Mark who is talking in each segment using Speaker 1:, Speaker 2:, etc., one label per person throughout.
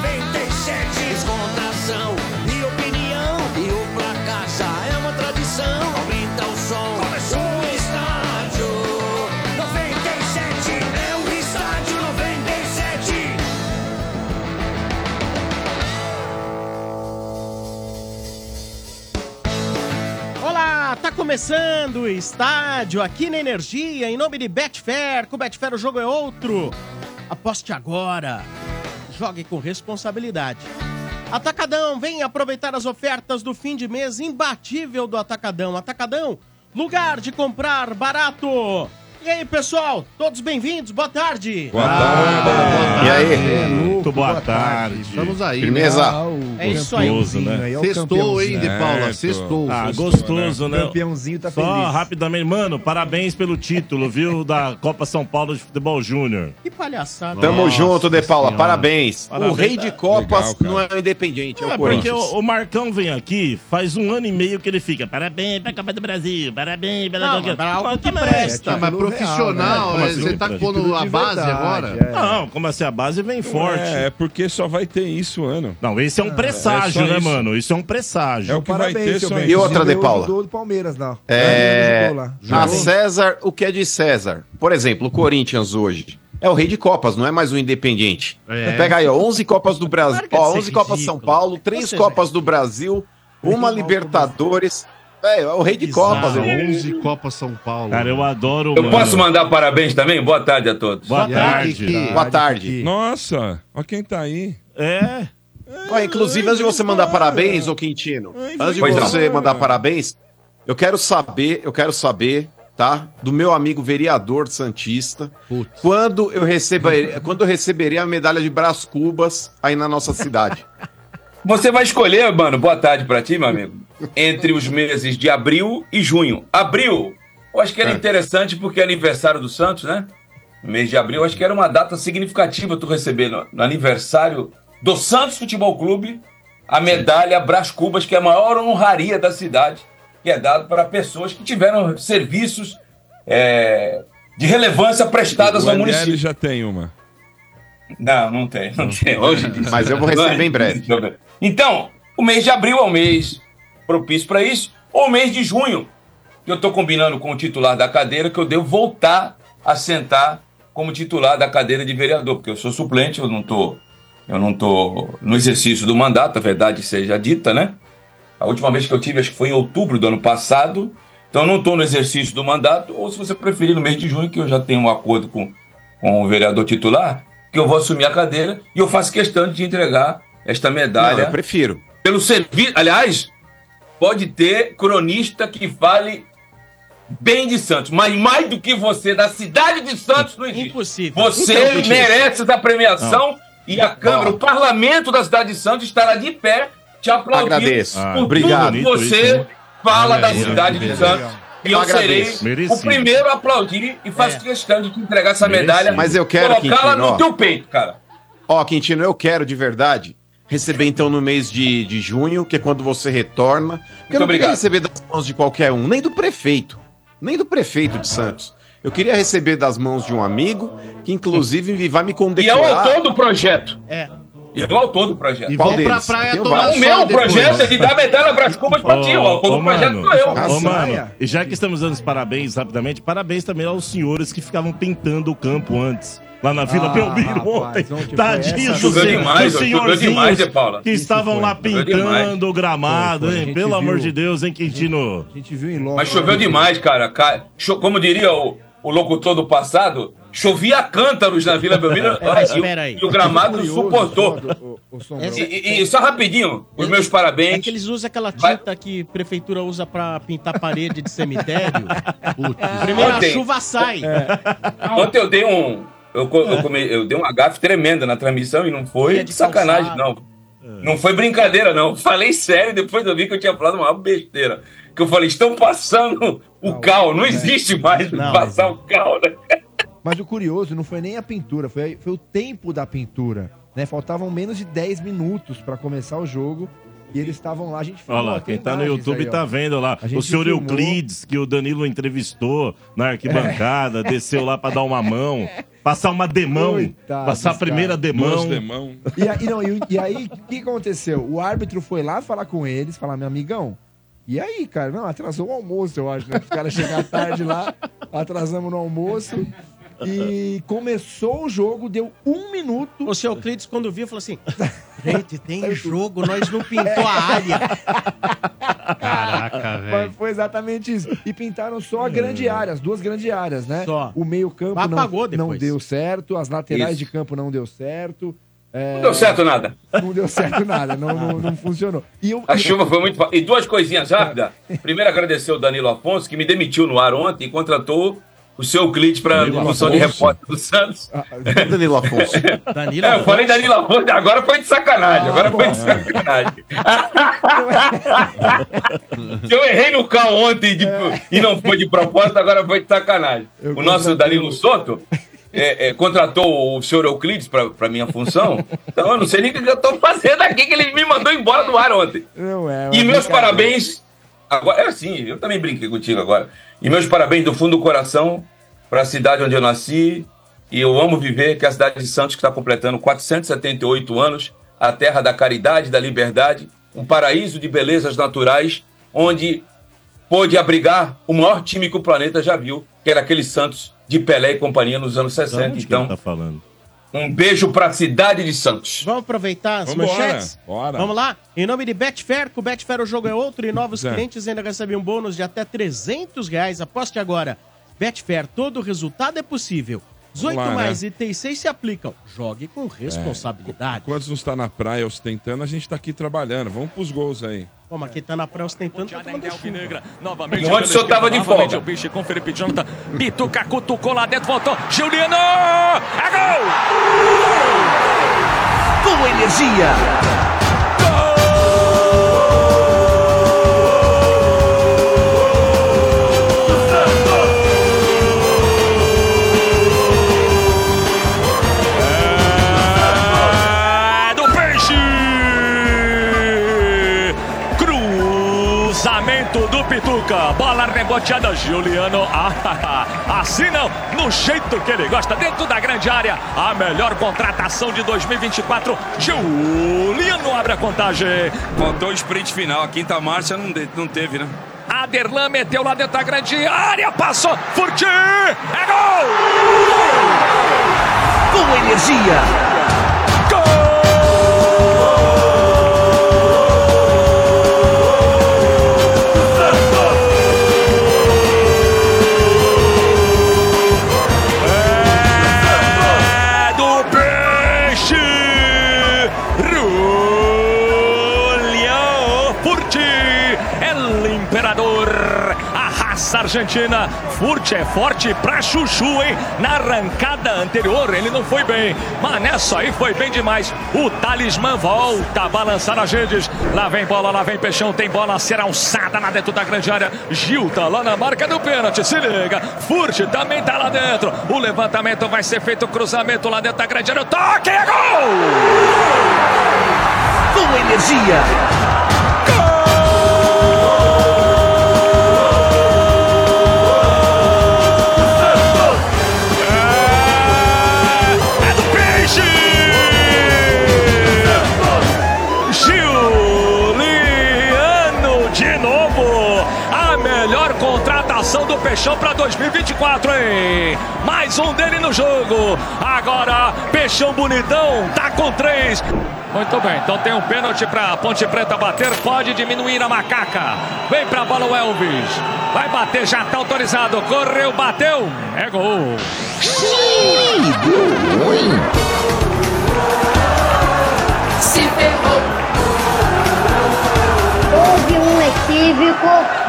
Speaker 1: é
Speaker 2: tá começando o estádio aqui na Energia, em nome de Betfair. Com Betfair o jogo é outro. Aposte agora. Jogue com responsabilidade. Atacadão, vem aproveitar as ofertas do fim de mês imbatível do Atacadão. Atacadão, lugar de comprar barato. E aí, pessoal? Todos bem-vindos. Boa tarde.
Speaker 3: Boa Ah, tarde.
Speaker 4: E aí?
Speaker 3: Muito boa tarde.
Speaker 4: Estamos aí.
Speaker 3: Firmeza.
Speaker 2: É isso aí.
Speaker 3: Gostoso, né?
Speaker 4: Aí é o Sextou, hein, De Paula?
Speaker 3: É,
Speaker 4: Sextou.
Speaker 3: tô. Ah,
Speaker 4: Sextou.
Speaker 3: gostoso, né?
Speaker 5: campeãozinho tá
Speaker 3: Só
Speaker 5: feliz.
Speaker 3: rapidamente, mano, parabéns pelo título, viu, da Copa São Paulo de Futebol Júnior.
Speaker 2: Que palhaçada.
Speaker 4: Tamo
Speaker 3: Nossa
Speaker 4: junto, De Paula.
Speaker 3: Senhora.
Speaker 4: Parabéns.
Speaker 3: Parabéns.
Speaker 4: O rei de Copas
Speaker 6: Legal, cara.
Speaker 4: não é o independente, é o
Speaker 3: É porque
Speaker 4: Corinthians.
Speaker 3: o, o Marcão vem aqui, faz um ano e meio que ele fica, parabéns pra Copa do Brasil, parabéns pela...
Speaker 2: Não, mas pra algo que
Speaker 3: Mas
Speaker 2: presta.
Speaker 4: Ah, mas
Speaker 5: Título
Speaker 4: profissional,
Speaker 3: real, né?
Speaker 4: é, você tá
Speaker 3: Título
Speaker 4: pondo a
Speaker 5: de
Speaker 4: base
Speaker 5: verdade,
Speaker 4: agora?
Speaker 5: é.
Speaker 3: Não, como assim, a base vem forte.
Speaker 6: É, é porque só vai ter isso ano.
Speaker 3: Não, esse é um presságio,
Speaker 6: é só
Speaker 3: né,
Speaker 6: isso.
Speaker 3: mano? Isso é um
Speaker 6: É
Speaker 3: presságio.
Speaker 6: o que vai ter
Speaker 5: seu
Speaker 6: só
Speaker 5: bem.
Speaker 6: isso.
Speaker 4: E outra,
Speaker 5: Inclusive,
Speaker 4: De Paula?
Speaker 5: eu dou Do Palmeiras, não.
Speaker 4: É,
Speaker 5: Jogou lá.
Speaker 4: a
Speaker 5: Jogou.
Speaker 4: César, o que é de César? Por exemplo, o Corinthians hoje. É o rei de Copas, não é mais o independente. Você
Speaker 6: É.
Speaker 4: Pega aí, ó, 11 Copas do Brasil,
Speaker 2: Larga de
Speaker 4: ó,
Speaker 2: ser
Speaker 4: 11 Copas
Speaker 2: ridículo.
Speaker 4: São Paulo, 3
Speaker 2: Você,
Speaker 4: Copas do Brasil, uma Libertadores. É, é o rei de
Speaker 2: Bizarro.
Speaker 4: Copas. irmão.
Speaker 7: 11 Copa São Paulo.
Speaker 3: Cara, eu adoro,
Speaker 8: Eu
Speaker 3: mano.
Speaker 8: posso mandar parabéns também? Boa tarde a todos.
Speaker 3: Boa
Speaker 5: E aí,
Speaker 3: tarde.
Speaker 5: Kiki?
Speaker 4: Boa tarde.
Speaker 5: Kiki.
Speaker 6: Nossa, ó quem tá aí.
Speaker 3: É,
Speaker 4: Ó, inclusive, antes de você mandar parabéns, ô Quintino,
Speaker 6: Ai,
Speaker 4: antes de
Speaker 8: pois não.
Speaker 4: você mandar parabéns, eu quero saber, eu quero saber, tá? Do meu amigo vereador Santista, quando eu receberei, quando eu receberei a medalha de Brás Cubas aí na nossa cidade.
Speaker 8: Você vai escolher, mano, boa tarde pra ti, meu amigo, entre os meses de abril e junho. Abril, eu acho que era interessante porque é aniversário do Santos, né? No mês de abril, eu acho que era uma data significativa tu receber no, no aniversário do Santos Futebol Clube a medalha Brás Cubas, que é a maior honraria da cidade, que é dado para pessoas que tiveram serviços é, de relevância prestadas
Speaker 6: O
Speaker 8: ao
Speaker 6: NL
Speaker 8: município.
Speaker 6: já tem uma.
Speaker 8: Não, não tem, não tem. É, Hoje em dia.
Speaker 4: Mas eu vou receber em breve.
Speaker 8: Deixa eu ver. Então, o mês de abril é um mês propício para isso, ou o mês de junho. que Eu estou combinando com o titular da cadeira que eu devo voltar a sentar como titular da cadeira de vereador, porque eu sou suplente, eu não tô, eu não tô no exercício do mandato, a verdade seja dita, né? A última vez que eu tive, acho que foi em outubro do ano passado. Então eu não estou no exercício do mandato, ou se você preferir, no mês de junho, que eu já tenho um acordo com, com o vereador titular, que eu vou assumir a cadeira e eu faço questão de entregar esta
Speaker 4: Não,
Speaker 8: medalha
Speaker 4: eu prefiro.
Speaker 8: pelo serviço. Aliás, pode ter cronista que fale bem de Santos, mas mais do que você, da cidade de Santos, não existe.
Speaker 2: Impossível.
Speaker 8: Você
Speaker 4: Então, Coutinho.
Speaker 8: merece essa premiação e a Câmara,
Speaker 4: Não.
Speaker 8: o parlamento da cidade de Santos estará de pé te aplaudindo.
Speaker 4: Agradeço.
Speaker 8: Por
Speaker 3: Ah,
Speaker 8: tudo
Speaker 4: obrigado.
Speaker 8: que você
Speaker 3: Isso, hein?
Speaker 8: fala
Speaker 3: Olha
Speaker 8: da
Speaker 3: aí,
Speaker 8: cidade de Santos. E eu serei
Speaker 4: Agradeço.
Speaker 3: Merecido.
Speaker 8: o primeiro a aplaudir e faço
Speaker 2: É.
Speaker 8: questão de te entregar essa
Speaker 3: Merecido.
Speaker 8: medalha.
Speaker 4: Mas eu quero,
Speaker 8: Colocá-la
Speaker 4: Quintino, ó.
Speaker 8: no teu peito, cara.
Speaker 4: Ó, Quintino, eu quero de verdade receber então no mês de, de junho, que é quando você retorna. Porque eu não queria
Speaker 8: obrigado.
Speaker 4: receber das mãos de qualquer um, nem do prefeito, nem do prefeito de Santos. Eu queria receber das mãos de um amigo, que inclusive me- vai me
Speaker 8: E é o
Speaker 4: condecorar.
Speaker 8: autor do projeto.
Speaker 2: É.
Speaker 8: E é o autor do projeto.
Speaker 7: E
Speaker 4: Qual
Speaker 7: vão pra
Speaker 4: deles?
Speaker 7: praia
Speaker 4: Eu
Speaker 7: tomar
Speaker 4: acho.
Speaker 8: O um meu
Speaker 7: sol depois.
Speaker 8: projeto é de dar medalha para as cubas para ti, ó.
Speaker 3: ô,
Speaker 8: O projeto
Speaker 3: mano,
Speaker 8: sou eu.
Speaker 3: Ô,
Speaker 4: Nossa,
Speaker 3: mano,
Speaker 5: Maia.
Speaker 3: e já que estamos dando os parabéns rapidamente, parabéns também aos senhores que ficavam pintando o campo antes. Lá na Vila
Speaker 5: Ah,
Speaker 3: Belmiro ontem.
Speaker 5: rapaz, ontem foi
Speaker 3: Tadinhos
Speaker 5: essa-
Speaker 3: dos
Speaker 8: Jogou
Speaker 3: sen-
Speaker 8: demais,
Speaker 3: dos
Speaker 8: ó, jogou
Speaker 3: senhorzinhos
Speaker 8: demais, né, Paula?
Speaker 3: que
Speaker 5: Isso
Speaker 3: estavam
Speaker 5: foi.
Speaker 3: lá
Speaker 8: Jogou demais.
Speaker 3: pintando o gramado,
Speaker 5: Foi, foi, a
Speaker 3: hein?
Speaker 5: gente
Speaker 3: Pelo amor
Speaker 5: viu.
Speaker 3: de Deus, hein, Quintino?
Speaker 5: A gente viu em né? Londres.
Speaker 8: Mas choveu demais, cara. Ca- cho- Como diria o, o locutor do passado, chovia cântaros na Vila Belmiro.
Speaker 2: É, mas espera aí.
Speaker 8: e, o gramado
Speaker 5: Curioso,
Speaker 8: suportou.
Speaker 5: só do- o- o Sombrão.
Speaker 8: E, e- e só rapidinho, os meus
Speaker 2: É
Speaker 8: parabéns.
Speaker 2: que eles usam aquela
Speaker 8: Vai-
Speaker 2: tinta que a prefeitura usa pra pintar parede de cemitério.
Speaker 7: Putz.
Speaker 6: É.
Speaker 2: Primeiro a
Speaker 8: Ontem.
Speaker 2: chuva sai.
Speaker 5: É.
Speaker 8: Ontem eu dei um. Eu, co- eu, come- eu dei um agafe tremenda na transmissão e não foi
Speaker 2: Dia de
Speaker 8: de sacanagem,
Speaker 2: calçado.
Speaker 8: não.
Speaker 6: É.
Speaker 8: Não foi brincadeira, não. Falei sério, depois eu vi que eu tinha falado uma besteira. Que eu falei, estão passando o cal, não existe mais
Speaker 2: Não.
Speaker 8: passar o cal, né?
Speaker 5: Mas o curioso não foi nem a pintura, foi, foi o tempo da pintura. Né? Faltavam menos de 10 minutos pra começar o jogo. E eles estavam lá, a gente
Speaker 3: Olha
Speaker 5: falou, ó,
Speaker 3: lá,
Speaker 5: tem
Speaker 3: quem tá no
Speaker 5: imagens
Speaker 3: YouTube
Speaker 5: aí, ó.
Speaker 3: tá vendo lá.
Speaker 5: A gente
Speaker 3: O senhor
Speaker 5: filmou.
Speaker 3: Euclides, que o Danilo entrevistou na arquibancada, É. desceu lá pra dar uma mão, passar uma demão,
Speaker 5: Coitado,
Speaker 3: passar a
Speaker 5: cara.
Speaker 3: primeira demão.
Speaker 6: Mãos de mão.
Speaker 5: E aí, não, e, o- e aí, o que aconteceu? O árbitro foi lá falar com eles, falar, meu amigão, e aí, cara? Não, atrasou o almoço, eu acho, né? Os caras chegaram tarde lá, atrasamos no almoço. E começou o jogo, deu um minuto.
Speaker 2: O seu Euclides, quando
Speaker 5: É.
Speaker 2: viu, falou assim: Gente, tem jogo, nós não pintou a área.
Speaker 7: Caraca,
Speaker 5: Mas
Speaker 7: velho.
Speaker 5: foi exatamente isso. E pintaram só a grande área, as duas grandes áreas, né?
Speaker 2: Só.
Speaker 5: O meio-campo
Speaker 2: Mas apagou
Speaker 5: não,
Speaker 2: depois.
Speaker 5: não deu certo, as laterais
Speaker 8: Isso.
Speaker 5: de campo não deu certo. é,
Speaker 8: Não deu certo nada.
Speaker 5: Não deu certo nada, não, não, não funcionou. E eu,
Speaker 8: A chuva foi muito. fa- E duas coisinhas rápidas. Primeiro, agradecer o Danilo Afonso, que me demitiu no ar ontem e contratou o seu Euclides para
Speaker 6: Danilo
Speaker 8: função de
Speaker 6: Afonso.
Speaker 8: repórter do Santos.
Speaker 4: Danilo Afonso.
Speaker 2: Danilo.
Speaker 8: É, eu falei Danilo Afonso, agora foi de sacanagem. Agora foi de sacanagem. Se eu errei no carro ontem de- e não foi de propósito, agora foi de sacanagem.
Speaker 5: Eu
Speaker 8: o nosso
Speaker 5: contratei-
Speaker 8: Danilo Soto. é, é, contratou o senhor Euclides para minha função, então eu não sei nem o que eu tô fazendo aqui, que ele me mandou embora do ar ontem.
Speaker 5: não é,
Speaker 8: E
Speaker 5: mas,
Speaker 8: meus
Speaker 5: cara,
Speaker 8: parabéns. Agora, é assim, eu também brinquei contigo agora. E meus parabéns do fundo do coração para a cidade onde eu nasci. E eu amo viver, que é a cidade de Santos, que está completando 478 anos, a terra da caridade, da liberdade, um paraíso de belezas naturais, onde pôde abrigar o maior time que o planeta já viu, que era aquele Santos de Pelé e companhia nos anos 60.
Speaker 3: Onde que ele
Speaker 8: Então,
Speaker 3: tá falando?
Speaker 8: um beijo para a cidade de Santos.
Speaker 2: Vamos aproveitar as
Speaker 6: Vambora,
Speaker 2: manchetes?
Speaker 6: bora.
Speaker 2: Vamos lá? Em nome de Betfair, com Betfair o jogo é outro e novos
Speaker 6: É.
Speaker 2: clientes ainda recebem um bônus de até 300 reais. Aposte agora. Betfair, todo resultado é possível. 18
Speaker 6: lá, né? É.
Speaker 2: mais e 36 se aplicam. Jogue com responsabilidade.
Speaker 6: Enquanto não está tá na praia ostentando, a gente tá aqui trabalhando. Vamos pros gols aí.
Speaker 2: Como aqui tá na praia ostentando, tá tomando chuva.
Speaker 1: Novamente,
Speaker 8: Ontem o senhor tava de
Speaker 1: novamente
Speaker 8: folga.
Speaker 1: O bicho com o Felipe Jonathan. Bituca cutucou lá dentro, voltou. Juliano! É gol!
Speaker 9: Com energia.
Speaker 1: É do Peixe! Cruzamento do Pituca. Bola reboteada, Juliano. Ah, assim não, no jeito que ele gosta, dentro da grande área. A melhor contratação de 2024. Juliano abre a contagem.
Speaker 10: Faltou o sprint final, a quinta marcha não, de- não teve, né?
Speaker 1: Aderlan meteu lá dentro da grande área, passou, Furti, é gol!
Speaker 9: Com energia.
Speaker 1: É do Peixe, Juliano Furti, El Imperador, a raça argentina, Furti é forte pra chuchu, hein? Na arrancada anterior ele não foi bem, mas nessa aí foi bem demais, o talismã volta a balançar as redes, lá vem bola, lá vem Peixão, tem bola a ser alçada lá dentro da grande área, Gil tá lá na marca do pênalti, se liga, Furti também tá lá dentro, o levantamento vai ser feito, o cruzamento lá dentro da grande área, toque, é gol!
Speaker 9: Com energia.
Speaker 1: É do Peixe! Juliano de novo! A melhor contratação do Peixão para 2024, hein? Mais um dele no jogo. Agora, Peixão bonitão, tá com três. Muito bem, então tem um pênalti para Ponte Preta bater. Pode diminuir a macaca. Vem pra bola o Elvis. Vai bater, já tá autorizado. Correu, bateu. É gol.
Speaker 11: Se ferrou. Houve um equívoco.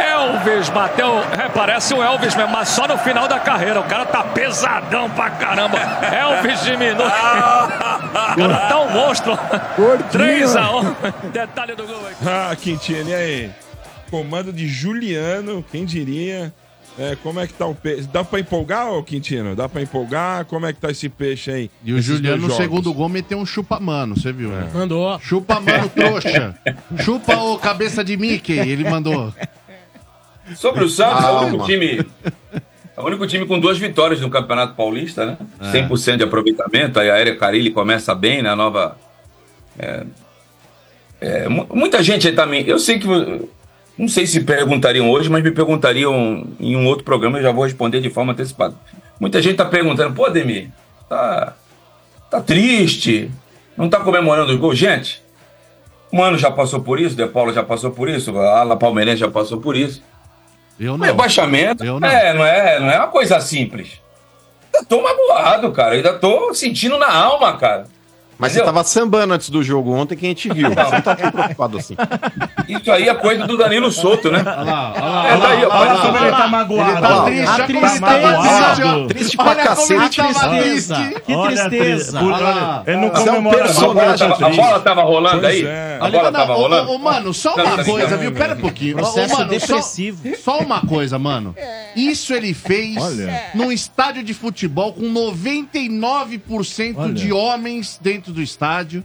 Speaker 1: Elvis bateu, é, parece o Elvis mesmo, mas só no final da carreira. O cara tá pesadão pra caramba. Elvis diminui. o cara tá um monstro.
Speaker 5: Gordinho.
Speaker 1: 3x1. Detalhe do gol aí.
Speaker 6: Ah, Quintino, e aí? Comando de Juliano, quem diria? É, como é que tá o peixe? Dá pra empolgar, ô Quintino? Dá pra empolgar? Como é que tá esse peixe aí?
Speaker 7: E o
Speaker 6: Esses
Speaker 7: Juliano,
Speaker 6: dois
Speaker 7: no
Speaker 6: jogos?
Speaker 7: segundo gol, meteu um chupa-mano, você viu, né?
Speaker 2: Mandou.
Speaker 7: Chupa, mano, trouxa. Chupa o cabeça de Mickey, ele mandou.
Speaker 8: Sobre o Santos, é o único
Speaker 4: Calma.
Speaker 8: time. É o único time com duas vitórias no Campeonato Paulista, né? 100% de aproveitamento. Aí a Aérea Carilli começa bem na nova. é, é, mu- muita gente aí também. Eu sei que. Não sei se perguntariam hoje, mas me perguntariam em um outro programa, eu já vou responder de forma antecipada. Muita gente tá perguntando, pô, Ademir, tá, tá triste, não tá comemorando os gols. Gente, Mano já passou por isso, De Paula já passou por isso, a Ala Palmeirense já passou por isso.
Speaker 7: Eu
Speaker 8: não. O rebaixamento É, não, é, não é uma coisa simples. Ainda tô magoado, cara. Ainda tô sentindo na alma, cara.
Speaker 4: Mas você tava sambando antes do jogo ontem que a gente viu. Você não tá tão preocupado assim.
Speaker 8: Isso aí é coisa do Danilo Souto, né? Olha lá, olha lá.
Speaker 4: olha lá, olha lá, olha lá. Ele tá
Speaker 8: Olha lá.
Speaker 4: triste,
Speaker 8: A
Speaker 4: olha como ele tá
Speaker 8: tristeza.
Speaker 4: magoado. Triste pra cacete,
Speaker 8: ele tá tava
Speaker 4: tristeza.
Speaker 8: triste.
Speaker 4: Que
Speaker 8: Olha a
Speaker 4: tristeza.
Speaker 8: tri-
Speaker 4: Olha lá.
Speaker 3: Ele não
Speaker 8: Você é um
Speaker 3: comemora
Speaker 8: personagem
Speaker 3: a bola
Speaker 8: triste. A bola tava rolando
Speaker 3: Pois
Speaker 8: aí?
Speaker 3: é.
Speaker 8: A bola tava
Speaker 7: ô,
Speaker 8: rolando?
Speaker 7: ô, ô, mano, só uma
Speaker 8: Tá
Speaker 7: coisa,
Speaker 8: brincando,
Speaker 7: viu?
Speaker 8: né?
Speaker 7: Pera um pouquinho. Ô, ô,
Speaker 8: Processo
Speaker 7: mano, só-
Speaker 8: depressivo.
Speaker 7: Só, uma coisa, mano. Isso ele fez
Speaker 8: Olha.
Speaker 7: num estádio de futebol com 99% de homens dentro do estádio.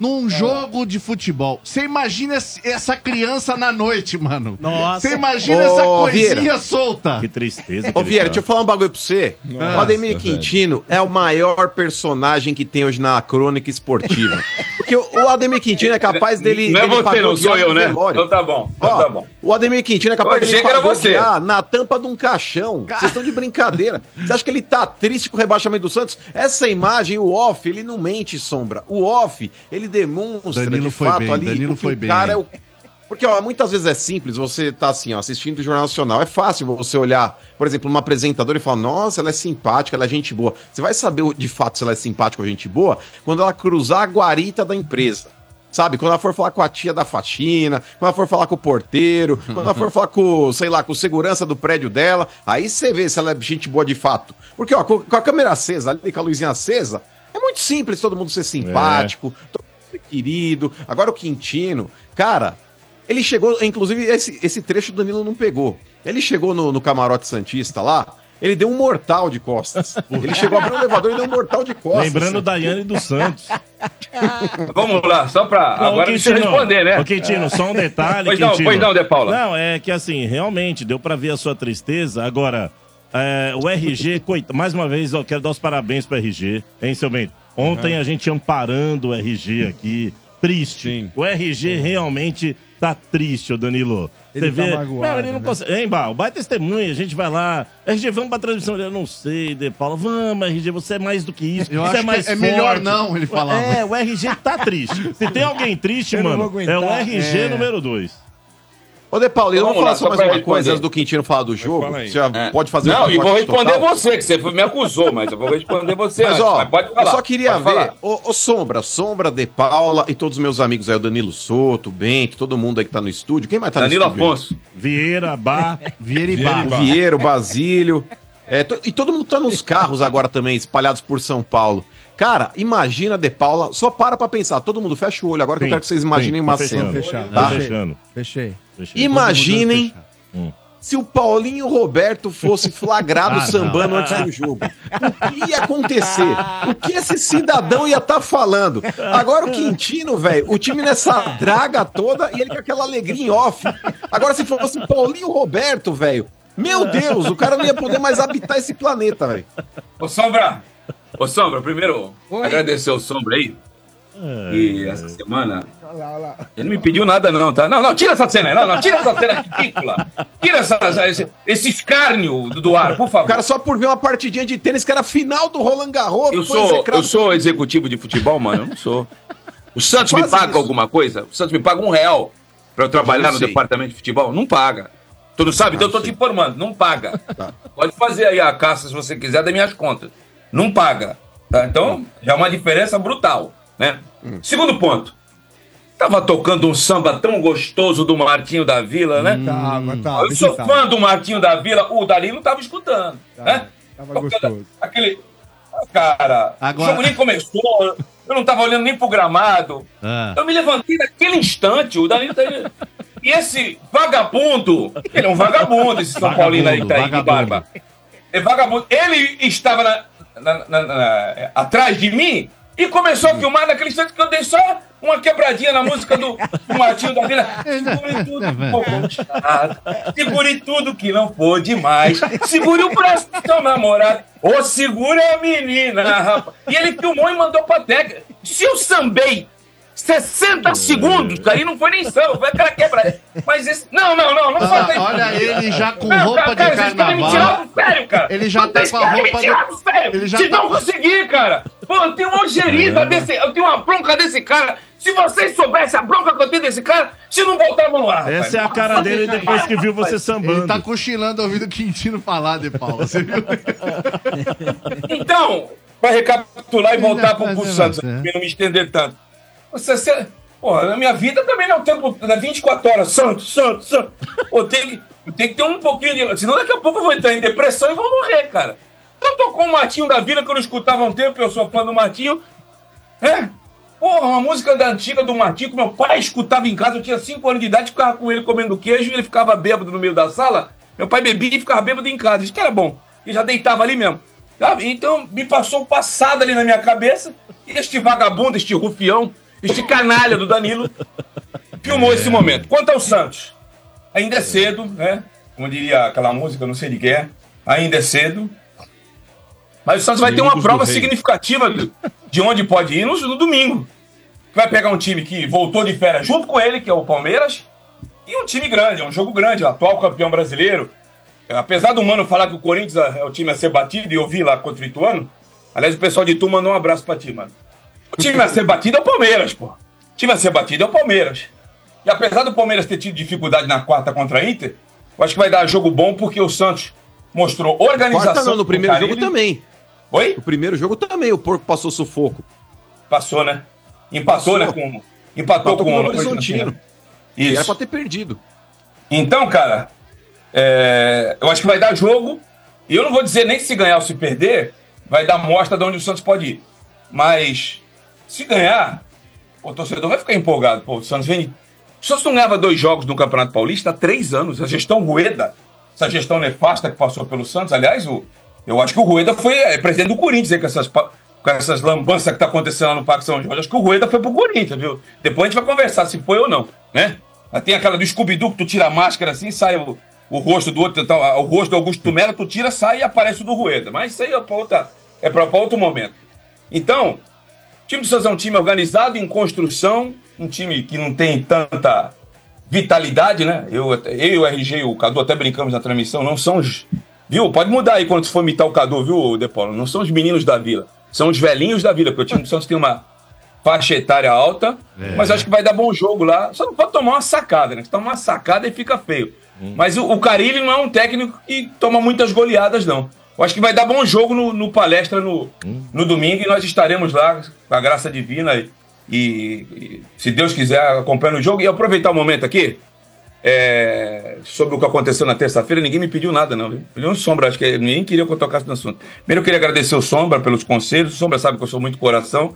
Speaker 7: Num jogo de futebol. Você imagina esse- essa criança na noite, mano.
Speaker 4: Nossa.
Speaker 7: Você imagina
Speaker 4: Ô,
Speaker 7: essa coisinha
Speaker 4: Vieira.
Speaker 7: solta.
Speaker 3: Que tristeza.
Speaker 4: Ô, Vieira, deixa eu falar um bagulho pra você.
Speaker 7: Nossa,
Speaker 4: o Ademir
Speaker 7: velho.
Speaker 4: Quintino é o maior personagem que tem hoje na crônica esportiva. Porque o o Ademir Quintino é capaz dele.
Speaker 8: Não é
Speaker 4: dele
Speaker 8: você, não sou
Speaker 4: patrocinar
Speaker 8: eu,
Speaker 4: um
Speaker 8: né?
Speaker 4: velório.
Speaker 8: Então tá bom. Então
Speaker 4: Ó,
Speaker 8: tá bom.
Speaker 4: O Ademir Quintino é capaz
Speaker 8: Eu
Speaker 4: de
Speaker 8: achei que era você.
Speaker 4: na tampa de um caixão. Vocês estão de brincadeira. Você acha que ele tá triste com o rebaixamento do Santos? Essa imagem, o off, ele não mente, Sombra. O off, ele demonstra
Speaker 7: Danilo
Speaker 4: de
Speaker 7: foi
Speaker 4: fato
Speaker 7: bem,
Speaker 4: ali
Speaker 7: Danilo
Speaker 4: o que
Speaker 7: foi
Speaker 4: o
Speaker 7: bem.
Speaker 4: cara é o porque ó, muitas vezes é simples, você tá assim, ó, assistindo o Jornal Nacional. É fácil você olhar, por exemplo, uma apresentadora e falar, nossa, ela é simpática, ela é gente boa. Você vai saber de fato se ela é simpática ou gente boa quando ela cruzar a guarita da empresa. Sabe? Quando ela for falar com a tia da faxina, quando ela for falar com o porteiro, quando ela for falar com, sei lá, com o segurança do prédio dela, aí você vê se ela é gente boa de fato. Porque, ó, com, com a câmera acesa, ali com a luzinha acesa, é muito simples todo mundo ser simpático, todo mundo ser querido. Agora o Quintino, cara, ele chegou, inclusive, esse, esse trecho o Danilo não pegou. Ele chegou no, no camarote Santista lá, ele deu um mortal de costas. ele chegou abriu o elevador e deu um mortal de costas.
Speaker 3: Lembrando da Yane dos Santos.
Speaker 8: Vamos lá, só pra.
Speaker 3: Não,
Speaker 8: agora deixa eu
Speaker 3: Quintino,
Speaker 8: responder, né?
Speaker 3: Ô, Quintino, só um detalhe.
Speaker 8: Pois não,
Speaker 3: Quintino.
Speaker 8: pois não, De Paula.
Speaker 3: Não, é que assim, realmente, deu pra ver a sua tristeza. Agora, é, o RG, coitado, mais uma vez, eu quero dar os parabéns pro RG, hein, seu Bento? Ontem
Speaker 1: Uhum.
Speaker 3: a gente amparando o RG aqui. Triste. O RG realmente tá triste, ô Danilo.
Speaker 1: Ele
Speaker 3: Você
Speaker 1: tá
Speaker 3: vê.
Speaker 1: magoado,
Speaker 3: não, ele não
Speaker 1: né?
Speaker 3: consegue. Hein, Bal? Vai testemunha, a gente vai lá. RG, vamos pra transmissão. Ele, Eu não sei, De Paula. Vamos, RG, você é mais do que isso.
Speaker 7: Eu
Speaker 3: você
Speaker 7: acho
Speaker 3: é
Speaker 7: que
Speaker 3: mais
Speaker 7: é melhor
Speaker 3: forte."
Speaker 7: não, ele né? falava.
Speaker 3: É, o RG tá triste. Se tem alguém triste,
Speaker 7: Eu não
Speaker 3: mano,
Speaker 7: vou aguentar.
Speaker 3: é o RG
Speaker 7: É.
Speaker 3: número 2.
Speaker 4: Ô, De Paulo, eu vou
Speaker 8: Vamos lá,
Speaker 4: falar só
Speaker 8: só
Speaker 4: mais
Speaker 8: pra
Speaker 4: uma
Speaker 8: responder.
Speaker 4: coisa antes do Quintino falar do jogo.
Speaker 8: fala aí.
Speaker 4: Você já
Speaker 8: É.
Speaker 4: pode fazer
Speaker 8: Não, e vou
Speaker 4: pacote
Speaker 8: responder
Speaker 4: total?
Speaker 8: você, que você me acusou, mas eu vou responder você.
Speaker 4: Mas,
Speaker 8: antes,
Speaker 4: ó,
Speaker 8: mas pode
Speaker 4: eu
Speaker 8: falar,
Speaker 4: só queria
Speaker 8: pode
Speaker 4: ver,
Speaker 8: falar.
Speaker 4: ô, ô, Sombra, Sombra, De Paula e todos os meus amigos aí, o Danilo Soto, o Bento, todo mundo aí que tá no estúdio. Quem mais tá
Speaker 8: Danilo
Speaker 4: no estúdio?
Speaker 8: Afonso.
Speaker 3: Vieira, Bá.
Speaker 7: Vieira
Speaker 4: Vieira e Bar. O Vieira, o Basílio. É, to- e todo mundo tá nos carros agora também, espalhados por São Paulo. Cara, imagina De Paula, só para pra pensar. Todo mundo fecha o olho agora que eu
Speaker 5: Sim,
Speaker 4: quero que vocês imaginem
Speaker 5: sim,
Speaker 4: uma
Speaker 5: tô
Speaker 4: cena.
Speaker 5: fechando, fechado,
Speaker 4: tá?
Speaker 5: tô fechando. Fechei.
Speaker 4: Imaginem se o Paulinho Roberto fosse flagrado
Speaker 5: Hum. Ah, não.
Speaker 4: sambando antes do jogo. O que ia acontecer? O que esse cidadão ia estar falando? Agora o Quintino, velho, o time nessa draga toda e ele com aquela alegria em off. Agora se fosse o Paulinho Roberto, velho, meu Deus, o cara não ia poder mais habitar esse planeta, velho.
Speaker 8: Ô, Sombra. Ô, Sombra, primeiro, agradecer o Sombra aí. E essa semana. Ele não me pediu nada, não, tá? Não, não, tira essa cena aí. Não, não, tira essa cena ridícula. Tira essa, essa- esse, esse escárnio do, do ar, por favor.
Speaker 4: O cara só por ver uma partidinha de tênis que era a final do Roland Garros.
Speaker 8: Eu
Speaker 4: foi
Speaker 8: sou,
Speaker 4: execrado
Speaker 8: eu sou executivo de futebol, mano? Eu não sou. O Santos me
Speaker 4: Quase
Speaker 8: paga
Speaker 4: isso.
Speaker 8: alguma coisa? O Santos me paga um real pra eu trabalhar
Speaker 4: Eu
Speaker 8: no
Speaker 4: sei.
Speaker 8: departamento de futebol? Não paga. Tu não sabe? Então eu tô te informando, não paga. Pode fazer aí a caça se você quiser das minhas contas. Não paga. tá? Então, já é uma diferença brutal, né? Segundo ponto. Tava tocando um samba tão gostoso do Martinho da Vila, né?
Speaker 5: Tava, tava,
Speaker 8: eu sou
Speaker 5: tava.
Speaker 8: fã do Martinho da Vila, o Dali não tava escutando, né?
Speaker 5: Tá, Tava gostoso.
Speaker 8: Aquele. Ah, Cara, o jogo nem começou, eu não tava olhando nem pro gramado.
Speaker 5: Ah.
Speaker 8: Eu me levantei naquele instante, o Danilo tá... E esse vagabundo, ele é um vagabundo, esse São Paulino aí que tá aí de barba. É vagabundo. Ele estava na- na- na- na- atrás de mim e começou a filmar naquele instante que eu dei só uma quebradinha na música do, do Martinho da Vila. Segure tudo que não pôde mais. Segure tudo que não pôde mais. Segure o braço do seu namorado. Ou segura a menina, rapaz. E ele filmou e mandou pra técnica. Se eu sambei
Speaker 7: Hum.
Speaker 8: 60 segundos, isso aí não foi nem samba, foi aquela quebradinha. Mas esse. Não, não, não, não
Speaker 7: Ah,
Speaker 8: falta isso.
Speaker 7: olha ele já com roupa de
Speaker 8: vocês querem me
Speaker 7: carnaval.
Speaker 8: tirar do sério, cara.
Speaker 7: Ele já tá
Speaker 8: Vocês
Speaker 7: com a
Speaker 8: querem
Speaker 7: roupa
Speaker 8: me
Speaker 7: de-
Speaker 8: tirar do sério.
Speaker 7: Ele já
Speaker 8: Se
Speaker 7: tá-
Speaker 8: não conseguir, cara. Pô, eu tenho uma algerida
Speaker 7: É.
Speaker 8: desse. Eu tenho uma bronca desse cara. Se vocês soubessem a bronca que eu tenho desse cara, se não voltavam no ar.
Speaker 3: Essa
Speaker 7: Ah,
Speaker 8: rapaz.
Speaker 3: é a cara
Speaker 8: Nossa,
Speaker 3: dele
Speaker 8: cara.
Speaker 3: depois que viu você sambando.
Speaker 7: Ele tá cochilando ouvindo o Quintino falar, De Paula. Você viu?
Speaker 8: Então, pra recapitular e voltar pro, pro
Speaker 7: Mas é
Speaker 8: Santos,
Speaker 7: você.
Speaker 8: pra não me estender tanto. Você, você, porra, na minha vida também não é o tempo, na 24 horas, Santos, Santos, Santos. Eu tenho, que- eu tenho que ter um pouquinho de. Senão daqui a pouco eu vou entrar em depressão e vou morrer, cara. Eu tô com o Martinho da Vila, que eu não escutava há um tempo, eu sou fã do Martinho. É? Porra, uma música da antiga do Martinho que meu pai escutava em casa, eu tinha 5 anos de idade, ficava com ele comendo queijo e ele ficava bêbado no meio da sala. Meu pai bebia e ficava bêbado em casa. Isso que era bom. E já deitava ali mesmo. Sabe? Então me passou o passado ali na minha cabeça. E este vagabundo, este rufião, este canalha do Danilo, filmou esse momento. Quanto ao Santos, ainda é cedo, né? Como diria aquela música, não sei de quem é, ainda é cedo. Mas o Santos vai ter uma
Speaker 10: Inimigos do
Speaker 8: prova
Speaker 10: rei.
Speaker 8: significativa de- de onde pode ir no, no domingo. Vai pegar um time que voltou de férias junto com ele, que é o Palmeiras, e um time grande, é um jogo grande, o atual campeão brasileiro. Apesar do Mano falar que o Corinthians é o time a ser batido, e eu vi lá contra o Ituano, aliás, o pessoal de Tu mandou um abraço pra ti, mano. O time a ser batido é o Palmeiras, pô. O time a ser batido é o Palmeiras. E apesar do Palmeiras ter tido dificuldade na quarta contra a Inter, eu acho que vai dar jogo bom porque o Santos mostrou organização.
Speaker 4: Quarta não, no
Speaker 8: com
Speaker 4: primeiro jogo
Speaker 8: Carille.
Speaker 4: também.
Speaker 8: Oi?
Speaker 4: No primeiro jogo também, o porco passou sufoco.
Speaker 8: Passou, né? Empatou, né? Com, empatou,
Speaker 4: Empatou com
Speaker 8: com,
Speaker 4: o
Speaker 8: o
Speaker 4: Horizontino.
Speaker 8: Isso.
Speaker 4: Era pra ter perdido.
Speaker 8: Então, cara, é, eu acho que vai dar jogo. E eu não vou dizer nem se ganhar ou se perder, vai dar mostra de onde o Santos pode ir. Mas se ganhar, o torcedor vai ficar empolgado. Pô, o Santos vem. O Santos não ganhava dois jogos no Campeonato Paulista há três anos. A gestão Rueda, essa gestão nefasta que passou pelo Santos, aliás, o, eu acho que o Rueda foi é, presidente do Corinthians aí, com essas. pa- Com essas lambanças que tá acontecendo lá no Parque São Jorge, acho que o Rueda foi pro Corinthians, viu? Depois a gente vai conversar se foi ou não, né? Mas Tem aquela do Scooby-Doo que tu tira a máscara assim, sai o, o rosto do outro, então, a- o rosto do Augusto Tumela, tu tira, sai e aparece o do Rueda. Mas isso aí é pra, outra, é pra, pra outro momento. Então, o time do Santos é um time organizado, em construção, um time que não tem tanta vitalidade, né? Eu, até- eu e o RG e o Cadu até brincamos na transmissão, não são os. Viu? Pode mudar aí quando você for imitar o Cadu, viu, De Paulo? Não são os meninos da vila, são os velhinhos da vila, porque o time do Santos tem uma faixa etária alta, mas acho que vai dar bom jogo lá. Só não pode tomar uma sacada, né? Se tomar uma sacada e fica feio. Mas o, o Carilli não é um técnico que toma muitas goleadas, não. Eu acho que vai dar bom jogo no, no palestra no, no domingo e nós estaremos lá, com a graça divina. E, e- se Deus quiser, acompanhando o jogo. E aproveitar o momento aqui é, sobre o que aconteceu na terça-feira. Ninguém me pediu nada, não. viu? Pediu um sombra, acho que ninguém queria que eu tocasse no assunto. Primeiro, eu queria agradecer o Sombra pelos conselhos. O Sombra sabe que eu sou muito coração.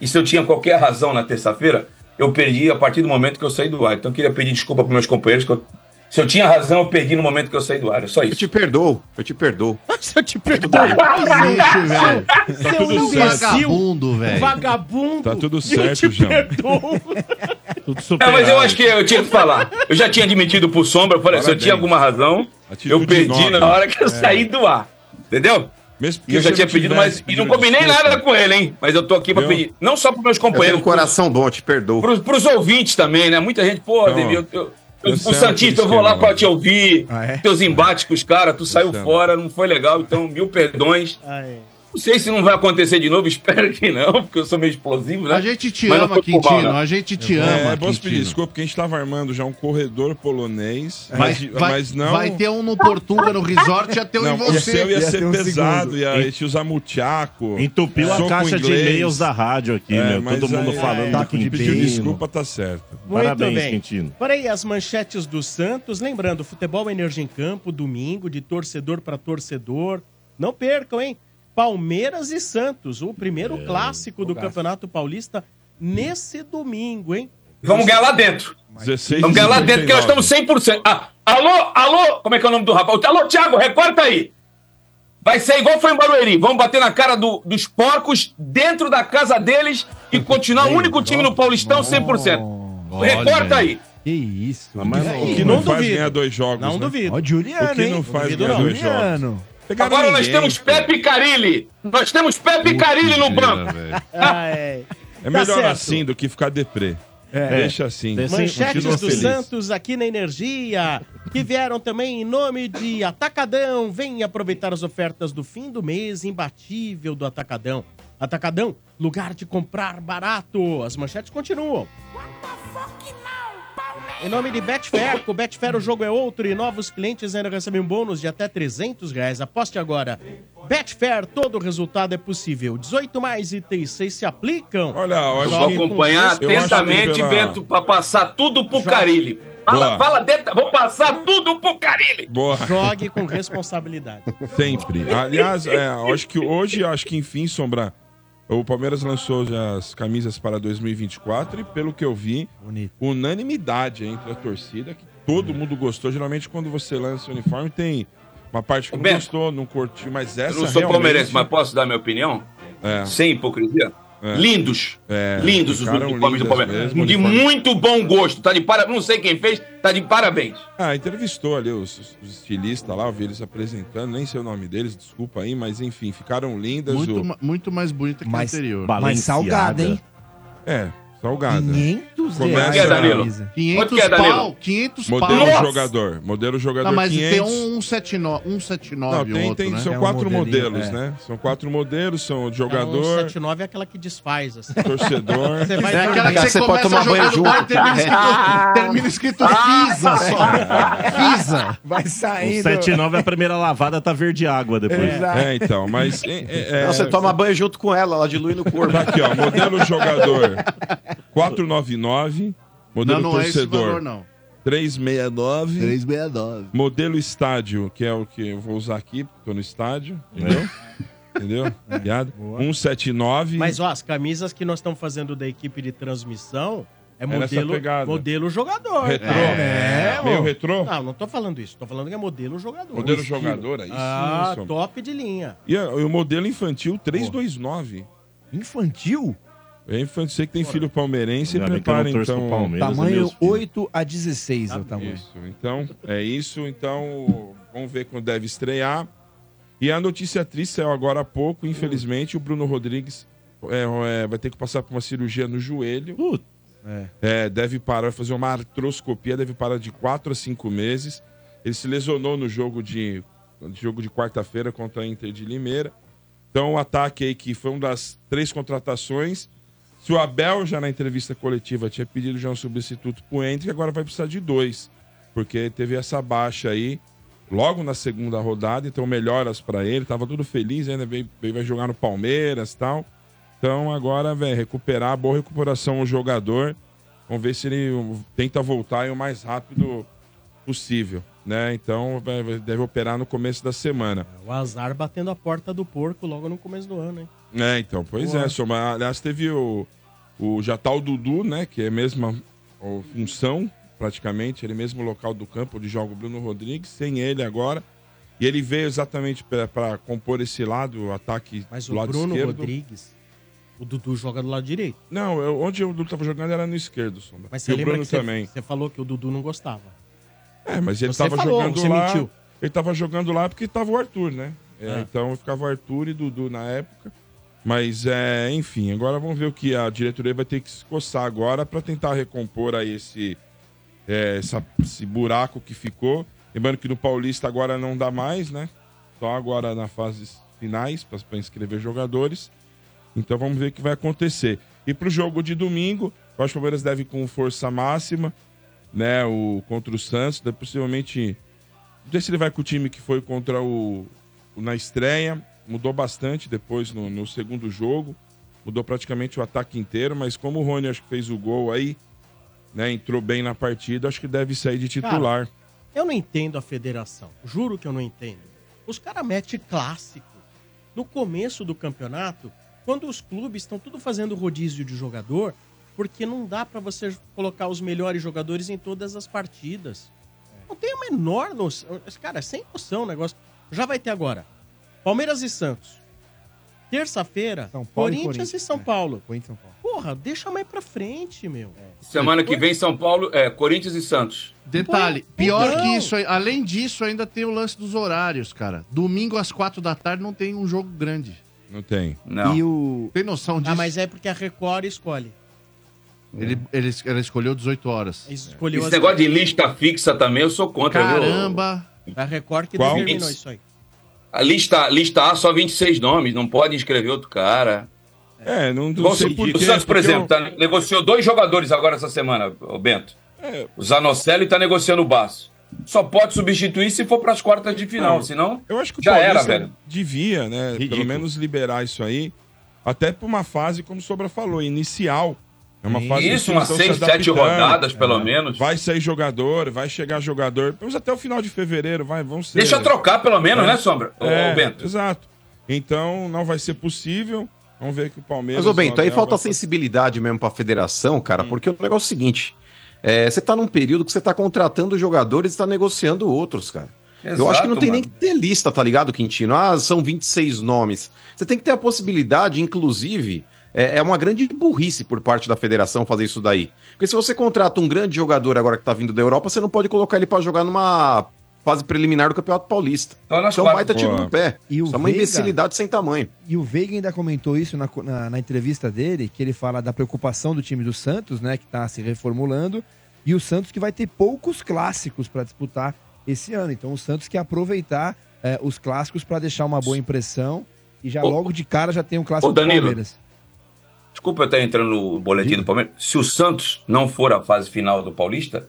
Speaker 8: E se eu tinha qualquer razão na terça-feira, eu perdi a partir do momento que eu saí do ar. Então eu queria pedir desculpa para meus companheiros. Que eu- se eu tinha razão, eu perdi no momento que eu saí do ar. É só isso. Eu te
Speaker 4: perdoo, eu te perdoo.
Speaker 2: eu te perdoar.
Speaker 7: Gente, velho.
Speaker 2: Seu
Speaker 7: tudo
Speaker 2: imbecil,
Speaker 7: certo. Vagabundo, velho.
Speaker 2: Vagabundo.
Speaker 6: Tá tudo
Speaker 2: Eu
Speaker 6: certo,
Speaker 2: te
Speaker 6: João.
Speaker 2: perdoo.
Speaker 8: É, mas eu acho que eu tinha que falar. Eu já tinha admitido pro Sombra, eu falei, se eu
Speaker 6: Parabéns.
Speaker 8: tinha alguma razão, eu perdi
Speaker 6: nobre.
Speaker 8: na hora que eu
Speaker 6: É.
Speaker 8: saí do ar. Entendeu?
Speaker 6: Mesmo
Speaker 8: E eu já tinha pedido, mas e não combinei nada com ele, hein? Mas eu tô aqui pra
Speaker 4: Eu-
Speaker 8: pedir, não só pros meus
Speaker 4: Companheiro,
Speaker 8: companheiros,
Speaker 4: coração bom, te perdoo.
Speaker 8: pros, pros ouvintes também, né? Muita gente, pô,
Speaker 4: Não,
Speaker 8: Ademir, eu, eu, eu,
Speaker 4: eu
Speaker 8: o
Speaker 4: sei
Speaker 8: Santista, eu
Speaker 4: aquele
Speaker 8: vou lá
Speaker 4: esquema,
Speaker 8: pra te ouvir, teus embates com os caras, tu saiu
Speaker 4: sei.
Speaker 8: fora, não foi legal, então mil perdões. Não sei se não vai acontecer de novo, espero que não, porque eu sou meio explosivo, né?
Speaker 7: A gente te
Speaker 8: Mas não
Speaker 7: ama,
Speaker 8: foi por mal,
Speaker 7: Quintino.
Speaker 8: né?
Speaker 7: A gente te ama.
Speaker 6: É, posso
Speaker 7: Quintino.
Speaker 6: pedir desculpa, porque a gente tava armando já um corredor polonês.
Speaker 7: Vai,
Speaker 6: mas,
Speaker 7: vai-
Speaker 6: mas não.
Speaker 7: vai ter um no Portuga, no resort, já tem um
Speaker 6: não,
Speaker 7: em você.
Speaker 6: O seu ia, ser
Speaker 7: um
Speaker 6: pesado,
Speaker 7: segundo.
Speaker 6: ia, ia te usar multiaco.
Speaker 3: Entupiu a
Speaker 6: soco
Speaker 3: caixa de
Speaker 6: inglês. É,
Speaker 3: e-mails da rádio aqui, meu.
Speaker 6: mas
Speaker 3: Todo mundo
Speaker 6: aí-
Speaker 3: falando do
Speaker 6: Taco de
Speaker 3: Quintino.
Speaker 6: pediu desculpa, tá certo.
Speaker 2: Muito
Speaker 3: Parabéns,
Speaker 2: bem.
Speaker 3: Quintino.
Speaker 2: Por aí as manchetes do Santos. Lembrando, futebol é Energia em Campo, domingo, de torcedor para torcedor. Não percam, hein? Palmeiras e Santos, o
Speaker 7: É,
Speaker 2: primeiro clássico do Campeonato Paulista nesse domingo, hein?
Speaker 8: Vamos ganhar lá dentro.
Speaker 6: 16
Speaker 8: Vamos ganhar lá dentro, que É nós estamos 100%. Ah, alô, alô, como é que é o nome do rapaz? Alô, Thiago, recorta aí. Vai ser igual foi em Barueri. Vamos bater na cara do- dos porcos dentro da casa deles e continuar o único time no Paulistão 100%. recorta aí.
Speaker 5: Que isso.
Speaker 6: Mas
Speaker 5: que
Speaker 6: o que não, faz ganhar dois jogos.
Speaker 5: Não
Speaker 6: né?
Speaker 5: duvido. Ó, Juliano,
Speaker 6: O que
Speaker 5: hein?
Speaker 6: não faz
Speaker 5: Duvido
Speaker 6: ganhar
Speaker 5: não.
Speaker 6: dois
Speaker 5: Juliano.
Speaker 6: jogos. Pegaram
Speaker 8: Agora nós
Speaker 6: ninguém,
Speaker 8: temos Pepe Carilli. Nós temos Pepe Carilli no banco.
Speaker 6: É melhor
Speaker 2: Ah, Tá certo.
Speaker 6: assim do que ficar deprê.
Speaker 2: É.
Speaker 6: Deixa assim.
Speaker 2: Manchetes
Speaker 6: Continua
Speaker 2: do
Speaker 6: feliz.
Speaker 2: Santos aqui na Energia, que vieram também em nome de Atacadão. Vem aproveitar as ofertas do fim do mês, imbatível do Atacadão. Atacadão, lugar de comprar barato. As manchetes continuam. Em nome de Betfair, com Betfair o jogo é outro e novos clientes ainda recebem um bônus de até 300 reais. Aposte agora. Betfair, todo resultado é possível. 18 mais itens 6 se aplicam.
Speaker 6: Olha,
Speaker 8: Eu vou acompanhar atentamente, Bento, pra passar tudo pro Carilli. Fala,
Speaker 6: Boa.
Speaker 8: fala dentro, vou passar tudo pro Carilli.
Speaker 6: Boa.
Speaker 2: Jogue com responsabilidade.
Speaker 6: Sempre. Aliás, é, acho que hoje, acho que enfim, Sombra, o Palmeiras lançou já as camisas para 2024 e, pelo que eu vi, unanimidade entre a torcida, que
Speaker 2: É.
Speaker 6: todo mundo gostou. Geralmente, quando você lança o uniforme, tem uma parte que não
Speaker 8: Bento,
Speaker 6: gostou, não curtiu, mas
Speaker 8: Eu
Speaker 6: essa
Speaker 8: não sou
Speaker 6: realmente-
Speaker 8: palmeirense, mas posso dar minha opinião? Sem hipocrisia? Lindos.
Speaker 6: né? É,
Speaker 8: lindos os
Speaker 6: ficaram
Speaker 8: uniformes do
Speaker 6: lindas
Speaker 8: Palmeiras.
Speaker 6: mesmo,
Speaker 8: de
Speaker 6: uniformes.
Speaker 8: muito bom gosto. Tá de para... Não sei quem fez, tá de parabéns.
Speaker 6: Ah, entrevistou ali os, os estilistas lá, eu vi eles apresentando, nem sei o nome deles, desculpa aí, mas enfim, ficaram lindas.
Speaker 7: Muito,
Speaker 6: o...
Speaker 7: ma- muito mais bonita que
Speaker 6: Mais
Speaker 7: o anterior.
Speaker 6: Mais salgada, hein? É, salgada.
Speaker 7: 500
Speaker 6: Começa-
Speaker 7: reais, Danilo? 500 Quanto que é, Danilo? pau, 500 pau.
Speaker 6: Modelo
Speaker 7: Nossa!
Speaker 6: jogador, modelo jogador
Speaker 7: Ah, mas
Speaker 6: 500.
Speaker 7: tem um 179, um 179
Speaker 6: Não, tem,
Speaker 7: outro,
Speaker 6: tem,
Speaker 7: né?
Speaker 6: são quatro
Speaker 7: é.
Speaker 6: modelos, né? São quatro modelos, são
Speaker 7: um
Speaker 6: o jogador,
Speaker 2: 79 é aquela que desfaz, assim.
Speaker 6: torcedor.
Speaker 2: Você vai É aquela jogar. que você começa a jogar no bar e termina escrito- termina escriito
Speaker 8: Ah.
Speaker 7: FISA
Speaker 2: só.
Speaker 7: FISA.
Speaker 5: Vai
Speaker 3: O 7,9 é a primeira lavada, tá verde água depois.
Speaker 6: É, então, mas. É, é,
Speaker 4: Não, você toma banho junto com ela, ela dilui no corpo.
Speaker 6: Aqui, ó, modelo jogador 499, modelo
Speaker 7: Não, não é esse
Speaker 6: torcedor
Speaker 7: valor, não.
Speaker 6: 369.
Speaker 7: 369.
Speaker 6: Modelo estádio, que é o que eu vou usar aqui, tô no estádio,
Speaker 5: É.
Speaker 6: entendeu? entendeu? Obrigado. 179.
Speaker 2: Mas, ó, as camisas que nós estamos fazendo da equipe de transmissão é
Speaker 6: Era essa
Speaker 2: modelo,
Speaker 6: pegada.
Speaker 2: modelo jogador.
Speaker 6: Retrô.
Speaker 2: tá?
Speaker 6: É,
Speaker 2: ó.
Speaker 6: meio retrô?
Speaker 2: Não, não tô falando isso. Tô falando que é modelo jogador.
Speaker 6: Modelo
Speaker 2: O estilo.
Speaker 6: jogador, é aí sim,
Speaker 2: Ah,
Speaker 6: Sombra.
Speaker 2: top de linha.
Speaker 6: E, a- e o modelo infantil 329. Infantil? É infantil, sei que tem filho palmeirense,
Speaker 5: Ainda bem que eu não
Speaker 6: prepara
Speaker 5: torço
Speaker 6: então.
Speaker 5: pro Palmeiras, Tamanho é meus filhos. 8 a 16 é o tamanho.
Speaker 6: Isso, então, é isso. Então, vamos ver quando deve estrear. E a notícia triste saiu agora há pouco, infelizmente, o Bruno Rodrigues é, é, vai ter que passar por uma cirurgia no joelho. É, deve parar, fazer uma artroscopia, deve parar de 4 a 5 meses. Ele se lesionou no jogo de, no jogo de quarta-feira contra a Inter de Limeira. Então, o ataque aí que foi uma das três contratações. Se o Abel já na entrevista coletiva tinha pedido já um substituto pro Hendrick, agora vai precisar de dois. Porque teve essa baixa aí logo na segunda rodada, então melhoras para ele. Tava tudo feliz, ainda veio, veio- vai jogar no Palmeiras e tal. Então agora, velho, recuperar, boa recuperação o jogador. Vamos ver se ele um, tenta voltar aí o mais rápido possível, né? Então vai- vai- deve operar no começo da semana.
Speaker 2: É O azar batendo a porta do porco logo no começo do ano, hein?
Speaker 6: É, então, pois
Speaker 2: Boa.
Speaker 6: é, Soma. Aliás, teve o, o já tá o Dudu, né? Que é a mesma ó, função, praticamente, ele mesmo local do campo onde joga o Bruno Rodrigues, sem ele agora. E ele veio exatamente para compor esse lado, o ataque
Speaker 2: Mas
Speaker 6: do
Speaker 2: o
Speaker 6: lado
Speaker 2: Bruno
Speaker 6: esquerdo.
Speaker 2: Rodrigues, o Dudu joga do lado direito.
Speaker 6: Não, eu- onde o Dudu tava jogando era no esquerdo, Sombra.
Speaker 2: Mas
Speaker 6: e
Speaker 2: você
Speaker 6: o
Speaker 2: lembra
Speaker 6: Bruno
Speaker 2: que você-
Speaker 6: também.
Speaker 2: você falou que o Dudu não gostava.
Speaker 6: É, mas ele
Speaker 2: Você
Speaker 6: tava
Speaker 2: falou, você
Speaker 6: jogando lá.
Speaker 2: mentiu.
Speaker 6: Ele tava jogando lá porque tava o Arthur, né? É,
Speaker 2: É.
Speaker 6: Então ficava o Arthur e Dudu na época. Mas é, enfim, agora vamos ver o que a diretoria vai ter que se coçar agora para tentar recompor aí esse, é, essa- esse buraco que ficou. Lembrando que no Paulista agora não dá mais, né? Só agora na fase finais para inscrever jogadores. Então vamos ver o que vai acontecer. E pro jogo de domingo, eu acho que o Palmeiras deve ir com força máxima, né? O contra o Santos, deve possivelmente. Não sei se ele vai com o time que foi contra o. o- na estreia. Mudou bastante depois no, no segundo jogo. Mudou praticamente o ataque inteiro, mas como o Rony acho que fez o gol aí, né? Entrou bem na partida, acho que deve sair de titular.
Speaker 2: Cara, eu não entendo a federação. Juro que eu não entendo. Os caras metem clássico no começo do campeonato, quando os clubes estão tudo fazendo rodízio de jogador, porque não dá pra você colocar os melhores jogadores em todas as partidas. Não tem a menor noção. Cara, é sem noção o negócio. Já vai ter agora. Palmeiras e Santos. Terça-feira,
Speaker 5: Paulo e
Speaker 2: Corinthians, e
Speaker 5: Corinthians, É,
Speaker 2: São Paulo.
Speaker 5: Corinthians e São Paulo.
Speaker 2: Porra, deixa mais pra frente, meu.
Speaker 8: Semana que vem, São Paulo, é, Corinthians e Santos.
Speaker 7: Detalhe, pior
Speaker 8: não.
Speaker 7: que isso, aí- além disso, ainda tem o lance dos horários, cara. Domingo às quatro da tarde não tem um jogo grande.
Speaker 6: Não tem.
Speaker 7: E o... Tem noção disso?
Speaker 2: Ah, mas é porque a Record escolhe.
Speaker 7: Ele, ele, ela escolheu 18 horas.
Speaker 2: Escolheu
Speaker 8: Esse
Speaker 2: as-
Speaker 8: negócio de lista fixa também, eu sou contra, viu?
Speaker 7: Caramba!
Speaker 2: A Record que
Speaker 8: Qual?
Speaker 2: determinou isso aí.
Speaker 8: A lista, lista A só 26 nomes, não pode inscrever outro cara.
Speaker 6: É, não, não
Speaker 8: Igual
Speaker 6: sei
Speaker 8: o-
Speaker 6: por
Speaker 8: O
Speaker 6: quê,
Speaker 8: Santos, por
Speaker 6: porque
Speaker 8: exemplo,
Speaker 6: eu-
Speaker 8: tá- negociou dois jogadores agora essa semana, o Bento.
Speaker 6: É.
Speaker 8: O Zanocelli está negociando o Basso. Só pode substituir se for para as quartas de final,
Speaker 6: Não,
Speaker 8: senão
Speaker 6: eu acho que o
Speaker 8: já era,
Speaker 6: Paulista
Speaker 8: velho.
Speaker 6: devia, né, pelo menos liberar isso aí, até pra uma fase, como o Sobra falou, inicial. É uma fase
Speaker 8: Isso,
Speaker 6: que
Speaker 8: umas
Speaker 6: estão
Speaker 8: seis,
Speaker 6: se
Speaker 8: sete
Speaker 6: adaptando. é.
Speaker 8: rodadas, pelo menos.
Speaker 6: Vai sair jogador, vai chegar jogador. Vamos até o final de fevereiro, vai, vamos ser.
Speaker 8: Deixa trocar, pelo menos, né, Sombra? Ô,
Speaker 6: É,
Speaker 8: ô, Bento.
Speaker 6: Exato. Então, não vai ser possível. Vamos ver que o Palmeiras...
Speaker 4: Mas, ô Bento, aí
Speaker 6: o Abel
Speaker 4: falta
Speaker 6: vai-
Speaker 4: sensibilidade mesmo pra federação, cara, porque o negócio é o seguinte: é, você tá num período que você tá contratando jogadores e tá negociando outros, cara. Eu
Speaker 8: Exato,
Speaker 4: acho que não tem
Speaker 8: mano.
Speaker 4: nem que ter lista, tá ligado, Quintino? Ah, são 26 nomes. Você tem que ter a possibilidade, inclusive. É é uma grande burrice por parte da federação fazer isso daí. Porque se você contrata um grande jogador agora que tá vindo da Europa, você não pode colocar ele pra jogar numa fase preliminar do Campeonato Paulista.
Speaker 8: Então,
Speaker 5: nas
Speaker 4: então
Speaker 5: quartas.
Speaker 4: baita tiro
Speaker 5: Boa.
Speaker 4: no pé.
Speaker 5: E o
Speaker 4: isso é uma
Speaker 5: Veiga?
Speaker 4: imbecilidade sem tamanho.
Speaker 5: E o Veiga ainda comentou isso na, co- na- na entrevista dele, que ele fala da preocupação do time do Santos, né, que está se reformulando, e o Santos que vai ter poucos clássicos para disputar esse ano. Então o Santos quer aproveitar eh, os clássicos para deixar uma boa impressão e já
Speaker 8: Ô-
Speaker 5: logo de cara já tem um clássico
Speaker 8: Ô,
Speaker 5: do
Speaker 8: Danilo.
Speaker 5: Palmeiras.
Speaker 8: Desculpa eu estar entrando no boletim do Palmeiras. Se o Santos não for a fase final do Paulista,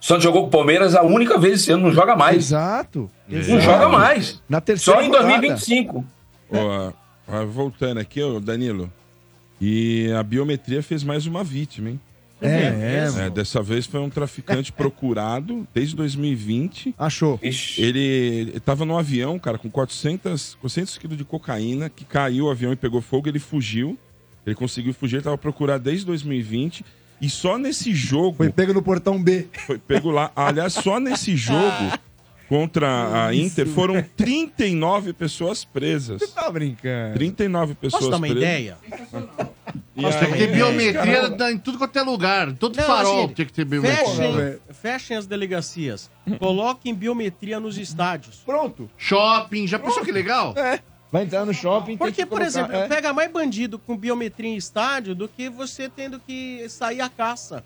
Speaker 8: o Santos jogou com o Palmeiras a única vez esse ano, não joga mais.
Speaker 5: Exato.
Speaker 8: Não joga mais.
Speaker 5: Na
Speaker 8: Só em 2025.
Speaker 6: Ó, ó, voltando aqui, ô Danilo. E a biometria fez mais uma vítima, hein?
Speaker 5: É, é, mano.
Speaker 6: Dessa vez foi um traficante procurado desde 2020.
Speaker 5: Achou.
Speaker 6: Ele estava num avião, cara, com 400, 400 quilos de cocaína, que caiu o avião e pegou fogo, ele fugiu. Ele conseguiu fugir, ele tava procurado desde 2020. E só nesse jogo... Foi
Speaker 5: pego no portão B. Ah.
Speaker 6: Foi pego lá. Aliás, só nesse jogo contra a
Speaker 5: Isso.
Speaker 6: Inter foram 39 pessoas presas. Você
Speaker 5: tá brincando?
Speaker 6: 39 pessoas
Speaker 7: Posso dar uma
Speaker 6: presas.
Speaker 7: ideia?
Speaker 6: E
Speaker 7: Nossa, tem que ter
Speaker 6: aí-
Speaker 7: biometria
Speaker 6: Cara,
Speaker 7: em tudo quanto é lugar. em Todo
Speaker 2: Não,
Speaker 7: farol
Speaker 2: assim,
Speaker 7: tem que ter biometria.
Speaker 2: Fechem, fechem as delegacias. Coloquem biometria nos estádios.
Speaker 5: Pronto.
Speaker 7: Shopping. Já pensou que legal?
Speaker 5: É. Vai entrar no shopping.
Speaker 2: Porque, por exemplo,
Speaker 5: é.
Speaker 2: pega mais bandido com biometria em estádio do que você tendo que sair à caça.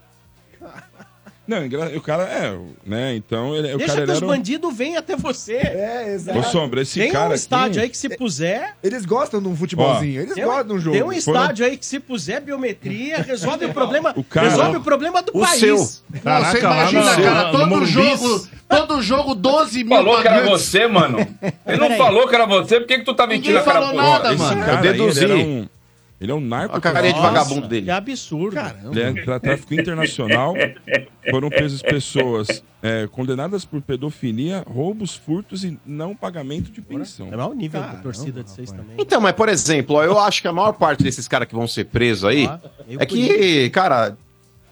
Speaker 6: Não, engra- o cara é, né? Então ele, o
Speaker 2: Deixa
Speaker 6: cara
Speaker 2: que
Speaker 6: ele
Speaker 2: os
Speaker 6: era um-
Speaker 2: bandidos venham até você.
Speaker 5: É,
Speaker 6: exato. Ô, Sombra, esse
Speaker 2: Tem
Speaker 6: cara
Speaker 2: um
Speaker 6: aqui-
Speaker 2: estádio aí que se puser...
Speaker 5: Eles gostam de um futebolzinho, eles
Speaker 2: tem
Speaker 5: gostam de um jogo.
Speaker 2: Tem um estádio aí que se puser biometria, resolve o problema,
Speaker 5: O cara-
Speaker 2: resolve o problema do
Speaker 5: O
Speaker 2: país.
Speaker 5: seu.
Speaker 7: Não, você imagina, cara, todo jogo, todo jogo 12 mil
Speaker 8: Falou que era
Speaker 7: pagantes.
Speaker 8: você, mano. Ele não
Speaker 7: Peraí.
Speaker 8: falou que era você, por que, que tu tá mentindo
Speaker 7: Ninguém
Speaker 8: a cara
Speaker 7: falou
Speaker 8: porra?
Speaker 7: nada,
Speaker 8: Esse
Speaker 7: mano.
Speaker 8: cara
Speaker 6: Eu
Speaker 8: aí,
Speaker 6: deduzi.
Speaker 8: ele era um-
Speaker 6: Ele é um narco.
Speaker 8: Olha a carinha de
Speaker 6: Nossa,
Speaker 8: vagabundo dele.
Speaker 2: Que É absurdo. Caramba.
Speaker 6: Ele é tra- tráfico internacional. Foram presas pessoas é, condenadas por pedofilia, roubos, furtos e não pagamento de pensão. É
Speaker 2: mau nível da torcida de vocês também.
Speaker 4: Então, mas por exemplo, ó, eu acho que a maior parte desses caras que vão ser presos aí
Speaker 6: Ah, eu
Speaker 4: é que, cara.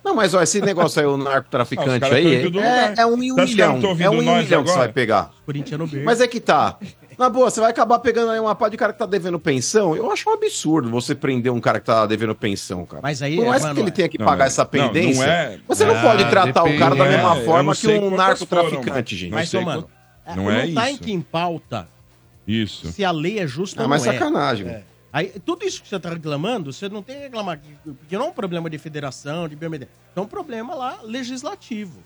Speaker 4: Não, mas ó, esse negócio aí, o
Speaker 6: Ah, os
Speaker 4: narcotraficante
Speaker 6: caras
Speaker 4: aí,
Speaker 6: tão indo do
Speaker 4: é,
Speaker 6: lugar.
Speaker 4: é um em um
Speaker 6: Você acha que eu não
Speaker 4: milhão.
Speaker 6: tô
Speaker 4: É
Speaker 6: ouvindo
Speaker 4: um em um
Speaker 6: nós
Speaker 4: milhão que você
Speaker 6: agora?
Speaker 4: vai pegar.
Speaker 2: Corintiano verde.
Speaker 4: Mas é que tá. Na boa, você vai acabar pegando aí uma pá de cara que tá devendo pensão. Eu acho um absurdo você prender um cara que tá devendo pensão, cara.
Speaker 2: Mas aí,
Speaker 4: Por mais
Speaker 2: mano,
Speaker 4: que ele tenha que
Speaker 2: não,
Speaker 4: pagar
Speaker 2: é-
Speaker 4: essa
Speaker 2: não, não
Speaker 4: pendência,
Speaker 2: é-
Speaker 4: você não
Speaker 2: Ah,
Speaker 4: pode tratar o cara da
Speaker 2: depende.
Speaker 4: mesma
Speaker 2: É, eu
Speaker 4: forma
Speaker 2: não
Speaker 4: que
Speaker 2: sei
Speaker 4: um
Speaker 2: quantas
Speaker 4: narcotraficante, gente.
Speaker 2: Mas, ô, mano,
Speaker 4: Não
Speaker 2: não,
Speaker 4: é
Speaker 2: tá
Speaker 4: isso.
Speaker 2: em em pauta
Speaker 6: Isso.
Speaker 2: se a lei é justa
Speaker 4: Ah,
Speaker 2: ou não
Speaker 4: mas
Speaker 2: é.
Speaker 4: sacanagem,
Speaker 2: É.
Speaker 4: velho.
Speaker 2: Aí, tudo isso que você está reclamando, você não tem que reclamar, de- porque não é um problema de federação, de biometria. É um problema lá legislativo.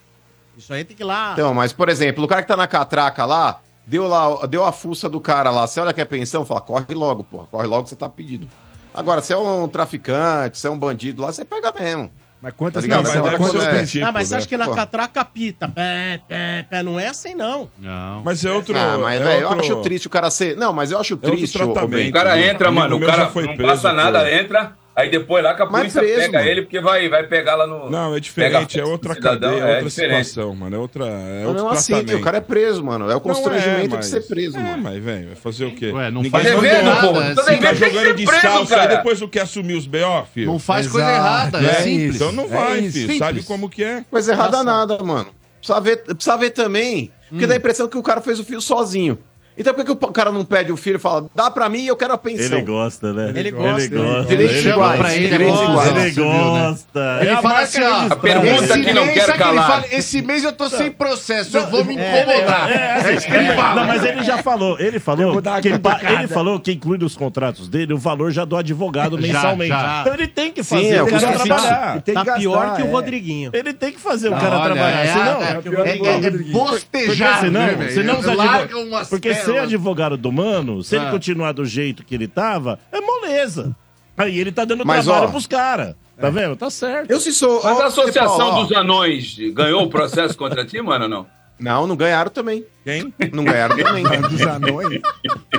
Speaker 2: Isso aí tem que ir lá.
Speaker 4: Então, mas, por exemplo, o cara que tá na catraca lá, deu lá, deu a fuça do cara lá. Você olha que é pensão, fala, corre logo, porra, corre logo, você tá pedido. Agora, se é um traficante, se é um bandido lá, você pega mesmo.
Speaker 5: Mas
Speaker 4: tá
Speaker 5: quantas
Speaker 4: ligado?
Speaker 5: pensão-
Speaker 4: Você olha
Speaker 5: quantas
Speaker 4: quando é.
Speaker 5: pensão-
Speaker 2: ah,
Speaker 6: né?
Speaker 2: mas você acha que na
Speaker 4: Pô.
Speaker 2: catraca pita? Pé, pé, pé. Não é assim, não.
Speaker 7: Não.
Speaker 6: Mas é outro.
Speaker 4: Ah, mas,
Speaker 6: é
Speaker 4: velho, eu
Speaker 6: outro- É
Speaker 4: acho triste o cara ser. Não, mas eu acho
Speaker 6: outro
Speaker 4: triste. ô,
Speaker 6: tratamento,
Speaker 4: Bento.
Speaker 8: O cara entra, mano, o cara não passa nada, entra, aí depois lá que a
Speaker 4: Mas
Speaker 8: polícia
Speaker 4: preso,
Speaker 8: pega
Speaker 4: mano.
Speaker 8: ele, porque vai, vai pegar lá no...
Speaker 6: Não, é
Speaker 8: pega
Speaker 6: diferente,
Speaker 8: a-
Speaker 6: é outra
Speaker 8: cidadão,
Speaker 6: cadeia, é outra
Speaker 8: diferente.
Speaker 6: situação, mano. É outra. É
Speaker 4: Eu
Speaker 6: outro
Speaker 4: não aceito,
Speaker 6: tratamento.
Speaker 4: o cara é preso, mano. É o
Speaker 6: Não
Speaker 4: constrangimento
Speaker 6: mas-
Speaker 4: de ser preso,
Speaker 6: é,
Speaker 4: mano.
Speaker 6: mas, velho, vai fazer o quê?
Speaker 4: Ué, não
Speaker 6: Ninguém
Speaker 4: faz
Speaker 6: mandou
Speaker 4: devendo,
Speaker 6: nada,
Speaker 4: pô.
Speaker 6: né?
Speaker 4: Tá
Speaker 6: Fica
Speaker 4: devendo, tem que
Speaker 6: jogando
Speaker 4: ser preso,
Speaker 6: descalço, aí
Speaker 4: cara.
Speaker 6: depois o que assumir os B.O., filho?
Speaker 7: Não faz coisa errada, é simples.
Speaker 6: Então não
Speaker 7: É
Speaker 6: vai,
Speaker 7: isso.
Speaker 6: filho.
Speaker 7: Simples.
Speaker 6: Sabe como que é?
Speaker 4: Coisa errada nada, mano. Precisa ver, precisa ver também,
Speaker 7: Hum.
Speaker 4: porque dá a impressão que o cara fez o filho sozinho. Então por que, que o cara não pede o filho e fala, dá pra mim e eu quero a pensão?
Speaker 3: Ele gosta, né?
Speaker 4: Ele gosta,
Speaker 3: Ele
Speaker 4: ele
Speaker 3: gosta.
Speaker 4: gosta. Direitos iguais, direitos iguais.
Speaker 3: Ele
Speaker 4: Você viu, né?
Speaker 3: gosta. assim,
Speaker 7: Ele
Speaker 3: É
Speaker 7: fala
Speaker 3: marca
Speaker 7: assim, ó,
Speaker 3: registrada.
Speaker 7: a pergunta Esse que não mês, quero sabe que ele calar. fala? Esse mês eu tô sem processo, eu vou me incomodar.
Speaker 3: É, é, assim,
Speaker 7: É isso que ele
Speaker 3: é,
Speaker 7: fala.
Speaker 3: Não, mas ele já falou, ele
Speaker 7: Eu
Speaker 3: falou,
Speaker 7: vou dar a
Speaker 3: que, ele pa-
Speaker 7: cutucada.
Speaker 3: ele falou que inclui nos contratos dele o valor já do advogado
Speaker 7: Já,
Speaker 3: mensalmente.
Speaker 7: já.
Speaker 3: Então ele tem que
Speaker 7: Sim,
Speaker 3: fazer
Speaker 7: é,
Speaker 3: o
Speaker 7: o
Speaker 3: cara
Speaker 7: custo
Speaker 3: trabalhar.
Speaker 7: fixo. Ele tem que Tá pior gastar, que o é.
Speaker 2: Rodriguinho.
Speaker 3: Ele tem que fazer o
Speaker 7: Não,
Speaker 3: cara
Speaker 7: olha,
Speaker 3: trabalhar.
Speaker 7: é,
Speaker 3: senão,
Speaker 7: é, é pior que o Rodriguinho. bostejar,
Speaker 3: Porque senão,
Speaker 7: né, velho?
Speaker 3: senão os
Speaker 7: Larga
Speaker 3: advog-
Speaker 7: umas
Speaker 3: Porque ser
Speaker 7: pérolas.
Speaker 3: advogado do mano, se ele
Speaker 7: Ah.
Speaker 3: continuar do jeito que ele tava, é moleza. Aí ele tá dando
Speaker 8: Mas,
Speaker 3: trabalho
Speaker 8: ó,
Speaker 3: pros caras.
Speaker 7: é.
Speaker 3: Tá vendo? Tá certo.
Speaker 4: Eu se sou.
Speaker 8: Mas a Associação
Speaker 4: Ó, ó.
Speaker 8: dos Anões ganhou o processo contra ti, mano, ou não?
Speaker 4: Não, não ganharam também.
Speaker 6: Quem?
Speaker 4: Não ganharam também.
Speaker 8: Dos
Speaker 5: anões?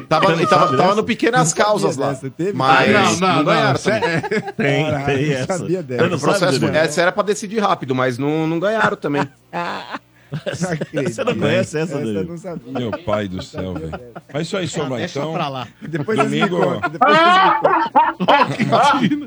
Speaker 4: Tava,
Speaker 8: Você não
Speaker 4: e tava,
Speaker 8: sabe
Speaker 4: tava
Speaker 8: dessa?
Speaker 4: no Pequenas Causas lá. Mas
Speaker 7: Ah,
Speaker 4: não, não, ganharam
Speaker 7: sé-
Speaker 4: também.
Speaker 7: Tem, tem
Speaker 4: eu não
Speaker 7: essa.
Speaker 4: sabia dessa.
Speaker 7: Eu não né?
Speaker 4: O processo,
Speaker 7: sabia.
Speaker 4: essa era pra decidir rápido, mas não, não ganharam também.
Speaker 5: Você
Speaker 7: né?
Speaker 3: não conhece essa,
Speaker 5: Essa eu
Speaker 3: Danilo?
Speaker 5: não sabia.
Speaker 6: Meu pai do céu, velho. Mas isso aí, Sombra,
Speaker 5: deixa
Speaker 6: então.
Speaker 5: pra lá. Depois vocês me
Speaker 6: domingo,
Speaker 5: contam, depois vocês me
Speaker 6: domingo
Speaker 5: contam.
Speaker 6: estaremos
Speaker 8: Ai,
Speaker 6: aqui
Speaker 8: meu,
Speaker 6: às
Speaker 8: Ah, é, eu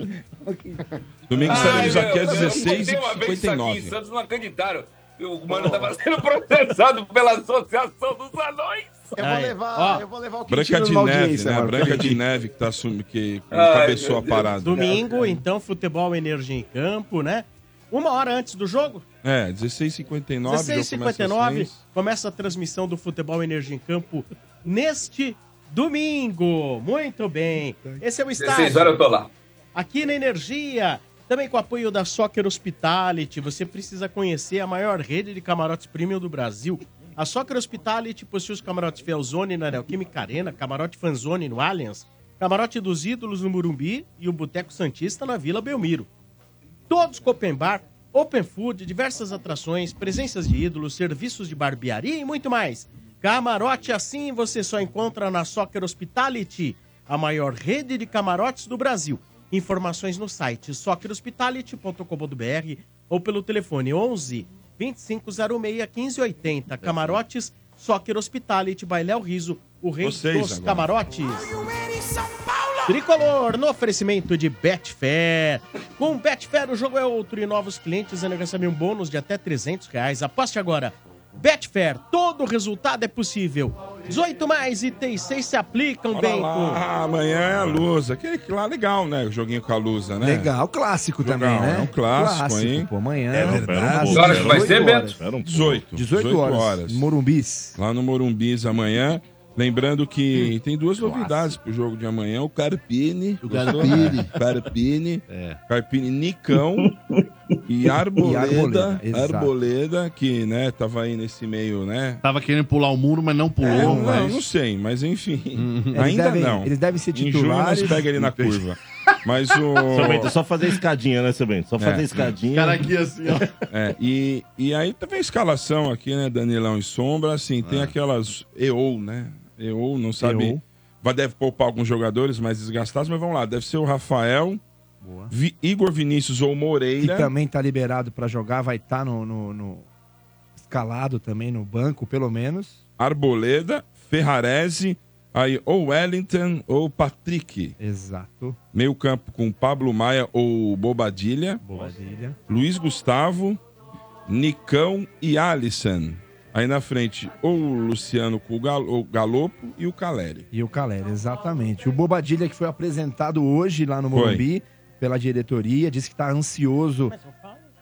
Speaker 8: contei uma vez isso aqui em
Speaker 6: 16h59.
Speaker 8: Santos não acreditaram. O mano tava sendo processado pela Associação dos Anões.
Speaker 4: Eu vou levar, eu vou levar o
Speaker 6: Branca de
Speaker 4: na
Speaker 6: Neve,
Speaker 4: audiência,
Speaker 6: né?
Speaker 4: mano.
Speaker 6: Branca de Neve que tá assumindo, que
Speaker 2: Ai,
Speaker 6: encabeçou
Speaker 2: meu
Speaker 6: a
Speaker 2: Deus.
Speaker 6: parada.
Speaker 2: Domingo, então, futebol, energia em campo, né? Uma hora antes do jogo,
Speaker 6: É, 16h59.
Speaker 2: 16h59, começa a transmissão do Futebol Energia em Campo neste domingo. Muito bem. Esse é o estádio.
Speaker 8: 16 horas eu tô lá.
Speaker 2: Aqui na Energia, também com o apoio da Soccer Hospitality, você precisa conhecer a maior rede de camarotes premium do Brasil. A Soccer Hospitality possui os camarotes Felzone na Neoquímica Arena, camarote Fanzone no Allianz, camarote dos Ídolos no Murumbi e o Boteco Santista na Vila Belmiro todos com open bar, open food, diversas atrações, presenças de ídolos, serviços de barbearia e muito mais. Camarote assim você só encontra na Soccer Hospitality, a maior rede de camarotes do Brasil. Informações no site soccerhospitality.com.br ou pelo telefone 11 2506 1580. Camarotes Soccer Hospitality by Léo Riso, o rei
Speaker 6: Vocês
Speaker 2: dos
Speaker 6: agora.
Speaker 2: camarotes. Tricolor, no oferecimento de Betfair. Com Betfair, o jogo é outro e novos clientes ainda recebem um bônus de até 300 reais. Aposte agora. Betfair, todo resultado é possível. 18 mais e tem 6 se aplicam,
Speaker 6: Bora
Speaker 2: bem.
Speaker 6: lá, amanhã é a Lusa. Aquele que lá legal, né? O joguinho com a Lusa, né?
Speaker 5: Legal, clássico também, né?
Speaker 6: É um clássico, hein?
Speaker 5: Pô, amanhã.
Speaker 6: É verdade.
Speaker 7: um
Speaker 5: às
Speaker 6: Que horas que vai ser,
Speaker 5: 18
Speaker 6: Bento?
Speaker 5: horas.
Speaker 6: Espera um pouco. 18.
Speaker 5: 18 horas.
Speaker 6: horas.
Speaker 5: Morumbis. Hum.
Speaker 6: Lá no Morumbis amanhã. Lembrando que tem duas novidades pro jogo de amanhã. O Carpini. O
Speaker 5: Carpini. É.
Speaker 6: Carpini. Carpini Nicão. E Arboleda.
Speaker 7: E Arboleda,
Speaker 6: Arboleda,
Speaker 7: exato.
Speaker 6: que, né, tava aí nesse meio, né?
Speaker 7: Tava querendo pular o muro, mas não pulou.
Speaker 6: É, não,
Speaker 7: mas...
Speaker 6: não sei, mas
Speaker 5: Uhum.
Speaker 6: enfim.
Speaker 7: Eles
Speaker 6: Ainda
Speaker 7: devem-
Speaker 6: não.
Speaker 7: eles devem ser
Speaker 6: Em junho nós
Speaker 7: titulares.
Speaker 6: pega ele na curva. Mas o...
Speaker 3: Seu Bento, é só fazer escadinha, né, seu Bento? Só fazer
Speaker 6: É.
Speaker 3: escadinha.
Speaker 7: Cara aqui assim, ó.
Speaker 6: É, e, e aí também a escalação aqui, né, Danilão e Sombra, assim,
Speaker 7: É.
Speaker 6: tem aquelas EO, né? EO, não sabe.
Speaker 3: EO.
Speaker 6: Vai, deve poupar alguns jogadores mais desgastados, mas vamos lá, deve ser o Rafael, Vi- Igor Vinícius ou
Speaker 5: Que
Speaker 2: né?
Speaker 6: Moreira.
Speaker 5: também tá liberado pra jogar, vai estar no, no- no- escalado também no banco, pelo menos.
Speaker 6: Arboleda, Ferrarese, aí ou Wellington ou Patrick.
Speaker 5: Exato.
Speaker 6: Meio campo com Pablo Maia ou Bobadilha.
Speaker 5: Bobadilha.
Speaker 6: Luiz Gustavo, Nicão e Alisson. Aí na frente, ou o Luciano com o Gal- o Galopo e o Caleri.
Speaker 5: E o Calera, exatamente. O Bobadilha que foi apresentado hoje lá no Morumbi pela diretoria, disse que tá ansioso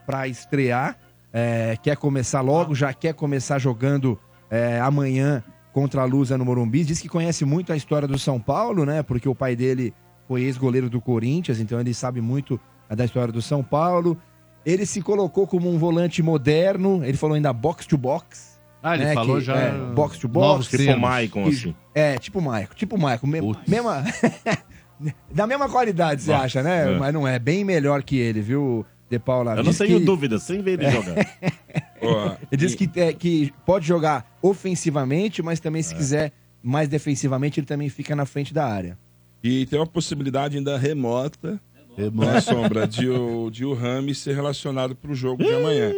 Speaker 5: pra estrear, é, quer começar logo, já quer começar jogando é, amanhã contra a Lusa no Morumbi. Diz que conhece muito a história do São Paulo, né? Porque o pai dele foi ex-goleiro do Corinthians, então ele sabe muito da história do São Paulo. Ele se colocou como um volante moderno, ele falou ainda box to box.
Speaker 7: Ah, ele falou já
Speaker 5: É, box to box.
Speaker 7: novos Tipo termos. Maicon,
Speaker 5: Que-
Speaker 7: assim.
Speaker 5: É, tipo Maicon, tipo Maicon, me- mesma da mesma qualidade, você
Speaker 3: Nossa,
Speaker 5: acha, né?
Speaker 3: é.
Speaker 5: Mas não é, bem melhor que ele, viu, De Paula?
Speaker 3: Eu não
Speaker 5: Diz
Speaker 3: tenho
Speaker 5: que- É.
Speaker 3: dúvida, sem ver ele jogar.
Speaker 5: Ele diz que, é, que pode jogar ofensivamente, mas também,
Speaker 6: É.
Speaker 5: se quiser mais defensivamente, ele também fica na frente da área.
Speaker 6: E tem uma possibilidade ainda remota, né, Sombra, de o, de o Rames ser relacionado para o jogo de amanhã.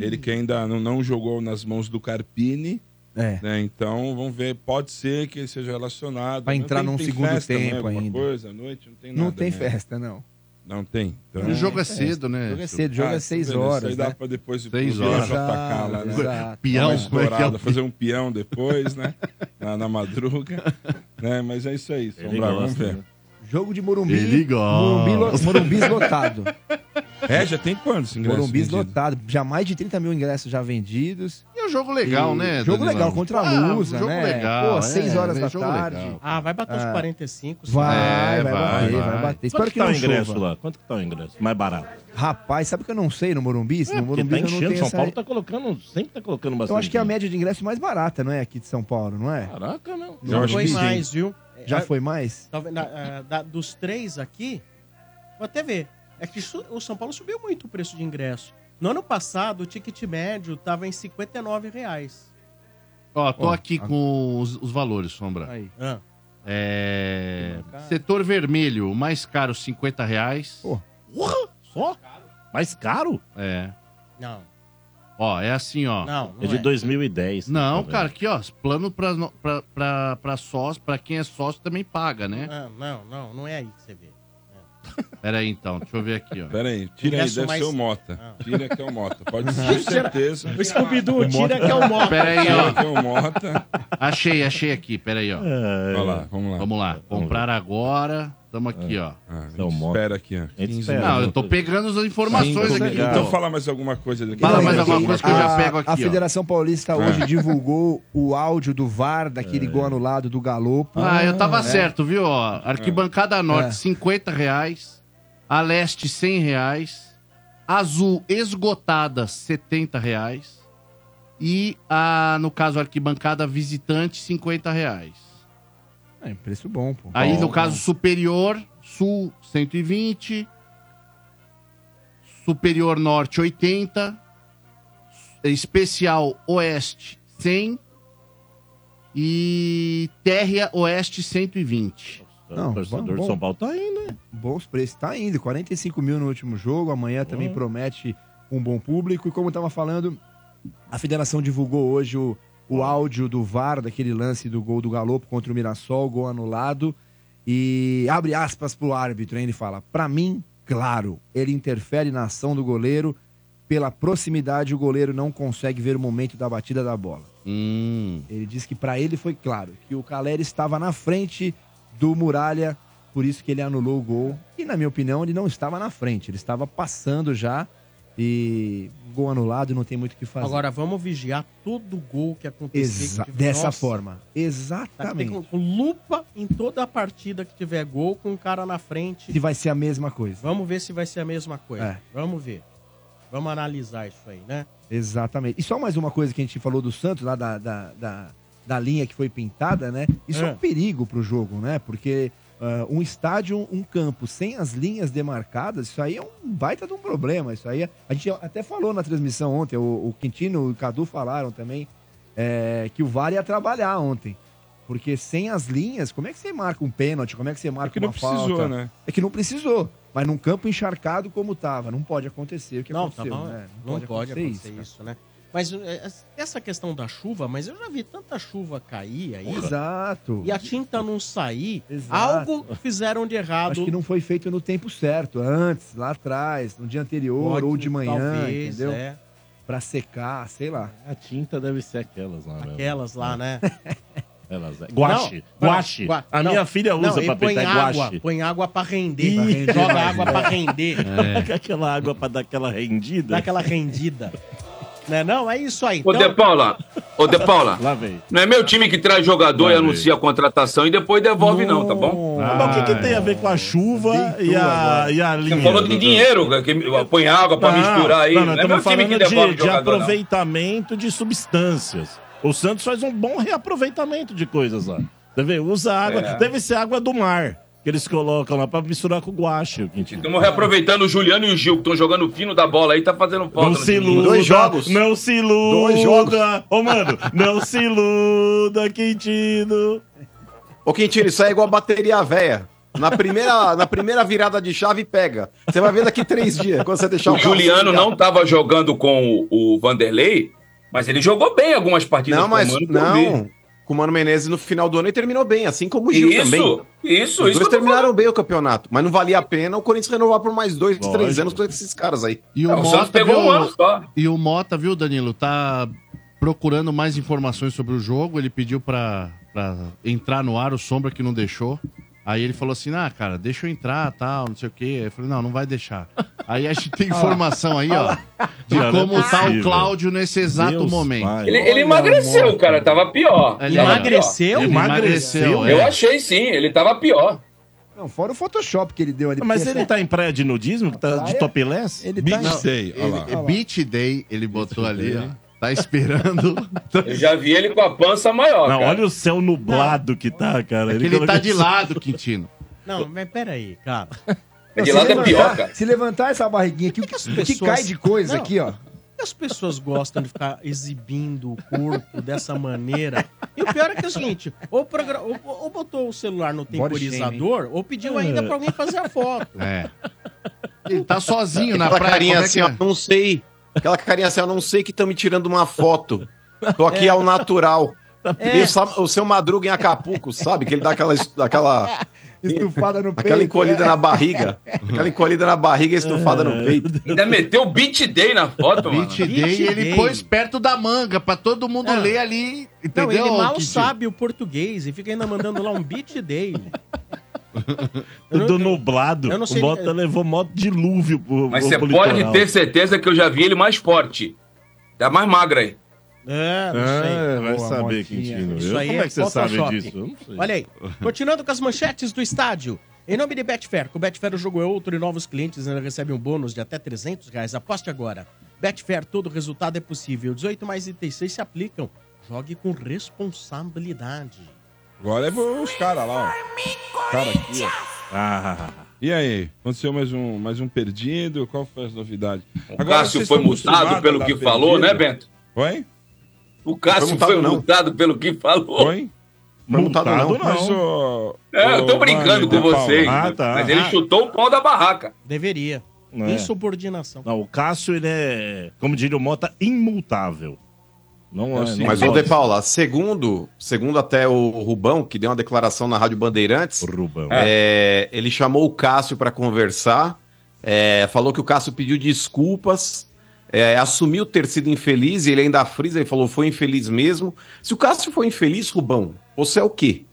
Speaker 6: Ele que ainda não, não jogou nas mãos do Carpini.
Speaker 5: É.
Speaker 6: né, então, vamos ver. Pode ser que ele seja relacionado.
Speaker 5: Vai
Speaker 6: Não
Speaker 5: entrar
Speaker 6: tem-
Speaker 5: num
Speaker 6: tem
Speaker 5: segundo
Speaker 6: festa, né?
Speaker 5: tempo
Speaker 6: alguma
Speaker 5: ainda.
Speaker 6: Coisa, à noite, não tem nada,
Speaker 5: não tem
Speaker 6: né?
Speaker 5: festa, não.
Speaker 6: Não tem.
Speaker 7: Então,
Speaker 5: Não O jogo tem é festa. cedo, né? O jogo é cedo, o jogo é
Speaker 6: tá
Speaker 5: seis
Speaker 6: vendo? Isso aí
Speaker 5: horas,
Speaker 6: dá
Speaker 5: né?
Speaker 6: para depois ir pro
Speaker 7: Seis
Speaker 6: Village
Speaker 7: horas.
Speaker 6: atacar lá, né?
Speaker 7: Exato.
Speaker 6: Dar uma
Speaker 7: Peão,
Speaker 6: estourada,
Speaker 7: como é que é?
Speaker 6: fazer um peão depois, né? Na, na madruga. né? Mas é isso aí, Sombra. Vamos
Speaker 7: gosta,
Speaker 6: ver.
Speaker 7: né?
Speaker 5: Jogo de Morumbi.
Speaker 7: Ele gosta.
Speaker 5: Morumbi, lo- Morumbi lotado.
Speaker 6: É, já tem quantos ingressos?
Speaker 5: Morumbi
Speaker 6: vendidos?
Speaker 5: lotado. Já mais de 30 mil ingressos já vendidos.
Speaker 7: E é um jogo legal,
Speaker 5: E
Speaker 7: né?
Speaker 5: Jogo
Speaker 7: Danilão?
Speaker 5: legal contra a
Speaker 7: Ah,
Speaker 5: Lusa,
Speaker 7: jogo
Speaker 5: né?
Speaker 7: legal.
Speaker 5: Pô, 6
Speaker 7: é,
Speaker 5: horas
Speaker 7: é
Speaker 5: da
Speaker 7: jogo
Speaker 5: tarde.
Speaker 7: legal. É,
Speaker 2: Ah, vai bater uns 45.
Speaker 5: Vai, vai, bater, vai, bater. Espero
Speaker 3: Quanto
Speaker 5: que um
Speaker 3: tá
Speaker 5: não
Speaker 3: o ingresso
Speaker 5: chova.
Speaker 3: lá? Quanto que tá o ingresso? Mais barato.
Speaker 5: Rapaz, sabe o que eu não sei no Morumbi?
Speaker 3: É,
Speaker 5: no
Speaker 3: porque
Speaker 5: Morumbi
Speaker 3: tá
Speaker 5: eu não
Speaker 3: enchendo.
Speaker 5: tenho
Speaker 3: São
Speaker 5: essa-
Speaker 3: Paulo tá colocando, sempre tá colocando bastante.
Speaker 5: Eu acho que é a média de ingresso mais barata, não é? Aqui de São Paulo, não é?
Speaker 2: né?
Speaker 3: Caraca, meu.
Speaker 2: Já foi mais, viu?
Speaker 5: Já
Speaker 2: É,
Speaker 5: foi mais?
Speaker 2: talvez, na- ah, da- dos três aqui, Vou até ver. É que isso- o São Paulo subiu muito o preço de ingresso. No ano passado, o ticket médio tava em R$ 59 reais.
Speaker 7: Ó, tô
Speaker 2: Ó,
Speaker 7: aqui
Speaker 2: a-
Speaker 7: com os, os valores, Sombra.
Speaker 2: Aí. Ah.
Speaker 7: É... Setor vermelho, o mais caro, 50 reais.
Speaker 3: Só? Mais caro?
Speaker 7: É.
Speaker 2: Não.
Speaker 7: Ó, é assim, ó.
Speaker 2: Não,
Speaker 3: não É de é. 2010.
Speaker 7: Não,
Speaker 3: tá
Speaker 7: cara, aqui, ó, plano pra, no- pra, pra, pra sócio, pra quem é sócio também paga, né?
Speaker 2: Não, não, não, não é aí que você vê.
Speaker 7: Pera aí, então, deixa eu ver aqui, ó.
Speaker 6: Pera aí, tira aí, deve ser o Mota.
Speaker 2: Ah.
Speaker 6: Tira que é o Mota, pode ser, com certeza.
Speaker 2: O Scooby-Doo, tira que é o Mota.
Speaker 7: Pera aí, ó.
Speaker 6: Tira que é o Mota.
Speaker 7: Achei, achei aqui, pera aí, ó.
Speaker 6: Vai lá, vamos lá. Ah,
Speaker 7: Vamos lá, comprar agora, tamo aqui, ó.
Speaker 5: é
Speaker 6: Espera aqui, ó.
Speaker 7: Não, eu tô pegando as informações aqui.
Speaker 6: Então
Speaker 7: ó.
Speaker 6: fala mais alguma coisa. daqui.
Speaker 7: Fala mais alguma coisa que eu já
Speaker 5: Então, A-
Speaker 7: pego aqui,
Speaker 5: A
Speaker 7: ó.
Speaker 5: Federação Paulista hoje
Speaker 6: É.
Speaker 5: divulgou o áudio do VAR daquele gol anulado do Galopo.
Speaker 7: Ah, eu tava
Speaker 5: É.
Speaker 7: certo, viu? Ó, arquibancada Norte,
Speaker 5: É.
Speaker 7: 50 reais. A Leste, 100 reais. Azul esgotada, 70 reais. E, a, no caso, a arquibancada visitante, 50 reais.
Speaker 5: É, preço bom, pô.
Speaker 7: Aí,
Speaker 5: Bom,
Speaker 7: no caso,
Speaker 5: bom.
Speaker 7: superior, Sul, 120. Superior Norte, 80. Especial Oeste, 100. E Térrea Oeste, 120.
Speaker 5: Não, bom, bom. Bons preços, tá indo. 45 mil no último jogo. Amanhã também promete um bom público. E como eu tava falando, a federação divulgou hoje o, o áudio do VAR, daquele lance do gol do Galopo contra o Mirassol, gol anulado. E abre aspas pro árbitro, hein? Ele fala: pra mim, claro, ele interfere na ação do goleiro. Pela proximidade, o goleiro não consegue ver o momento da batida da bola. Ele disse que pra ele foi claro que o Caleri estava na frente do Muralha, por isso que ele anulou o gol. E na minha opinião, ele não estava na frente, ele estava passando já e gol anulado, não tem muito o que fazer.
Speaker 2: Agora vamos vigiar todo gol que acontecer.
Speaker 5: Exa
Speaker 2: que tiver-
Speaker 5: dessa
Speaker 2: Nossa,
Speaker 5: forma.
Speaker 2: tá? Tem
Speaker 5: Exatamente.
Speaker 2: que- com lupa em toda a partida que tiver gol com o cara na frente.
Speaker 5: E vai ser a mesma coisa.
Speaker 2: Vamos ver se vai ser a mesma coisa.
Speaker 5: É.
Speaker 2: Vamos ver. Vamos analisar isso aí, né?
Speaker 5: Exatamente. E só mais uma coisa que a gente falou do Santos, lá da, da, da, da linha que foi pintada, né? Isso é,
Speaker 2: É.
Speaker 5: um perigo pro jogo, né? Porque ah, um estádio, um campo sem as linhas demarcadas, isso aí é um baita de um problema. Isso aí, é- a gente até falou na transmissão ontem, o, o Quintino e o Cadu falaram também é, que o VAR ia trabalhar ontem. Porque sem as linhas, como é que você marca um pênalti? Como é que você marca
Speaker 6: que não
Speaker 5: uma falta?
Speaker 6: precisou, né?
Speaker 5: É que não precisou. Mas num campo encharcado como tava, não pode acontecer o que
Speaker 2: não, tá
Speaker 5: aconteceu.
Speaker 2: bom,
Speaker 5: né?
Speaker 2: não pode, acontecer,
Speaker 5: cara.
Speaker 2: isso, né? Mas é, essa questão da chuva, mas eu já vi tanta chuva cair aí.
Speaker 5: Exato.
Speaker 2: E a tinta não sair.
Speaker 5: Exato.
Speaker 2: Algo fizeram de errado.
Speaker 5: Acho que não foi feito no tempo certo, antes, lá atrás, no dia anterior
Speaker 2: Pode,
Speaker 5: ou de manhã,
Speaker 2: talvez,
Speaker 5: entendeu?
Speaker 2: é.
Speaker 5: Pra secar, sei lá.
Speaker 3: A tinta deve ser aquelas lá, né?
Speaker 2: Aquelas lá, né?
Speaker 3: Elas, é. Guache.
Speaker 2: Não,
Speaker 3: guache.
Speaker 2: gua-
Speaker 3: A
Speaker 2: não,
Speaker 3: minha filha usa
Speaker 2: não, e
Speaker 3: pra
Speaker 2: põe
Speaker 3: pintar
Speaker 2: água,
Speaker 3: guache.
Speaker 2: Põe água pra render.
Speaker 3: Ih,
Speaker 2: Joga água
Speaker 5: né?
Speaker 2: pra render.
Speaker 5: É.
Speaker 3: Aquela água pra dar aquela rendida.
Speaker 2: Dá aquela rendida. Né, não? É isso aí.
Speaker 8: Ô, De
Speaker 4: Então-
Speaker 8: Paula, ô, De Paula,
Speaker 3: Lá vem.
Speaker 8: não é meu time que traz jogador e anuncia a contratação e depois devolve, não, tá bom?
Speaker 3: Mas o que, que tem a ver com a chuva e a, e a linha?
Speaker 8: Você falou de dinheiro, que põe água pra
Speaker 3: Não,
Speaker 8: misturar aí.
Speaker 3: Não,
Speaker 8: Não,
Speaker 3: não,
Speaker 8: é meu
Speaker 3: estamos
Speaker 8: time que
Speaker 3: falando
Speaker 8: devolve
Speaker 3: de, de
Speaker 8: jogador, não.
Speaker 3: aproveitamento de substâncias. O Santos faz um bom reaproveitamento de coisas lá. Você vê, usa água,
Speaker 8: É.
Speaker 3: deve ser água do mar que eles colocam lá pra misturar com o guache. o Quintino.
Speaker 8: Estamos reaproveitando o Juliano e o Gil, que estão jogando fino da bola aí, tá fazendo falta.
Speaker 3: Não
Speaker 8: no
Speaker 3: se
Speaker 8: time.
Speaker 3: iluda. Não se iluda.
Speaker 8: Dois jogos.
Speaker 3: Ô, mano, não se iluda, Quintino.
Speaker 4: Ô, Quintino, isso aí é igual bateria véia. Na primeira, na primeira virada de chave, pega. Você vai ver daqui três dias, quando você deixar
Speaker 8: O Juliano não tava jogando com o, o Vanderlei, mas ele jogou bem algumas partidas
Speaker 4: Não, mas
Speaker 8: com o Mano, que eu vi.
Speaker 4: não. Com o Mano Menezes no final do ano ele terminou bem, assim como o Gil
Speaker 8: Isso,
Speaker 4: também.
Speaker 8: isso,
Speaker 4: Os
Speaker 8: isso que eu
Speaker 4: dois
Speaker 8: tô
Speaker 4: terminaram bem o campeonato, mas não valia a pena o Corinthians renovar por mais dois, três
Speaker 7: Lógico.
Speaker 4: anos com esses caras aí.
Speaker 7: E o,
Speaker 4: É, o
Speaker 7: Mota,
Speaker 4: Santos pegou
Speaker 7: viu,
Speaker 4: um ano só.
Speaker 7: E o Mota, viu, Danilo, tá procurando mais informações sobre o jogo. Ele pediu pra, pra entrar no ar, o Sombra que não deixou. Aí ele falou assim, ah, cara, deixa eu entrar, tal, não sei o quê. Aí eu falei, não, não vai deixar. Aí a gente tem informação aí, ó, de
Speaker 8: Cara, não é
Speaker 7: como tá o
Speaker 8: possível.
Speaker 7: Cláudio nesse exato
Speaker 8: Deus
Speaker 7: momento.
Speaker 8: Ele, ele emagreceu, cara, tava pior.
Speaker 7: Ele
Speaker 8: Tava
Speaker 7: emagreceu?
Speaker 8: pior.
Speaker 7: Ele emagreceu,
Speaker 8: Eu
Speaker 7: é.
Speaker 8: achei sim, ele tava pior.
Speaker 5: Não, fora o Photoshop que ele deu ali.
Speaker 3: Mas
Speaker 5: porque é
Speaker 3: ele
Speaker 5: essa-
Speaker 3: tá em praia de nudismo, que tá de
Speaker 5: praia?
Speaker 3: topless?
Speaker 5: Ele tá Beach em- Day,
Speaker 7: Ele, é Beach Day, ele botou ali, ó. Tá esperando.
Speaker 8: Eu já vi ele com a pança maior.
Speaker 3: Não,
Speaker 8: cara.
Speaker 3: olha o céu nublado que tá, cara.
Speaker 7: É que ele tá de lado, Quintino.
Speaker 2: Não, mas peraí, cara.
Speaker 8: É
Speaker 5: Não,
Speaker 8: de
Speaker 5: se
Speaker 8: lado é
Speaker 5: levantar-
Speaker 8: pior, cara.
Speaker 5: Se levantar essa barriguinha aqui, o que, o que cai de coisa
Speaker 2: Não,
Speaker 5: aqui, ó?
Speaker 2: por que As pessoas gostam de ficar exibindo o corpo dessa maneira. E o pior é que é o seguinte: ou, progra- ou- ou botou o celular no
Speaker 7: Body
Speaker 2: temporizador, ou pediu ainda pra alguém fazer a foto.
Speaker 7: É. Ele tá sozinho na
Speaker 4: Aquela
Speaker 7: praia.
Speaker 4: carinha
Speaker 7: como é que
Speaker 4: assim,
Speaker 7: é?
Speaker 4: ó, não sei. Aquela carinha assim, ó, não sei que estão me tirando uma foto. Tô aqui ao natural.
Speaker 2: É.
Speaker 4: E o, Sa- o seu Madruga em Acapulco, sabe? Que ele dá aquela... es- aquela
Speaker 5: Estufada no
Speaker 4: Aquela
Speaker 5: peito,
Speaker 4: encolhida
Speaker 5: é.
Speaker 4: na barriga. Aquela encolhida na barriga e estufada
Speaker 7: É.
Speaker 4: no peito.
Speaker 8: Ainda meteu o beat day na foto, mano.
Speaker 7: Beat day, e ele pôs perto da manga pra todo mundo
Speaker 2: É. Não.
Speaker 7: ler ali. Entendeu?
Speaker 2: Não, ele mal
Speaker 7: Kid?
Speaker 2: sabe o português e fica ainda mandando lá um beat day.
Speaker 3: Do nublado.
Speaker 2: eu não sei-
Speaker 3: o Mota levou moto dilúvio pro
Speaker 8: Mas
Speaker 3: pro
Speaker 8: você
Speaker 3: litoral.
Speaker 8: pode ter certeza que eu já vi ele mais forte. Tá mais magro aí.
Speaker 7: Ah,
Speaker 2: É, não
Speaker 3: É,
Speaker 2: sei.
Speaker 3: vai
Speaker 2: Boa,
Speaker 3: saber,
Speaker 2: Motinha.
Speaker 3: Quintino,
Speaker 2: Isso
Speaker 3: viu?
Speaker 2: aí
Speaker 3: Como é que você sabe
Speaker 2: Photoshop.
Speaker 3: disso? Eu não sei.
Speaker 2: Olha aí. Continuando com as manchetes do estádio. Em nome de Betfair, com Betfair o jogo é outro e novos clientes ainda recebem um bônus de até 300 reais. Aposte agora. Betfair, todo resultado é possível. 18 mais 36 se aplicam. Jogue com responsabilidade.
Speaker 6: Agora é os caras lá, ó. Cara aqui, ó. E aí, aconteceu mais um, mais um perdido? Qual foi as novidades?
Speaker 8: O Cássio foi multado pelo que falou, né, Bento?
Speaker 6: Oi?
Speaker 8: O Cássio
Speaker 6: Foi multado,
Speaker 8: foi
Speaker 6: não.
Speaker 8: multado pelo que falou.
Speaker 6: Oi?
Speaker 4: tá
Speaker 8: Multado não.
Speaker 6: Mas, ô,
Speaker 8: É,
Speaker 6: ô,
Speaker 8: eu tô
Speaker 6: tá Mani,
Speaker 8: brincando com
Speaker 6: De Paula. Ah,
Speaker 8: vocês. Mas ele chutou o pau da barraca.
Speaker 2: Deveria.
Speaker 3: Não é.
Speaker 2: Insubordinação.
Speaker 3: Não, o Cássio, ele é, como diria o Mota, imultável. Não é, não
Speaker 4: Mas, ô
Speaker 3: pode.
Speaker 4: De Paula, segundo, segundo até o Rubão, que deu uma declaração na Rádio Bandeirantes, é,
Speaker 3: Rubão.
Speaker 4: ele chamou o Cássio para conversar, é, falou que o Cássio pediu desculpas, é, assumiu ter sido infeliz, e ele ainda frisa e falou, foi infeliz mesmo. Se o Cássio foi infeliz, Rubão, você é o quê?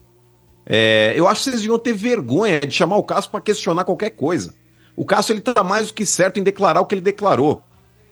Speaker 4: É, eu acho que vocês deviam ter vergonha de chamar o Cássio para questionar qualquer coisa. O Cássio ele tá mais do que certo em declarar o que ele declarou.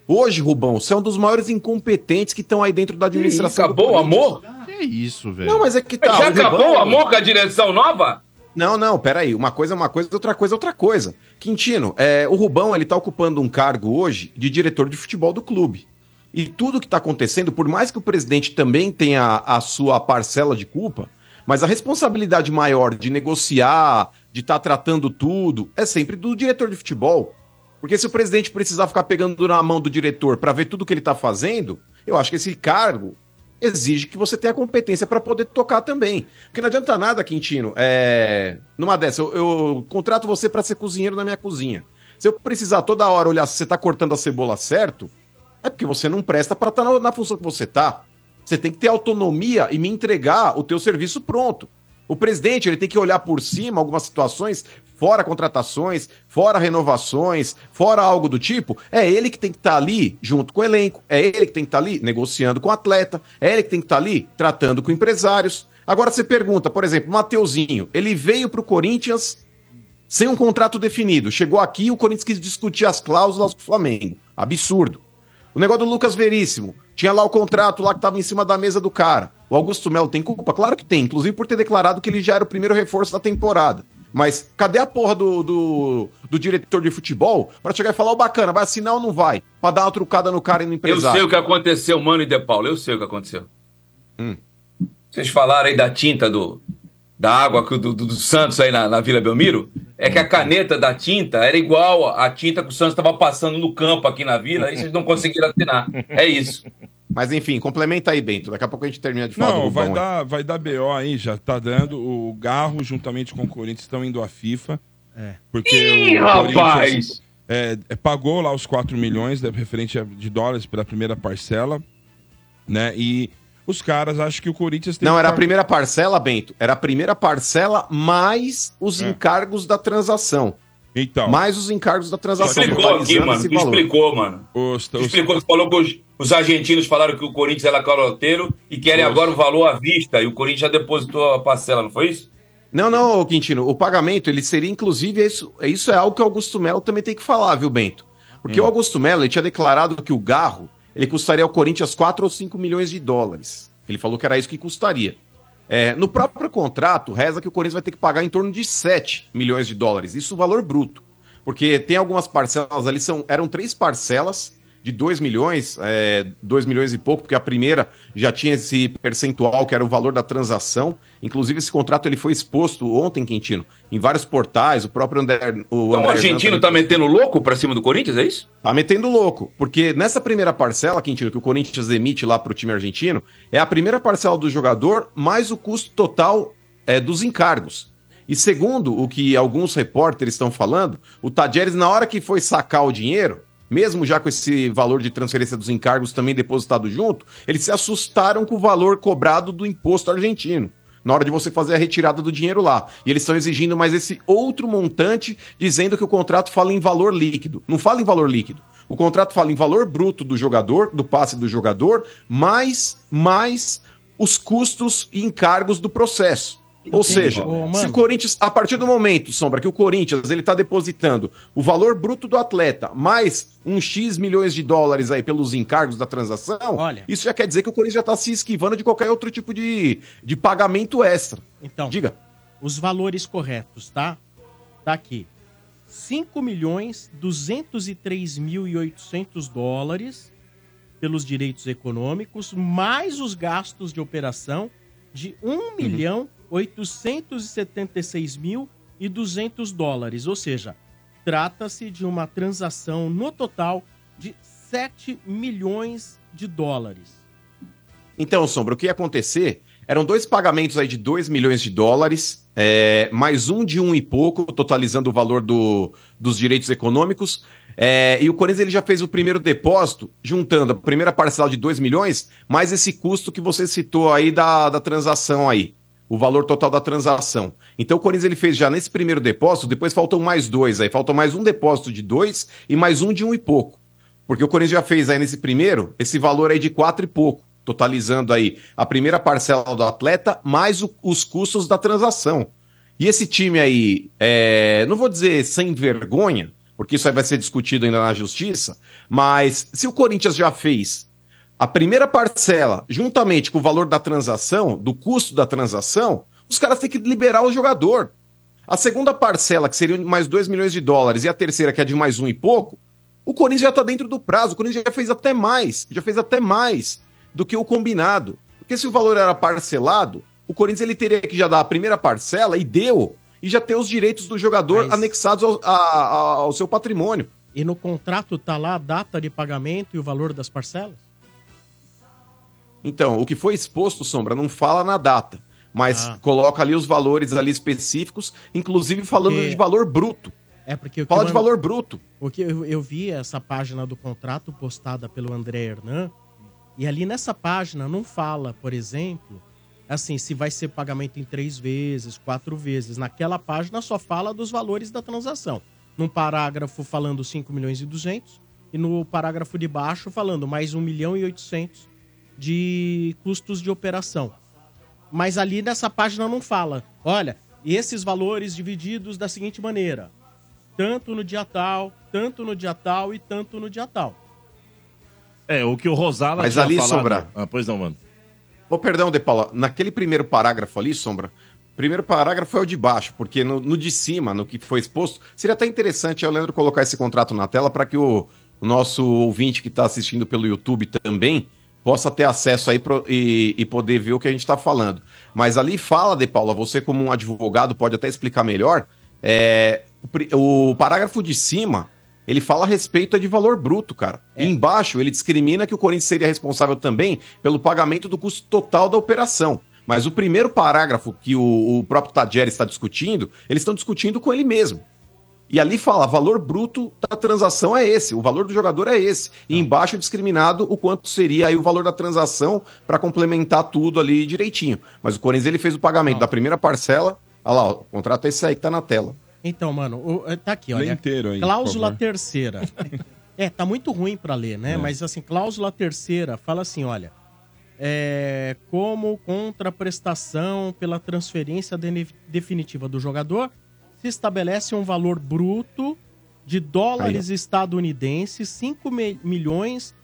Speaker 4: Hoje, Rubão, você é um dos maiores incompetentes que estão aí dentro da administração. do
Speaker 8: acabou o amor?
Speaker 7: Que isso, velho.
Speaker 4: Não, mas é que tá. o
Speaker 8: Já
Speaker 4: Rubão-
Speaker 8: acabou o amor com a direção nova?
Speaker 4: Não, não, peraí. Uma coisa é uma coisa, outra coisa é outra coisa. Quintino, é, o Rubão ele tá ocupando um cargo hoje de diretor de futebol do clube. E tudo que tá acontecendo, por mais que o presidente também tenha a sua parcela de culpa, mas a responsabilidade maior de negociar, de estar tratando tudo, é sempre do diretor de futebol. Porque se o presidente precisar ficar pegando na mão do diretor para ver tudo que ele tá fazendo, eu acho que esse cargo exige que você tenha competência para poder tocar também. Porque não adianta nada, Quintino. É... Numa dessa, eu, eu contrato você para ser cozinheiro na minha cozinha. Se eu precisar toda hora olhar se você tá cortando a cebola certo, é porque você não presta para estar na, na função que você tá. Você tem que ter autonomia e me entregar o teu serviço pronto. O presidente ele tem que olhar por cima algumas situações, fora contratações, fora renovações, fora algo do tipo. É ele que tem que estar ali junto com o elenco, é ele que tem que estar ali negociando com o atleta, é ele que tem que estar ali tratando com empresários. Agora você pergunta, por exemplo, Mateuzinho, ele veio para o Corinthians sem um contrato definido. Chegou aqui, o Corinthians quis discutir as cláusulas com o Flamengo. Absurdo. O negócio do Lucas Veríssimo. Tinha lá o contrato lá que estava em cima da mesa do cara. O Augusto Melo tem culpa? Claro que tem, inclusive por ter declarado que ele já era o primeiro reforço da temporada. Mas cadê a porra do, do, do diretor de futebol para chegar e falar, ô bacana, vai assinar ou não vai? Pra dar uma trucada no cara e no
Speaker 8: Eu
Speaker 4: empresário.
Speaker 8: sei o que aconteceu, mano e De Paulo. Eu sei o que aconteceu.
Speaker 6: Hum.
Speaker 8: Vocês falaram aí da tinta do. Da água que o do, do- do Santos aí na, na Vila Belmiro, é que a caneta da tinta era igual à tinta que o Santos estava passando no campo aqui na vila, aí vocês não conseguiram assinar. É isso.
Speaker 4: Mas enfim, complementa aí, Bento. Daqui a pouco a gente termina de falar do
Speaker 6: Não,
Speaker 4: Rubão
Speaker 6: vai
Speaker 4: Tá aí.
Speaker 6: dar, vai dar BO aí, já tá dando. O Garro, juntamente com o Corinthians, estão indo à FIFA.
Speaker 2: É.
Speaker 6: Porque
Speaker 8: Ih,
Speaker 6: o
Speaker 8: rapaz!
Speaker 6: Corinthians, é, é, pagou lá os 4 milhões da- referente a- de dólares pela primeira parcela, né? E os caras acham que o Corinthians tem
Speaker 4: Não,
Speaker 6: que tá
Speaker 4: era a
Speaker 6: pagar-
Speaker 4: primeira parcela, Bento. Era a primeira parcela mais os encargos da transação.
Speaker 6: Então.
Speaker 4: Mais os encargos da transação.
Speaker 8: Explicou aqui,
Speaker 4: totalizando
Speaker 8: mano.
Speaker 4: esse
Speaker 8: Tu
Speaker 4: valor.
Speaker 8: explicou, mano.
Speaker 6: Os,
Speaker 8: Tu explicou, tu falou que os, os argentinos falaram que o Corinthians era caloteiro e querem agora o valor à vista. E o Corinthians já depositou a parcela, não foi isso?
Speaker 4: Não, não, ô, Quintino, o pagamento ele seria, inclusive, isso, isso é algo que o Augusto Melo também tem que falar, viu, Bento? Porque o Augusto Melo ele tinha declarado que o Garro ele custaria ao Corinthians 4 ou 5 milhões de dólares. Ele falou que era isso que custaria. É, no próprio contrato, reza que o Corinthians vai ter que pagar em torno de 7 milhões é um de dólares. Isso o valor bruto. Porque tem algumas parcelas ali, são, eram três parcelas de 2 milhões, é, 2 milhões e pouco, porque a primeira já tinha esse percentual que era o valor da transação. Inclusive, esse contrato ele foi exposto ontem, Quintino, em vários portais, o próprio André. O
Speaker 8: Então o argentino tá metendo louco pra cima do Corinthians, é isso?
Speaker 4: Tá metendo louco, porque nessa primeira parcela, Quintino, que o Corinthians emite lá pro time argentino, é a primeira parcela do jogador mais o custo total é, dos encargos. E segundo o que alguns repórteres estão falando, o Tajeres, na hora que foi sacar o dinheiro, mesmo já com esse valor de transferência dos encargos também depositado junto, eles se assustaram com o valor cobrado do imposto argentino na hora de você fazer a retirada do dinheiro lá. E eles estão exigindo mais esse outro montante, dizendo que o contrato fala em valor líquido. Não fala em valor líquido. O contrato fala em valor bruto do jogador, do passe do jogador, mais, mais os custos e encargos do processo. Ou seja,
Speaker 2: Ô,
Speaker 4: se
Speaker 2: mano.
Speaker 4: o Corinthians, a partir do momento, Sombra, que o Corinthians ele tá depositando o valor bruto do atleta mais um X milhões de dólares aí pelos encargos da transação, isso já quer dizer que o Corinthians já tá se esquivando de qualquer outro tipo de, de pagamento extra.
Speaker 2: Então,
Speaker 4: diga.
Speaker 2: os valores corretos, tá? Tá aqui. 5 milhões 203.800 dólares pelos direitos econômicos, mais os gastos de operação de 1 milhão 876.200 dólares. Ou seja, trata-se de uma transação no total de 7 milhões de dólares.
Speaker 4: Então, Sombra, o que ia acontecer eram dois pagamentos aí de 2 milhões de dólares, é, mais um de um e pouco, totalizando o valor do- dos direitos econômicos. É, e o Corinthians ele já fez o primeiro depósito, juntando a primeira parcela de 2 milhões, mais esse custo que você citou aí da, da transação aí. O valor total da transação. Então o Corinthians ele fez já nesse primeiro depósito, depois faltam mais dois aí. Faltam mais um depósito de dois e mais um de um e pouco. Porque o Corinthians já fez aí nesse primeiro esse valor aí de quatro e pouco, totalizando aí a primeira parcela do atleta mais o- os custos da transação. E esse time aí, é, não vou dizer sem vergonha, porque isso aí vai ser discutido ainda na justiça, mas se o Corinthians já fez a primeira parcela, juntamente com o valor da transação, do custo da transação, os caras têm que liberar o jogador. A segunda parcela, que seria mais 2 milhões de dólares, e a terceira, que é de mais um e pouco, o Corinthians já está dentro do prazo. O Corinthians já fez até mais, já fez até mais do que o combinado. Porque se o valor era parcelado, o Corinthians ele teria que já dar a primeira parcela e deu, e já ter os direitos do jogador anexados ao, a- a- ao seu patrimônio.
Speaker 2: E no contrato tá lá a data de pagamento e o valor das parcelas?
Speaker 4: Então, o que foi exposto, Sombra, não fala na data, mas
Speaker 3: Ah.
Speaker 4: coloca ali os valores ali específicos, inclusive falando
Speaker 2: Porque-
Speaker 4: de valor bruto.
Speaker 2: É porque o que
Speaker 4: Fala
Speaker 2: o
Speaker 4: de
Speaker 2: An-
Speaker 4: valor bruto.
Speaker 2: O que eu, eu vi essa página do contrato postada pelo André Hernan, e ali nessa página não fala, por exemplo, assim, se vai ser pagamento em três vezes, quatro vezes. Naquela página só fala dos valores da transação. Num parágrafo falando 5 milhões e 200 e no parágrafo de baixo falando mais 1 milhão e 800 de custos de operação. Mas ali nessa página não fala. Olha, esses valores divididos da seguinte maneira: tanto no dia tal, tanto no dia tal e tanto no dia tal.
Speaker 3: É, o que o Rosala
Speaker 4: Mas
Speaker 3: tinha
Speaker 4: ali,
Speaker 3: falado.
Speaker 4: Sombra.
Speaker 3: Ah, pois não, mano.
Speaker 4: Ô, perdão, De Paula, naquele primeiro parágrafo ali, Sombra, primeiro parágrafo é o de baixo, porque no, no de cima, no que foi exposto, seria até interessante, eu Leandro, colocar esse contrato na tela para que o, o nosso ouvinte que está assistindo pelo YouTube também possa ter acesso aí pro- e, e poder ver o que a gente está falando. Mas ali fala, De Paula, você como um advogado pode até explicar melhor, é, o pri- o parágrafo de cima ele fala a respeito é de valor bruto, cara. E embaixo, ele discrimina que o Corinthians seria responsável também pelo pagamento do custo total da operação. Mas o primeiro parágrafo que o, o próprio Tadjer está discutindo, eles estão discutindo com ele mesmo. E ali fala, valor bruto da transação é esse, o valor do jogador é esse. E embaixo discriminado o quanto seria aí o valor da transação para complementar tudo ali direitinho. Mas o Corinthians ele fez o pagamento da primeira parcela. Olha lá, ó, o contrato é esse aí que tá na tela.
Speaker 2: Então, mano, o- tá aqui, olha.
Speaker 4: Lê inteiro aí,
Speaker 2: cláusula
Speaker 4: por favor.
Speaker 2: terceira. é, tá muito ruim pra ler, né?
Speaker 4: É.
Speaker 2: Mas assim, cláusula terceira fala assim, olha. É, como contraprestação pela transferência dene- definitiva do jogador, se estabelece um valor bruto de dólares estadunidenses, 5 mi- milhões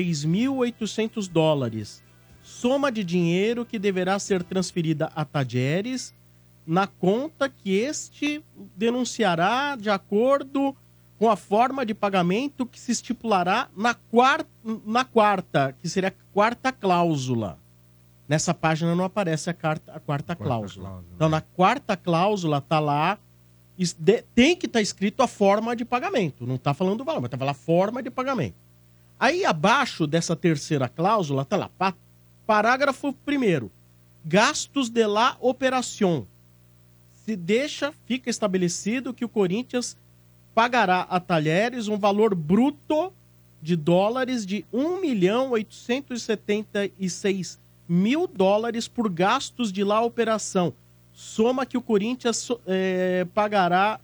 Speaker 2: 203.800 dólares. Soma de dinheiro que deverá ser transferida a Tajeres na conta que este denunciará de acordo com a forma de pagamento que se estipulará na, quar- na quarta, que seria a quarta cláusula. Nessa página não aparece a, carta- a quarta, cláusula. Então, na quarta cláusula tá lá, es- de- tem que estar escrito a forma de pagamento. Não tá falando do valor, mas tá falando a forma de pagamento. Aí, abaixo dessa terceira cláusula, tá lá, pa- parágrafo primeiro, gastos de la operação se deixa, fica estabelecido que o Corinthians pagará a Talheres um valor bruto de dólares de 1 milhão 876 mil dólares por gastos de lá operação. Soma que o Corinthians so- eh, pagará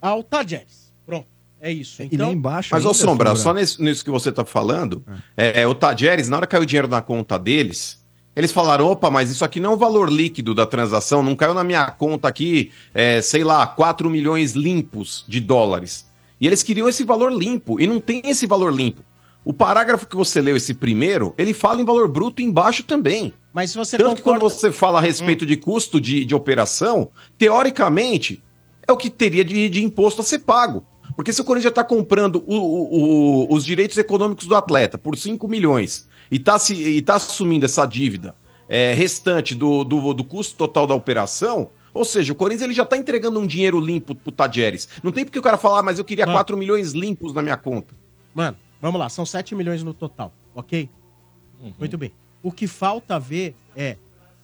Speaker 2: ao Talheres. Pronto, é isso. Então,
Speaker 4: Mas, ô Sombra, só nesse- nisso, que você tá falando, é, é, o Tajeres, na hora que caiu o dinheiro na conta deles, eles falaram: opa, mas isso aqui não é o valor líquido da transação, não caiu na minha conta aqui, é, sei lá, 4 milhões limpos de dólares. E eles queriam esse valor limpo, e não tem esse valor limpo. O parágrafo que você leu, esse primeiro, ele fala em valor bruto embaixo também.
Speaker 2: Mas se você Hum.
Speaker 4: Tanto que quando você fala a respeito de custo de, de operação, teoricamente, é o que teria de, de imposto a ser pago. Porque se o Corinthians está comprando o- o- o- os direitos econômicos do atleta por 5 milhões e está tá assumindo essa dívida é, restante do, do, do custo total da operação, ou seja, o Corinthians ele já está entregando um dinheiro limpo pro Tajeres. Não tem porque o cara falar, "Ah, mas eu queria 4 milhões limpos na minha conta.
Speaker 2: Mano, vamos lá, são 7 milhões no total, ok?
Speaker 3: Uhum.
Speaker 2: Muito bem. O que falta ver é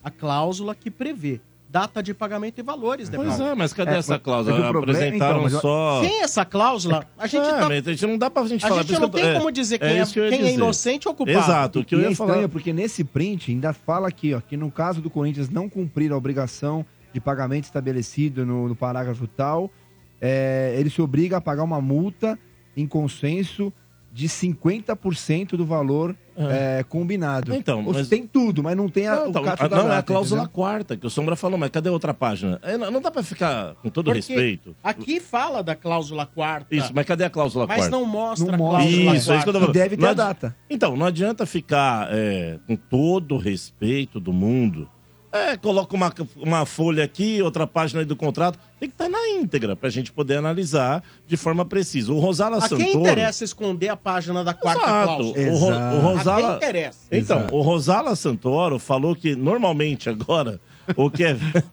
Speaker 2: a cláusula que prevê data de pagamento e valores.
Speaker 3: Pois
Speaker 2: Debrau.
Speaker 3: é, mas cadê É, essa mas- cláusula? mas o problema- Apresentaram então, mas eu- só-
Speaker 2: Sem essa cláusula, a gente,
Speaker 3: É,
Speaker 2: tá-
Speaker 3: mas a gente não dá pra gente
Speaker 2: a
Speaker 3: falar, por
Speaker 2: gente
Speaker 3: isso
Speaker 2: não
Speaker 3: que eu
Speaker 2: tem
Speaker 3: tô- é,
Speaker 2: como dizer
Speaker 3: é
Speaker 2: quem é,
Speaker 3: isso que eu ia
Speaker 2: quem é
Speaker 3: dizer.
Speaker 2: inocente ou culpado.
Speaker 3: Exato, o que eu
Speaker 5: E
Speaker 3: ia
Speaker 5: é
Speaker 3: falar.
Speaker 5: estranho, porque nesse print ainda fala aqui, ó, que no caso do Corinthians não cumprir a obrigação de pagamento estabelecido no, no parágrafo tal, é, ele se obriga a pagar uma multa em consenso de 50% do valor é, combinado.
Speaker 3: Ah. Então,
Speaker 5: Ou
Speaker 3: mas-
Speaker 5: tem tudo, mas não tem a,
Speaker 3: Não,
Speaker 5: o
Speaker 3: então,
Speaker 5: caso
Speaker 3: a-
Speaker 2: tá
Speaker 5: da
Speaker 3: não, é a
Speaker 5: data,
Speaker 3: cláusula
Speaker 5: entendeu?
Speaker 3: quarta, que o Sombra falou, mas cadê a outra página? É, não, não dá pra ficar, com todo
Speaker 2: Porque
Speaker 3: respeito.
Speaker 2: Aqui fala da cláusula quarta.
Speaker 3: Isso, mas cadê a cláusula
Speaker 2: Tá. Mas
Speaker 3: quarta?
Speaker 2: não mostra
Speaker 3: Não
Speaker 2: a cláusula
Speaker 3: Isso, é isso que eu tô falando.
Speaker 2: quarta. E deve ter
Speaker 3: Não
Speaker 2: a
Speaker 3: adi-
Speaker 2: data.
Speaker 3: Então, não adianta ficar é, com todo o respeito do mundo. É, coloca uma, uma folha aqui, outra página aí do contrato. Tem que estar na íntegra pra gente poder analisar de forma precisa. O Rosala
Speaker 2: A
Speaker 3: Santoro...
Speaker 2: quem interessa esconder a página da quarta
Speaker 3: Exato.
Speaker 2: cláusula?
Speaker 3: O, Ro- o Rosala...
Speaker 2: A quem interessa?
Speaker 3: Então, o Rosala Santoro falou que normalmente agora o que é...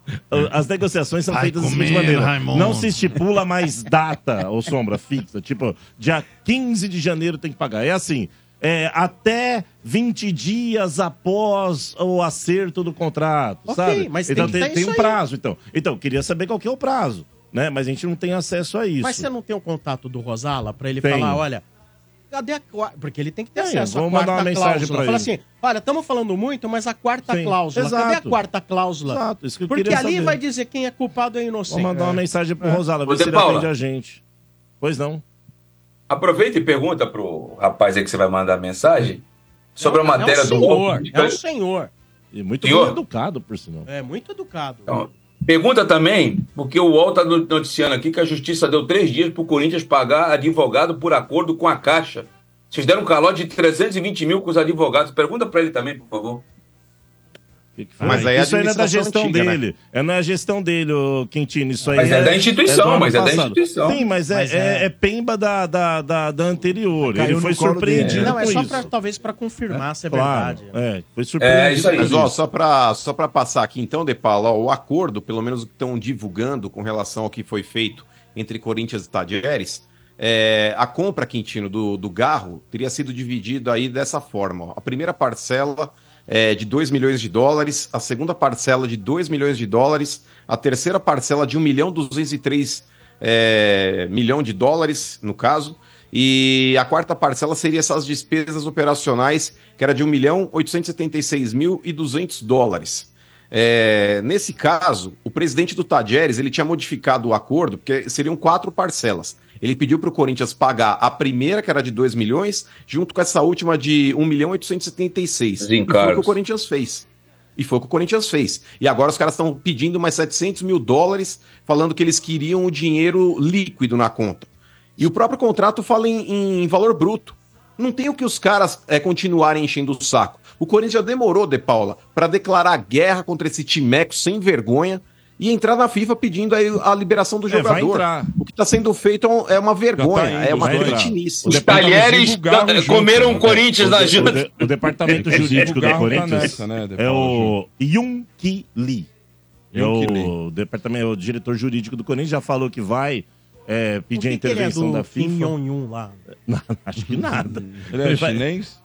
Speaker 3: as negociações são
Speaker 7: Vai
Speaker 3: feitas da seguinte
Speaker 7: comer,
Speaker 3: maneira.
Speaker 7: Raimundo.
Speaker 3: Não se estipula mais data ou sombra fixa. Tipo, dia 15 de janeiro tem que pagar. É assim, é, até 20 dias após o acerto do contrato,
Speaker 2: Ok,
Speaker 3: sabe?
Speaker 2: mas tem
Speaker 3: então
Speaker 2: que
Speaker 3: tem,
Speaker 2: ter
Speaker 3: tem
Speaker 2: isso
Speaker 3: um
Speaker 2: aí.
Speaker 3: prazo, então. Então, queria saber qual que é o prazo, né? Mas a gente não tem acesso a isso.
Speaker 2: Mas você não tem o contato do Rosala pra ele
Speaker 3: Tenho.
Speaker 2: falar, olha, cadê a quarta? Porque ele tem que ter
Speaker 3: Tenho,
Speaker 2: acesso à
Speaker 3: vou
Speaker 2: quarta
Speaker 3: mandar uma mensagem
Speaker 2: cláusula.
Speaker 3: pra
Speaker 2: Fala
Speaker 3: ele.
Speaker 2: assim, olha, estamos falando muito, mas a quarta
Speaker 3: Sim,
Speaker 2: cláusula, cadê a
Speaker 3: exato.
Speaker 2: quarta cláusula?
Speaker 3: Exato, isso que eu
Speaker 2: Porque
Speaker 3: queria
Speaker 2: ali
Speaker 3: saber.
Speaker 2: vai dizer quem é culpado e inocente.
Speaker 3: Vou mandar uma
Speaker 2: É.
Speaker 3: mensagem pro
Speaker 2: É.
Speaker 3: Rosala, ver
Speaker 8: Ô,
Speaker 3: se
Speaker 8: De
Speaker 3: ele
Speaker 8: Paula.
Speaker 3: atende a gente. Pois não.
Speaker 8: Aproveita e pergunta pro rapaz aí que você vai mandar a mensagem sobre a matéria
Speaker 2: é um
Speaker 8: do
Speaker 2: senhor,
Speaker 8: Wolf.
Speaker 2: É um senhor.
Speaker 3: E muito
Speaker 8: Senhor.
Speaker 3: bem educado, por sinal.
Speaker 2: É muito educado.
Speaker 8: Então, pergunta também, porque o UOL está noticiando aqui que a justiça deu três dias para o Corinthians pagar advogado por acordo com a Caixa. Vocês deram um calote de 320 mil com os advogados. Pergunta para ele também, por favor.
Speaker 3: Mas
Speaker 8: aí é
Speaker 3: isso aí não é da
Speaker 8: administração
Speaker 3: gestão
Speaker 8: antiga, né?
Speaker 3: dele. É na gestão dele, ô Quintino. Isso aí
Speaker 8: Mas é da instituição,
Speaker 3: do ano
Speaker 8: mas é da
Speaker 3: passado.
Speaker 8: instituição.
Speaker 3: Sim, mas é,
Speaker 8: Mas
Speaker 3: é-
Speaker 8: é-
Speaker 3: é pemba da, da, da, da anterior. ele foi surpreendido
Speaker 2: Não, é
Speaker 3: com
Speaker 2: só
Speaker 3: isso.
Speaker 2: pra, talvez pra confirmar se é
Speaker 3: Claro,
Speaker 2: verdade.
Speaker 3: é, foi surpreendido.
Speaker 4: É, isso aí. Mas,
Speaker 3: com
Speaker 4: ó,
Speaker 3: isso.
Speaker 4: só para só pra passar aqui então, De Paula, ó, o acordo, pelo menos o que estão divulgando com relação ao que foi feito entre Corinthians e Tadieres, é, a compra, Quintino, do, do Garro teria sido dividido aí dessa forma. ó. A primeira parcela é de 2 milhões de dólares, a segunda parcela de 2 milhões de dólares, a terceira parcela de 1 milhão 203 é, milhão de dólares, no caso, e a quarta parcela seria essas despesas operacionais, que era de 1 milhão 876 mil e 200 dólares. É, nesse caso, o presidente do Tajeres ele tinha modificado o acordo, porque seriam quatro parcelas. Ele pediu para o Corinthians pagar a primeira, que era de 2 milhões, junto com essa última de 1 milhão 876.
Speaker 8: Os
Speaker 4: E foi o que o
Speaker 8: encargos.
Speaker 4: Corinthians fez. E foi o que o Corinthians fez. E agora os caras estão pedindo mais 700 mil dólares, falando que eles queriam o dinheiro líquido na conta. E o próprio contrato fala em, em valor bruto. Não tem o que os caras é, continuarem enchendo o saco. O Corinthians já demorou, De Paula, para declarar guerra contra esse timeco sem vergonha e entrar na FIFA pedindo aí a liberação do
Speaker 3: É, vai
Speaker 4: jogador.
Speaker 3: entrar. tá
Speaker 4: o que está sendo feito é um- é uma vergonha,
Speaker 3: indo,
Speaker 4: é uma
Speaker 3: vai entrar.
Speaker 4: cretinice.
Speaker 3: O
Speaker 4: Os
Speaker 3: departamento
Speaker 4: talheres da-
Speaker 3: divulgava o jogo.
Speaker 4: tá-
Speaker 3: né?
Speaker 4: comeram
Speaker 3: O
Speaker 4: o Corinthians
Speaker 3: de-
Speaker 4: na
Speaker 3: o de-
Speaker 4: janta.
Speaker 3: o de- O departamento É jurídico do Corinthians é o Yung Ki Lee. É
Speaker 6: Yung Ki
Speaker 3: o departamento, é o diretor jurídico do Corinthians já falou que vai é, pedir a intervenção da
Speaker 2: Kim
Speaker 3: FIFA.
Speaker 2: Jong-un lá?
Speaker 3: Não, acho que nada.
Speaker 2: Ele é
Speaker 3: vai-
Speaker 6: chinês?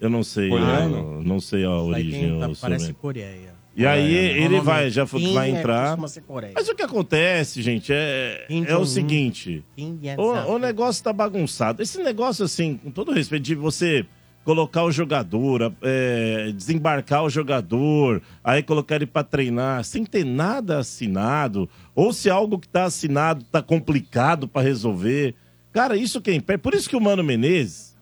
Speaker 3: Eu não sei.
Speaker 2: Coreano?
Speaker 3: eu não sei a origem.
Speaker 2: Tá-
Speaker 3: eu sou
Speaker 2: parece
Speaker 3: bem.
Speaker 2: Coreia.
Speaker 3: E aí
Speaker 2: Coreia,
Speaker 3: ele
Speaker 2: normalmente.
Speaker 3: vai, já falou que
Speaker 2: Kim
Speaker 3: vai
Speaker 2: é-
Speaker 3: entrar.
Speaker 2: costuma ser Coreia. Então, hum.
Speaker 3: Mas o que acontece, gente, é,
Speaker 2: Kim
Speaker 3: é o
Speaker 2: Jong-un.
Speaker 3: seguinte.
Speaker 2: Kim é
Speaker 3: O, o negócio tá bagunçado. Esse negócio, assim, com todo respeito, de você colocar o jogador, a- é, desembarcar o jogador, aí colocar ele pra treinar, sem ter nada assinado, ou se algo que tá assinado tá complicado pra resolver. Cara, isso quem perde. Por isso que o Mano Menezes,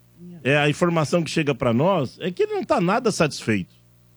Speaker 3: é, a informação que chega pra nós é que ele não tá nada satisfeito.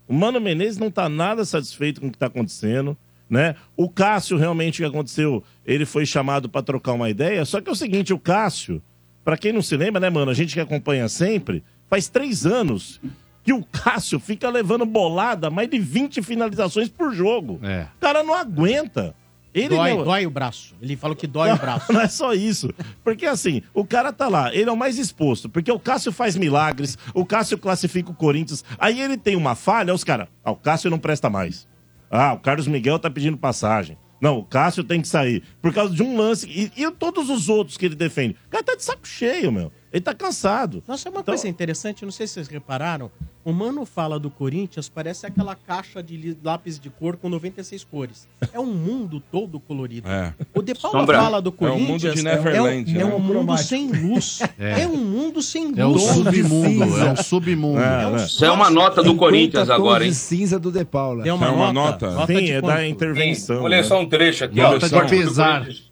Speaker 3: O Mano Menezes não tá nada satisfeito com o que tá acontecendo, né? O Cássio realmente o que aconteceu, ele foi chamado pra trocar uma ideia, só que é o seguinte, o Cássio, pra quem não se lembra, né, mano, a gente que acompanha sempre, faz três anos que o Cássio fica levando bolada mais de 20 finalizações por jogo. O cara não aguenta. Ele
Speaker 2: dói,
Speaker 3: não...
Speaker 2: dói o braço. Ele falou que dói o braço.
Speaker 3: Não é só isso. Porque assim, o cara tá lá, ele é o mais exposto, porque o Cássio faz milagres, o Cássio classifica o Corinthians, aí ele tem uma falha, os caras, ah, o Cássio não presta mais. Ah, o Carlos Miguel tá pedindo passagem. Não, o Cássio tem que sair. Por causa de um lance. E, e todos os outros que ele defende. O cara tá de saco cheio, meu. Ele tá cansado.
Speaker 2: Nossa, é uma coisa interessante, eu não sei se vocês repararam. O Mano fala do Corinthians, parece aquela caixa de li- lápis de cor com 96 cores. É um mundo todo colorido.
Speaker 6: É.
Speaker 2: O De Paula
Speaker 6: Sombra.
Speaker 2: fala do
Speaker 6: É um mundo de
Speaker 2: Corinthians.
Speaker 6: Neverland,
Speaker 2: é um,
Speaker 6: né?
Speaker 2: é um mundo sem luz. É.
Speaker 6: É.
Speaker 2: um mundo sem luz.
Speaker 7: É o submundo, é o
Speaker 2: cinza.
Speaker 5: um
Speaker 7: submundo.
Speaker 5: né?
Speaker 8: Isso é uma nota do Corinthians agora, hein?
Speaker 5: De cinza do De Paula.
Speaker 2: É uma É uma nota? nota? Nota Sim, de é da né? quanto?
Speaker 3: intervenção.
Speaker 8: Vou ler só um trecho aqui.
Speaker 7: Nota
Speaker 8: ó,
Speaker 7: de
Speaker 8: Esporte Clube
Speaker 7: pesar.
Speaker 8: Corinthians.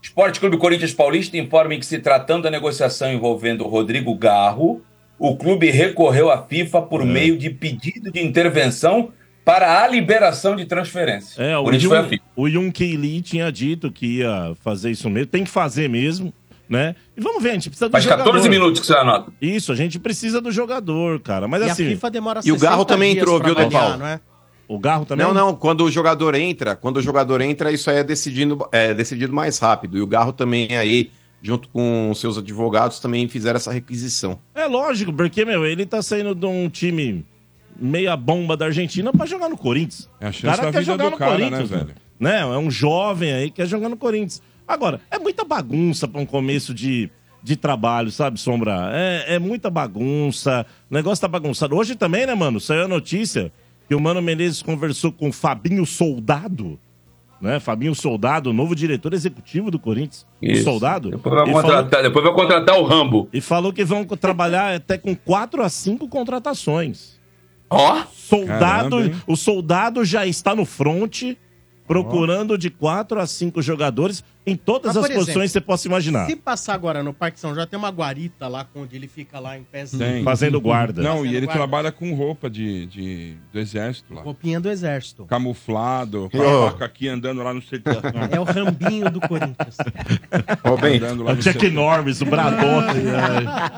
Speaker 8: Esporte Clube Corinthians Paulista informa que, se tratando da negociação envolvendo Rodrigo Garro, o clube recorreu à FIFA
Speaker 3: É.
Speaker 8: por meio de pedido de intervenção para a liberação de transferência.
Speaker 3: É, o
Speaker 8: por isso foi a
Speaker 3: Yun,
Speaker 8: FIFA.
Speaker 3: o Yun Ki Lee tinha dito que ia fazer isso mesmo. Tem que fazer mesmo, né? E vamos ver, a gente precisa do
Speaker 8: Faz 14
Speaker 3: jogador.
Speaker 8: minutos que você anota.
Speaker 3: Isso, a gente precisa do jogador, cara. Mas
Speaker 2: E a
Speaker 3: assim.
Speaker 2: FIFA demora
Speaker 4: E o Garro
Speaker 2: 60
Speaker 4: também
Speaker 2: dias
Speaker 4: entrou,
Speaker 2: pra
Speaker 4: viu, De
Speaker 2: avaliar,
Speaker 4: Paulo?
Speaker 2: não é?
Speaker 3: O Garro também? é um
Speaker 4: Não, não. Quando o jogador entra, quando o jogador entra, isso aí é decidido, é decidido mais rápido. E o Garro também aí, junto com os seus advogados, também fizeram essa requisição.
Speaker 3: É lógico, porque, meu, ele tá saindo de um time meia bomba da Argentina pra jogar no Corinthians. É
Speaker 6: a chance da vida do cara, né, velho?
Speaker 3: né? É um jovem aí que quer jogar no Corinthians. Agora, é muita bagunça pra um começo de, de trabalho, sabe, Sombra? É, é muita bagunça. O negócio tá bagunçado. Hoje também, né, mano? Saiu a notícia que o Mano Menezes conversou com o Fabinho Soldado. Né? Fabinho Soldado, o novo diretor executivo do Corinthians. O
Speaker 8: Isso.
Speaker 3: Um Soldado.
Speaker 8: Depois vai,
Speaker 3: Ele falou-
Speaker 8: contratar, depois vai contratar o Rambo.
Speaker 3: e falou que vão co- trabalhar até com 4 a 5 contratações.
Speaker 8: Ó!
Speaker 3: Soldado,
Speaker 6: Caramba, hein?
Speaker 3: o soldado já está no front procurando de 4 a 5 jogadores em todas as
Speaker 2: Mas, Ah, por exemplo,
Speaker 3: posições que você possa imaginar.
Speaker 2: Se passar agora no Parque São Jorge, tem uma guarita lá onde ele fica lá em pezinho.
Speaker 6: Tem.
Speaker 3: Fazendo guarda.
Speaker 6: Não,
Speaker 2: Fazendo
Speaker 6: e ele
Speaker 2: guarda.
Speaker 6: trabalha com roupa de, de- do exército lá.
Speaker 2: Roupinha do exército.
Speaker 6: Camuflado, com
Speaker 2: Oh.
Speaker 6: a faca aqui andando lá no sertão.
Speaker 2: É o rambinho do Corinthians.
Speaker 4: Ô, Bento.
Speaker 6: Andando
Speaker 3: É
Speaker 6: lá
Speaker 3: o
Speaker 6: no
Speaker 3: Jack
Speaker 6: sertão.
Speaker 3: Norris, o Braddock.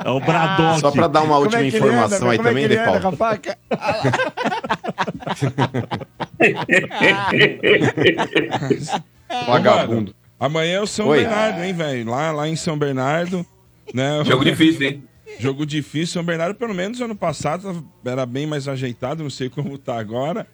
Speaker 3: é o Braddock.
Speaker 4: Só pra dar uma última informação aí também, De Paulo.
Speaker 6: Vagabundo. Amanhã é o São
Speaker 4: Oi.
Speaker 6: Bernardo, hein, velho? Lá, lá em São Bernardo. Né?
Speaker 8: Jogo difícil, hein?
Speaker 6: Jogo difícil. São Bernardo, pelo menos ano passado, era bem mais ajeitado, não sei como tá agora.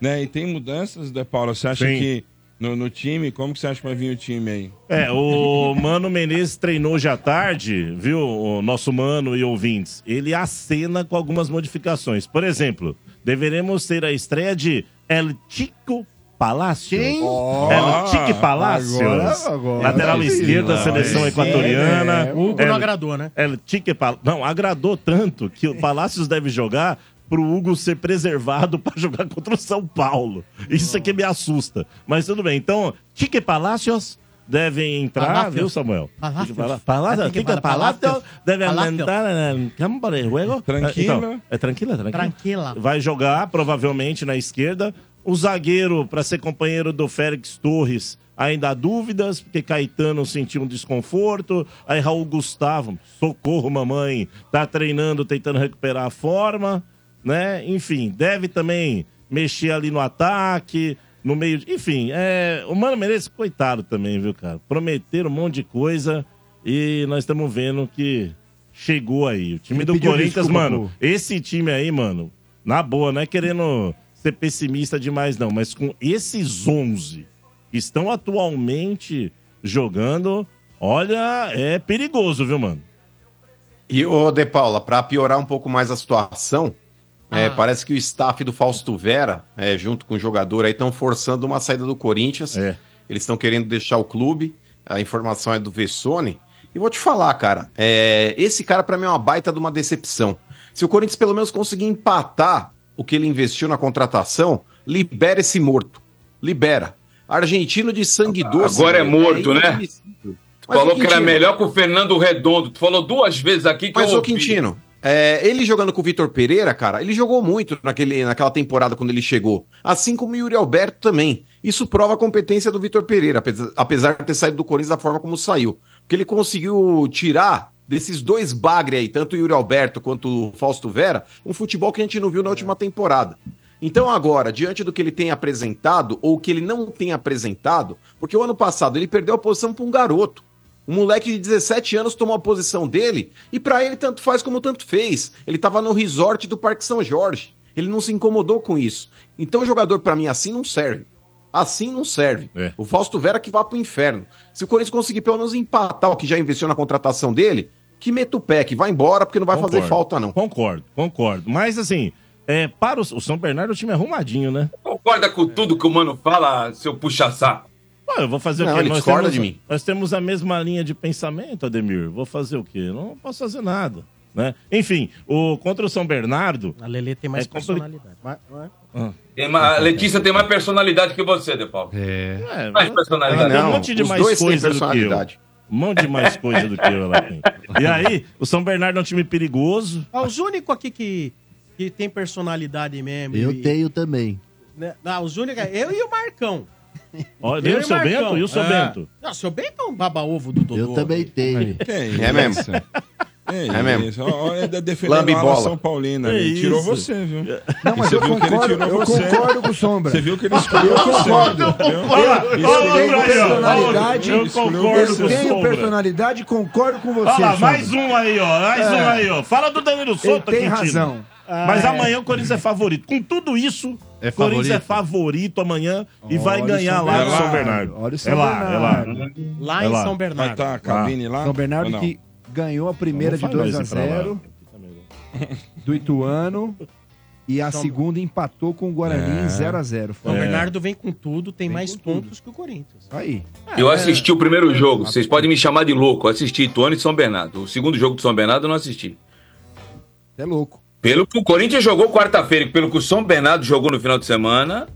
Speaker 6: Né? E tem mudanças, De Paula. Você acha
Speaker 3: Sim.
Speaker 6: que no, no time, como que você acha que vai vir o time aí?
Speaker 3: É, o Mano Menezes treinou hoje à tarde, viu, o nosso Mano e ouvintes. Ele acena com algumas modificações. Por exemplo, deveremos ter a estreia de El Chico Palácio.
Speaker 7: Quem?
Speaker 3: El Chique Palácio.
Speaker 7: Agora, agora.
Speaker 3: Lateral
Speaker 7: Aí
Speaker 3: esquerda,
Speaker 7: sim, É,
Speaker 3: seleção
Speaker 7: aí sim,
Speaker 3: equatoriana.
Speaker 7: né? O Hugo não
Speaker 2: agradou, né?
Speaker 3: El Chique Pal... Não, agradou tanto que o Palácios deve jogar pro Hugo ser preservado pra jogar contra o São Paulo. Isso aqui me assusta. Mas tudo bem. Então, Chique Palácios devem entrar,
Speaker 2: Palácios.
Speaker 3: viu, Samuel?
Speaker 2: Palácios.
Speaker 3: Chique Palá- Palácio,
Speaker 2: É Chique
Speaker 3: Chique
Speaker 2: Palácios.
Speaker 3: Palácio deve
Speaker 2: Palácio.
Speaker 3: aumentar eh, campo de jogo.
Speaker 6: Tranquila.
Speaker 3: Então, é tranquila, tranquila.
Speaker 2: Tranquila.
Speaker 3: Vai jogar, provavelmente, na esquerda. O zagueiro, para ser companheiro do Félix Torres, ainda há dúvidas, porque Caetano sentiu um desconforto. Aí Raul Gustavo, socorro, mamãe, tá treinando, tentando recuperar a forma, né? Enfim, deve também mexer ali no ataque. no meio. de- Enfim, é, o Mano Menezes, coitado também, viu, cara? Prometeram um monte de coisa e nós estamos vendo que chegou aí. O time
Speaker 5: Ele
Speaker 3: do
Speaker 5: pediu
Speaker 3: Corinthians,
Speaker 5: desculpa
Speaker 3: mano, esse time aí, mano, na boa, não é querendo ser pessimista demais, não, mas com esses 11 que estão atualmente jogando, olha, é perigoso, viu, mano?
Speaker 4: E, ô, De Paula, para piorar um pouco mais a situação, é, parece que o staff do Fausto Vera, é, junto com o jogador, aí estão forçando uma saída do Corinthians.
Speaker 8: É.
Speaker 4: Eles estão querendo deixar o clube. A informação é do Vessone. E vou te falar, cara, é, esse cara para mim é uma baita de uma decepção. Se o Corinthians pelo menos conseguir empatar o que ele investiu na contratação, libera esse morto. Libera. Argentino de sangue doce.
Speaker 8: Agora é
Speaker 4: velho,
Speaker 8: morto, né?
Speaker 4: inadmissível.
Speaker 8: Tu
Speaker 4: Mas,
Speaker 8: falou
Speaker 4: ô,
Speaker 8: que era
Speaker 4: Quintino,
Speaker 8: melhor que o Fernando Redondo. Tu falou duas vezes aqui que
Speaker 4: Mas
Speaker 8: eu
Speaker 4: o
Speaker 8: ouvi.
Speaker 4: Quintino, é, ele jogando com o Vitor Pereira, cara, ele jogou muito naquele, naquela temporada quando ele chegou. Assim como o Yuri Alberto também. Isso prova a competência do Vitor Pereira, apesar- apesar de ter saído do Corinthians da forma como saiu. Porque ele conseguiu tirar desses dois bagre aí, tanto o Yuri Alberto quanto o Fausto Vera, um futebol que a gente não
Speaker 8: É.
Speaker 4: viu na última temporada. Então, agora, diante do que ele tem apresentado ou que ele não tem apresentado, porque o ano passado ele perdeu a posição para um garoto. Um moleque de 17 anos tomou a posição dele e para ele tanto faz como tanto fez. Ele estava no resort do Parque São Jorge. Ele não se incomodou com isso. Então, jogador para mim assim não serve. Assim não serve. O Fausto Vera que vá pro inferno. Se o Corinthians conseguir pelo menos empatar o que já investiu na contratação dele, que meta o pé, que vai embora, porque não vai fazer falta. não.
Speaker 3: Concordo, concordo. Mas assim, é, para o, o São Bernardo, o time é arrumadinho, né?
Speaker 8: Concorda com tudo que o mano fala, seu puxa-saco?
Speaker 3: Ah, eu vou fazer o
Speaker 8: Não,
Speaker 3: quê?
Speaker 8: ele discorda
Speaker 3: temos,
Speaker 8: de mim.
Speaker 3: Nós temos a mesma linha de pensamento, Ademir. Vou fazer o quê? Não posso fazer nada. Né? Enfim, o, contra o São Bernardo.
Speaker 2: A Lelê tem mais
Speaker 3: É compli-
Speaker 2: personalidade. é? Mas,
Speaker 3: Ah.
Speaker 8: Tem ma- A Letícia tem mais personalidade que você, De Paulo.
Speaker 3: É.
Speaker 8: Mais
Speaker 3: Ela
Speaker 8: personalidade.
Speaker 3: tem um monte de mais coisa do que eu. Um monte de mais coisa do que eu ela tem. E aí, o São Bernardo é um time perigoso.
Speaker 2: Ah, os únicos aqui que, que tem personalidade mesmo.
Speaker 3: Eu
Speaker 2: e-
Speaker 3: tenho
Speaker 7: também.
Speaker 2: né? Não, os únicos. Eu e o Marcão.
Speaker 3: Ó, nem
Speaker 2: Eu
Speaker 3: o seu
Speaker 2: Marcão.
Speaker 3: Bento? E o seu
Speaker 2: É.
Speaker 3: Bento?
Speaker 2: Não, o seu Bento é um baba-ovo do né? Dodô.
Speaker 7: Ah. Eu também tenho.
Speaker 6: É
Speaker 4: mesmo.
Speaker 6: É,
Speaker 4: É mesmo.
Speaker 6: mesmo. Olha, defendendo a ala
Speaker 4: Lambibola.
Speaker 6: São Paulina.
Speaker 4: Que
Speaker 6: ele tirou
Speaker 4: isso?
Speaker 6: você, viu?
Speaker 5: Não, mas
Speaker 6: Você
Speaker 5: eu
Speaker 6: viu que ele
Speaker 5: concordo,
Speaker 6: tirou
Speaker 5: eu
Speaker 6: você.
Speaker 5: concordo com o Sombra.
Speaker 6: Você viu que ele
Speaker 5: Eu
Speaker 6: escolheu você,
Speaker 5: concordo.
Speaker 6: entendeu?
Speaker 5: Olha,
Speaker 6: Ele
Speaker 5: olha,
Speaker 6: escolheu
Speaker 5: olha,
Speaker 6: personalidade,
Speaker 5: olha, eu
Speaker 6: escolheu
Speaker 5: concordo
Speaker 6: você.
Speaker 5: Eu tenho personalidade, concordo com você.
Speaker 3: Olha lá,
Speaker 5: Sombra.
Speaker 3: mais um aí, ó. Mais
Speaker 5: É.
Speaker 3: um aí, ó. Fala do Danilo Souto,
Speaker 5: Ele tem
Speaker 3: Quintino.
Speaker 5: razão.
Speaker 3: Mas
Speaker 5: Ah, é.
Speaker 3: amanhã o Corinthians é favorito. Com tudo isso,
Speaker 7: É
Speaker 3: o Corinthians é
Speaker 7: favorito?
Speaker 3: favorito amanhã e vai
Speaker 7: Olha o
Speaker 3: ganhar
Speaker 7: São
Speaker 3: lá no
Speaker 7: Bernardo.
Speaker 3: São Bernardo.
Speaker 7: Olha o
Speaker 3: é
Speaker 7: São
Speaker 3: lá,
Speaker 7: Bernardo.
Speaker 3: é lá.
Speaker 2: Lá
Speaker 3: É
Speaker 2: em São Bernardo.
Speaker 6: Vai tá a cabine lá?
Speaker 5: São
Speaker 6: Ou
Speaker 5: Bernardo
Speaker 6: não?
Speaker 5: que ganhou a primeira de
Speaker 6: Então não
Speaker 5: 2
Speaker 6: faz
Speaker 5: a
Speaker 6: isso pra lá.
Speaker 5: 0 do Ituano e a
Speaker 2: São-
Speaker 5: segunda empatou com o Guarani em
Speaker 8: É.
Speaker 5: 0 a 0.
Speaker 2: São
Speaker 5: Foi.
Speaker 2: Bernardo vem com tudo, tem mais pontos que o Corinthians.
Speaker 5: Tá Aí.
Speaker 8: Eu assisti o primeiro jogo. Vocês podem me chamar de louco. Eu assisti Tony e São Bernardo. O segundo jogo do São Bernardo eu não assisti.
Speaker 5: É louco.
Speaker 8: Pelo que o Corinthians jogou quarta-feira e pelo que o São Bernardo jogou no final de semana,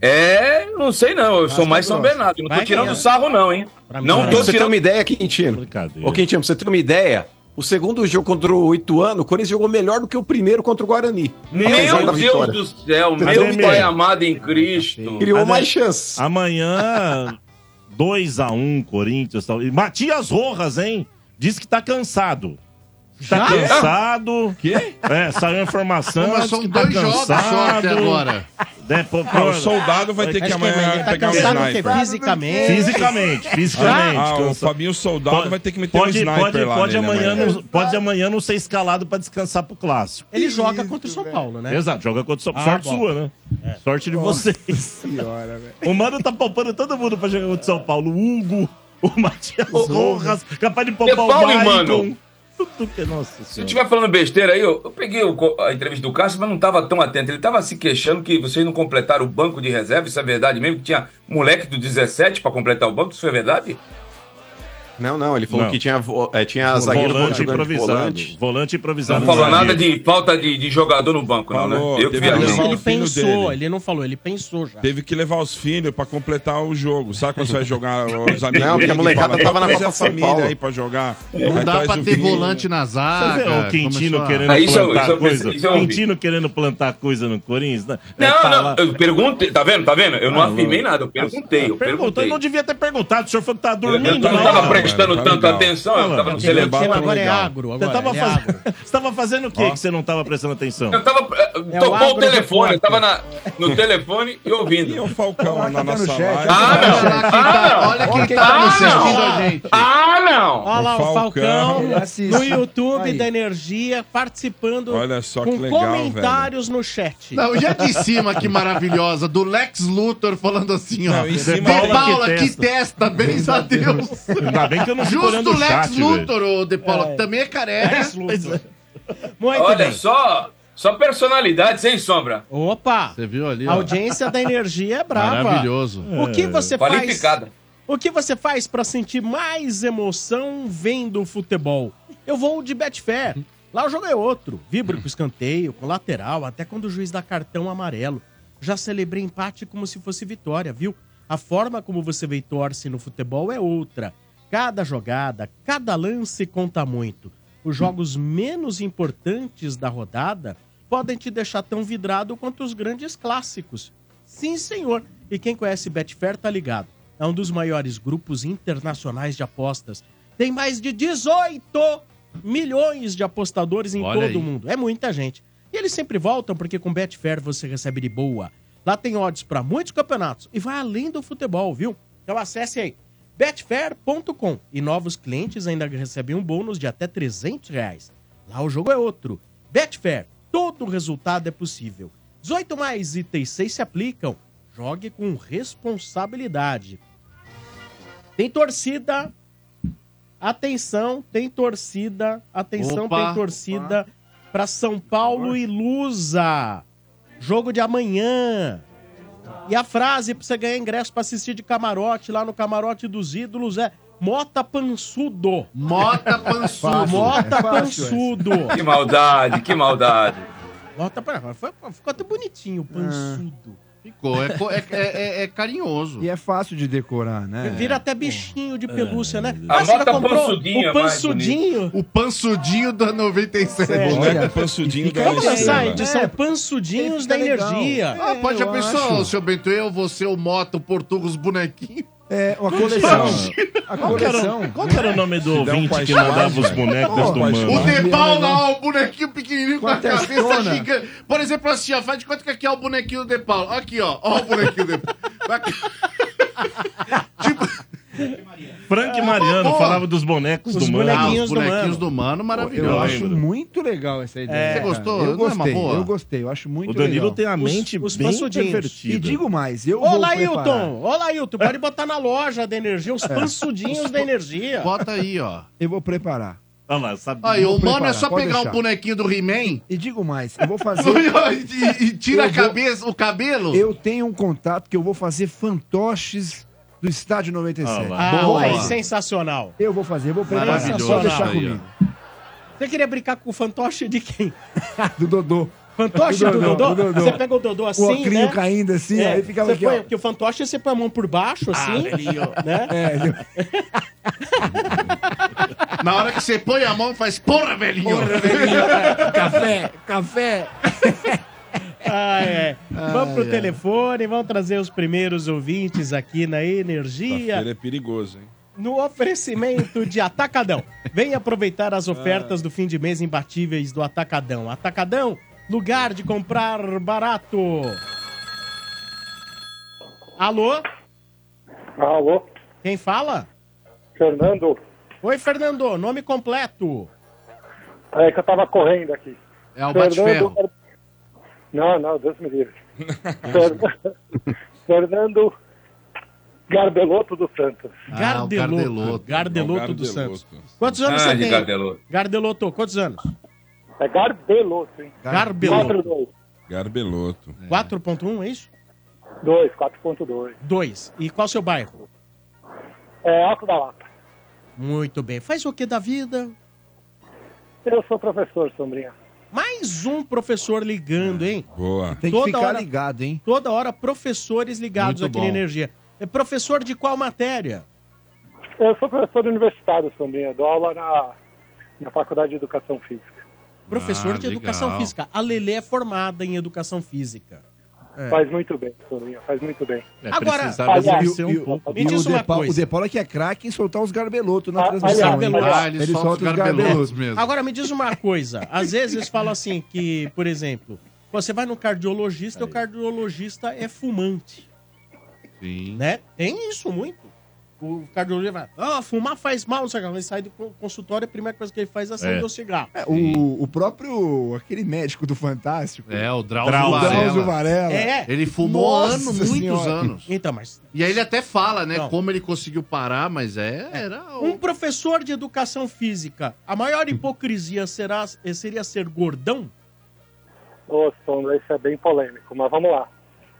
Speaker 8: é. Não sei não. Eu sou
Speaker 5: é
Speaker 8: mais São Bernardo. Não tô
Speaker 4: Vai
Speaker 8: tirando
Speaker 4: ganhar.
Speaker 8: sarro, não, hein? Não
Speaker 4: pra é.
Speaker 8: tô
Speaker 4: você ter
Speaker 8: tirando.
Speaker 4: uma ideia, Quintino. Ô, Quintino, pra você ter uma ideia, o segundo jogo contra o Ituano, o Corinthians jogou melhor do que o primeiro contra o Guarani. apesar da
Speaker 8: Meu Deus
Speaker 4: vitória.
Speaker 8: do céu, meu
Speaker 4: um
Speaker 3: Ademir.
Speaker 8: pai amado em Cristo. é
Speaker 3: Adem- é Amanhã, 2x1, Corinthians. tal. E Matias Rojas, hein? Diz que tá cansado. Tá
Speaker 7: Já?
Speaker 3: cansado. Quê? É, saiu a informação.
Speaker 7: Não, mas
Speaker 3: diz
Speaker 7: são
Speaker 3: que tá
Speaker 7: dois jogos só
Speaker 3: cansado.
Speaker 7: até agora.
Speaker 3: É, pô,
Speaker 6: Ah, o soldado vai ter que
Speaker 3: Acho
Speaker 6: amanhã
Speaker 3: amanhã tá
Speaker 6: pegar um
Speaker 3: cansado
Speaker 6: sniper.
Speaker 3: porque fisicamente. Fisicamente, fisicamente.
Speaker 6: Ah, o
Speaker 3: cansa-
Speaker 6: Fabinho Soldado vai ter que meter
Speaker 3: pode,
Speaker 6: um sniper
Speaker 3: pode,
Speaker 6: lá
Speaker 3: pode
Speaker 6: nele
Speaker 3: amanhã, não, pode amanhã não ser escalado pra descansar pro clássico.
Speaker 2: Ele joga contra o São Paulo, né?
Speaker 3: Exato, joga contra o São
Speaker 2: Ah,
Speaker 3: Paulo. Sorte
Speaker 2: bom.
Speaker 3: sua, né? Sorte de vocês.
Speaker 5: Senhora, velho.
Speaker 3: O Mano tá poupando todo mundo pra jogar contra o São Paulo. O Hugo, o Matias Rojas, capaz de poupar
Speaker 8: De
Speaker 3: o
Speaker 8: Paulo,
Speaker 3: Maicon.
Speaker 8: mano.
Speaker 3: Tudo que, nossa
Speaker 8: Se eu
Speaker 3: senhora.
Speaker 8: estiver falando besteira aí, eu, eu peguei o co- a entrevista do Cássio, mas não estava tão atento. Ele estava se queixando que vocês não completaram o banco de reserva, isso é verdade mesmo? Que tinha moleque do 17 para completar o banco, isso é verdade?
Speaker 4: Não, não, ele falou
Speaker 8: Não.
Speaker 4: que tinha, vo- é, tinha zagueiro jogando
Speaker 3: volante
Speaker 4: de
Speaker 3: improvisado.
Speaker 4: volante.
Speaker 3: Volante, improvisado.
Speaker 8: Não falou
Speaker 3: zagueiro.
Speaker 8: nada de falta de, de jogador no banco, não,
Speaker 6: Falou,
Speaker 8: né? Eu que
Speaker 6: teve
Speaker 8: viajei.
Speaker 6: razão.
Speaker 2: Ele
Speaker 6: o filho
Speaker 2: pensou,
Speaker 6: dele.
Speaker 2: ele não falou, ele pensou já.
Speaker 6: Teve que levar os filhos pra completar o jogo. Sabe quando você vai jogar os amigos?
Speaker 2: Não, porque a
Speaker 6: dele,
Speaker 2: molecada
Speaker 6: fala,
Speaker 2: tava na
Speaker 6: "Traz
Speaker 2: Copa
Speaker 6: a
Speaker 2: São
Speaker 6: família
Speaker 2: Paulo."
Speaker 6: aí pra jogar.
Speaker 7: Não
Speaker 6: Aí
Speaker 7: dá
Speaker 6: traz
Speaker 7: pra
Speaker 6: o
Speaker 7: ter
Speaker 6: filho.
Speaker 7: volante na zaga.
Speaker 3: Você vê o Quintino
Speaker 7: começou a-
Speaker 3: querendo
Speaker 8: Ah, isso eu-
Speaker 3: plantar
Speaker 8: isso eu pensei-
Speaker 3: coisa.
Speaker 8: isso eu ouvi.
Speaker 3: Quintino querendo plantar coisa no Corinthians. né? É,
Speaker 8: Não,
Speaker 3: tá
Speaker 8: não,
Speaker 3: lá.
Speaker 8: eu perguntei, tá vendo? Tá vendo? Eu não
Speaker 3: Ah,
Speaker 8: afirmei
Speaker 3: não.
Speaker 8: nada, eu perguntei. Eu
Speaker 3: Perguntou,
Speaker 8: perguntei.
Speaker 3: não devia ter perguntado. O senhor falou que tá
Speaker 8: Eu
Speaker 3: dormindo.
Speaker 8: não tava
Speaker 3: né?
Speaker 8: prestando
Speaker 6: tá
Speaker 8: tanta
Speaker 6: legal.
Speaker 8: atenção, eu tava no celebrato.
Speaker 2: é
Speaker 3: você,
Speaker 8: é
Speaker 3: tava faz- você tava fazendo o quê que você não tava prestando atenção?
Speaker 8: Eu tava. eh,
Speaker 3: É o
Speaker 8: tocou o
Speaker 3: agro
Speaker 8: telefone,
Speaker 3: repórter.
Speaker 8: eu tava na, no telefone e ouvindo. E o
Speaker 6: Falcão na nossa live.
Speaker 8: Ah,
Speaker 6: tá Olha quem tá- olha
Speaker 8: não! Ah, não!
Speaker 6: quem tá
Speaker 8: Ah,
Speaker 6: assistindo
Speaker 8: não.
Speaker 6: a gente.
Speaker 8: Ah, não!
Speaker 2: Olha lá o Falcão,
Speaker 6: Assiste.
Speaker 2: no YouTube
Speaker 6: Aí.
Speaker 2: da Energia, participando
Speaker 6: Olha só que
Speaker 2: com
Speaker 6: legal,
Speaker 2: comentários no chat.
Speaker 7: Não, e a de cima, que maravilhosa, do Lex Luthor falando assim, ó.
Speaker 2: Não, em cima- é
Speaker 7: De Paula,
Speaker 2: Que
Speaker 7: que
Speaker 2: testa.
Speaker 7: testa, bens a Deus.
Speaker 2: Ainda bem que eu não fico
Speaker 7: Justo
Speaker 2: olhando o
Speaker 7: Lex
Speaker 2: chat,
Speaker 7: Luthor, ô, De Paula,
Speaker 2: É.
Speaker 7: que também é careca.
Speaker 2: Lex Luthor.
Speaker 8: Olha só, só personalidades, hein, Sombra?
Speaker 2: Opa!
Speaker 7: Você viu ali?
Speaker 2: A audiência da energia é brava.
Speaker 7: Maravilhoso. É.
Speaker 2: O que você faz?
Speaker 8: Qualificada.
Speaker 2: O que você faz para sentir mais emoção vendo o futebol? Eu vou de Betfair. Lá o jogo é outro. Vibro com escanteio, com lateral, até quando o juiz dá cartão amarelo. Já celebrei empate como se fosse vitória, viu? A forma como você vê e torce no futebol é outra. Cada jogada, cada lance conta muito. Os jogos menos importantes da rodada podem te deixar tão vidrado quanto os grandes clássicos. Sim, senhor. E quem conhece Betfair tá ligado. É um dos maiores grupos internacionais de apostas. Tem mais de 18 milhões de apostadores em
Speaker 7: Olha
Speaker 2: todo
Speaker 7: aí.
Speaker 2: o mundo. É muita gente. E eles sempre voltam porque com Betfair você recebe de boa. Lá tem odds para muitos campeonatos e vai além do futebol, viu? Então acesse aí betfair.com e novos clientes ainda recebem um bônus de até 300 reais. Lá o jogo é outro. Betfair, todo resultado é possível. 18 mais itens 6 se aplicam. Jogue com responsabilidade. Tem torcida. Atenção, tem torcida. Atenção,
Speaker 7: Opa.
Speaker 2: tem torcida para São Paulo e Lusa. Jogo de amanhã. E a frase pra você ganhar ingresso pra assistir de camarote lá no Camarote dos Ídolos é Mota Pansudo.
Speaker 7: Mota Pansudo.
Speaker 6: é
Speaker 2: Mota
Speaker 8: É Fácil,
Speaker 2: Pansudo.
Speaker 8: Que maldade, que maldade.
Speaker 2: Mota Pansudo. Ficou até bonitinho, Pansudo.
Speaker 7: Ficou, é co- é- é- é carinhoso.
Speaker 5: E é fácil de decorar, né?
Speaker 2: Vira até bichinho de pelúcia, né?
Speaker 5: A
Speaker 2: você já
Speaker 5: Mota
Speaker 2: comprou
Speaker 5: Pansudinho
Speaker 2: O
Speaker 5: é mais
Speaker 2: Pansudinho.
Speaker 7: O Pansudinho da 97.
Speaker 2: É.
Speaker 6: Boneca Pansudinho
Speaker 7: E fica-
Speaker 6: da
Speaker 2: Vamos
Speaker 3: né?
Speaker 2: lançar a
Speaker 6: Estrela.
Speaker 7: É.
Speaker 2: edição Pansudinhos da Energia.
Speaker 5: É,
Speaker 7: Ah, pode já pensou, seu Bento, eu, você, o Mota, o Portuga, os bonequinhos.
Speaker 5: É, uma
Speaker 7: coleção.
Speaker 5: A
Speaker 3: Qual que, era, qual que era o nome do ouvinte que mandava os bonecos do mano?
Speaker 7: O De Paula, ó, o bonequinho pequenininho com a
Speaker 3: Com a
Speaker 7: cabeça
Speaker 3: testona.
Speaker 7: gigante. Por exemplo, assim, ó, faz de conta que aqui é o bonequinho do De Paula. Aqui, ó, ó o bonequinho do De Paula.
Speaker 3: Frank Mariano
Speaker 7: Pô.
Speaker 3: falava dos bonecos
Speaker 7: Os
Speaker 3: É, do mano.
Speaker 7: bonequinhos Ah, os do bonequinhos mano. do mano,
Speaker 5: Eu
Speaker 7: maravilhoso.
Speaker 5: acho muito legal essa ideia.
Speaker 7: É,
Speaker 5: cara.
Speaker 7: Você gostou?
Speaker 5: Eu
Speaker 7: Não é uma
Speaker 5: gostei,
Speaker 7: boa?
Speaker 5: eu gostei. Eu acho muito
Speaker 3: O
Speaker 5: legal.
Speaker 3: Danilo tem a mente bem
Speaker 5: pansudinhos.
Speaker 3: divertida.
Speaker 5: E digo mais, eu
Speaker 2: Ô,
Speaker 5: vou
Speaker 2: Lailton,
Speaker 5: preparar.
Speaker 2: ô, Lailton, pode botar na loja da energia os
Speaker 5: É.
Speaker 2: pansudinhos da energia. Ah,
Speaker 7: Bota aí, ó.
Speaker 5: Eu vou preparar.
Speaker 3: Olha lá, sabe?
Speaker 7: Aí,
Speaker 5: Vou
Speaker 7: o mano é
Speaker 5: preparar,
Speaker 7: só
Speaker 5: pode
Speaker 7: pegar
Speaker 5: deixar.
Speaker 7: um bonequinho do He-Man.
Speaker 5: E digo mais, eu vou fazer...
Speaker 7: e, e tira
Speaker 5: Eu
Speaker 7: a
Speaker 5: vou-
Speaker 7: cabeça, o cabelo.
Speaker 5: Eu tenho um contato que eu vou fazer fantoches do Estádio 97.
Speaker 2: Ah,
Speaker 5: Boa.
Speaker 2: aí, sensacional.
Speaker 5: Eu vou fazer, eu vou preparar.
Speaker 2: Maravilhoso.
Speaker 5: Só deixar
Speaker 2: Aí,
Speaker 5: comigo.
Speaker 2: Você queria brincar com o fantoche de quem?
Speaker 5: Do Dodô.
Speaker 2: Fantoche do Dodô? Você pega o Dodô assim,
Speaker 5: O ocrinho
Speaker 2: né?
Speaker 5: caindo assim,
Speaker 2: É,
Speaker 5: aí ficava
Speaker 2: você
Speaker 5: aqui,
Speaker 2: põe,
Speaker 5: ó. Ah,
Speaker 2: Porque o fantoche você põe a mão por baixo, assim, né?
Speaker 5: É,
Speaker 7: Na hora que você põe a mão, faz porra, velhinho.
Speaker 2: é.
Speaker 5: café, café.
Speaker 2: Ah, é. Vamos
Speaker 6: Ai,
Speaker 2: pro
Speaker 6: ai.
Speaker 2: telefone, vamos trazer os primeiros ouvintes aqui na Energia.
Speaker 6: Ele é perigoso, hein?
Speaker 2: no oferecimento de Atacadão. Venha aproveitar as ofertas do fim de mês imbatíveis do Atacadão. Atacadão, lugar de comprar barato. Alô?
Speaker 12: Alô?
Speaker 2: Quem fala?
Speaker 12: Fernando.
Speaker 2: Oi, Fernando, nome completo.
Speaker 12: É que eu tava correndo aqui.
Speaker 2: É
Speaker 12: Fer- Não, não, Deus me livre. Fer- Fernando Garbeloto dos Santos.
Speaker 2: Ah, Gardeloto. Gardeloto dos Santos. Quantos anos
Speaker 8: Grande
Speaker 2: você tem?
Speaker 8: Gardeloto.
Speaker 2: Gardeloto, quantos anos?
Speaker 12: É Garbeloto, hein?
Speaker 2: Garbeloto.
Speaker 12: 4-2.
Speaker 6: Garbeloto.
Speaker 2: 4.1, é isso?
Speaker 12: 2, 4.2.
Speaker 2: 2. E qual seu bairro?
Speaker 12: É Alto da Lapa.
Speaker 2: Muito bem. Faz o que da vida?
Speaker 12: Eu sou professor, Sombrinha.
Speaker 2: Mais um professor ligando, hein?
Speaker 6: Boa.
Speaker 5: Tem que ficar ligado, hein?
Speaker 2: Toda hora professores ligados
Speaker 5: Muito
Speaker 2: aqui
Speaker 5: bom.
Speaker 2: na Energia. É professor de qual matéria?
Speaker 12: Eu sou professor universitário, Sombrinha. Dou aula na, na Faculdade de Educação Física.
Speaker 2: Professor de
Speaker 5: Ah,
Speaker 12: legal.
Speaker 2: educação física. A Lelê é formada em educação física.
Speaker 5: É.
Speaker 12: Faz muito bem, Torinho, faz muito bem.
Speaker 5: e
Speaker 2: um
Speaker 5: o- e o- e o De Paula- O De Paula que é craque em soltar os garbelotos na transmissão.
Speaker 2: Ah,
Speaker 5: Ah,
Speaker 2: Aliás,
Speaker 5: ele, solta os garbelotos mesmo.
Speaker 2: é Agora me diz uma coisa. Às vezes falam assim que, por exemplo, você vai no cardiologista e o cardiologista é fumante.
Speaker 7: Sim.
Speaker 2: Né? Tem isso muito. O cardiologista fala, ah, fumar faz mal, não sei o que. Ele sai do co- consultório, a primeira coisa que ele faz é acender
Speaker 5: É.
Speaker 2: o cigarro.
Speaker 5: É, o, o próprio, aquele médico do Fantástico.
Speaker 7: É, o Drauzio,
Speaker 5: Drauzio
Speaker 7: Varela.
Speaker 5: Varela.
Speaker 7: É. Ele fumou
Speaker 5: Nossa
Speaker 7: ano, muitos
Speaker 5: Senhora.
Speaker 7: anos.
Speaker 2: Então, mas...
Speaker 7: E aí ele até fala, né, como ele conseguiu parar, mas é... Era
Speaker 2: Um professor de educação física, a maior hipocrisia será, seria ser gordão?
Speaker 12: Ô, Sombra, isso é bem polêmico, mas vamos lá.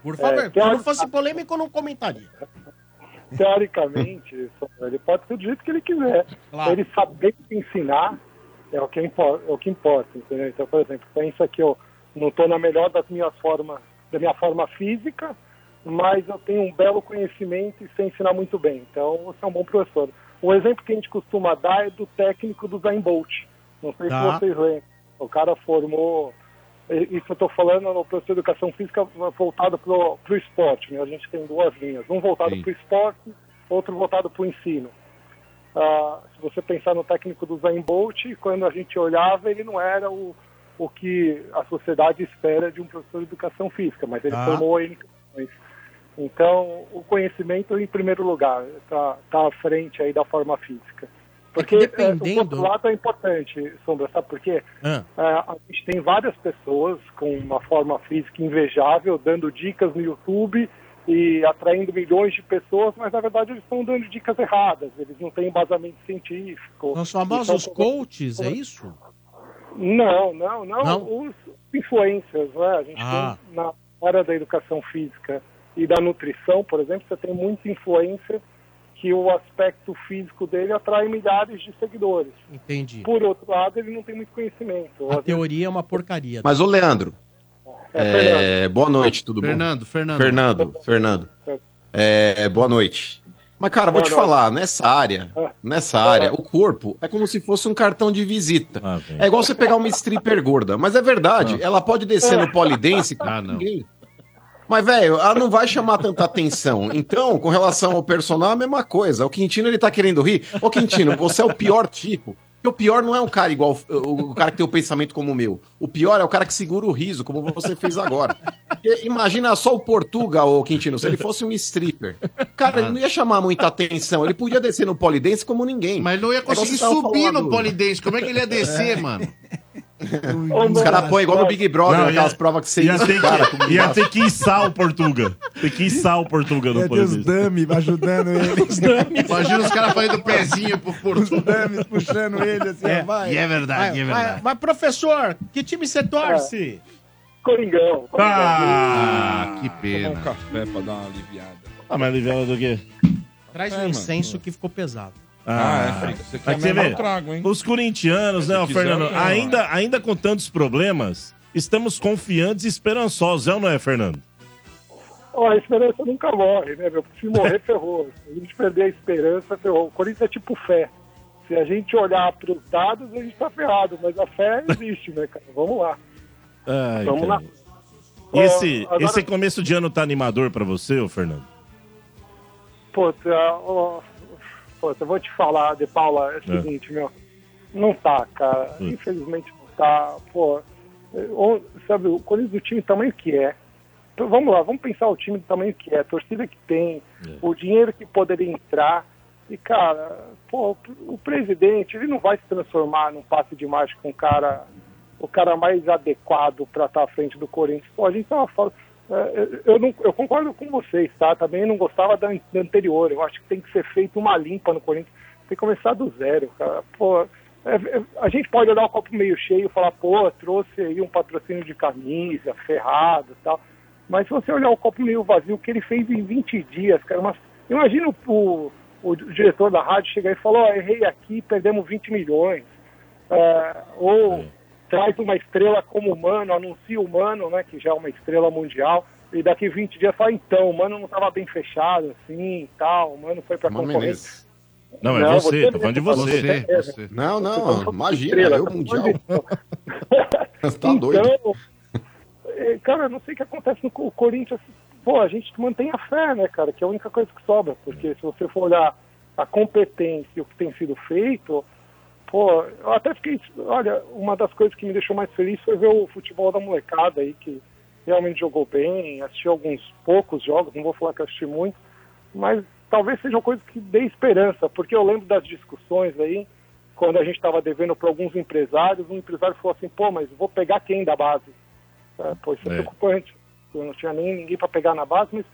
Speaker 2: Por
Speaker 12: É,
Speaker 2: favor, se
Speaker 12: teori-
Speaker 2: não fosse polêmico, eu não comentaria.
Speaker 12: Teoricamente, Sombra, ele pode ser do jeito que ele quiser.
Speaker 2: Claro.
Speaker 12: Ele saber te ensinar é o que, impo- é o que importa, entendeu? Então, por exemplo, pensa que eu não estou na melhor das minhas formas, da minha forma física, mas eu tenho um belo conhecimento e sei ensinar muito bem. Então, você é um bom professor. O exemplo que a gente costuma dar é do técnico do Zayn Bolt. Não sei
Speaker 13: Tá.
Speaker 12: se vocês lembram. O cara formou... e- Isso eu estou falando no professor de Educação Física voltado para o esporte. Né? A gente tem duas linhas. Um voltado
Speaker 13: Sim.
Speaker 12: para o esporte, outro voltado para o ensino. Ah, se você pensar no técnico do Zayn Bolt, quando a gente olhava, ele não era o, o que a sociedade espera de um professor de educação física, mas ele
Speaker 13: Tá.
Speaker 12: formou ele. Então, o conhecimento em primeiro lugar está tá à frente aí da forma física. Porque
Speaker 13: que
Speaker 12: eh,
Speaker 13: dependendo-
Speaker 12: o postulado é importante, Sombra, sabe por quê?
Speaker 2: Ah.
Speaker 12: É, a gente tem várias pessoas com uma forma física invejável, dando dicas no YouTube e atraindo milhões de pessoas, mas na verdade eles estão dando dicas erradas, eles não têm embasamento científico.
Speaker 2: Os
Speaker 12: Então,
Speaker 2: famosos coaches, é isso?
Speaker 12: Não, não, não,
Speaker 2: Não?
Speaker 12: Os influencers, né? A gente
Speaker 2: Ah.
Speaker 12: tem na área da educação física e da nutrição, por exemplo, você tem muitos influencers que o aspecto físico dele atrai milhares de seguidores.
Speaker 2: Entendi.
Speaker 12: Por outro lado, ele não tem muito conhecimento.
Speaker 2: A teoria é uma porcaria.
Speaker 4: Mas, ô Leandro, é, boa noite, tudo
Speaker 7: Fernando,
Speaker 4: bom?
Speaker 7: Fernando.
Speaker 4: Fernando, Fernando.
Speaker 3: Tá
Speaker 4: É, boa noite. Mas, cara, vou
Speaker 12: Boa
Speaker 4: te
Speaker 12: noite.
Speaker 4: falar, nessa área,
Speaker 8: É.
Speaker 4: nessa área, o corpo é como se fosse um cartão de visita.
Speaker 3: Ah,
Speaker 4: é igual você pegar uma stripper gorda, mas é verdade, ela pode descer
Speaker 8: É.
Speaker 4: no polidense com
Speaker 7: Ah,
Speaker 4: ninguém. Mas, velho, ela não vai chamar tanta atenção. Então, com relação ao personal, é a mesma coisa. O Quintino, ele tá querendo rir. Ô, Quintino, você é o pior tipo. Porque o pior não é um cara igual o, o cara que tem o pensamento como o meu. O pior é o cara que segura o riso, como você fez agora. Porque imagina só o Portuga, ô Quintino, se ele fosse um stripper. Cara, ele não ia chamar muita atenção. Ele podia descer no polidense como ninguém. Mas
Speaker 7: não ia conseguir subir no polidense. Como é que ele ia descer, mano?
Speaker 4: Os caras põem igual no Big Brother,
Speaker 3: Não, ia-
Speaker 4: aquelas provas que você
Speaker 3: ia ter
Speaker 4: cara,
Speaker 3: que,
Speaker 4: como
Speaker 3: ia
Speaker 4: dá.
Speaker 3: ter que içar o Portuga. Tem que içar o Portuga no
Speaker 5: Ia ter os
Speaker 3: Polidense.
Speaker 5: dummy ajudando ele. os
Speaker 2: dummies.
Speaker 7: Imagina os caras fazendo pezinho por Portugal.
Speaker 5: puxando ele assim,
Speaker 2: É.
Speaker 5: ó, vai.
Speaker 2: Vai, vai. Mas, professor, que time você torce?
Speaker 12: Coringão.
Speaker 3: Ah, que
Speaker 6: Tomar um
Speaker 3: pena.
Speaker 6: café pra dar uma aliviada.
Speaker 3: Ah, mas aliviada do quê?
Speaker 2: Traz
Speaker 6: É,
Speaker 2: um
Speaker 6: mano.
Speaker 2: incenso que ficou pesado.
Speaker 6: Ah, é, Fê, você quer
Speaker 3: Aqui,
Speaker 6: mesmo,
Speaker 3: vê,
Speaker 6: eu trago, hein?
Speaker 3: Os corintianos, né,
Speaker 6: Se
Speaker 3: ó,
Speaker 6: quiser,
Speaker 3: Fernando?
Speaker 6: eu trago.
Speaker 3: ainda, ainda com tantos problemas, estamos confiantes e esperançosos, é ou não é, Fernando?
Speaker 12: Ó, a esperança nunca morre, né, meu? Se morrer, ferrou. Se a gente perder a esperança, ferrou. O Corinthians é tipo fé. Se a gente olhar para os dados, a gente tá ferrado. Mas a fé existe, né, cara? Vamos lá.
Speaker 3: Ai,
Speaker 12: Vamos
Speaker 3: cara.
Speaker 12: lá.
Speaker 3: E Esse,
Speaker 12: Ó, agora-
Speaker 3: esse começo de ano tá animador pra você, ô Fernando?
Speaker 12: Putz, ah, ó, putz, eu vou te falar, De Paula, é o
Speaker 3: É.
Speaker 12: seguinte, meu. Não tá, cara.
Speaker 3: Hum.
Speaker 12: Infelizmente não tá. Pô, eh, on- sabe, o Corinthians do time do tamanho que é. Então, vamos lá, vamos pensar o time do tamanho que é, a torcida que tem, o dinheiro que poderia entrar. E, cara, pô, o presidente, ele não vai se transformar num passe de mágica com um cara o cara mais adequado para estar à frente do Corinthians. Pô, a gente tava falando. eh, eu- Eu, não, eu concordo com vocês, tá? Também não gostava da, an- da anterior. Eu acho que tem que ser feita uma limpa no Corinthians. Tem que começar do zero, cara. Pô, é- é- a gente pode olhar o copo meio cheio e falar, pô, trouxe aí um patrocínio de camisa, ferrado e tal. Mas se você olhar o copo meio vazio, o que ele fez em 20 dias, cara, uma- imagina o, o, o diretor da rádio chegar e falar, ó, errei aqui, perdemos 20 milhões. É, ou traz uma estrela como humano, anuncia o humano, né, que já é uma estrela mundial, e daqui 20 dias fala, então, o mano não estava bem fechado, assim, e tal, o mano foi pra
Speaker 4: Mano
Speaker 12: concorrência.
Speaker 4: Menezes.
Speaker 3: Não, é você, tô falando de você. Você.
Speaker 4: Não,
Speaker 12: Você tá
Speaker 4: não,
Speaker 12: falando
Speaker 4: imagina,
Speaker 12: estrela,
Speaker 4: eu
Speaker 12: tá falando
Speaker 2: Então,
Speaker 4: mundial.
Speaker 12: de-
Speaker 4: tá doido.
Speaker 12: Então, é, cara, eu não sei o que acontece no Co- o Corinthians. Pô, a gente mantém a fé, né, cara? Que é a única coisa que sobra. Porque se você for olhar a competência e o que tem sido feito, pô, eu até fiquei. Olha, uma das coisas que me deixou mais feliz foi ver o futebol da molecada aí, que realmente jogou bem. Assisti alguns poucos jogos, não vou falar que assisti muito, mas talvez sejam coisas que dê esperança, porque eu lembro das discussões aí quando a gente estava devendo para alguns empresários, um empresário falou assim, pô, mas vou pegar quem da base? É, pô, isso é,
Speaker 13: É.
Speaker 12: preocupante. Eu não tinha nem ninguém para pegar na base, mas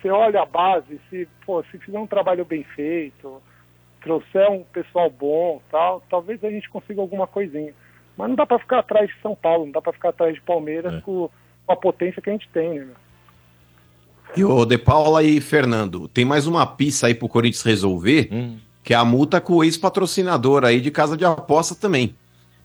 Speaker 12: você olha a base, se, pô, se fizer um trabalho bem feito, trouxer um pessoal bom tal, talvez a gente consiga alguma coisinha. Mas não dá para ficar atrás de São Paulo, não dá para ficar atrás de Palmeiras
Speaker 8: É.
Speaker 12: com, com a potência que a gente tem, né, meu?
Speaker 4: E o De Paula e Fernando, tem mais uma pista aí pro Corinthians resolver, que é a multa com o ex-patrocinador aí de casa de aposta também.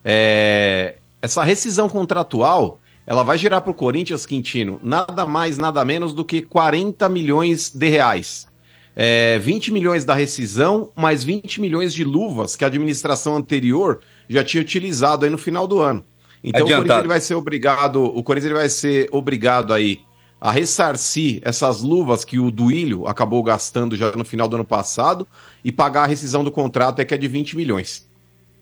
Speaker 4: É, essa rescisão contratual, ela vai gerar pro Corinthians, Quintino, nada mais, nada menos do que 40 milhões de reais. É, 20 milhões da rescisão, mais 20 milhões de luvas que a administração anterior já tinha utilizado aí no final do ano. Então o Corinthians
Speaker 8: Adiantado.
Speaker 4: ele vai ser obrigado, o Corinthians ele vai ser obrigado aí a ressarcir essas luvas que o Duílio acabou gastando já no final do ano passado e pagar a rescisão do contrato é que é de 20 milhões.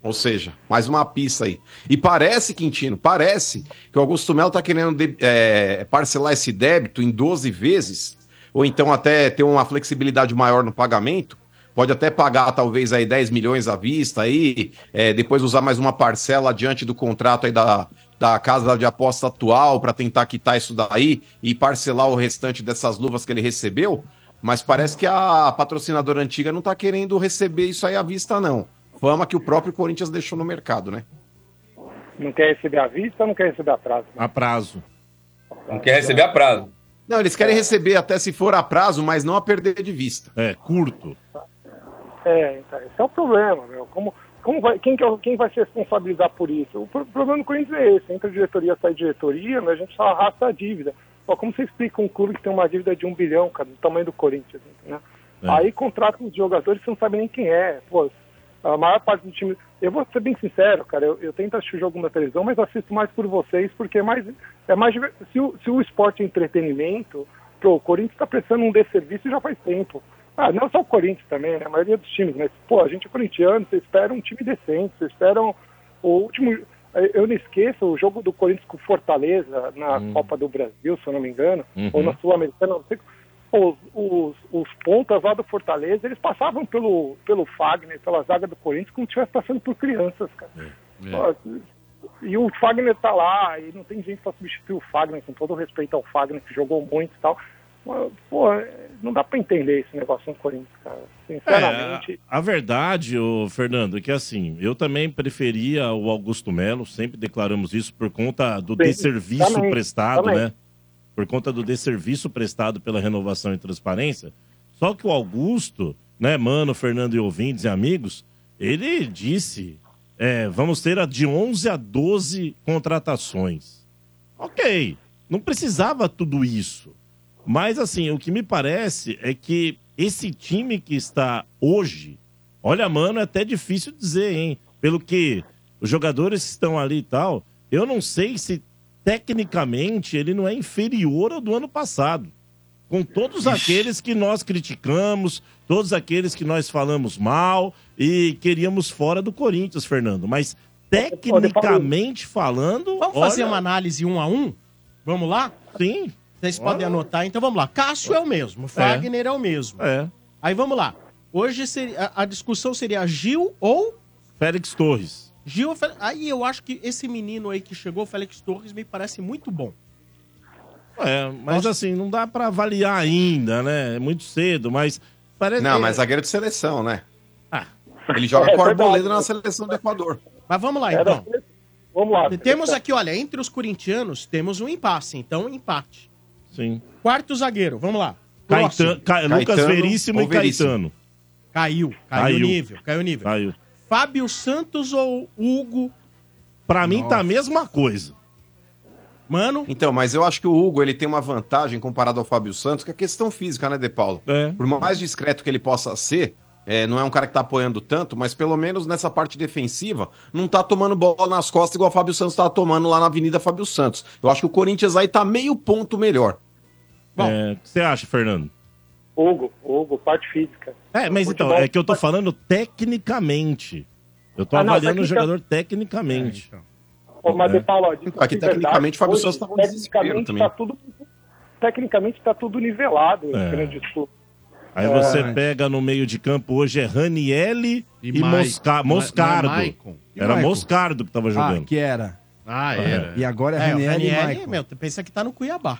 Speaker 4: Ou seja, mais uma pista aí. E parece, Quintino, parece que o Augusto Melo está querendo de- eh, parcelar esse débito em 12 vezes, ou então até ter uma flexibilidade maior no pagamento. Pode até pagar, talvez, aí 10 milhões à vista aí, eh, depois usar mais uma parcela adiante do contrato aí da, da casa de aposta atual para tentar quitar isso daí e parcelar o restante dessas luvas que ele recebeu. Mas parece que a patrocinadora antiga não está querendo receber isso aí à vista, não. Fama que o próprio Corinthians deixou no mercado, né?
Speaker 12: Não quer receber à vista, não quer receber atraso.
Speaker 4: A prazo.
Speaker 8: Não quer receber a prazo.
Speaker 4: Não, eles querem receber até se for a prazo, mas não a perder de vista. É, curto.
Speaker 12: É, então, esse é o problema, meu. Como, como vai, quem, que é o- quem vai se responsabilizar por isso? O pro- problema do Corinthians é esse. Entra diretoria, sai diretoria, né, a gente só arrasta a dívida. Ó, como você explica um clube que tem uma dívida de um bilhão, cara, do tamanho do Corinthians, né?
Speaker 13: É.
Speaker 12: Aí contrata os jogadores que você não sabe nem quem é. Pô, a maior parte do time... Eu vou ser bem sincero, cara, eu, eu tento assistir o jogo na televisão, mas assisto mais por vocês, porque é mais... É mais diver- se, o, se o esporte é entretenimento, pô, o Corinthians tá precisando um desserviço já faz tempo. Ah, não só o Corinthians também, né? A maioria dos times, mas, pô, a gente é corintiano, você espera um time decente, você espera um- o último. eh, Eu não esqueço o jogo do Corinthians com o Fortaleza na Copa do Brasil, se eu não me engano,
Speaker 13: Uhum.
Speaker 12: ou na Sul-Americana, não sei. Os, os, os pontas lá do Fortaleza, eles passavam pelo, pelo Fagner, pela zaga do Corinthians, como se estivesse passando por crianças, cara.
Speaker 14: É,
Speaker 12: Ó, E o Fagner tá lá, e não tem gente pra substituir o Fagner, com todo o respeito ao Fagner, que jogou muito e tal. Mas, Pô, não dá pra entender esse negócio no Corinthians, cara. Sinceramente.
Speaker 3: É, a, a verdade, ô, Fernando, é que assim, eu também preferia o Augusto Melo, sempre declaramos isso por conta do
Speaker 13: Sim,
Speaker 3: desserviço
Speaker 13: também,
Speaker 3: prestado,
Speaker 13: também.
Speaker 3: né? Por conta do desserviço prestado pela renovação e transparência. Só que o Augusto, né, mano, Fernando e ouvintes e amigos, ele disse, é, vamos ter a de 11 a 12 contratações. Ok, não precisava tudo isso. Mas, assim, o que me parece é que esse time que está hoje, olha, mano, é até difícil dizer, hein? Pelo que os jogadores que estão ali e tal, eu não sei se tecnicamente ele não é inferior ao do ano passado. Com todos aqueles que nós criticamos, todos aqueles que nós falamos mal e queríamos fora do Corinthians, Fernando. Mas tecnicamente falando.
Speaker 2: Vamos fazer uma análise um a um? Vamos lá?
Speaker 3: Sim.
Speaker 2: Vocês podem anotar, então vamos lá. Cássio é o mesmo, Fagner é, o mesmo.
Speaker 3: É.
Speaker 2: Aí vamos lá. Hoje seria- a, a discussão seria Gil ou.
Speaker 3: Félix Torres.
Speaker 2: Gil ou Félix. Aí eu acho que esse menino aí que chegou, Félix Torres, me parece muito bom.
Speaker 3: É, mas assim, não dá pra avaliar ainda, né? É muito cedo, mas parece Ah.
Speaker 4: Não, mas zagueiro de seleção, né? Ele
Speaker 2: É,
Speaker 4: joga com o
Speaker 2: foi
Speaker 4: Arboleda
Speaker 2: bom.
Speaker 4: na seleção do Equador.
Speaker 2: Mas vamos lá,
Speaker 4: Era-
Speaker 2: então.
Speaker 12: Vamos lá.
Speaker 2: Temos aqui, olha, entre os corintianos, temos um impasse. Então, empate.
Speaker 3: Sim.
Speaker 2: Quarto zagueiro, vamos lá.
Speaker 3: Caitan-
Speaker 2: Próximo.
Speaker 3: Ca- Lucas Veríssimo e Caetano.
Speaker 2: Caiu, caiu, o
Speaker 3: Caiu.
Speaker 2: nível, caiu o nível.
Speaker 3: Caiu.
Speaker 2: Fábio Santos ou Hugo?
Speaker 3: Pra mim tá
Speaker 2: Nossa.
Speaker 3: a mesma coisa.
Speaker 2: Mano.
Speaker 4: Então, mas eu acho que o Hugo ele tem uma vantagem comparado ao Fábio Santos, que é a questão física, né, De Paulo?
Speaker 3: É.
Speaker 4: Por mais discreto que ele possa ser, É, não é um cara que tá apoiando tanto, mas pelo menos nessa parte defensiva, não tá tomando bola nas costas igual o Fábio Santos tá tomando lá na Avenida Fábio Santos. Eu acho que o Corinthians aí tá meio ponto melhor.
Speaker 3: Bom, o que você acha, É, Fernando?
Speaker 12: Hugo, Hugo, parte física.
Speaker 3: É, mas então,
Speaker 12: Futebol-
Speaker 3: é que eu tô falando tecnicamente. Eu tô
Speaker 12: Ah, não,
Speaker 3: avaliando o
Speaker 12: tecnica-
Speaker 3: jogador tecnicamente.
Speaker 4: É, então.
Speaker 12: Ô, mas, De Paulo, ó, digo
Speaker 3: É. Aqui,
Speaker 12: de verdade,
Speaker 3: tecnicamente, o Fábio
Speaker 12: hoje,
Speaker 3: Santos tava no desespero
Speaker 12: Tecnicamente
Speaker 3: também.
Speaker 12: tá tudo, tecnicamente tá tudo nivelado né,
Speaker 3: É.
Speaker 12: entre grande sul.
Speaker 3: Aí
Speaker 12: É.
Speaker 3: você pega no meio de campo hoje é Ranielli e,
Speaker 7: Mike.
Speaker 3: Mosca-
Speaker 7: Não é-
Speaker 3: Moscardo.
Speaker 7: não é Maicon? E
Speaker 3: Era
Speaker 7: Maicon?
Speaker 3: Moscardo que tava jogando.
Speaker 5: Ah, que era.
Speaker 7: Ah,
Speaker 3: era.
Speaker 5: E agora é,
Speaker 2: É, o
Speaker 5: Raniel e
Speaker 2: Ranieri,
Speaker 5: Maicon.
Speaker 2: meu, tu pensa que tá no Cuiabá.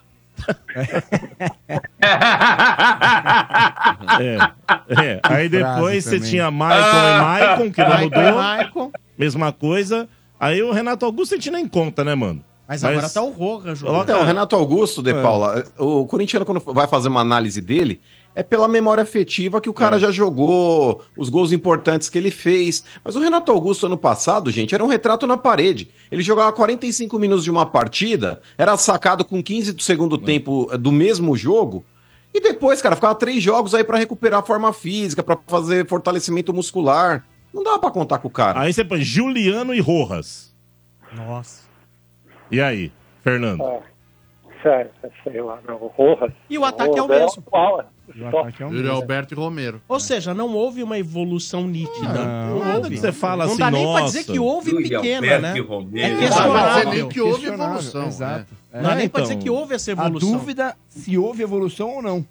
Speaker 3: É, é. Aí
Speaker 2: Que frase
Speaker 3: depois você
Speaker 2: também.
Speaker 3: tinha Michael e Maicon, que não
Speaker 2: Maicon
Speaker 3: mudou.
Speaker 2: e Maicon.
Speaker 3: Mesma coisa. Aí o Renato Augusto a gente nem conta, né, mano?
Speaker 2: Mas, agora tá o Roja jogando.
Speaker 4: Então, o Renato Augusto, De
Speaker 3: É.
Speaker 4: Paula, o corintiano quando vai fazer uma análise dele, é pela memória afetiva que o
Speaker 3: É.
Speaker 4: cara já jogou, os gols importantes que ele fez. Mas o Renato Augusto ano passado, gente, era um retrato na parede. Ele jogava 45 minutos de uma partida, era sacado com 15 do
Speaker 3: É.
Speaker 4: segundo tempo eh, do mesmo jogo. E depois, cara, ficava três jogos aí pra recuperar a forma física, pra fazer fortalecimento muscular. Não dava pra contar com o cara.
Speaker 3: Aí você põe Juliano e Rojas.
Speaker 2: Nossa.
Speaker 3: E aí, Fernando?
Speaker 12: É. Sério, é, sei lá, não. O Rojas.
Speaker 2: E o ataque é o
Speaker 12: Rojas
Speaker 2: mesmo.
Speaker 12: igual,
Speaker 2: então, é um
Speaker 7: Yuri é Alberto e Romero.
Speaker 2: Ou seja, não houve uma evolução nítida. não
Speaker 3: Ah, nada
Speaker 2: houve.
Speaker 3: que você fala
Speaker 2: não
Speaker 3: assim,
Speaker 2: dá nem pra
Speaker 3: nossa.
Speaker 2: dizer que houve
Speaker 7: um
Speaker 3: Yuri
Speaker 2: pequena,
Speaker 3: Alberto
Speaker 2: né?
Speaker 3: e
Speaker 2: É
Speaker 3: Romero.
Speaker 2: questionável.
Speaker 5: nem que houve evolução,
Speaker 2: Exato.
Speaker 5: né?
Speaker 2: Não dá
Speaker 5: É,
Speaker 2: nem
Speaker 5: então.
Speaker 2: pra dizer que houve essa
Speaker 5: A
Speaker 2: evolução. É.
Speaker 5: dúvida se houve evolução ou não.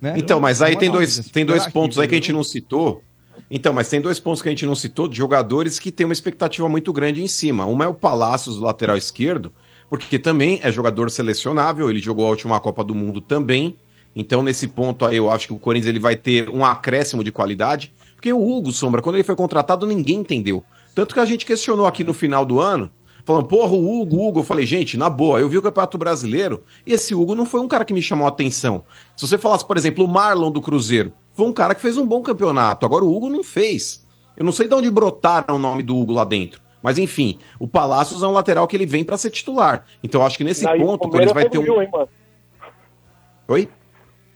Speaker 5: Né?
Speaker 4: Então, mas aí
Speaker 5: Uma
Speaker 4: tem
Speaker 5: dúvida,
Speaker 4: dois,
Speaker 5: se
Speaker 4: tem dois
Speaker 5: será
Speaker 4: pontos aí que a gente não citou. Então, mas tem dois pontos que a gente não citou de jogadores que tem uma expectativa muito grande em cima. Uma é o Palácios, lateral esquerdo, porque também é jogador selecionável, ele jogou a última Copa do Mundo também. Então, nesse ponto aí, eu acho que o Corinthians ele vai ter um acréscimo de qualidade. Porque o Hugo Sombra, quando ele foi contratado, ninguém entendeu. Tanto que a gente questionou aqui no final do ano, falando, porra, o Hugo, Hugo. Eu falei, gente, na boa, eu vi o Campeonato Brasileiro e esse Hugo não foi um cara que me chamou a atenção. Se você falasse, por exemplo, o Marlon do Cruzeiro, foi um cara que fez um bom campeonato. Agora o Hugo não fez. Eu não sei de onde brotaram o nome do Hugo lá dentro. Mas enfim, o Palacios é um lateral que ele vem pra ser titular. Então eu acho que nesse
Speaker 12: Daí o
Speaker 4: ponto, o
Speaker 12: Romero
Speaker 4: Corinthians vai ter
Speaker 12: evoluiu,
Speaker 4: um.
Speaker 12: hein, mano?
Speaker 4: Oi?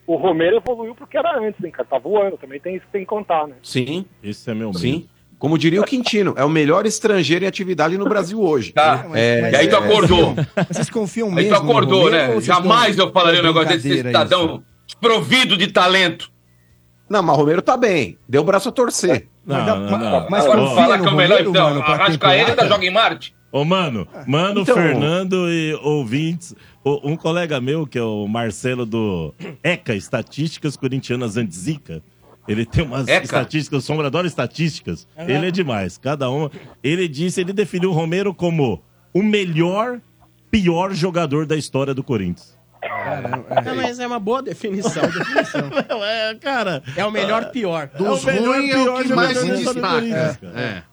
Speaker 12: O Romero evoluiu pro que era antes, hein, cara? Tá voando, também tem isso que tem que contar, né?
Speaker 4: Sim.
Speaker 3: Esse é meu
Speaker 4: Sim. Como diria o Quintino, é o melhor estrangeiro em atividade no Brasil hoje. Tá.
Speaker 8: E aí tu
Speaker 5: assim,
Speaker 8: acordou.
Speaker 5: Vocês confiam
Speaker 8: Aí
Speaker 5: mesmo?
Speaker 8: tu acordou,
Speaker 4: Romero, ou
Speaker 8: né?
Speaker 4: vocês
Speaker 8: Jamais
Speaker 4: estão-
Speaker 8: eu falaria um
Speaker 4: é
Speaker 8: negócio desse desse
Speaker 4: brincadeira
Speaker 8: cidadão desprovido de talento.
Speaker 4: Não, mas o Romero tá bem. Deu o braço a torcer.
Speaker 3: Não, não, não.
Speaker 4: mas
Speaker 8: Agora
Speaker 4: confia
Speaker 8: falar
Speaker 4: no
Speaker 8: que é o melhor,
Speaker 4: Romero,
Speaker 8: então.
Speaker 4: mano, pra
Speaker 8: Arrascaeta ainda
Speaker 4: temporada?
Speaker 8: joga em Marte.
Speaker 3: Ô, mano, mano,
Speaker 8: Então-
Speaker 3: Fernando e ouvintes, o- um colega meu, que é o Marcelo do ECA, Estatísticas Corintianas Antizica, ele tem umas
Speaker 8: ECA?
Speaker 3: estatísticas, o Sombra adora estatísticas,
Speaker 8: Ah.
Speaker 3: ele é demais, cada um. Ele disse, ele definiu o Romero como o melhor, pior jogador da história do Corinthians.
Speaker 2: Não, mas é uma boa definição.
Speaker 3: Não, é, cara. Ah,
Speaker 2: É o melhor pior.
Speaker 3: Dos
Speaker 2: é o melhor
Speaker 3: ruins é o
Speaker 2: pior
Speaker 3: que
Speaker 2: jogador
Speaker 3: mais
Speaker 2: da
Speaker 3: se
Speaker 2: É. história do
Speaker 3: destaca.
Speaker 2: Corinthians, cara.
Speaker 3: É.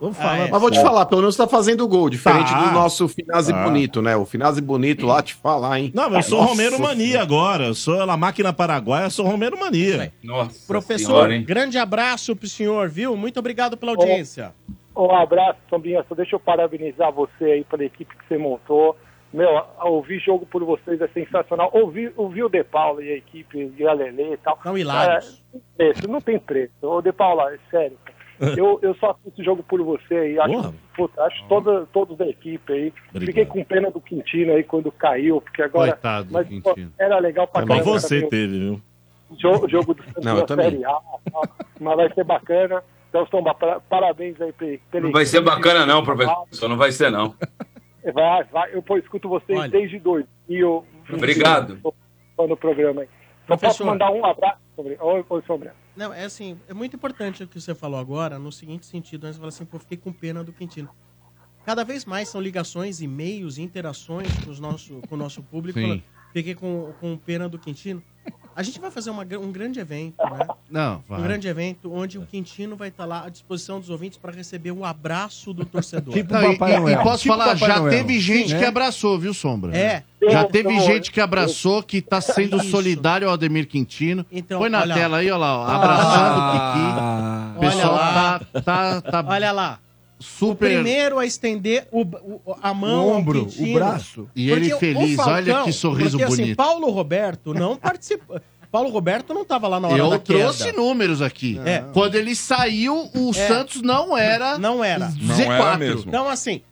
Speaker 3: Vamos
Speaker 2: falar,
Speaker 4: Mas vou te falar, pelo menos tá fazendo gol, diferente
Speaker 3: Ah, é, Tá.
Speaker 4: do nosso Finazzi
Speaker 3: Tá.
Speaker 4: Bonito, né? O Finazzi Bonito lá te falar, hein?
Speaker 3: Não, Ah, mas eu sou
Speaker 4: Nossa
Speaker 3: Romero Mania agora. Eu sou a máquina paraguaia, eu sou Romero Mania.
Speaker 8: Nossa.
Speaker 2: Professor, grande abraço pro senhor, viu? Muito obrigado pela audiência.
Speaker 12: Um abraço, Sombrinha. Só deixa eu parabenizar você aí pela equipe que você montou. Meu, ouvir jogo por vocês é sensacional. Ouvir, ouvir o De Paula e a equipe e a Lele e tal.
Speaker 2: Não, hilários.
Speaker 12: É, não tem preço, não tem preço. Ô, De Paula, é sério. cara. Eu, eu só assisto jogo por você e acho, puta, acho toda, todos da equipe aí. Fiquei com pena do Quintino aí quando caiu, porque agora.
Speaker 3: Coitado do
Speaker 12: pô,
Speaker 3: Quintino.
Speaker 12: era legal pra
Speaker 3: Mas
Speaker 12: caramba
Speaker 3: você
Speaker 12: também o
Speaker 3: teve, viu?
Speaker 12: jogo, jogo do Santos
Speaker 3: Não, eu
Speaker 12: na
Speaker 3: também.
Speaker 12: Série A, tá? mas vai ser bacana. Então, Tomba, pra- parabéns aí pe- pela
Speaker 8: Não vai ser
Speaker 12: equipe.
Speaker 8: bacana, não, professor. Não vai ser, não.
Speaker 12: Vai, vai, eu pô, escuto vocês desde dois. E eu
Speaker 8: Obrigado.
Speaker 12: Tô no programa aí. Só
Speaker 2: Professor.
Speaker 12: posso mandar um abraço sobre. Oi, oi, Sombra.
Speaker 2: Não, é assim, é muito importante o que você falou agora, no seguinte sentido, antes você fala assim, pô, fiquei com pena do Quintino. Cada vez mais são ligações, e-mails, interações com, os nosso, com o nosso público.
Speaker 7: Sim.
Speaker 2: Fala, Fiquei com, com pena do Quintino. A gente vai fazer uma gr- um grande evento, né?
Speaker 7: Não, vai.
Speaker 2: Um grande evento onde o Quintino vai estar lá à disposição dos ouvintes para receber o abraço do torcedor.
Speaker 7: Não, e- e, e posso
Speaker 2: Tipo
Speaker 7: falar, já teve gente que abraçou, viu, Sombra?
Speaker 2: É.
Speaker 7: Já
Speaker 2: Eu-
Speaker 7: teve
Speaker 2: eu-
Speaker 7: gente que abraçou, que tá sendo
Speaker 2: Isso.
Speaker 7: solidário ao Ademir Quintino.
Speaker 2: Então,
Speaker 7: Põe na
Speaker 2: olha lá.
Speaker 7: tela aí, olha lá, ó,
Speaker 2: Ah.
Speaker 7: abraçando o Kiki. O
Speaker 2: Olha
Speaker 7: pessoal
Speaker 2: lá.
Speaker 7: tá, tá, tá
Speaker 2: Olha lá. O
Speaker 7: super...
Speaker 2: primeiro a estender o, o- a mão,
Speaker 7: O
Speaker 2: ao
Speaker 7: ombro,
Speaker 2: Quintino.
Speaker 7: o braço. E ele
Speaker 2: o
Speaker 7: feliz, olha que sorriso
Speaker 2: porque,
Speaker 7: bonito.
Speaker 2: Paulo Roberto não participou. Paulo Roberto não tava lá na hora
Speaker 7: Eu
Speaker 2: da queda.
Speaker 7: trouxe números aqui.
Speaker 2: É.
Speaker 7: Quando ele saiu, o
Speaker 2: É.
Speaker 7: Santos não era.
Speaker 2: Não era.
Speaker 7: Não era mesmo.
Speaker 2: Então, assim,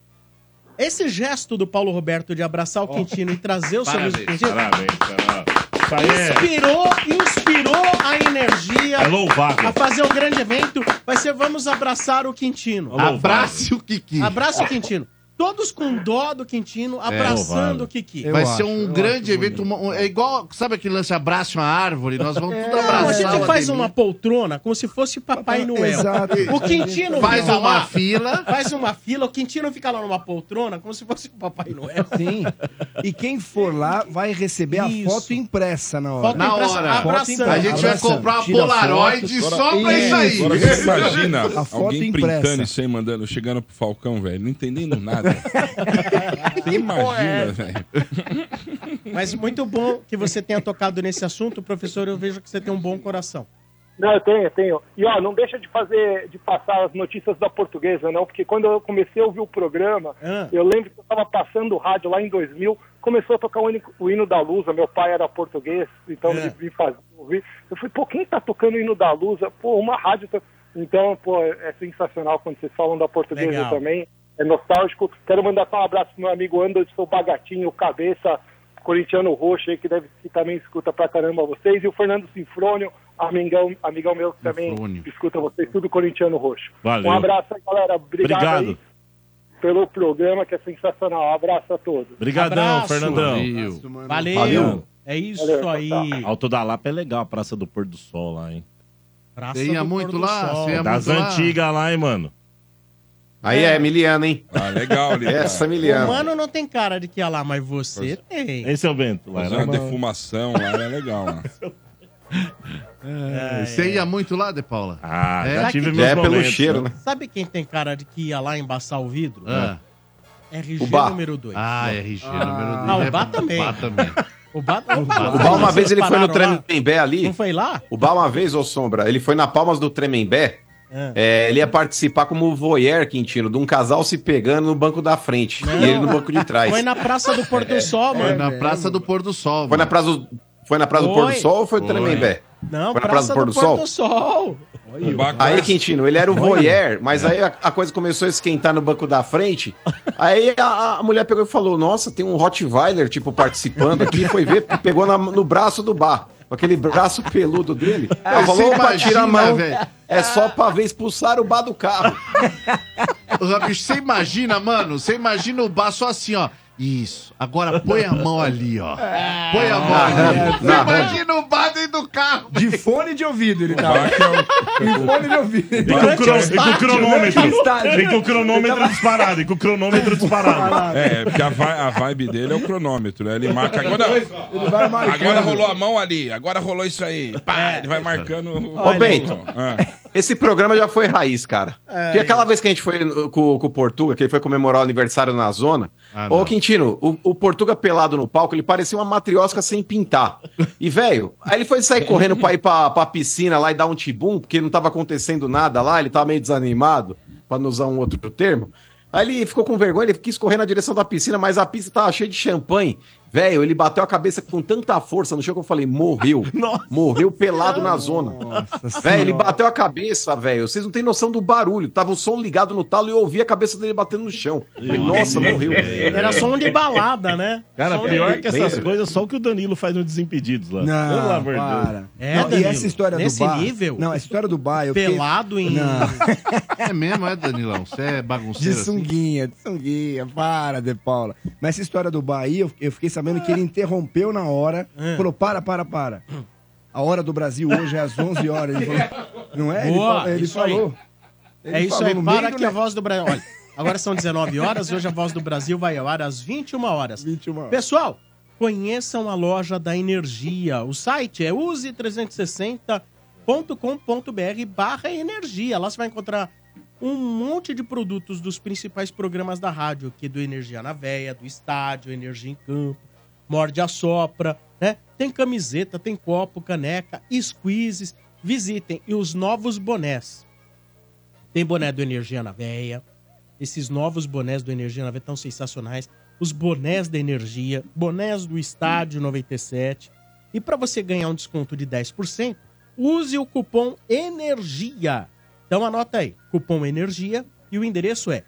Speaker 2: esse gesto do Paulo Roberto de abraçar o Quintino e trazer o seu
Speaker 3: Parabéns,
Speaker 2: músico Quintino
Speaker 3: parabéns, parabéns.
Speaker 2: inspirou, inspirou a energia
Speaker 3: É louvável.
Speaker 2: a fazer um grande evento. Vai ser Vamos Abraçar o Quintino.
Speaker 3: É louvável. Abrace
Speaker 7: o Kiki.
Speaker 2: Abraça o Quintino. Todos com dó do Quintino, abraçando
Speaker 7: louvável.
Speaker 2: o Kiki.
Speaker 7: É, Vai ser um grande evento. uma- um- é igual, sabe aquele lance abraço uma árvore? Nós vamos tudo
Speaker 2: Não,
Speaker 7: abraçar.
Speaker 2: É, a gente
Speaker 7: o
Speaker 2: faz
Speaker 7: Ademir.
Speaker 2: uma poltrona como se fosse Papai Noel.
Speaker 7: Exato.
Speaker 2: O Quintino
Speaker 7: Faz
Speaker 2: fica
Speaker 7: uma
Speaker 2: lá,
Speaker 7: fila.
Speaker 2: Faz uma fila, o Quintino fica lá numa poltrona como se fosse o Papai Noel.
Speaker 5: Sim. E quem for lá vai receber a foto impressa na hora.
Speaker 2: Foto Na impressa, hora.
Speaker 5: Foto impressa.
Speaker 7: A gente vai
Speaker 5: Abraçando.
Speaker 7: comprar uma
Speaker 5: Tira
Speaker 7: Polaroid
Speaker 5: foto.
Speaker 7: só pra isso aí.
Speaker 6: Agora você imagina
Speaker 5: A foto
Speaker 6: alguém
Speaker 5: impressa.
Speaker 6: printando isso aí, mandando, chegando pro Falcão, velho, não entendendo nada. Você
Speaker 8: é.
Speaker 6: imagina, velho.
Speaker 2: é Mas muito bom que você tenha tocado nesse assunto, professor. Eu vejo que você tem um bom coração.
Speaker 12: Não, eu tenho, eu tenho. E ó, não deixa de fazer, de passar as notícias da portuguesa, não, porque quando eu comecei a ouvir o programa,
Speaker 2: Ah.
Speaker 12: eu lembro que eu estava passando o rádio lá em 2000, começou a tocar o, hino- o hino da Lusa, meu pai era português, então ele me fazia ouvir. Eu falei, pô, quem tá tocando o hino da Lusa? Pô, uma rádio... tá- Então, pô, é sensacional quando vocês falam da portuguesa
Speaker 13: Legal.
Speaker 12: também, é nostálgico. Quero mandar só um abraço pro meu amigo Anderson Bagatinho, cabeça corintiano roxo aí, que deve que também escuta pra caramba vocês, e o Fernando Sinfrônio, amigão, amigão meu que também escuta vocês, tudo corintiano roxo.
Speaker 3: Valeu.
Speaker 12: Um abraço aí, galera. Obrigado,
Speaker 3: Obrigado.
Speaker 12: aí pelo programa que é sensacional. Um abraço a todos.
Speaker 3: Obrigadão,
Speaker 2: Abraço.
Speaker 3: Fernandão.
Speaker 2: Valeu.
Speaker 3: Valeu.
Speaker 2: Valeu. É isso aí.
Speaker 3: Alto da Lapa é legal, a Praça do Pôr do Sol lá, hein?
Speaker 2: Praça
Speaker 7: Você ia do muito Pôr do lá? Sol. Você ia
Speaker 3: das
Speaker 7: muito lá?
Speaker 3: antigas lá, hein, mano?
Speaker 4: Aí é, miliano, hein?
Speaker 6: Ah, legal,
Speaker 4: Lilian. Essa é
Speaker 2: O
Speaker 4: miliano.
Speaker 2: mano não tem cara de que ia lá, mas você tem.
Speaker 3: Esse é o Bento lá,
Speaker 6: Fazer uma defumação lá, é legal, né?
Speaker 7: É, Você ia muito lá, De Paula? É.
Speaker 3: Ah,
Speaker 2: Sabe quem-
Speaker 4: é
Speaker 7: né?
Speaker 4: né?
Speaker 2: Sabe quem tem cara de que ia lá embaçar o vidro?
Speaker 7: Ah.
Speaker 2: RG
Speaker 7: O Bar.
Speaker 2: número 2.
Speaker 7: Ah, RG número dois.
Speaker 2: Ah,
Speaker 7: É,
Speaker 2: o Bar
Speaker 7: o
Speaker 2: também.
Speaker 7: Bar também.
Speaker 2: O Bar
Speaker 4: O Bal, uma vez ele foi no
Speaker 2: treino.
Speaker 4: Tremembé ali.
Speaker 2: Não foi lá?
Speaker 4: O Bal, uma vez, ô Sombra, ele foi na Palmas do Tremembé.
Speaker 2: Ah.
Speaker 4: É, ele ia participar como voyeur, Quintino, de um casal se pegando no banco da frente. E ele no banco de trás.
Speaker 2: Foi na Praça do Pôr do Sol, mano.
Speaker 7: É. Foi na Praça do Pôr do Sol.
Speaker 4: Foi na Praça do, foi na praça do Pôr do Sol ou foi, Tremembé?
Speaker 2: Não,
Speaker 4: Foi na
Speaker 2: Praça do Pôr do Sol.
Speaker 4: Aí, Quintino, ele era o voyeur, mas aí a, a coisa começou a esquentar no banco da frente. Aí a, a mulher pegou e falou: Nossa, tem um Rottweiler, tipo, participando aqui. Foi ver, pegou na- no braço do bar. com Aquele braço peludo dele. Ela
Speaker 7: Você
Speaker 4: falou: Opa,
Speaker 7: imagina,
Speaker 4: tira a mão.
Speaker 7: velho.
Speaker 4: É só pra ver expulsar o bar do carro.
Speaker 7: Ô, bicho, Você imagina, mano? Você imagina o bar só assim, ó. Isso. Agora põe a mão ali, ó. Põe a mão ali. Você imagina o bar dentro do carro.
Speaker 5: De fone de ouvido ele
Speaker 6: tava.
Speaker 5: De fone de ouvido.
Speaker 3: E com, o cro- e com o cronômetro.
Speaker 5: Estádio.
Speaker 3: E com o cronômetro disparado. E com o cronômetro disparado.
Speaker 6: É, porque a, vi- a vibe dele é o cronômetro, né? Ele marca agora.
Speaker 5: Ele vai marcando.
Speaker 6: Agora rolou a mão ali, agora rolou isso aí.
Speaker 8: É.
Speaker 6: Pá, ele vai marcando. o-
Speaker 4: Ô, Bento, É. esse programa já foi raiz, cara.
Speaker 6: É,
Speaker 4: Porque aquela vez que a gente foi no- com, com o Portuga, que ele foi comemorar o aniversário na zona, ô Quintino, o, o Portuga pelado no palco, ele parecia uma matriosca sem pintar. E, velho, aí ele foi sair correndo pra ir pra, pra piscina lá e dar um tibum, porque não tava acontecendo nada lá, ele tava meio desanimado, pra não usar um outro termo. Aí ele ficou com vergonha, ele quis correr na direção da piscina, mas a pista tava cheia de champanhe. Velho, ele bateu a cabeça com tanta força no chão que eu falei, morreu. Morreu pelado na zona.
Speaker 6: Assim,
Speaker 4: Velho, ele bateu a cabeça, velho. Vocês não têm noção do barulho. Tava o som ligado no talo e eu ouvi a cabeça dele batendo no chão. Falei, Nossa, morreu.
Speaker 2: Era som de balada, né?
Speaker 3: Cara,
Speaker 2: Som
Speaker 3: pior é
Speaker 2: de-
Speaker 3: que essas coisas, só o que o Danilo faz no Desimpedidos lá.
Speaker 5: Não,
Speaker 3: Pelo amor de Deus.
Speaker 5: para.
Speaker 8: É,
Speaker 5: Não, e essa história do bar... Não, essa história do bar... Eu fiquei-
Speaker 2: Pelado em-
Speaker 5: Não.
Speaker 7: É mesmo, é, Danilão? Você é
Speaker 5: De
Speaker 7: bagunceiro assim?
Speaker 5: sunguinha, de sunguinha, para, De Paula. Mas essa história do Bahia, eu, eu fiquei sabendo que ele interrompeu na hora,
Speaker 2: É.
Speaker 5: falou: para, para, para. A hora do Brasil hoje é às 11 horas. Ele falou, não é? Ele
Speaker 2: Boa,
Speaker 5: fala- ele
Speaker 2: isso
Speaker 5: falou.
Speaker 2: Aí.
Speaker 5: Ele
Speaker 2: é isso
Speaker 5: falou
Speaker 2: aí,
Speaker 5: no
Speaker 2: para
Speaker 5: meio do
Speaker 2: que a
Speaker 5: ne-
Speaker 2: voz do Brasil. Olha, agora são 19 horas, hoje a voz do Brasil vai ao ar às 21 horas.
Speaker 5: 21 horas.
Speaker 2: Pessoal, conheçam a loja da energia. O site é use360.com.br barra energia. Lá você vai encontrar um monte de produtos dos principais programas da rádio, aqui do Energia na Veia, do Estádio, Energia em Campo, Morde a Sopra, né? Tem camiseta, tem copo, caneca, squeezes. Visitem. E os novos bonés. Tem boné do Energia na Veia. Esses novos bonés do Energia na Veia estão sensacionais. Os bonés da Energia, bonés do Estádio 97, E para você ganhar um desconto de 10%, use o cupom ENERGIA. Então anota aí, cupom ENERGIA e o endereço é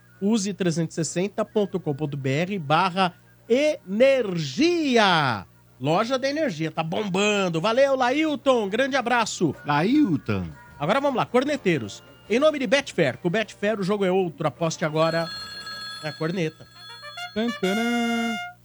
Speaker 2: use360.com.br barra energia. Loja da Energia, tá bombando. Valeu, Lailton, grande abraço.
Speaker 7: Lailton.
Speaker 2: Agora vamos lá, corneteiros. Em nome de Betfair, com Betfair o jogo é outro. Aposte agora na corneta.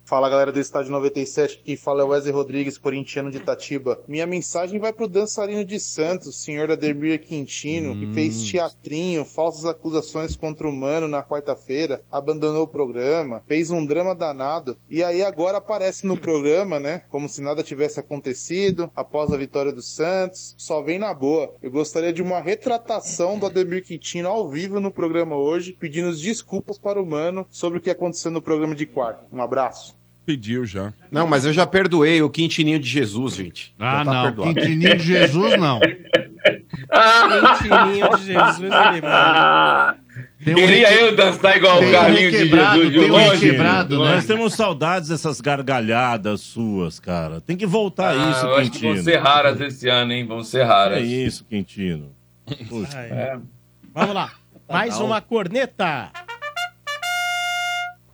Speaker 13: Fala galera do Estádio 97, quem fala é Wesley Rodrigues, corintiano de Itatiba. Minha mensagem vai pro dançarino de Santos, senhor Ademir Quintino, que fez teatrinho, falsas acusações contra o Mano na quarta-feira, abandonou o programa, fez um drama danado, e aí agora aparece no programa, né? Como se nada tivesse acontecido, após a vitória do Santos, só vem na boa. Eu gostaria de uma retratação do Ademir Quintino ao vivo no programa hoje, pedindo desculpas para o Mano sobre o que aconteceu no programa de quarta. Um abraço.
Speaker 6: Pediu já.
Speaker 4: Não, mas eu já perdoei o Quintininho de Jesus, gente.
Speaker 7: Ah,
Speaker 4: Já tá
Speaker 7: não.
Speaker 4: perdoado.
Speaker 7: Quintininho de Jesus, não.
Speaker 2: Quintininho de Jesus, ele manda.
Speaker 5: um
Speaker 8: Queria eu dançar igual
Speaker 3: um
Speaker 8: o Carlinhos um de Jesus de longe.
Speaker 5: né?
Speaker 3: Nós temos saudades dessas gargalhadas suas, cara. Tem que voltar
Speaker 8: Ah,
Speaker 3: Tá isso,
Speaker 8: eu acho que
Speaker 3: Quintino.
Speaker 8: vão ser raras esse ano, hein? Vão ser raras.
Speaker 3: É isso, Quintino. Puxa.
Speaker 2: É. Vamos lá,
Speaker 8: Tá
Speaker 2: mais
Speaker 15: Não.
Speaker 2: uma corneta.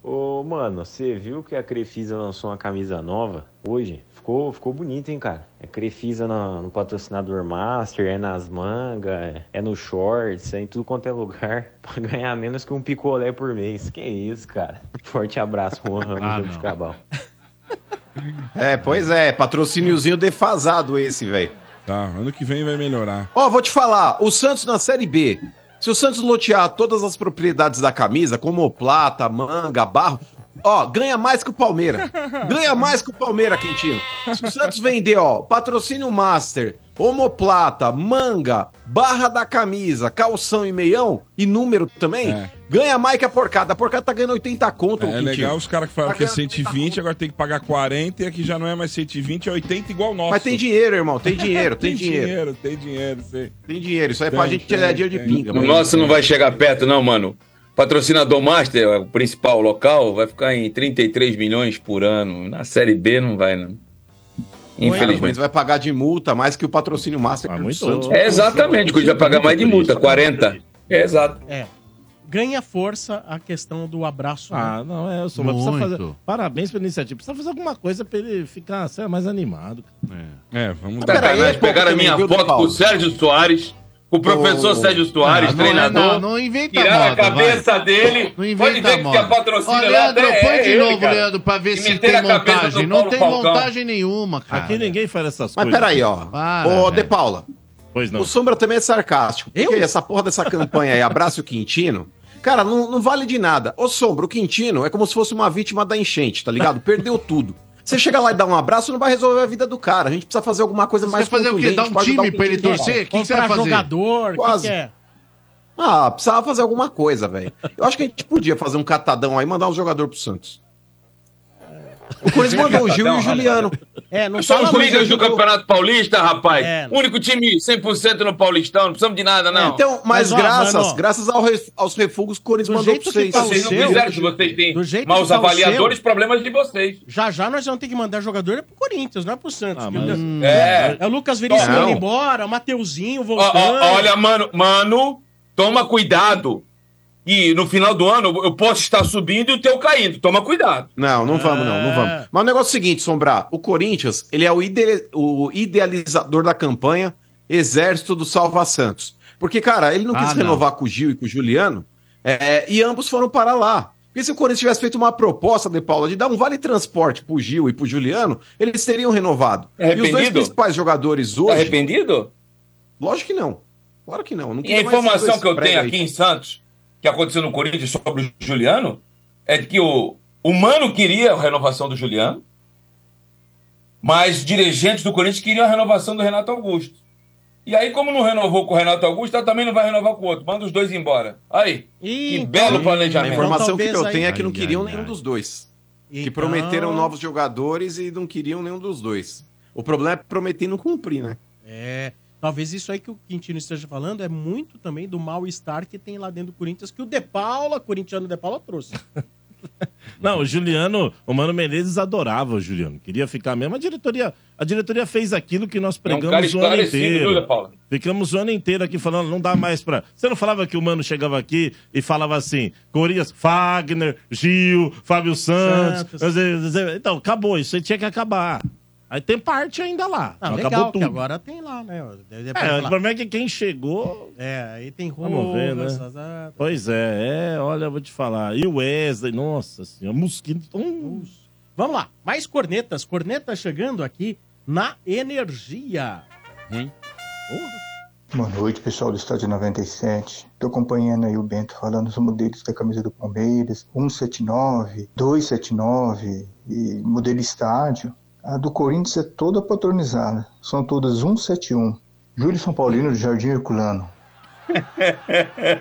Speaker 15: Ô, mano, você viu que a Crefisa lançou uma camisa nova hoje? Ficou, ficou bonito, hein, cara? É Crefisa na- no, patrocinador master, é nas mangas, é, é no shorts, é em tudo quanto é lugar. Pra ganhar menos que um picolé por mês. Que isso, cara? Forte abraço, Juan Ramos
Speaker 4: Ah,
Speaker 15: do
Speaker 4: não.
Speaker 15: Cabal.
Speaker 4: É, pois é, patrocíniozinho defasado esse, velho.
Speaker 6: Tá, ano que vem vai melhorar.
Speaker 4: Ó, vou te falar, o Santos na Série B. Se o Santos lotear todas as propriedades da camisa, como plata, manga, barro, ó, ganha mais que o Palmeiras. Ganha mais que o Palmeiras, Quintino. Se o Santos vender, ó, patrocínio master, homoplata, manga, barra da camisa, calção e meião, e número também, ganha mais que a porcada. A porcada tá ganhando 80 conto,
Speaker 6: É, é
Speaker 4: Quintino.
Speaker 6: legal os caras que falam que é
Speaker 8: tá
Speaker 6: 120, agora tem que pagar 40 e aqui já não é mais 120, é 80 igual o nosso.
Speaker 4: Mas tem dinheiro, irmão, tem dinheiro, tem dinheiro.
Speaker 6: Tem dinheiro, sei.
Speaker 4: Tem dinheiro, isso aí pra gente tirar dinheiro de pinga.
Speaker 8: O
Speaker 4: mas-
Speaker 8: nosso não vai chegar perto, não, mano. Patrocinador Master, o principal local, vai ficar em 33 milhões por ano. Na Série B não vai, não.
Speaker 4: Mas
Speaker 8: Infelizmente.
Speaker 4: é, vai pagar de multa mais que o patrocínio Master. que o Santos.
Speaker 8: É exatamente, o Cuiabá vai pagar mais de multa, 40. É exato.
Speaker 2: É. Ganha força a questão do abraço. né?
Speaker 3: Ah, não, é, eu sou. Mas precisa fazer... Parabéns pela iniciativa. Precisa fazer alguma coisa pra ele ficar sei lá, mais animado.
Speaker 6: É, vamos
Speaker 3: dar.
Speaker 8: Sacanagem,
Speaker 3: Peraí,
Speaker 8: pegaram a
Speaker 3: também,
Speaker 8: minha
Speaker 4: um
Speaker 3: viu,
Speaker 8: foto
Speaker 3: Paulo?
Speaker 8: com o Sérgio Soares, com o professor
Speaker 3: Ô.
Speaker 8: Sérgio Soares,
Speaker 7: Ah, não é,
Speaker 8: treinador.
Speaker 7: não, não inventa
Speaker 8: tiraram
Speaker 7: moda,
Speaker 8: a cabeça dele.
Speaker 7: Não
Speaker 8: Pode
Speaker 7: inventa
Speaker 8: ver que
Speaker 7: moda.
Speaker 8: a patrocínio
Speaker 7: Ó,
Speaker 8: lá
Speaker 7: Leandro,
Speaker 8: até
Speaker 7: põe
Speaker 8: é
Speaker 7: de
Speaker 8: ele,
Speaker 7: novo,
Speaker 8: cara.
Speaker 7: Leandro, pra ver
Speaker 8: E
Speaker 7: se tem
Speaker 8: meteram a cabeça
Speaker 7: montagem.
Speaker 8: do
Speaker 7: Não
Speaker 8: Paulo
Speaker 7: tem
Speaker 8: Falcão.
Speaker 7: montagem nenhuma,
Speaker 4: Ah.
Speaker 7: cara.
Speaker 3: Aqui ninguém faz essas
Speaker 4: Mas
Speaker 3: coisas.
Speaker 4: peraí,
Speaker 7: assim.
Speaker 4: ó.
Speaker 7: Para,
Speaker 4: Ô, De
Speaker 7: velho.
Speaker 4: Paula.
Speaker 3: Pois não.
Speaker 4: O Sombra também é sarcástico. Porque essa porra dessa campanha aí, abraça o Quintino. Cara, não, não vale de nada. Ô, Sombra, o Quintino é como se fosse uma vítima da enchente, tá ligado? Perdeu tudo. Você chega lá e dá um abraço, não vai resolver a vida do cara. A gente precisa fazer alguma coisa mais
Speaker 7: vai fazer o quê?
Speaker 4: contundente,
Speaker 7: Dar um
Speaker 4: pode ajudar
Speaker 7: time pra ele
Speaker 4: Quintino.
Speaker 7: torcer? O que que você vai Comprar fazer? jogador, o que
Speaker 4: Quase.
Speaker 7: que é?
Speaker 4: Ah, precisava fazer alguma coisa, velho. Eu acho que a gente podia fazer um catadão aí, mandar um jogador pro Santos. O Corinthians mandou o Gil e o Juliano.
Speaker 2: É, não
Speaker 8: Somos
Speaker 4: fala
Speaker 8: líderes do
Speaker 4: muito.
Speaker 8: Campeonato Paulista, rapaz.
Speaker 4: É.
Speaker 8: Único time 100% no Paulistão, não precisamos de nada, não.
Speaker 4: Então, mas, graças, graças ao ref- aos refugos que o Corinthians mandou
Speaker 2: jeito
Speaker 4: pra
Speaker 2: que
Speaker 4: vocês.
Speaker 2: tá o
Speaker 8: Vocês não fizeram que vocês têm
Speaker 2: jeito
Speaker 8: maus
Speaker 2: que tá o
Speaker 8: avaliadores,
Speaker 2: seu.
Speaker 8: problemas de vocês.
Speaker 2: Já já nós vamos ter que mandar jogador é pro Corinthians, não é pro
Speaker 6: Ah,
Speaker 2: Santos. que
Speaker 8: mas-
Speaker 2: o-
Speaker 8: É.
Speaker 2: é o Lucas Veríssimo
Speaker 8: Não.
Speaker 2: indo embora, o Mateuzinho
Speaker 8: Ó,
Speaker 2: voltando.
Speaker 8: ó, olha, mano, mano, toma cuidado. E no final do ano eu posso estar subindo e o teu caindo. Toma cuidado.
Speaker 4: Não, não vamos, não, não
Speaker 8: É.
Speaker 4: vamos. Mas o negócio é o seguinte, Sombrar, o Corinthians, ele é o, ide- o idealizador da campanha Exército do Salva Santos. Porque, cara, ele não
Speaker 16: Ah,
Speaker 4: quis
Speaker 16: não.
Speaker 4: renovar com o Gil e com o Juliano, é, é, e ambos foram para lá. Porque se o Corinthians tivesse feito uma proposta, De Paula, de dar um vale-transporte pro Gil e pro Juliano, eles teriam renovado. e
Speaker 8: É
Speaker 4: os dois
Speaker 8: arrependido? Tá
Speaker 4: principais jogadores hoje...
Speaker 8: arrependido?
Speaker 4: Lógico que não. Claro que não. não
Speaker 8: E
Speaker 4: queria
Speaker 8: a
Speaker 4: mais
Speaker 8: informação
Speaker 4: esses
Speaker 8: que eu
Speaker 4: prego
Speaker 8: tenho
Speaker 4: aí.
Speaker 8: aqui em Santos, que aconteceu no Corinthians sobre o Juliano, é de que o, o Mano queria a renovação do Juliano, mas dirigentes do Corinthians queriam a renovação do Renato Augusto. E aí, como não renovou com o Renato Augusto, ela também não vai renovar com o outro. Manda os dois embora. Aí, que belo
Speaker 4: Então, A
Speaker 8: planejamento.
Speaker 4: tá informação que eu tenho é que não queriam nenhum dos dois. Que
Speaker 8: Então-
Speaker 4: prometeram novos jogadores e não queriam nenhum dos dois. O problema é prometer e não cumprir, né?
Speaker 2: É, talvez isso aí que o Quintino esteja falando é muito também do mal-estar que tem lá dentro do Corinthians, que o De Paula, corintiano De Paula, trouxe.
Speaker 3: Não, o Juliano, o Mano Menezes adorava o Juliano. Queria ficar mesmo. A diretoria, a diretoria fez aquilo que nós
Speaker 8: É um
Speaker 3: pregamos
Speaker 8: cara
Speaker 3: o ano
Speaker 8: esclarecido, viu,
Speaker 3: inteiro.
Speaker 8: Zé Paulo?
Speaker 3: Ficamos o ano inteiro aqui falando, não dá mais pra. Você não falava que o Mano chegava aqui e falava assim: Corias, Fagner, Gil, Fábio Santos. Então, acabou. Isso aí tinha que acabar. Aí tem parte ainda lá.
Speaker 2: Ah,
Speaker 3: não
Speaker 2: legal,
Speaker 3: acabou
Speaker 2: que
Speaker 3: tudo.
Speaker 2: agora tem lá, né? Deve- deve
Speaker 3: É, o
Speaker 2: falar.
Speaker 3: problema é que quem chegou.
Speaker 2: É, aí tem
Speaker 3: Vamos ver, né?
Speaker 2: essas- ah,
Speaker 3: Pois é, é, olha, eu vou te falar. E o Wesley, nossa senhora, mosquito. Hum.
Speaker 2: Vamos lá, mais cornetas. Cornetas chegando aqui na energia.
Speaker 3: Ruim.
Speaker 16: Boa noite, pessoal do Estádio 97. Tô acompanhando aí o Bento falando os modelos da camisa do Palmeiras, 179, 279 e modelo estádio. A do Corinthians é toda patronizada, são todas 171. Júlio São Paulino do Jardim Herculano.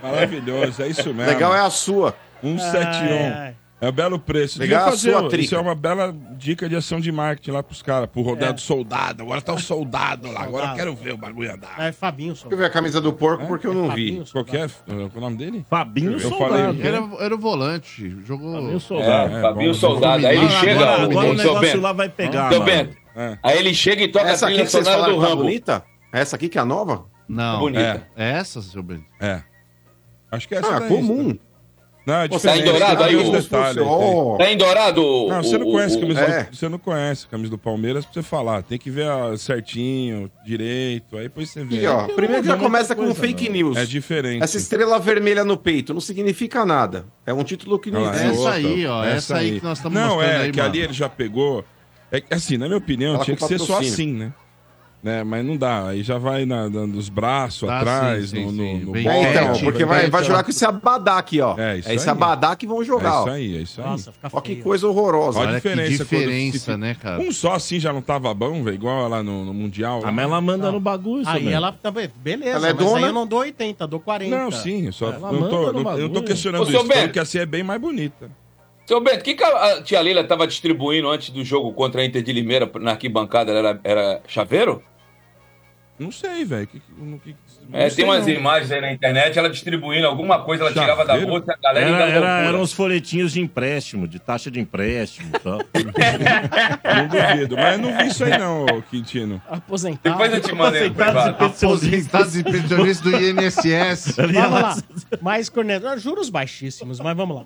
Speaker 6: Maravilhoso, é isso mesmo.
Speaker 16: Legal é
Speaker 4: a sua.
Speaker 6: 171.
Speaker 4: Ai, ai.
Speaker 6: É um belo preço.
Speaker 4: Legal
Speaker 6: Devia
Speaker 4: a sua, Trica.
Speaker 6: Isso é uma bela dica de ação de marketing lá pros caras, pro rodado soldado. Agora tá o soldado lá. Agora eu quero ver o bagulho andar.
Speaker 2: É Fabinho. Deixa
Speaker 4: eu ver a camisa do porco
Speaker 6: É?
Speaker 4: porque eu não
Speaker 6: É
Speaker 4: vi.
Speaker 6: Fabinho Qual que é? Qual é o nome dele?
Speaker 3: Fabinho
Speaker 6: eu
Speaker 7: Soldado.
Speaker 6: Falei, né?
Speaker 7: Era, era o volante. Jogou.
Speaker 6: Fabinho Soldado. É, é, Fabinho bom.
Speaker 8: Soldado. Aí ele
Speaker 7: Agora-
Speaker 8: chega,
Speaker 7: agora
Speaker 8: o-
Speaker 7: o
Speaker 8: o seu
Speaker 7: negócio
Speaker 8: Bento.
Speaker 7: lá vai pegar,
Speaker 8: Seu
Speaker 7: mano.
Speaker 8: Bento.
Speaker 6: É.
Speaker 8: Aí ele chega e toca
Speaker 4: Essa
Speaker 8: a
Speaker 4: aqui
Speaker 8: trilha
Speaker 4: que vocês
Speaker 8: sonora
Speaker 4: falaram
Speaker 8: do
Speaker 4: que tá
Speaker 8: Rambo.
Speaker 4: bonita? Essa aqui que é a nova?
Speaker 7: Não.
Speaker 8: Bonita.
Speaker 7: É essa, seu Bento?
Speaker 6: É. Acho que é
Speaker 4: Ah,
Speaker 6: essa. daí.
Speaker 4: comum.
Speaker 6: Não, é
Speaker 8: Pô, tá
Speaker 6: diferente,
Speaker 8: endorado
Speaker 6: tem
Speaker 8: aí
Speaker 6: os
Speaker 8: o-
Speaker 6: detalhes,
Speaker 8: Ó.
Speaker 6: tem.
Speaker 8: Tá endorado o-
Speaker 6: Não, você não
Speaker 8: o-
Speaker 6: conhece a
Speaker 8: o-
Speaker 6: camisa,
Speaker 8: é.
Speaker 6: do, você não conhece a camisa do Palmeiras pra você falar. Tem que ver ah, certinho, direito, aí depois você vê.
Speaker 4: Aqui, ó,
Speaker 6: Não
Speaker 4: primeiro já
Speaker 6: muda
Speaker 4: começa com
Speaker 6: muita um coisa,
Speaker 4: fake
Speaker 6: não.
Speaker 4: news.
Speaker 6: É diferente.
Speaker 4: Essa estrela vermelha no peito não significa nada. É um título que não
Speaker 6: Olha lá,
Speaker 4: existe.
Speaker 6: Ah, outra. Não, é, que ali ele já pegou. É que, assim, na minha opinião,
Speaker 4: Fala
Speaker 6: tinha que
Speaker 4: com
Speaker 6: ser só
Speaker 4: patrocínio.
Speaker 6: assim, né? né? Mas não dá. Aí já vai na, na- nos braços,
Speaker 4: Tá,
Speaker 6: atrás,
Speaker 4: sim,
Speaker 6: no,
Speaker 4: sim,
Speaker 6: no,
Speaker 4: sim.
Speaker 6: no tipo,
Speaker 4: Bem
Speaker 6: bote,
Speaker 4: então, porque vai, vai jogar com esse abadá aqui, ó.
Speaker 6: É,
Speaker 4: É,
Speaker 6: isso
Speaker 4: esse
Speaker 6: aí.
Speaker 4: abadá que vão jogar,
Speaker 6: É
Speaker 4: ó.
Speaker 6: isso aí, é isso aí. Nossa, fica
Speaker 4: Olha que
Speaker 6: feio.
Speaker 4: coisa horrorosa.
Speaker 6: Olha a diferença. quando se-
Speaker 7: né, cara?
Speaker 6: Um só assim já não tava bom, velho, igual lá no, no Mundial. né?
Speaker 2: mas
Speaker 3: Ah, ela manda
Speaker 2: no
Speaker 3: bagulho,
Speaker 2: Aí ela tá beleza,
Speaker 6: Ela é
Speaker 2: mas aí
Speaker 6: dona?
Speaker 2: eu não dou 80, dou 40.
Speaker 6: Não, sim, eu só
Speaker 2: Ela
Speaker 6: não tô,
Speaker 2: manda no
Speaker 6: não- eu não tô
Speaker 2: bagulho.
Speaker 6: questionando
Speaker 8: Ô, seu
Speaker 6: isso, tô falando
Speaker 8: Beto.
Speaker 6: que assim é bem mais bonita.
Speaker 8: Seu Bento, o que, que a a tia Leila tava distribuindo antes do jogo contra a Inter de Limeira na arquibancada? Era, era chaveiro?
Speaker 6: Não sei, velho. que- que- não- que- não
Speaker 8: É,
Speaker 6: sei
Speaker 8: tem umas
Speaker 6: não.
Speaker 8: imagens aí na internet, ela distribuindo alguma coisa, ela tirava da
Speaker 3: Chaveiro?
Speaker 8: bolsa, a galera
Speaker 3: Era-
Speaker 8: ia dar
Speaker 3: era- um
Speaker 8: loucura.
Speaker 3: eram uns folhetinhos de empréstimo, de taxa de empréstimo tá? e tal.
Speaker 6: Não duvido, mas eu não vi isso aí não, ô Quintino.
Speaker 2: Aposentado.
Speaker 6: Depois eu te mando aí no privado.
Speaker 2: Aposentados
Speaker 7: Aposentados e pensionistas do INSS.
Speaker 2: vamos lá, mais cornetas. Ah, Juros baixíssimos, mas vamos lá.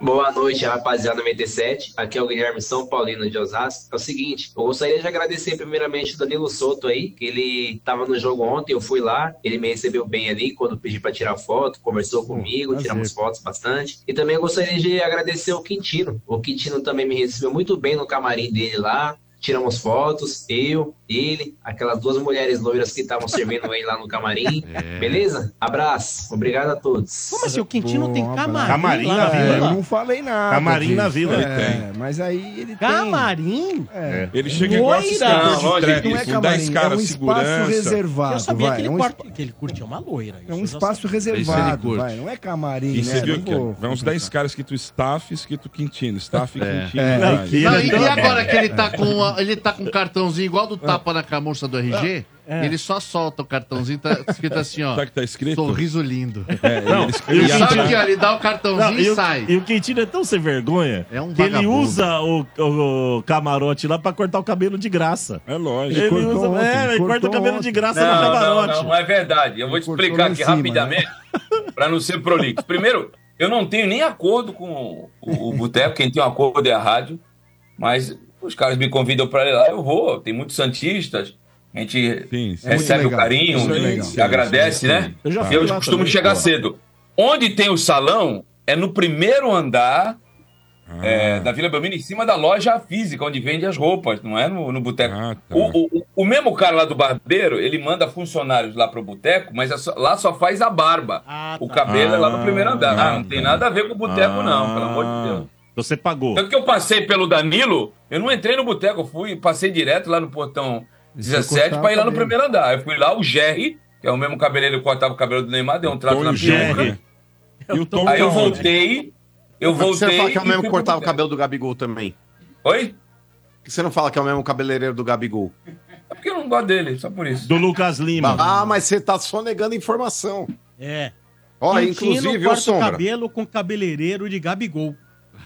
Speaker 17: Boa noite, rapaziada 97. Aqui é o Guilherme São Paulino de Osasco. É o seguinte, eu gostaria de agradecer primeiramente o Danilo Soto aí, que ele estava no jogo ontem, eu fui lá, ele me recebeu bem ali quando eu pedi para tirar foto, conversou comigo,
Speaker 14: prazer.
Speaker 17: tiramos fotos bastante. E também eu gostaria de agradecer o Quintino. O Quintino também me recebeu muito bem no camarim dele lá. Tiramos fotos, eu, ele, aquelas duas mulheres loiras que estavam servindo ele lá no camarim. Beleza? Abraço. Obrigado a todos.
Speaker 2: Como assim? O Quintino tem camarim?
Speaker 17: Camarim
Speaker 2: lá
Speaker 17: na vila.
Speaker 5: Eu não falei nada.
Speaker 17: Camarim na
Speaker 5: disso.
Speaker 17: vila.
Speaker 5: É,
Speaker 17: Ele
Speaker 5: Mas aí ele
Speaker 2: Camarim?
Speaker 5: É.
Speaker 6: Ele chega igual esses cantores de trap,
Speaker 5: Não é
Speaker 6: com
Speaker 5: camarim,
Speaker 6: 10 caras
Speaker 5: é um
Speaker 6: segurança.
Speaker 5: espaço reservado.
Speaker 2: Eu sabia
Speaker 5: vai,
Speaker 2: que, ele
Speaker 5: é um
Speaker 2: curte, que ele curte uma loira.
Speaker 5: É um
Speaker 2: isso eu já
Speaker 5: espaço
Speaker 2: sabia.
Speaker 5: reservado, vai. Não é camarim,
Speaker 6: E
Speaker 5: né?
Speaker 6: você viu
Speaker 5: Não
Speaker 6: aqui,
Speaker 5: vou
Speaker 6: ó, vai uns 10 caras escrito staff, escrito Quintino, staff
Speaker 5: É.
Speaker 6: Quintino.
Speaker 5: É,
Speaker 6: cara.
Speaker 5: que
Speaker 7: Não, e, e agora que ele tá com a- ele tá com um cartãozinho igual do tapa na camurça do RG,
Speaker 3: É.
Speaker 7: ele só solta o cartãozinho, tá escrito assim, ó.
Speaker 6: Sabe o que tá escrito?
Speaker 7: Sorriso lindo.
Speaker 6: É,
Speaker 3: Não,
Speaker 6: eles-
Speaker 3: e o
Speaker 7: Ele sabe
Speaker 3: Quintino-
Speaker 7: que ó, ele dá o cartãozinho
Speaker 3: Não,
Speaker 7: Então, e
Speaker 3: o-
Speaker 7: sai.
Speaker 3: E o Quintino é tão sem vergonha
Speaker 7: É um
Speaker 3: que ele
Speaker 7: vagabundo.
Speaker 3: usa o, o- o camarote lá pra cortar o cabelo de graça.
Speaker 6: É lógico.
Speaker 3: Ele,
Speaker 8: Ele cortou
Speaker 3: usa,
Speaker 8: ontem,
Speaker 3: é, ele corta
Speaker 8: cortou
Speaker 3: o cabelo
Speaker 8: ontem.
Speaker 3: de graça
Speaker 8: não,
Speaker 3: no
Speaker 8: não,
Speaker 3: camarote.
Speaker 8: não, não é verdade. Eu vou te explicar
Speaker 3: lá em
Speaker 8: aqui
Speaker 6: né?
Speaker 3: cima,
Speaker 8: rapidamente, para não ser prolixo. Primeiro, eu não tenho nem acordo com o, o Boteco, quem tem um acordo é a rádio, mas os caras me convidam para ir lá, eu vou. Tem muitos Santistas, a gente
Speaker 6: sim.
Speaker 8: recebe
Speaker 6: Muito
Speaker 8: o
Speaker 6: legal.
Speaker 8: carinho,
Speaker 6: Isso é legal.
Speaker 8: se agradece,
Speaker 6: Sim, sim.
Speaker 8: né?
Speaker 6: Eu
Speaker 8: Eu,
Speaker 6: já fui lá
Speaker 8: costumo
Speaker 6: também,
Speaker 8: chegar
Speaker 6: pô.
Speaker 8: cedo. Onde tem o salão é no primeiro andar é, da Vila Belmiro, em cima da loja física, onde vende as roupas, não é no, no boteco. o, o- o mesmo cara lá do barbeiro, ele manda funcionários lá pro boteco, mas é só- lá só faz a barba.
Speaker 4: Ah, tá.
Speaker 8: O cabelo é lá no primeiro andar. Ah, não tem nada a ver com o boteco, não, pelo amor de Deus.
Speaker 3: Você pagou.
Speaker 8: Tanto que eu passei pelo Danilo, eu não entrei no boteco, eu fui, passei direto lá no portão 17
Speaker 3: cortava
Speaker 8: pra ir lá no
Speaker 3: cabelo.
Speaker 8: primeiro andar. Eu fui lá, o Jerry, que é o mesmo cabeleireiro que cortava o cabelo do Neymar, deu um trato
Speaker 4: Tom
Speaker 8: na
Speaker 4: e Jerry.
Speaker 8: peruca.
Speaker 6: E o Tom
Speaker 8: Aí eu
Speaker 6: tá onde?
Speaker 8: voltei, eu
Speaker 4: Mas Você não
Speaker 8: voltei
Speaker 4: fala que é o
Speaker 8: e fui
Speaker 4: mesmo
Speaker 8: pro
Speaker 4: que cortava o
Speaker 8: boteco.
Speaker 4: cabelo do Gabigol também?
Speaker 8: Oi?
Speaker 4: Você não fala que é o mesmo cabeleireiro do Gabigol?
Speaker 8: É porque eu não gosto dele, só por isso.
Speaker 3: Do Lucas Lima.
Speaker 4: Ah, mas você tá só negando informação.
Speaker 2: É.
Speaker 4: Ó,
Speaker 2: Quintino
Speaker 4: inclusive, viu,
Speaker 2: corta o
Speaker 4: Sombra?
Speaker 2: cabelo com cabeleireiro de Gabigol.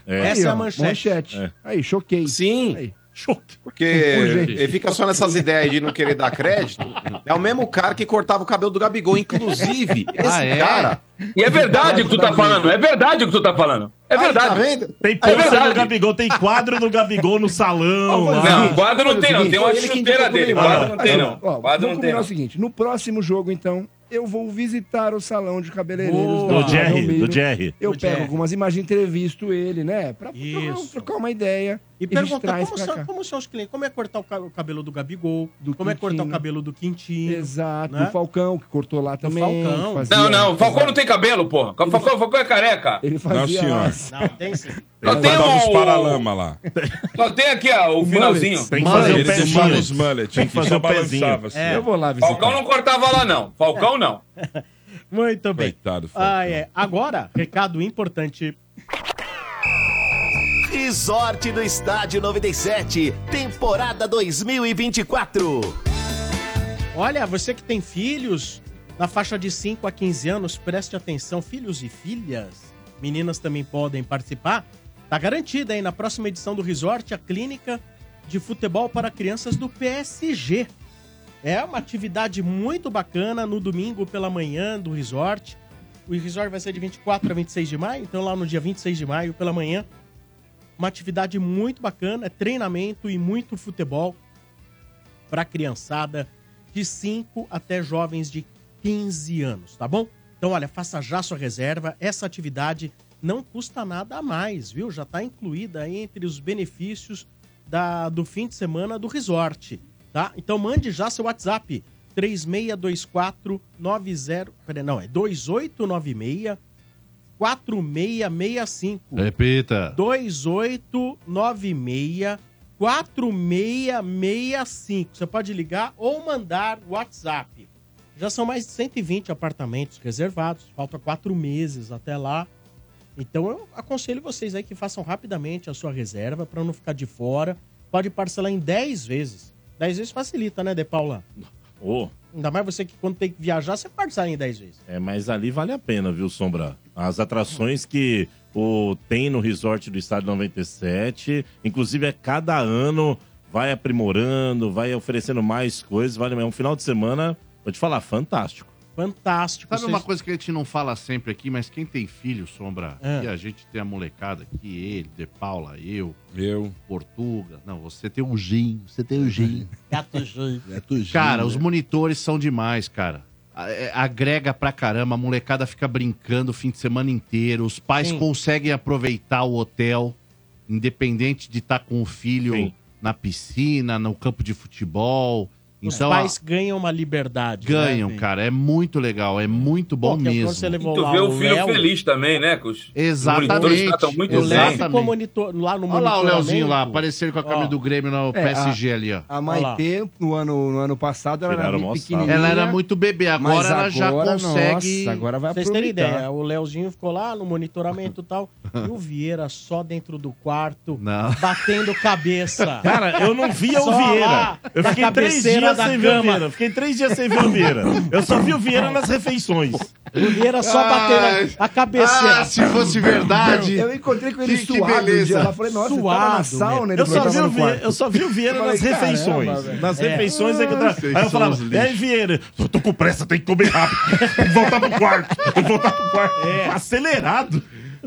Speaker 4: É.
Speaker 2: Essa é
Speaker 4: Aí,
Speaker 2: a
Speaker 4: ó,
Speaker 2: manchete.
Speaker 4: manchete. É.
Speaker 5: Aí, choquei.
Speaker 4: Sim.
Speaker 2: Choque.
Speaker 4: Porque ele fica só nessas ideias de não querer dar crédito. É o mesmo cara que cortava o cabelo do Gabigol, inclusive. Esse
Speaker 8: Ah, é?
Speaker 4: cara.
Speaker 8: E é verdade o que tu tá falando, é verdade o que tu tá falando. É verdade.
Speaker 3: Tem
Speaker 8: é
Speaker 3: pôster do
Speaker 8: verdade.
Speaker 3: Gabigol, tem quadro do Gabigol no salão.
Speaker 8: Não,
Speaker 3: lá.
Speaker 8: quadro não tem, não. Tem uma
Speaker 5: Ele que
Speaker 8: chuteira
Speaker 5: indicou
Speaker 8: dele.
Speaker 5: comigo.
Speaker 8: Quadro não tem,
Speaker 5: Olha,
Speaker 8: não.
Speaker 5: ó,
Speaker 8: Quadro
Speaker 5: vamos
Speaker 8: não tem,
Speaker 5: combinar É o
Speaker 8: não.
Speaker 5: seguinte, no próximo jogo, então, eu vou visitar o salão de cabeleireiros
Speaker 3: Boa. Do Jerry, do Jerry.
Speaker 5: Eu
Speaker 3: Do
Speaker 5: pego
Speaker 3: Jerry.
Speaker 5: algumas imagens, entrevisto ele, né? Pra trocar,
Speaker 2: Isso.
Speaker 5: trocar uma ideia.
Speaker 2: E
Speaker 5: a gente
Speaker 2: perguntar
Speaker 5: traz
Speaker 2: como,
Speaker 5: pra cá.
Speaker 2: são, como são os clientes, como é cortar o ca- o cabelo do Gabigol, como é cortar o
Speaker 5: Quintino.
Speaker 2: cabelo do Quintino.
Speaker 5: Exato,
Speaker 2: né?
Speaker 5: o Falcão, que cortou lá também.
Speaker 2: Falcão.
Speaker 5: que fazia-
Speaker 8: Não, não, o Falcão não tem cabelo, porra. O Falcão, o Falcão é careca.
Speaker 5: Ele fazia
Speaker 6: senhor.
Speaker 5: as-
Speaker 2: Não, tem sim.
Speaker 6: Ele
Speaker 8: tem
Speaker 6: botava
Speaker 8: um-
Speaker 6: os paralama lá.
Speaker 8: Só tem aqui, ó, o, finalzinho.
Speaker 6: Tem que fazer
Speaker 8: Ele
Speaker 6: o pezinho.
Speaker 8: deixava os
Speaker 6: Os mullet.
Speaker 3: Tem que fazer
Speaker 6: Só
Speaker 3: o pezinho.
Speaker 6: balançava, assim.
Speaker 2: É.
Speaker 5: Eu vou lá visitar.
Speaker 8: Falcão não cortava lá, não. Falcão não.
Speaker 2: Muito bem.
Speaker 6: Coitado,
Speaker 2: Ah, é. Agora, recado importante.
Speaker 9: Resort do Estádio 97, temporada um. 2024.
Speaker 2: Olha, você que tem filhos na faixa de 5 a 15 anos, preste atenção. Filhos e filhas, meninas também podem participar. Tá garantida, hein? Na próxima edição do Resort, a clínica de futebol para crianças do PSG. É uma atividade muito bacana no domingo pela manhã do Resort. O Resort vai ser de 24 a 26 de maio, então lá no dia 26 de maio pela manhã. Uma atividade muito bacana, é treinamento e muito futebol para criançada de 5 até jovens de 15 anos, tá bom? Então, olha, faça já sua reserva. Essa atividade não custa nada a mais, viu? Já está incluída aí entre os benefícios da- do fim de semana do resort, tá? Então, mande já seu WhatsApp. 362490. Peraí, não, é 2896 4665.
Speaker 7: Repita.
Speaker 2: 2896 4665. Você pode ligar ou mandar WhatsApp. Já são mais de 120 apartamentos reservados, falta quatro meses até lá. Então eu aconselho vocês aí que façam rapidamente a sua reserva para não ficar de fora. Pode parcelar em 10 vezes. 10 vezes facilita, né, De Paula?
Speaker 3: Ô,
Speaker 2: Ainda mais você que quando tem que viajar, você parcela em 10 vezes.
Speaker 3: É, mas ali vale a pena, viu, Sombra? As atrações que o, tem no resort do Estádio 97, inclusive é cada ano, vai aprimorando, vai oferecendo mais coisas, vale É um final de semana, vou te falar, fantástico.
Speaker 2: Fantástico.
Speaker 3: Tipo,
Speaker 7: Sabe
Speaker 3: vocês-
Speaker 7: uma coisa que a gente não fala sempre aqui, mas quem tem filho, Sombra,
Speaker 3: É.
Speaker 7: e a gente tem a molecada aqui, ele, De Paula, eu,
Speaker 6: eu,
Speaker 7: Portuga. Não, você tem o Gin, você tem o Gin. Cara,
Speaker 14: né?
Speaker 7: os monitores são demais, cara. A- é- Agrega pra caramba, a molecada fica brincando o fim de semana inteiro, os pais
Speaker 14: Sim.
Speaker 7: conseguem aproveitar o hotel, independente de estar com o filho na piscina, no campo de futebol.
Speaker 2: Os
Speaker 7: Então,
Speaker 2: pais
Speaker 7: a-
Speaker 2: ganham uma liberdade. né,
Speaker 7: ganham,
Speaker 2: velho?
Speaker 7: cara. É muito legal, é muito bom
Speaker 2: que é
Speaker 7: mesmo.
Speaker 2: quando você levou
Speaker 8: E tu vê o filho feliz também, né? Que os
Speaker 7: Exatamente,
Speaker 8: os monitores tratam muito
Speaker 7: exatamente.
Speaker 8: bem.
Speaker 2: Ficou monitor, lá
Speaker 7: Olha lá o
Speaker 2: no monitoramento.
Speaker 7: Leozinho lá, apareceram com a camisa
Speaker 2: Ó.
Speaker 7: do Grêmio no
Speaker 2: É,
Speaker 7: PSG ali, ó.
Speaker 5: A Maitê, no ano, no ano passado, ela
Speaker 7: Tiraram
Speaker 5: era
Speaker 7: mó
Speaker 5: muito
Speaker 7: sarro.
Speaker 5: pequenininha.
Speaker 7: Ela era muito bebê, agora
Speaker 5: mas
Speaker 7: ela já
Speaker 5: agora,
Speaker 7: consegue-
Speaker 5: Nossa, agora vai
Speaker 7: Pra
Speaker 2: Pra vocês terem
Speaker 7: aproveitar.
Speaker 2: ideia, o Leozinho ficou lá no monitoramento e tal, e o Vieira só dentro do quarto, batendo cabeça.
Speaker 3: Cara, eu não via o
Speaker 2: Só
Speaker 3: Vieira.
Speaker 2: lá
Speaker 3: Eu
Speaker 2: na
Speaker 3: fiquei três
Speaker 2: cabeceira
Speaker 3: dias
Speaker 2: da
Speaker 3: sem ver o
Speaker 2: cama.
Speaker 3: Vieira. Fiquei três dias sem ver o Vieira. Eu só vi o Vieira nas refeições.
Speaker 2: O Vieira só batendo a cabeceira.
Speaker 3: Ah, se fosse verdade.
Speaker 5: Eu encontrei com ele
Speaker 3: Que- que
Speaker 5: suado. um
Speaker 3: beleza.
Speaker 5: dia lá, falei, nossa, ele tava na
Speaker 3: Suado,
Speaker 5: sauna, ele
Speaker 3: eu só vi
Speaker 5: tava
Speaker 3: o
Speaker 5: no
Speaker 3: Vieira-
Speaker 5: quarto.
Speaker 3: eu só vi o Vieira
Speaker 5: Eu
Speaker 3: nas
Speaker 5: falei,
Speaker 3: refeições.
Speaker 5: caramba, velho.
Speaker 3: Nas refeições é que eu tra-
Speaker 5: vocês
Speaker 3: Aí eu
Speaker 5: são
Speaker 3: falava,
Speaker 5: os
Speaker 3: é
Speaker 5: lixos."
Speaker 3: Vieira, eu tô com pressa, tem que comer rápido. Voltar pro quarto, voltar pro quarto.
Speaker 5: É.
Speaker 3: Acelerado.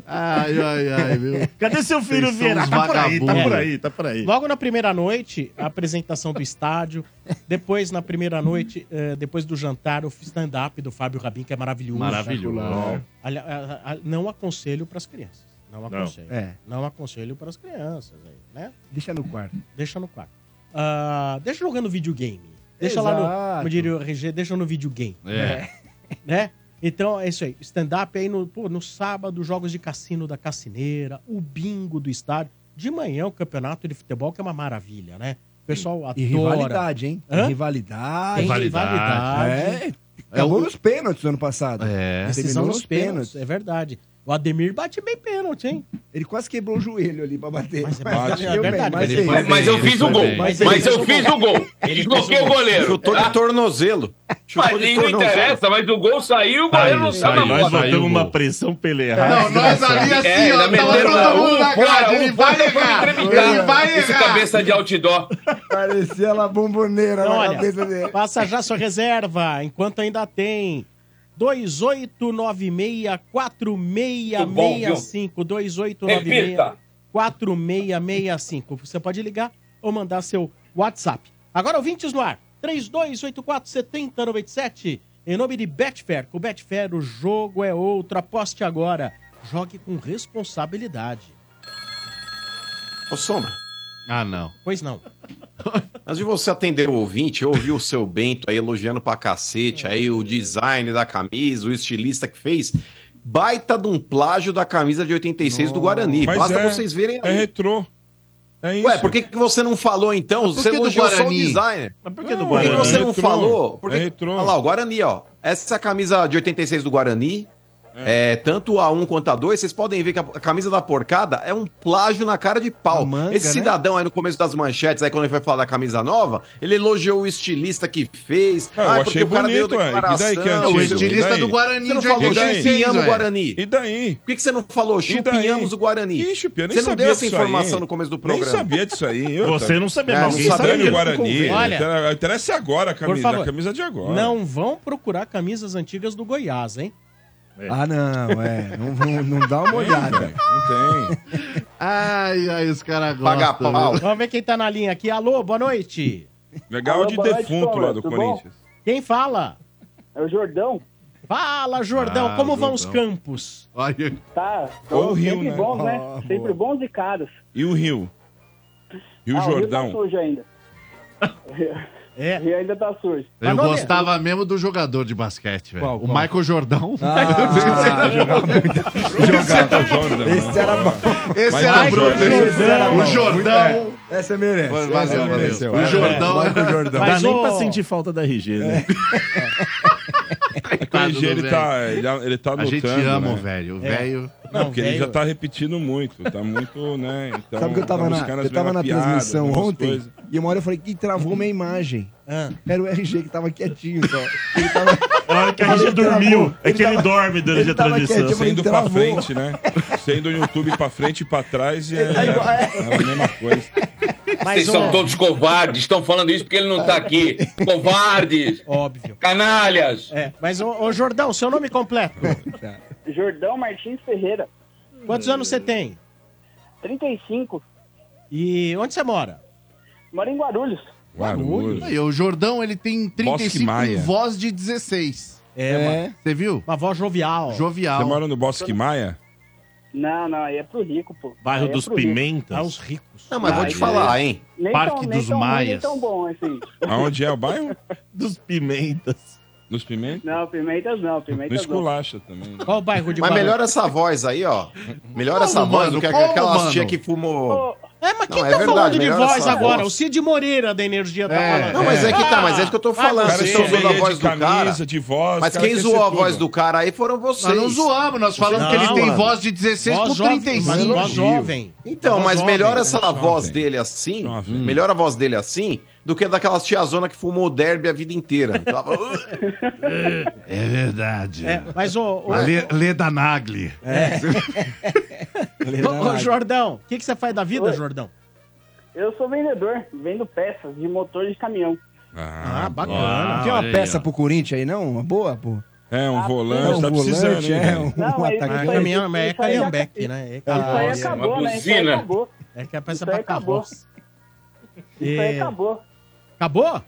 Speaker 2: Ah,
Speaker 7: Ai, ai, ai, meu.
Speaker 3: Cadê seu filho,
Speaker 2: Vocês são
Speaker 3: Vieira?
Speaker 2: uns
Speaker 3: Tá por aí, tá por
Speaker 2: vagabundos.
Speaker 3: aí, tá por aí.
Speaker 2: Logo na primeira noite, a apresentação do estádio. Depois, na primeira noite, eh, depois do jantar, o stand-up do Fábio Rabin, que é maravilhoso.
Speaker 7: Maravilhoso.
Speaker 2: Espetacular. Ali- a- a- Não aconselho pras crianças. Não aconselho. Não,
Speaker 5: É.
Speaker 2: aconselho pras crianças, aí, né?
Speaker 5: Deixa no quarto.
Speaker 2: Deixa no quarto. Ah, deixa jogando videogame. Deixa lá no.
Speaker 5: Exato.
Speaker 2: Como diria o RG, deixa no videogame.
Speaker 5: É.
Speaker 2: Né? Então é isso aí. Stand-up aí no, pô, no sábado, jogos de cassino da Cassineira, o bingo do estádio. De manhã, o campeonato de futebol, que é uma maravilha, né? O pessoal adora.
Speaker 5: E rivalidade, hein?
Speaker 2: Hã?
Speaker 5: Rivalidade.
Speaker 2: Tem rivalidade.
Speaker 5: É. Acabou nos pênaltis no ano passado.
Speaker 7: É.
Speaker 2: Decisão nos pênaltis, é verdade. O Ademir bate bem pênalti, hein?
Speaker 5: Ele quase quebrou o joelho ali pra bater. Mas,
Speaker 2: Bate,
Speaker 5: bateu
Speaker 2: é
Speaker 5: bem,
Speaker 2: verdade.
Speaker 5: mas
Speaker 2: Ele
Speaker 5: fez.
Speaker 2: foi bem, Mas eu ele fiz o foi gol, bem. mas eu fiz o gol.
Speaker 4: Chutou de tornozelo.
Speaker 8: Mas nem não interessa, mas o gol saiu, o goleiro não sabe
Speaker 3: Aí, nós botamos uma pressão peleada.
Speaker 8: Não, nós ali assim, É, ó, ainda tava meteram todo lá, mundo um na fora, grade, um ele vai fora, errar, ele vai Esse errar. cabeça de outdoor.
Speaker 5: Parecia lá bomboneira na
Speaker 2: Olha,
Speaker 5: cabeça dele.
Speaker 2: faça já sua reserva, enquanto ainda tem. 2896-4665. 2896-4665. Você pode ligar ou mandar seu WhatsApp. Agora, ouvintes no ar. 32847097. Em nome de Betfair. Com Betfair, o jogo é outro. Aposte agora. Jogue com responsabilidade.
Speaker 4: Ô, Sombra.
Speaker 7: Ah, não.
Speaker 2: Pois não.
Speaker 4: Antes de você atender o ouvinte, eu ouvi o seu Bento aí elogiando pra cacete, aí o design da camisa, o estilista que fez. Baita de um plágio da camisa de 86 do Guarani.
Speaker 6: Mas
Speaker 4: Basta
Speaker 6: é-
Speaker 4: vocês verem
Speaker 6: É retrô. É isso.
Speaker 4: Ué, por que, que você não falou então?
Speaker 6: Mas por
Speaker 4: você
Speaker 6: que do
Speaker 4: elogiou só o
Speaker 6: Guarani?
Speaker 4: designer.
Speaker 6: Mas
Speaker 4: por
Speaker 6: que do
Speaker 4: Por
Speaker 6: Guarani? É
Speaker 4: que você não
Speaker 6: Retrô.
Speaker 4: falou? Por que...
Speaker 6: É retrô.
Speaker 4: Olha lá, o Guarani, ó. Essa camisa de 86 do Guarani, é. tanto a 1 quanto a 2, vocês podem ver que a a camisa da porcada é um plágio na cara de pau. Esse
Speaker 5: né?
Speaker 4: cidadão aí no começo das manchetes, aí quando ele vai falar da camisa nova, ele elogiou o estilista que fez.
Speaker 6: Ah, eu achei bonito, ué. E daí que é antigo?
Speaker 4: o estilista
Speaker 6: E daí?
Speaker 4: do Guarani. Você não
Speaker 6: de
Speaker 4: falou
Speaker 6: 86,
Speaker 4: chupinhamos o
Speaker 6: ué.
Speaker 4: Guarani.
Speaker 6: E daí?
Speaker 4: Por que, que você não falou chupinhamos o Guarani?
Speaker 6: Ih, Chupi, eu nem
Speaker 4: você não
Speaker 6: sabia
Speaker 4: deu essa
Speaker 6: disso aí.
Speaker 4: informação no começo do programa.
Speaker 6: Nem sabia disso aí. Eu
Speaker 3: Você não sabia,
Speaker 6: É,
Speaker 3: mas
Speaker 6: não
Speaker 3: alguém
Speaker 6: sabia
Speaker 3: sabia.
Speaker 6: do Guarani.
Speaker 2: Olha,
Speaker 6: Olha, interessa agora a
Speaker 2: Por
Speaker 6: camisa,
Speaker 2: favor.
Speaker 6: a camisa de agora.
Speaker 2: Não vão procurar camisas antigas do Goiás, hein?
Speaker 5: Ah, não, é. Não, não, não dá uma olhada.
Speaker 6: Não tem.
Speaker 7: Ai, ai, os caras
Speaker 5: Paga
Speaker 7: gostam.
Speaker 5: pau.
Speaker 7: viu?
Speaker 2: Vamos ver quem tá na linha aqui. Alô, boa noite.
Speaker 6: Legal
Speaker 2: Alô,
Speaker 6: de
Speaker 2: boa noite,
Speaker 6: defunto lá
Speaker 2: Paulo,
Speaker 6: do
Speaker 2: tudo
Speaker 6: Corinthians.
Speaker 2: Quem fala?
Speaker 14: É o Jordão.
Speaker 2: Fala, Jordão.
Speaker 6: Ah,
Speaker 2: Como
Speaker 6: Jordão.
Speaker 2: vão os campos?
Speaker 7: Olha.
Speaker 14: Tá.
Speaker 6: Ou o Rio,
Speaker 14: sempre
Speaker 6: né?
Speaker 14: bons, né?
Speaker 6: Ah,
Speaker 14: sempre bons e caros.
Speaker 6: E o Rio? Rio
Speaker 14: Ah,
Speaker 6: Jordão.
Speaker 14: O Rio tá sujo ainda.
Speaker 2: É.
Speaker 14: E ainda tá sujo.
Speaker 7: Eu gostava mesmo do jogador de basquete, velho. O Michael Jordão.
Speaker 5: Esse era bom.
Speaker 7: Esse era
Speaker 5: Michael
Speaker 7: bruto, hein?
Speaker 5: Jordão.
Speaker 7: O Jordão.
Speaker 5: Muito bem. Essa é merece.
Speaker 7: Valeu,
Speaker 5: essa
Speaker 7: valeu.
Speaker 5: mereceu.
Speaker 7: O
Speaker 5: É,
Speaker 7: Jordão.
Speaker 5: é, Michael Jordão. é,
Speaker 3: Dá nem pra sentir falta da RG, né?
Speaker 6: O
Speaker 7: É
Speaker 6: RG, ele
Speaker 7: velho.
Speaker 6: tá, ele, ele tá
Speaker 7: A
Speaker 6: lutando.
Speaker 7: gente ama
Speaker 6: né?
Speaker 7: o velho, o É. velho-
Speaker 6: Não,
Speaker 7: Não,
Speaker 6: porque
Speaker 7: velho-
Speaker 6: ele já tá repetindo muito. Tá muito, né? Então,
Speaker 5: Sabe que eu tava
Speaker 6: tá
Speaker 5: na,
Speaker 6: buscando as
Speaker 5: eu tava
Speaker 6: mesmas
Speaker 5: na
Speaker 6: piadas,
Speaker 5: transmissão
Speaker 6: mesmas
Speaker 5: ontem
Speaker 6: coisas.
Speaker 5: e uma hora eu falei que travou minha imagem.
Speaker 2: Ah.
Speaker 5: Era o RG que tava quietinho só. Ele tava.
Speaker 3: Na hora que É a
Speaker 5: Ele
Speaker 3: RG dormiu,
Speaker 5: travou.
Speaker 3: é que ele dorme durante
Speaker 5: ele
Speaker 3: a
Speaker 5: tava quietinho,
Speaker 3: transmissão.
Speaker 5: eu falei,
Speaker 6: Sendo pra
Speaker 5: travou.
Speaker 6: frente, né? Sendo o YouTube pra frente e pra trás é, é a mesma coisa.
Speaker 8: Vocês
Speaker 2: um.
Speaker 8: são todos covardes, estão falando isso porque ele não tá aqui. Covardes!
Speaker 2: Óbvio.
Speaker 8: Canalhas!
Speaker 2: É, mas, ô, ô, Jordão, seu nome completo.
Speaker 14: Jordão Martins Ferreira,
Speaker 2: Quantos anos você tem?
Speaker 14: 35.
Speaker 2: E onde você mora?
Speaker 14: Mora em Guarulhos.
Speaker 6: Guarulhos.
Speaker 7: Aí, o Jordão, ele tem 35
Speaker 6: Maia.
Speaker 7: em voz de 16.
Speaker 2: É,
Speaker 7: Você viu?
Speaker 2: Uma voz jovial.
Speaker 7: Jovial.
Speaker 6: Você mora no Bosque Maia?
Speaker 14: Não, não, aí é pro rico, pô.
Speaker 6: Bairro
Speaker 14: Aí é
Speaker 6: dos
Speaker 14: pro rico.
Speaker 6: Pimentas?
Speaker 2: Ah, os ricos.
Speaker 4: Não, mas vou
Speaker 14: Ah,
Speaker 4: te
Speaker 14: é.
Speaker 4: falar, hein?
Speaker 14: Nem
Speaker 6: Parque
Speaker 14: tão, nem
Speaker 6: dos
Speaker 14: tão ruim, nem
Speaker 6: Maias.
Speaker 14: tão bom, assim.
Speaker 6: Aonde é o bairro?
Speaker 3: Dos Pimentas.
Speaker 6: Nos Pimentas?
Speaker 14: Não, Pimentas não,
Speaker 2: tá
Speaker 6: No
Speaker 14: Pimentas não.
Speaker 6: Esculacha também.
Speaker 2: Qual o bairro de
Speaker 4: Mas
Speaker 2: Guarulhos?
Speaker 4: melhora essa voz aí, ó. Melhora
Speaker 2: Como,
Speaker 4: essa voz
Speaker 2: mano?
Speaker 4: do que
Speaker 2: Como,
Speaker 4: aquelas
Speaker 2: mano?
Speaker 4: tia que fumou.
Speaker 2: É, mas quem
Speaker 4: Não, é
Speaker 2: tá
Speaker 4: verdade,
Speaker 2: falando de
Speaker 4: melhora
Speaker 2: voz
Speaker 4: essa
Speaker 2: agora?
Speaker 4: voz.
Speaker 2: O Cid Moreira da Energia tá falando. Ah,
Speaker 4: Não, mas é que tá, mas é isso que eu tô falando.
Speaker 2: vai
Speaker 4: Vocês
Speaker 2: você.
Speaker 4: estão usando a
Speaker 6: de
Speaker 4: voz do
Speaker 6: camisa,
Speaker 4: cara.
Speaker 6: de voz,
Speaker 4: Mas
Speaker 6: cara,
Speaker 4: quem
Speaker 6: quer
Speaker 4: zoou
Speaker 6: ser
Speaker 4: a voz
Speaker 6: tudo.
Speaker 4: do cara aí foram vocês.
Speaker 7: Nós não zoamos, nós falamos que ele tem voz de 16
Speaker 2: Voz
Speaker 7: por
Speaker 2: jovem,
Speaker 7: 35.
Speaker 2: mas voz jovem.
Speaker 4: Então,
Speaker 2: Voz
Speaker 4: mas
Speaker 2: jovem,
Speaker 4: melhora
Speaker 2: né?
Speaker 4: essa
Speaker 2: Jovem.
Speaker 4: voz dele assim, melhora a voz dele assim, do que daquelas tiazona que fumou derby a vida inteira. Tava-
Speaker 7: É verdade.
Speaker 2: É, mas o, o,
Speaker 7: A Le-
Speaker 4: É.
Speaker 7: Leda Nagli.
Speaker 2: Ô, ô, Jordão, o que, que você faz da vida, Jordão?
Speaker 14: Eu sou vendedor, vendo peças de motor de caminhão.
Speaker 6: Ah,
Speaker 5: Não tem uma peça pro Corinthians aí, não? Uma boa, pô?
Speaker 6: É, um volante,
Speaker 5: não,
Speaker 6: tá
Speaker 5: volante,
Speaker 6: precisando, hein?
Speaker 5: é,
Speaker 6: velho?
Speaker 5: um-
Speaker 14: Não, é isso
Speaker 2: Ah,
Speaker 14: aí,
Speaker 2: caminhão, mas é
Speaker 14: isso aí já-
Speaker 2: calhambeque, né? É
Speaker 14: Isso aí
Speaker 2: calhambeque.
Speaker 14: acabou, né? Isso aí
Speaker 8: buzina.
Speaker 14: acabou.
Speaker 2: É que a peça
Speaker 14: Isso
Speaker 2: é pra
Speaker 14: aí acabou.
Speaker 2: carroça.
Speaker 14: Isso aí
Speaker 2: É.
Speaker 14: acabou.
Speaker 2: Acabou?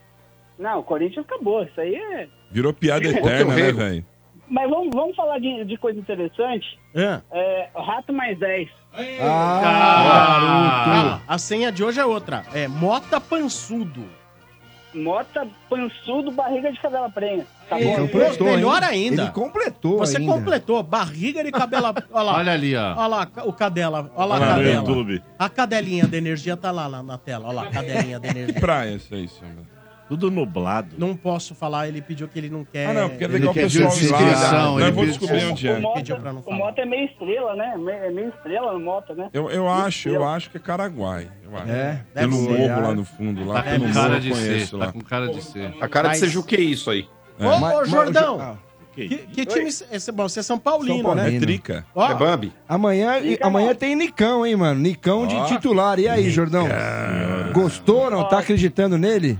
Speaker 14: Não, o Corinthians acabou. Isso aí é.
Speaker 6: Virou piada eterna, né, velho?
Speaker 14: Mas vamos, vamos falar de, de coisa interessante.
Speaker 2: É.
Speaker 14: É, Rato mais 10.
Speaker 2: Ah, calma, a senha de hoje é outra. É Mota Pansudo.
Speaker 14: Mota, pançudo, barriga de cadela prenha. Tá
Speaker 2: Ele
Speaker 14: bom?
Speaker 2: completou, Melhor hein? ainda. Ele
Speaker 5: completou
Speaker 2: Você completou barriga de cabela. Olha, lá.
Speaker 7: Olha ali, ó.
Speaker 2: Olha lá o cadela. Olha lá a
Speaker 6: Olha lá no
Speaker 2: cadela.
Speaker 6: YouTube.
Speaker 2: A cadelinha da energia tá lá, lá na tela. Olha lá a cadelinha da energia.
Speaker 6: Praia, Ah, é isso aí, Sombra.
Speaker 3: Tudo nublado.
Speaker 2: Não posso falar, ele pediu que ele não quer.
Speaker 6: Ah, não, porque é
Speaker 2: ele
Speaker 6: legal o
Speaker 2: pediu
Speaker 6: pessoal ir lá.
Speaker 2: descrição,
Speaker 6: Não,
Speaker 2: ele
Speaker 6: eu vou
Speaker 2: pediu-
Speaker 6: descobrir onde é.
Speaker 14: O Mota,
Speaker 2: Pediu pra não
Speaker 14: o Mota é meio estrela, né? Me- É meio estrela no Mota, né?
Speaker 6: Eu, eu acho, eu acho que é ah, Caraguai. Eu acho.
Speaker 5: É,
Speaker 6: Pelo
Speaker 5: deve ser,
Speaker 6: morro
Speaker 5: é.
Speaker 6: lá no fundo, lá.
Speaker 7: Tá
Speaker 6: pelo
Speaker 7: com
Speaker 6: morro
Speaker 7: cara
Speaker 6: eu
Speaker 7: de
Speaker 6: conheço
Speaker 7: ser,
Speaker 6: lá.
Speaker 7: tá com cara de ser.
Speaker 4: A cara
Speaker 2: Mas-
Speaker 4: de ser o que é isso aí?
Speaker 6: É.
Speaker 2: Ô, ô,
Speaker 5: Mas- mas-
Speaker 2: Jordão,
Speaker 5: Ah,
Speaker 2: que, que time... Esse, bom, você é São Paulino, né? Ó,
Speaker 14: É
Speaker 6: É
Speaker 5: Ó, Amanhã,
Speaker 2: Trica,
Speaker 5: amanhã tem Nicão, hein, mano? Nicão de titular. E aí, Jordão? Gostou, não? Tá acreditando nele?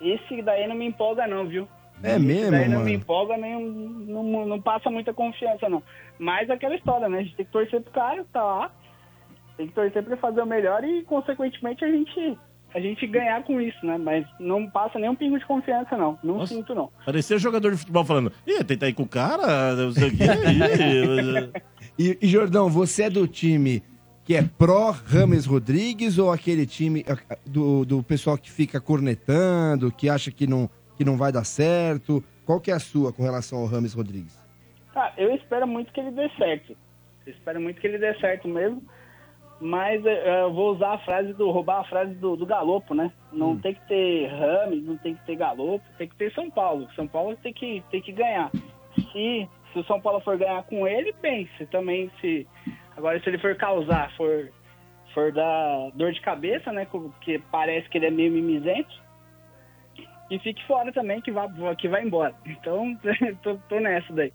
Speaker 14: Esse daí não me empolga, não, viu?
Speaker 5: É
Speaker 14: Esse
Speaker 5: mesmo,
Speaker 14: daí não
Speaker 5: mano?
Speaker 14: me empolga, nem, um, não, não passa muita confiança, não. Mas aquela história, né? A gente tem que torcer pro cara, tá lá. Tem que torcer pra ele fazer o melhor e, consequentemente, a gente, a gente ganhar com isso, né? Mas não passa nem um pingo de confiança, não. Não sinto, não.
Speaker 3: Parecia jogador de futebol falando, ih, tentar ir com o cara, não sei o quê. ih."
Speaker 5: E, e, Jordão, você é do time que é pró Rames Rodrigues ou aquele time ah, do, do pessoal que fica cornetando, que acha que não, que não vai dar certo? Qual que é a sua com relação ao Rames Rodrigues?
Speaker 14: Cara, eu espero muito que ele dê certo. Eu espero muito que ele dê certo mesmo. Mas eh, eu vou usar a frase do. roubar a frase do, do galopo, né? Não tem que ter Rames, não tem que ter galopo, tem que ter São Paulo. São Paulo tem que, tem que ganhar. Se, se o São Paulo for ganhar com ele, bem. Se também se. Agora se ele for causar, for, for dar dor de cabeça, né? Porque parece que ele é meio mimizento. E fique fora também, que vai, que vai embora. Então, tô, tô nessa daí.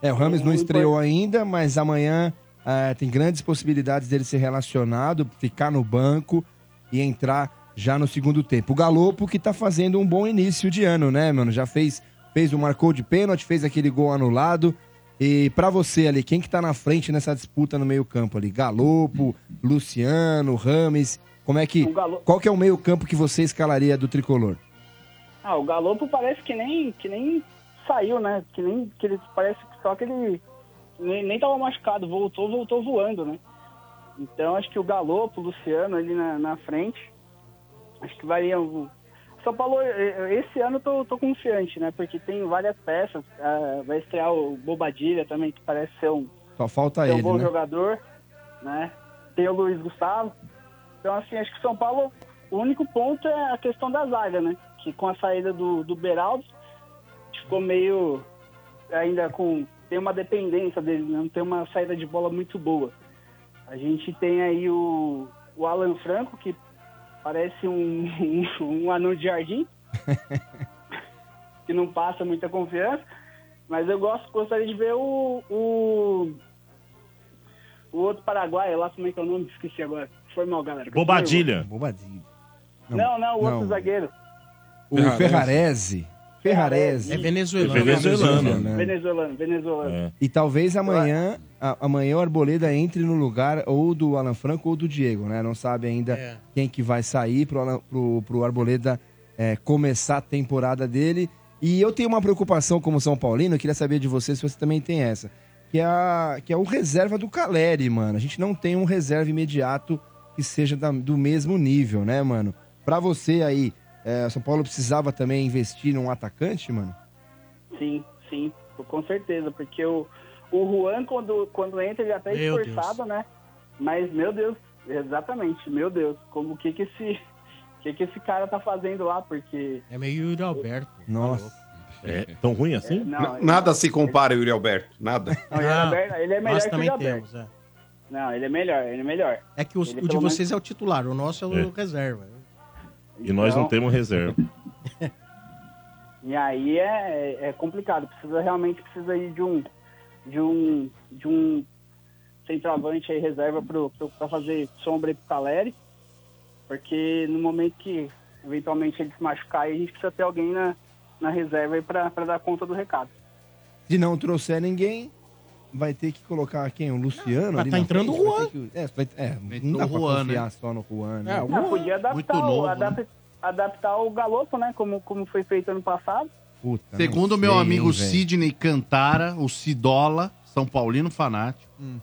Speaker 5: É, o Rames não estreou ainda, mas amanhã ah, tem grandes possibilidades dele ser relacionado, ficar no banco e entrar já no segundo tempo. O Galopo que tá fazendo um bom início de ano, né, mano? Já fez, fez o marcou de pênalti, fez aquele gol anulado. E pra você ali, quem que tá na frente nessa disputa no meio-campo ali? Galopo, Luciano, Rames, como é que
Speaker 14: Galo-
Speaker 5: qual que é o meio-campo que você escalaria do tricolor?
Speaker 14: Ah, o Galopo parece que nem, que nem saiu, né? Que nem que ele parece que só que ele nem, nem tava machucado, voltou, voltou voando, né? Então acho que o Galopo, o Luciano ali na, na frente, acho que varia. o- São Paulo, eh, eh, esse ano eu tô, tô confiante, né? Porque tem várias peças. ah, vai estrear o Bobadilha também, que parece ser um,
Speaker 5: Só falta
Speaker 14: tem um
Speaker 5: ele,
Speaker 14: bom
Speaker 5: né?
Speaker 14: jogador, né? Tem o Luiz Gustavo. Então, assim, acho que o São Paulo, o único ponto é a questão da zaga, né? Que com a saída do, do Beraldo, ficou meio ainda com. Tem uma dependência dele, né? não tem uma saída de bola muito boa. A gente tem aí o, o Alan Franco, que parece um, um, anão de jardim, que não passa muita confiança. Mas eu gosto, gostaria de ver o, o o outro paraguaio lá, como é que é o nome? Esqueci agora. Foi mal, galera.
Speaker 3: Bobadilha.
Speaker 5: Bobadilha.
Speaker 14: Não, não, o outro
Speaker 5: Não.
Speaker 14: zagueiro.
Speaker 5: O
Speaker 3: Ferrarese.
Speaker 5: Ferrarese. Ferrarese.
Speaker 2: É venezuelano.
Speaker 3: É venezuelano. É.
Speaker 14: Venezuelano, venezuelano.
Speaker 5: E talvez amanhã, a- amanhã o Arboleda entre no lugar ou do Alan Franco ou do Diego, né? Não sabe ainda
Speaker 2: É.
Speaker 5: quem que vai sair pro, Alan- pro, pro Arboleda é, começar a temporada dele. E eu tenho uma preocupação como São Paulino, eu queria saber de você se você também tem essa. Que é, a- que é o reserva do Caleri, mano. A gente não tem um reserva imediato que seja da- do mesmo nível, né, mano? Pra você aí, é, São Paulo precisava também investir num atacante, mano?
Speaker 14: Sim, sim, com certeza, porque o, o Juan, quando, quando entra, ele até é
Speaker 12: Meu
Speaker 14: esforçado, né? Mas, meu Deus, exatamente, meu Deus, como o que que esse, o que que esse cara tá fazendo lá, porque...
Speaker 2: É meio Yuri Alberto.
Speaker 5: Nossa.
Speaker 3: É tão ruim assim?
Speaker 14: não,
Speaker 4: N- Nada se compara, Yuri Alberto. Nada.
Speaker 14: Não, ele, é aberto- ele é melhor
Speaker 2: Ah, nós
Speaker 14: que o
Speaker 2: também
Speaker 14: Gilberto.
Speaker 2: temos, é.
Speaker 14: Não, ele é melhor, ele é melhor.
Speaker 2: É que os-
Speaker 14: Ele,
Speaker 2: o de
Speaker 14: pelo
Speaker 2: vocês é o titular, o nosso é o
Speaker 3: É.
Speaker 2: reserva.
Speaker 3: E nós não
Speaker 14: Então-
Speaker 3: temos reserva.
Speaker 14: E aí é, é complicado, precisa realmente precisa aí de um de um de um centroavante aí reserva pro, pro, pra fazer sombra aí pro Caleri, porque no momento que eventualmente ele se machucar, aí a gente precisa ter alguém na, na reserva aí pra, pra dar conta do recado.
Speaker 5: Se não trouxer ninguém, vai ter que colocar quem? O Luciano?
Speaker 2: Mas
Speaker 5: ali
Speaker 2: tá
Speaker 5: na
Speaker 2: entrando
Speaker 5: frente?
Speaker 2: o
Speaker 5: Vai
Speaker 2: Juan.
Speaker 5: ter que- É, vai- é, não
Speaker 2: o
Speaker 5: dá pra
Speaker 2: Juan,
Speaker 5: confiar
Speaker 2: né?
Speaker 5: só no Juan, né?
Speaker 2: É, o
Speaker 14: Ah, podia adaptar,
Speaker 5: Muito
Speaker 14: o-
Speaker 5: novo,
Speaker 14: adap- adaptar o Galopo, né, como, como foi feito ano passado.
Speaker 5: Puta,
Speaker 7: Segundo
Speaker 5: não
Speaker 7: o meu
Speaker 5: sei,
Speaker 7: amigo
Speaker 5: hein, velho.
Speaker 7: Sidney Cantara, o Cidola, São Paulino fanático,
Speaker 2: Hum.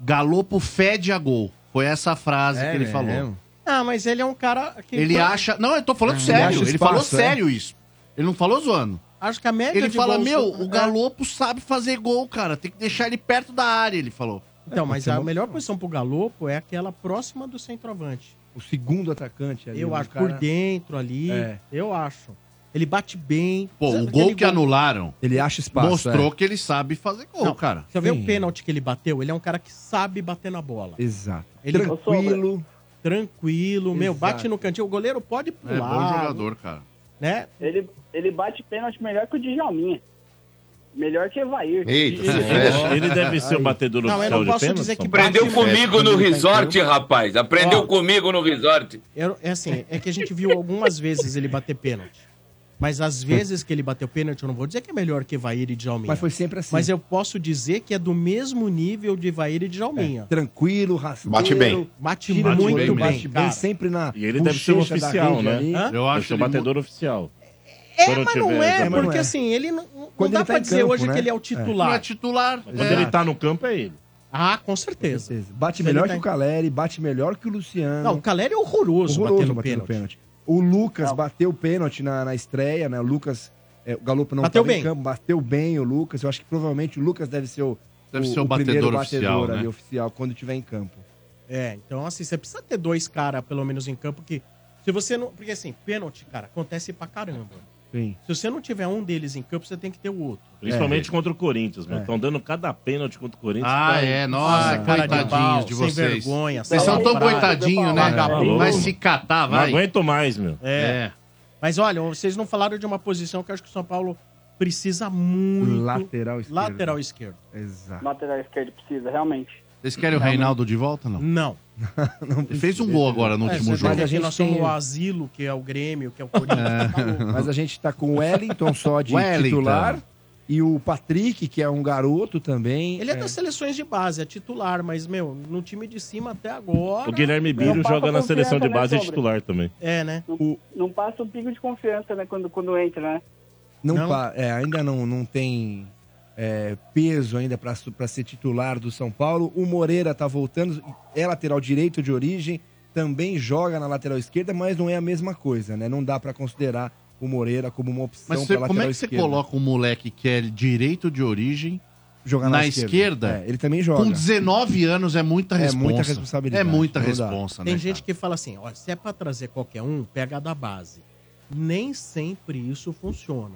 Speaker 7: Galopo fede a gol. Foi essa frase
Speaker 2: É
Speaker 7: que ele
Speaker 2: mesmo?
Speaker 7: falou.
Speaker 2: Ah, mas ele é um cara que.
Speaker 7: Ele acha. Não, eu tô falando
Speaker 2: Ah, ele
Speaker 7: sério.
Speaker 2: acha
Speaker 7: Ele,
Speaker 2: espaço,
Speaker 7: falou
Speaker 2: é?
Speaker 7: sério isso. Ele não falou zoando.
Speaker 2: Acho que a média
Speaker 7: Ele
Speaker 2: de
Speaker 7: fala:
Speaker 2: gols- é-
Speaker 7: Meu, o Galopo sabe fazer gol, cara. Tem que deixar ele perto da área, ele falou.
Speaker 2: Então, mas a melhor posição pro Galopo é aquela próxima do centroavante.
Speaker 5: O segundo atacante ali.
Speaker 2: Eu
Speaker 5: né,
Speaker 2: acho,
Speaker 5: cara?
Speaker 2: por dentro ali.
Speaker 5: É.
Speaker 2: Eu acho. Ele bate bem.
Speaker 7: Pô,
Speaker 2: Sabe
Speaker 7: o gol
Speaker 2: aquele
Speaker 7: que anularam.
Speaker 5: Ele acha espaço,
Speaker 7: Mostrou
Speaker 5: é.
Speaker 7: que ele sabe fazer gol,
Speaker 2: Não,
Speaker 7: cara.
Speaker 2: Você vê
Speaker 7: Sim.
Speaker 2: o pênalti que ele bateu? Ele é um cara que sabe bater na bola.
Speaker 5: Exato.
Speaker 2: Ele-
Speaker 5: Tranquilo.
Speaker 2: Tranquilo, meu.
Speaker 7: Exato.
Speaker 2: Bate no cantinho. O goleiro pode pular.
Speaker 7: É bom jogador, cara.
Speaker 2: né?
Speaker 14: Ele, ele bate pênalti melhor que o Djalminha. Melhor que Evair.
Speaker 4: Eita,
Speaker 14: Djalminha-
Speaker 4: se fecha.
Speaker 3: Ele deve ser o batedor
Speaker 2: Não, eu não
Speaker 3: oficial de
Speaker 2: posso
Speaker 3: pênalti.
Speaker 2: dizer que
Speaker 8: Aprendeu
Speaker 2: bate-
Speaker 8: comigo no resort, rapaz. Aprendeu
Speaker 2: tá Ó.
Speaker 8: comigo no resort.
Speaker 2: Eu- é assim, é que a gente viu algumas vezes ele bater pênalti. Mas às vezes que ele bateu pênalti, eu não vou dizer que é melhor que Evair e Djalminha.
Speaker 5: Mas foi sempre assim.
Speaker 2: Mas eu posso dizer que é do mesmo nível de Evair e Djalminha.
Speaker 5: É, Tranquilo, rasteiro.
Speaker 2: Bate bem. Bate
Speaker 5: tira
Speaker 2: muito
Speaker 5: bem,
Speaker 2: bem,
Speaker 5: bate bem,
Speaker 2: cara.
Speaker 5: sempre na
Speaker 3: E ele deve ser o
Speaker 5: bochecha da
Speaker 3: oficial,
Speaker 5: rede
Speaker 3: né?
Speaker 5: ali.
Speaker 3: Hã? Eu acho
Speaker 5: ele
Speaker 3: o batedor oficial.
Speaker 2: É,
Speaker 3: Quando
Speaker 2: mas
Speaker 3: tiver-
Speaker 2: não é,
Speaker 3: É, mas não
Speaker 2: porque
Speaker 3: é.
Speaker 2: assim, ele não, não
Speaker 3: Quando
Speaker 2: dá
Speaker 3: ele tá
Speaker 2: pra
Speaker 3: em
Speaker 2: dizer
Speaker 3: campo,
Speaker 2: hoje
Speaker 3: né?
Speaker 2: que ele é o titular.
Speaker 3: Não é titular, Mas quando
Speaker 2: é.
Speaker 3: ele tá no campo, é ele.
Speaker 2: Ah, com certeza.
Speaker 5: Bate
Speaker 2: Ele
Speaker 5: melhor
Speaker 2: tá
Speaker 5: que o
Speaker 2: em-
Speaker 5: Caleri, bate melhor que o Luciano.
Speaker 2: Não, o Caleri é horroroso batendo pênalti.
Speaker 5: O Lucas bateu pênalti na, na estreia, né? O Lucas, é, o Galopo não
Speaker 2: Bateu
Speaker 5: tava em
Speaker 2: bem.
Speaker 5: campo, bateu bem o Lucas. Eu acho que provavelmente o Lucas deve ser o,
Speaker 7: Deve
Speaker 5: o,
Speaker 7: ser o
Speaker 5: primeiro
Speaker 7: batedor oficial,
Speaker 5: ali,
Speaker 7: né?
Speaker 5: oficial quando tiver em campo.
Speaker 2: É, então assim, você precisa ter dois caras, pelo menos em campo, que. Se você não. Porque assim, pênalti, cara, acontece pra caramba.
Speaker 5: Sim.
Speaker 2: Se você não tiver um deles em campo, você tem que ter o outro.
Speaker 7: É.
Speaker 3: Principalmente contra o Corinthians, mano.
Speaker 2: É.
Speaker 3: Estão dando cada pênalti contra o Corinthians.
Speaker 7: Ah,
Speaker 3: cara.
Speaker 7: é, nossa,
Speaker 3: Ah,
Speaker 7: cara de pau, de vocês.
Speaker 3: Sem um
Speaker 2: vergonha,
Speaker 7: Vocês são tão
Speaker 2: salafrário.
Speaker 7: coitadinho, né?
Speaker 2: Vagabundo.
Speaker 7: Vai se catar, vai.
Speaker 3: Não aguento mais, meu.
Speaker 2: É. Mas olha, vocês não falaram de uma posição que eu acho que o São Paulo precisa muito.
Speaker 5: Lateral esquerdo.
Speaker 2: Lateral esquerdo.
Speaker 5: Exato.
Speaker 14: Lateral esquerdo precisa, realmente.
Speaker 7: Vocês querem o Reinaldo de volta, não?
Speaker 2: Não.
Speaker 7: Ele fez um gol agora no
Speaker 2: É,
Speaker 7: último
Speaker 2: você
Speaker 7: jogo.
Speaker 2: pega aqui, nós somos
Speaker 5: tem-
Speaker 2: o Asilo, que é o Grêmio, que é o Corinthians.
Speaker 5: Mas a gente tá com o Wellington só de
Speaker 2: Wellington.
Speaker 5: titular. E o Patrick, que é um garoto também.
Speaker 2: Ele é, das seleções de base, é titular, mas, meu, no time de cima até agora.
Speaker 3: O Guilherme Biro
Speaker 2: passa
Speaker 3: joga na
Speaker 2: confiança,
Speaker 3: seleção de
Speaker 2: né,
Speaker 3: base e é
Speaker 2: sobre?
Speaker 3: titular também.
Speaker 2: É, né?
Speaker 14: Não passa um pico de confiança, né? Quando, quando entra, né?
Speaker 5: Não,
Speaker 14: Não?
Speaker 5: pa- é, ainda não, não tem é, peso ainda para ser titular do São Paulo. O Moreira tá voltando, é lateral direito de origem, também joga na lateral esquerda, mas não é a mesma coisa, né? Não dá para considerar o Moreira como uma opção
Speaker 7: Mas
Speaker 5: pra
Speaker 7: você-
Speaker 5: Então, lateral
Speaker 7: como é que você
Speaker 5: esquerda.
Speaker 7: coloca um moleque que é direito de origem
Speaker 5: Jogar
Speaker 7: na,
Speaker 5: na
Speaker 7: esquerda?
Speaker 5: esquerda? É, ele também joga.
Speaker 7: Com 19 anos é muita
Speaker 5: É
Speaker 7: responsa.
Speaker 5: muita responsabilidade.
Speaker 7: É muita
Speaker 5: Não dá.
Speaker 7: responsa, né?
Speaker 2: Tem gente que fala assim: olha, se é pra trazer qualquer um, pega da base. Nem sempre isso funciona.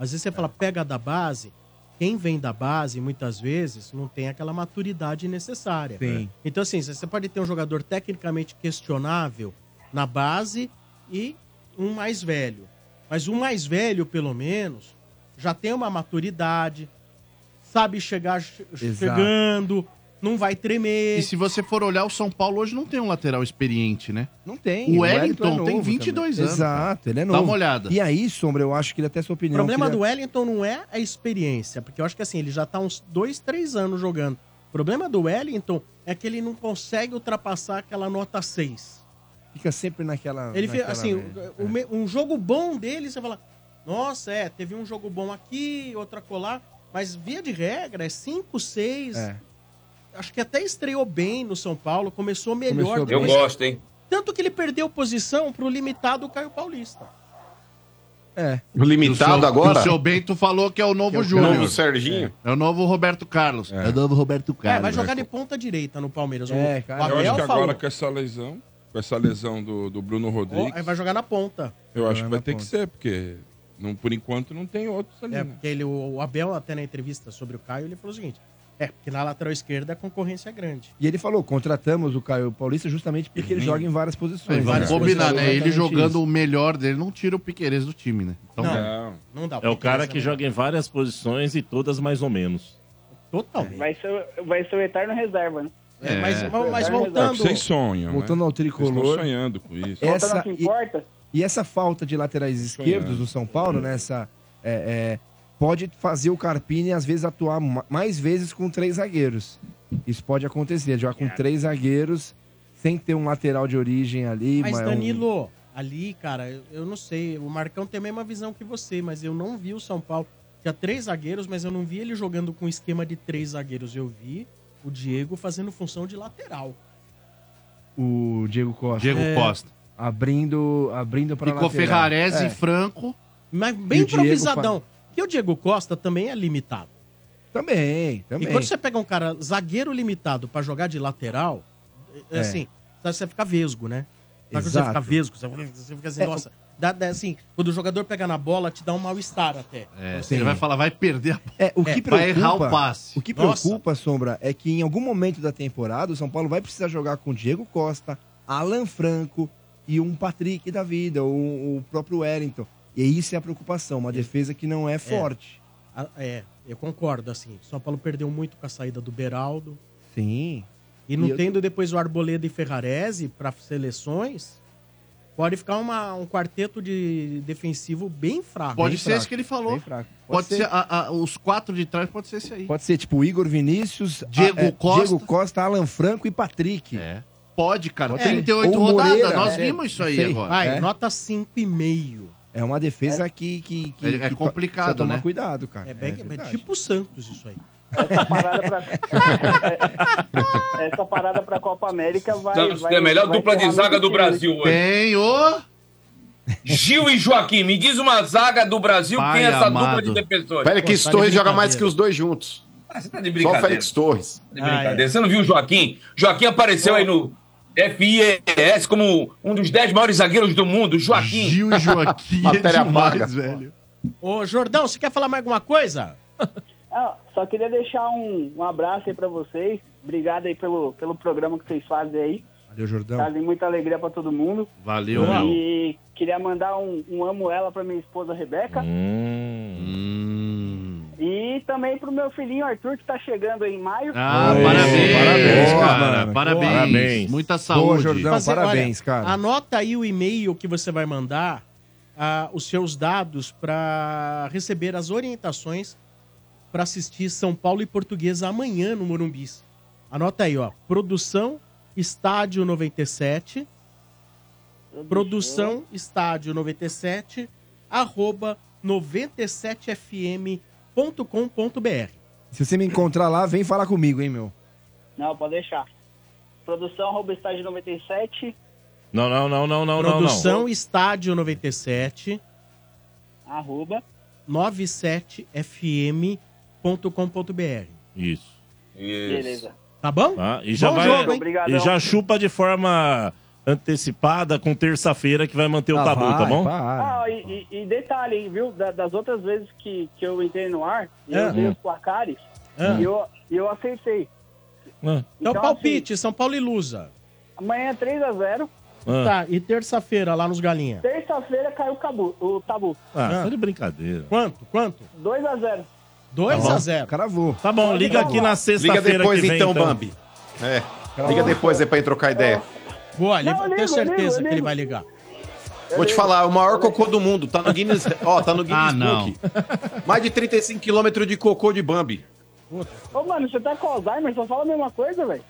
Speaker 2: Às vezes você fala,
Speaker 7: É.
Speaker 2: pega da base. Quem vem da base, muitas vezes, não tem aquela maturidade necessária.
Speaker 5: Sim.
Speaker 2: Então, assim, você pode ter um jogador tecnicamente questionável na base e um mais velho. Mas o mais velho, pelo menos, já tem uma maturidade, sabe chegar che-
Speaker 7: Exato.
Speaker 2: chegando, não vai tremer.
Speaker 7: E se você for olhar, o São Paulo hoje não tem um lateral experiente, né?
Speaker 5: Não tem. é
Speaker 7: O
Speaker 2: é
Speaker 7: Wellington tem
Speaker 5: novo
Speaker 7: 22
Speaker 5: também.
Speaker 7: anos.
Speaker 5: Exato, ele é novo.
Speaker 7: Dá uma olhada.
Speaker 5: E aí, Sombra, eu acho que ele até sua
Speaker 2: O
Speaker 5: opinião.
Speaker 2: problema
Speaker 5: queria-
Speaker 2: do Wellington não é a experiência, porque eu acho que assim, ele já tá uns dois, três anos jogando. O problema do Wellington é que ele não consegue ultrapassar aquela nota 6.
Speaker 5: Fica sempre naquela.
Speaker 2: Ele fica,
Speaker 5: naquela
Speaker 2: assim,
Speaker 5: média. é.
Speaker 2: o- o me- um jogo bom dele, você fala, nossa, é, teve um jogo bom aqui, outro acolá, mas via de regra é 5, 6.
Speaker 5: É.
Speaker 2: Acho que até estreou bem no São Paulo, começou melhor.
Speaker 5: Começou
Speaker 2: do
Speaker 8: Eu
Speaker 2: que-
Speaker 8: gosto, hein?
Speaker 2: Tanto que ele perdeu posição pro limitado Caio Paulista.
Speaker 5: É.
Speaker 4: Limitado
Speaker 7: Que o seu-
Speaker 4: agora?
Speaker 7: que O seu Bento falou que é o novo Júnior.
Speaker 4: Novo Serginho.
Speaker 7: É o novo Roberto Carlos. É, o novo Roberto Carlos.
Speaker 2: É, vai jogar de ponta direita no Palmeiras. O-
Speaker 7: É, cara.
Speaker 2: o
Speaker 6: Eu acho
Speaker 2: Abel
Speaker 6: que
Speaker 2: falou.
Speaker 6: agora com essa lesão, com essa lesão do, do Bruno
Speaker 2: Ó,
Speaker 6: Rodrigues,
Speaker 7: é
Speaker 2: aí vai jogar na ponta.
Speaker 6: eu acho que vai
Speaker 2: na
Speaker 6: ter que ser, porque não, por enquanto não tem outros ali,
Speaker 2: É,
Speaker 6: né?
Speaker 2: porque ele, o o Abel, até na entrevista sobre o Caio, ele falou o seguinte: é, porque na lateral esquerda a concorrência é grande.
Speaker 5: E ele falou, contratamos o Caio Paulista justamente porque ele joga em várias posições.
Speaker 7: É, vamos
Speaker 5: Várias
Speaker 7: combinar,
Speaker 5: posições,
Speaker 7: né? Ele
Speaker 5: exatamente
Speaker 7: jogando
Speaker 5: isso.
Speaker 7: o melhor dele não tira o Piqueires do time, né? Então,
Speaker 3: Não,
Speaker 2: não dá.
Speaker 3: É o cara que joga em várias posições e todas mais ou menos.
Speaker 2: Totalmente.
Speaker 14: Vai ser, o- vai ser o eterno reserva, né?
Speaker 3: É, mas- É.
Speaker 2: mas
Speaker 3: voltando-
Speaker 6: É o que vocês sonham,
Speaker 5: Voltando
Speaker 6: né?
Speaker 5: ao tricolor.
Speaker 6: Vocês estão sonhando com isso.
Speaker 5: Essa,
Speaker 14: que
Speaker 5: e, e essa falta de laterais esquerdos do São Paulo, né? Essa, é, é, pode fazer o Carpini, às vezes, atuar ma- mais vezes com três zagueiros. Isso pode acontecer, jogar com três zagueiros, sem ter um lateral de origem ali.
Speaker 2: Mas
Speaker 6: é
Speaker 5: um-
Speaker 2: Danilo, ali, cara, eu, eu não sei. O Marcão tem a mesma visão que você, mas eu não vi o São Paulo. Tinha três zagueiros, mas eu não vi ele jogando com um esquema de três zagueiros. Eu vi o Diego fazendo função de lateral.
Speaker 5: o Diego Costa.
Speaker 7: Diego É. Costa.
Speaker 5: Abrindo, abrindo É. para
Speaker 7: Ficou Ferrarese e Franco.
Speaker 2: Mas bem
Speaker 5: E o Diego
Speaker 2: improvisadão. E o Diego Costa também é limitado.
Speaker 5: Também, também.
Speaker 2: E quando você pega um cara zagueiro limitado pra jogar de lateral, é
Speaker 5: É.
Speaker 2: assim, sabe, você fica vesgo, né? Sabe quando
Speaker 5: Exato.
Speaker 2: você fica vesgo, você fica- você fica assim,
Speaker 5: É.
Speaker 2: nossa, dá, dá assim, quando o jogador pega na bola, te dá um mal-estar até.
Speaker 7: É,
Speaker 2: Você
Speaker 7: ele vai falar, vai perder a
Speaker 5: É, o que preocupa,
Speaker 7: Vai errar o passe.
Speaker 5: O que preocupa, Sombra, é que em algum momento da temporada o São Paulo vai precisar jogar com Diego Costa, Alan Franco e um Patrick da vida, ou o próprio Wellington. E isso é a preocupação, uma defesa que não é forte.
Speaker 2: A- É, eu concordo, assim. São Paulo perdeu muito com a saída do Beraldo.
Speaker 5: Sim.
Speaker 2: E não
Speaker 5: E eu-
Speaker 2: tendo depois o Arboleda e Ferrarese para seleções, pode ficar uma- um quarteto de defensivo bem fraco.
Speaker 7: Pode
Speaker 2: Bem
Speaker 7: ser
Speaker 2: fraco.
Speaker 7: esse que ele falou.
Speaker 2: Bem
Speaker 7: Pode,
Speaker 2: fraco.
Speaker 7: ser, a- a- os quatro de trás, pode ser esse aí.
Speaker 5: Pode ser tipo Igor Vinícius, é,
Speaker 7: Diego Costa.
Speaker 5: Diego Costa, Alan Franco e Patrick. É.
Speaker 7: Pode, cara.
Speaker 5: Pode ser.
Speaker 7: 38
Speaker 5: Ou
Speaker 7: rodadas,
Speaker 5: Moreira,
Speaker 7: nós
Speaker 5: é.
Speaker 7: vimos isso aí
Speaker 5: Sei.
Speaker 7: agora.
Speaker 5: Vai,
Speaker 7: É.
Speaker 2: Nota 5,5.
Speaker 5: É uma defesa que, que, que-
Speaker 7: É- é
Speaker 5: que
Speaker 7: complicado,
Speaker 5: precisa tomar
Speaker 7: né?
Speaker 5: cuidado, cara.
Speaker 2: É, bem, é tipo o Santos isso aí.
Speaker 14: É, Essa parada pra Copa América vai.
Speaker 8: Santos
Speaker 14: vai-
Speaker 8: tem é a melhor
Speaker 14: vai
Speaker 8: dupla de
Speaker 14: ferrar
Speaker 8: zaga
Speaker 14: muito
Speaker 8: do
Speaker 14: time,
Speaker 8: Brasil
Speaker 14: né?
Speaker 8: hoje. Gil e Joaquim, me diz uma zaga do Brasil,
Speaker 4: Pai
Speaker 8: quem é essa
Speaker 4: amado. tá
Speaker 8: dupla tá de defensores?
Speaker 4: Félix Torres joga mais que os dois juntos.
Speaker 8: Ah, você tá de
Speaker 4: Só o
Speaker 8: brincadeira.
Speaker 4: Félix Torres.
Speaker 8: De brincadeira. Você não viu o Joaquim? Joaquim apareceu aí no FIES como um dos 10 maiores zagueiros do mundo, Joaquim. Gil
Speaker 7: e
Speaker 2: é
Speaker 7: Joaquim.
Speaker 4: Matéria paga.
Speaker 7: velho.
Speaker 2: Ô, Jordão, você quer falar mais alguma coisa?
Speaker 14: Ah, só queria deixar um, um abraço aí pra vocês. Obrigado aí pelo, pelo programa que vocês fazem aí.
Speaker 5: Valeu, Jordão.
Speaker 14: Trazem muita alegria pra todo mundo.
Speaker 7: Valeu, meu.
Speaker 14: E queria mandar um, um amo ela pra minha esposa Rebeca.
Speaker 7: Hum.
Speaker 14: E também pro meu filhinho Arthur, que tá chegando aí em maio.
Speaker 7: Ah, parabéns,
Speaker 3: parabéns,
Speaker 7: cara.
Speaker 3: mano.
Speaker 7: Parabéns.
Speaker 3: Boa. Parabéns.
Speaker 7: Muita
Speaker 3: Boa,
Speaker 7: saúde.
Speaker 2: Fazer- olha, Anota aí o e-mail que você vai mandar, ah, os seus dados, para receber as orientações para assistir São Paulo e Portuguesa amanhã no Morumbi. Anota aí, ó. Produção Estádio 97. Produção Estádio 97, arroba 97fm.com.br.
Speaker 5: Se você me encontrar lá, vem falar comigo, hein, meu.
Speaker 14: Não, pode deixar. Produção arroba estágio 97,
Speaker 3: Não, não, não, não, não, não,
Speaker 2: Produção
Speaker 3: não.
Speaker 2: Estádio 97,
Speaker 14: arroba.
Speaker 2: 97fm.com.br.
Speaker 3: Isso.
Speaker 14: Beleza.
Speaker 2: Tá bom?
Speaker 3: Tá? E já
Speaker 2: Bom
Speaker 3: vai.
Speaker 2: jogo, hein? Obrigadão.
Speaker 3: e já chupa de forma antecipada com terça-feira que vai manter o
Speaker 5: Ah,
Speaker 3: tabu, tá
Speaker 5: vai,
Speaker 3: bom?
Speaker 14: Ah, e, e- e detalhe, hein, viu? Da- das outras vezes que, que eu entrei no ar, eu
Speaker 3: Ah.
Speaker 14: vi os placares
Speaker 3: Ah.
Speaker 14: e eu, e eu aceitei.
Speaker 3: Então,
Speaker 14: Então,
Speaker 2: É palpite,
Speaker 4: assim-
Speaker 2: São Paulo e Lusa.
Speaker 14: Amanhã é 3x0.
Speaker 3: Ah.
Speaker 2: Tá, e terça-feira lá nos Galinha.
Speaker 14: Terça-feira caiu o, cabu, o tabu.
Speaker 3: Ah, tá de brincadeira.
Speaker 2: Quanto? Quanto?
Speaker 14: 2x0.
Speaker 3: Tá bom.
Speaker 2: 2x0.
Speaker 5: Cravou.
Speaker 3: Tá bom, liga aqui na sexta-feira.
Speaker 4: Liga depois
Speaker 3: que vem,
Speaker 4: então, Bambi. É. Liga depois aí pra gente trocar ideia.
Speaker 2: Boa,
Speaker 4: Não,
Speaker 2: ele-
Speaker 4: eu
Speaker 2: tenho
Speaker 4: ligo, eu
Speaker 2: certeza
Speaker 4: ligo, eu
Speaker 2: que ele
Speaker 4: ligo.
Speaker 2: vai ligar.
Speaker 4: Vou te falar, é o maior cocô do mundo. Tá no Guinness, ó, tá no Guinness
Speaker 2: Ah, não.
Speaker 4: Book. Mais de 35 quilômetros de cocô de Bambi.
Speaker 14: Ô, mano, você tá com Alzheimer? Só fala a mesma coisa, velho.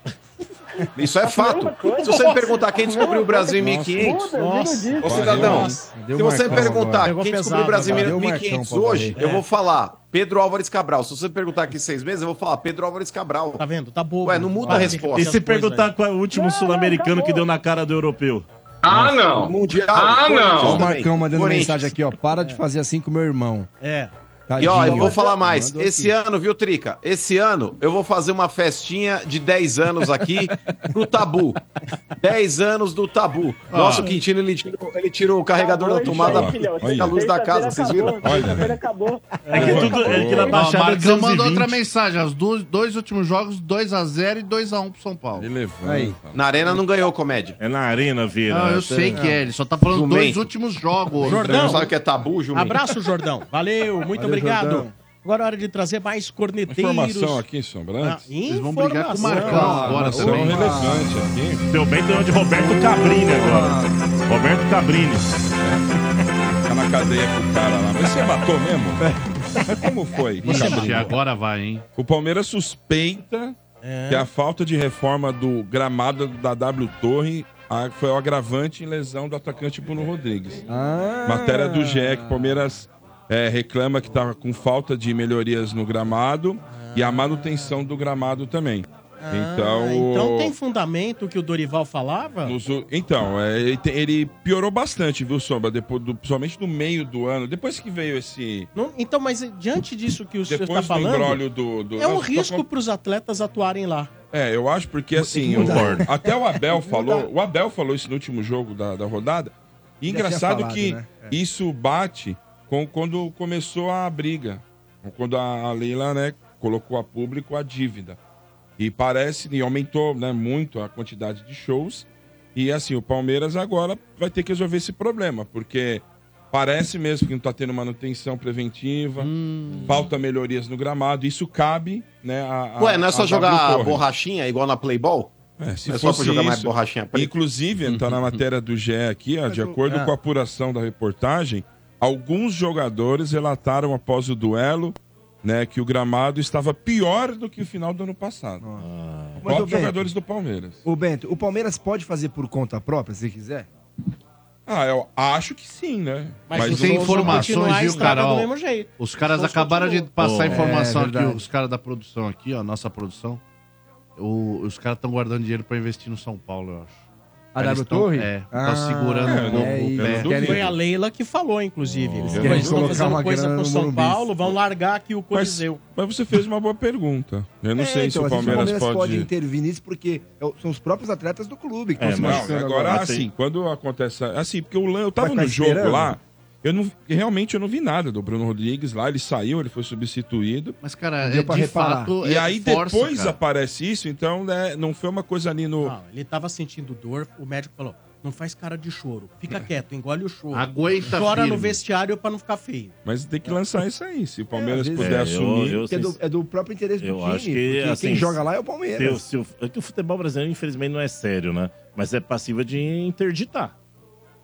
Speaker 4: Isso é fato.
Speaker 14: mesma Tá coisa.
Speaker 4: Se você me perguntar quem descobriu o Brasil em
Speaker 14: Nossa,
Speaker 4: 1500,
Speaker 14: puta, eu digo
Speaker 4: ô
Speaker 14: disso.
Speaker 4: cidadão,
Speaker 14: Nossa, deu
Speaker 4: se você me
Speaker 14: Marcão
Speaker 4: perguntar
Speaker 14: agora.
Speaker 4: quem
Speaker 14: Pegou
Speaker 4: descobriu o Brasil
Speaker 14: pesado
Speaker 4: em
Speaker 14: agora. Deu
Speaker 4: 1500
Speaker 14: Marcão pra
Speaker 4: hoje,
Speaker 14: valer.
Speaker 4: eu
Speaker 14: É.
Speaker 4: vou falar Pedro Álvares Cabral. Se você me perguntar aqui seis meses, eu vou falar Pedro Álvares Cabral. Tá
Speaker 2: vendo? Tá bobo.
Speaker 4: Ué, não muda a resposta.
Speaker 3: E se perguntar qual é o último sul-americano que deu na cara do europeu?
Speaker 8: Ah,
Speaker 3: não.
Speaker 4: Mundial.
Speaker 3: Ah,
Speaker 5: Ó,
Speaker 3: não.
Speaker 5: o Marcão mandando
Speaker 3: Corinthians.
Speaker 5: mensagem aqui, ó. Para de fazer assim com meu irmão. Tá,
Speaker 2: É.
Speaker 4: E ó, eu vou falar mais. Esse ano, viu, Trica? Esse ano eu vou fazer uma festinha de 10 anos aqui pro Tabu. 10 anos do Tabu.
Speaker 3: Ah.
Speaker 4: Nosso Quintino, ele tirou, ele tirou o carregador da tomada da luz da casa, vocês viram?
Speaker 14: acabou.
Speaker 3: É que tudo. É que na
Speaker 7: Ó,
Speaker 3: Baixada é
Speaker 7: Marcão mandou
Speaker 3: 220.
Speaker 7: outra mensagem. Os dois, dois últimos jogos, 2x0 e 2x1 pro São Paulo.
Speaker 4: Aí. Na Arena não ganhou comédia.
Speaker 3: É na Arena, Vira.
Speaker 7: Não, eu sei que é. Ele só tá falando dois últimos jogos.
Speaker 2: Jordão.
Speaker 4: Sabe o que é tabu, Jumento?
Speaker 2: Abraço, Jordão. Valeu, muito
Speaker 7: Valeu,
Speaker 2: obrigado.
Speaker 7: Jordão.
Speaker 2: Agora é hora de trazer mais corneteiros.
Speaker 6: Informação aqui, Sombrantes.
Speaker 2: Ah, Vocês vão brigar com o informação. Marcão agora
Speaker 6: Informação
Speaker 2: também.
Speaker 6: relevante aqui.
Speaker 3: Deu bem deu de Roberto Cabrini agora. Roberto Cabrini.
Speaker 6: Tá na cadeia com o cara lá. Mas você matou mesmo?
Speaker 7: É.
Speaker 6: Mas como foi?
Speaker 7: Ixi,
Speaker 6: Cabrini?
Speaker 7: agora vai, hein?
Speaker 6: O Palmeiras suspeita É. que a falta de reforma do gramado da W Torre a- foi o agravante em lesão do atacante Bruno Rodrigues.
Speaker 2: Ah.
Speaker 6: Matéria do GE que o Palmeiras eh, reclama que estava com falta de melhorias no gramado e a manutenção do gramado também.
Speaker 2: Ah,
Speaker 6: então,
Speaker 2: então tem fundamento o que o Dorival falava?
Speaker 6: nos u- então, é, ele, te- ele piorou bastante, viu, Sombra? Depois do, somente no meio do ano, depois que veio esse.
Speaker 2: Não- então, mas diante disso que o senhor
Speaker 6: Depois
Speaker 2: está
Speaker 6: do
Speaker 2: falando,
Speaker 6: embrólio do- do-
Speaker 2: é um
Speaker 6: Não, só
Speaker 2: risco
Speaker 6: com-
Speaker 2: para os atletas atuarem lá.
Speaker 6: É, eu acho porque assim,
Speaker 2: Não
Speaker 6: o-
Speaker 2: dá.
Speaker 6: até o Abel falou, o Abel falou isso no último jogo da, da rodada. E
Speaker 2: Já tinha
Speaker 6: engraçado
Speaker 2: falado,
Speaker 6: que
Speaker 2: né?
Speaker 6: isso bate com quando começou a briga, quando a a Leila, né, colocou a público a dívida. E parece e aumentou, né, muito a quantidade de shows. E assim, o Palmeiras agora vai ter que resolver esse problema, porque Parece mesmo que não está tendo manutenção preventiva, falta melhorias no gramado. Isso cabe, né? A, a-
Speaker 4: Ué, não é só
Speaker 6: a W
Speaker 4: jogar
Speaker 6: Torre.
Speaker 4: borrachinha igual na Playball?
Speaker 6: É, se
Speaker 4: não é só
Speaker 6: fosse
Speaker 4: pra jogar mais
Speaker 6: isso,
Speaker 4: borrachinha preta? Uhum.
Speaker 6: Inclusive, está na matéria do GE aqui, ó, de acordo
Speaker 4: é.
Speaker 6: com a apuração da reportagem, alguns jogadores relataram após o duelo né, que o gramado estava pior do que o final do ano
Speaker 2: Ah.
Speaker 6: passado.
Speaker 5: Mas, ô,
Speaker 6: Quatro
Speaker 5: Bento,
Speaker 6: jogadores do Palmeiras.
Speaker 5: Ô, Bento, o Palmeiras pode fazer por conta própria, se quiser?
Speaker 6: Ah, eu acho que sim, né?
Speaker 7: Mas se tem informações, viu, Carol? Os caras acabaram de passar a
Speaker 5: é,
Speaker 7: informação aqui, os caras da produção aqui, ó, nossa produção. O- os caras estão guardando dinheiro pra investir no São Paulo, eu acho.
Speaker 5: A
Speaker 7: Eles
Speaker 5: W
Speaker 7: tão-
Speaker 5: Torre?
Speaker 7: É, tá
Speaker 5: Ah,
Speaker 7: segurando um
Speaker 5: é
Speaker 7: pouco
Speaker 5: isso.
Speaker 7: o pé.
Speaker 5: Querem-
Speaker 2: Foi a Leila que falou, inclusive.
Speaker 6: Eles
Speaker 2: Eles
Speaker 6: querem
Speaker 2: estão
Speaker 6: colocar
Speaker 2: fazendo
Speaker 6: uma
Speaker 2: coisa
Speaker 6: grana
Speaker 2: pro
Speaker 6: no
Speaker 2: São
Speaker 6: Morumbi.
Speaker 2: Paulo, vão largar aqui o
Speaker 6: Mas,
Speaker 2: Coliseu.
Speaker 6: mas você fez uma boa pergunta. Eu não
Speaker 5: É,
Speaker 6: sei
Speaker 5: então,
Speaker 6: se o
Speaker 5: mas
Speaker 6: Palmeiras,
Speaker 5: pode...
Speaker 6: pode
Speaker 5: intervir nisso porque é o- são os próprios atletas do clube que
Speaker 6: É,
Speaker 5: estão se
Speaker 6: mas
Speaker 5: machucando
Speaker 6: agora,
Speaker 5: agora.
Speaker 6: assim, quando acontece. Assim, porque o Lan, eu tava
Speaker 5: Vai
Speaker 6: no
Speaker 5: ficar
Speaker 6: jogo
Speaker 5: esperando?
Speaker 6: lá, eu não, realmente eu não vi nada do Bruno Rodrigues lá, ele saiu, ele foi substituído.
Speaker 7: Mas, cara,
Speaker 6: Não
Speaker 7: é,
Speaker 6: deu pra
Speaker 7: de
Speaker 6: reparar.
Speaker 7: fato.
Speaker 6: E
Speaker 7: é
Speaker 6: aí
Speaker 7: força,
Speaker 6: depois
Speaker 7: cara.
Speaker 6: aparece isso, então né, não foi uma coisa ali no.
Speaker 2: Não, ele tava sentindo dor, o médico falou: não faz cara de choro,
Speaker 6: É.
Speaker 2: fica quieto, engole o choro.
Speaker 6: Aguenta
Speaker 2: Chora
Speaker 6: firme.
Speaker 2: no vestiário pra não ficar feio.
Speaker 6: Mas tem que lançar isso aí. Se o
Speaker 2: às
Speaker 6: Palmeiras
Speaker 2: vezes
Speaker 6: puder
Speaker 2: é, eu-
Speaker 6: assumir.
Speaker 3: eu-
Speaker 5: Porque é, do, é do próprio interesse do
Speaker 3: Eu
Speaker 5: time.
Speaker 3: acho que
Speaker 5: porque
Speaker 3: assim,
Speaker 5: quem joga lá é o Palmeiras.
Speaker 3: se o- se o- é que o futebol brasileiro, infelizmente, não é sério, né? Mas é passível de interditar.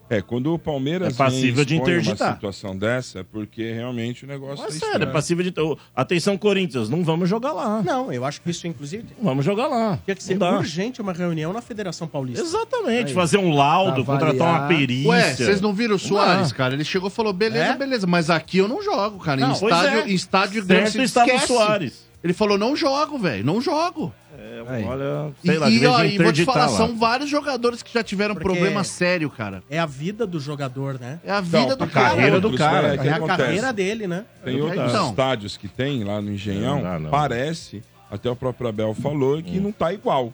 Speaker 6: É, quando o Palmeiras
Speaker 3: É passível
Speaker 6: vem
Speaker 3: de
Speaker 6: expõe
Speaker 3: interditar.
Speaker 6: Uma situação dessa é porque realmente o negócio.
Speaker 3: É
Speaker 6: tá
Speaker 3: sério, é
Speaker 6: estranho.
Speaker 3: passível de. Ô, Atenção, Corinthians, não vamos jogar lá.
Speaker 2: Não, eu acho que isso, inclusive.
Speaker 3: Vamos jogar lá.
Speaker 2: Tinha que
Speaker 3: Não
Speaker 2: ser
Speaker 3: dá.
Speaker 2: urgente uma reunião na Federação Paulista. É
Speaker 3: Exatamente,
Speaker 2: Aí.
Speaker 3: fazer um laudo,
Speaker 2: Avaliar.
Speaker 3: contratar uma perícia.
Speaker 7: Ué, vocês não viram
Speaker 3: Não
Speaker 7: o Soares,
Speaker 3: dá.
Speaker 7: cara? Ele chegou e falou: beleza,
Speaker 3: É?
Speaker 7: beleza, mas aqui eu não jogo, cara. Em
Speaker 3: Não, pois
Speaker 7: estádio,
Speaker 3: é.
Speaker 7: em estádio
Speaker 3: Certo
Speaker 7: grande se
Speaker 3: estava o
Speaker 7: esquece.
Speaker 3: Soares.
Speaker 7: Ele falou: não jogo, velho, não jogo.
Speaker 3: É, olha,
Speaker 7: E,
Speaker 3: sei lá, de
Speaker 7: e,
Speaker 3: vez
Speaker 7: ó,
Speaker 3: em
Speaker 7: e vou te
Speaker 3: interditar
Speaker 7: falar,
Speaker 3: lá.
Speaker 7: são vários jogadores que já tiveram
Speaker 2: Porque-
Speaker 7: problema sério, cara.
Speaker 2: É a vida do jogador, né?
Speaker 7: É a vida do cara.
Speaker 6: outros, né, que
Speaker 2: É a
Speaker 6: acontece.
Speaker 2: carreira dele, né?
Speaker 6: Tem outros
Speaker 2: Então,
Speaker 6: estádios que tem lá no Engenhão,
Speaker 3: Não dá, não.
Speaker 6: parece, até o próprio Abel falou, que não tá igual.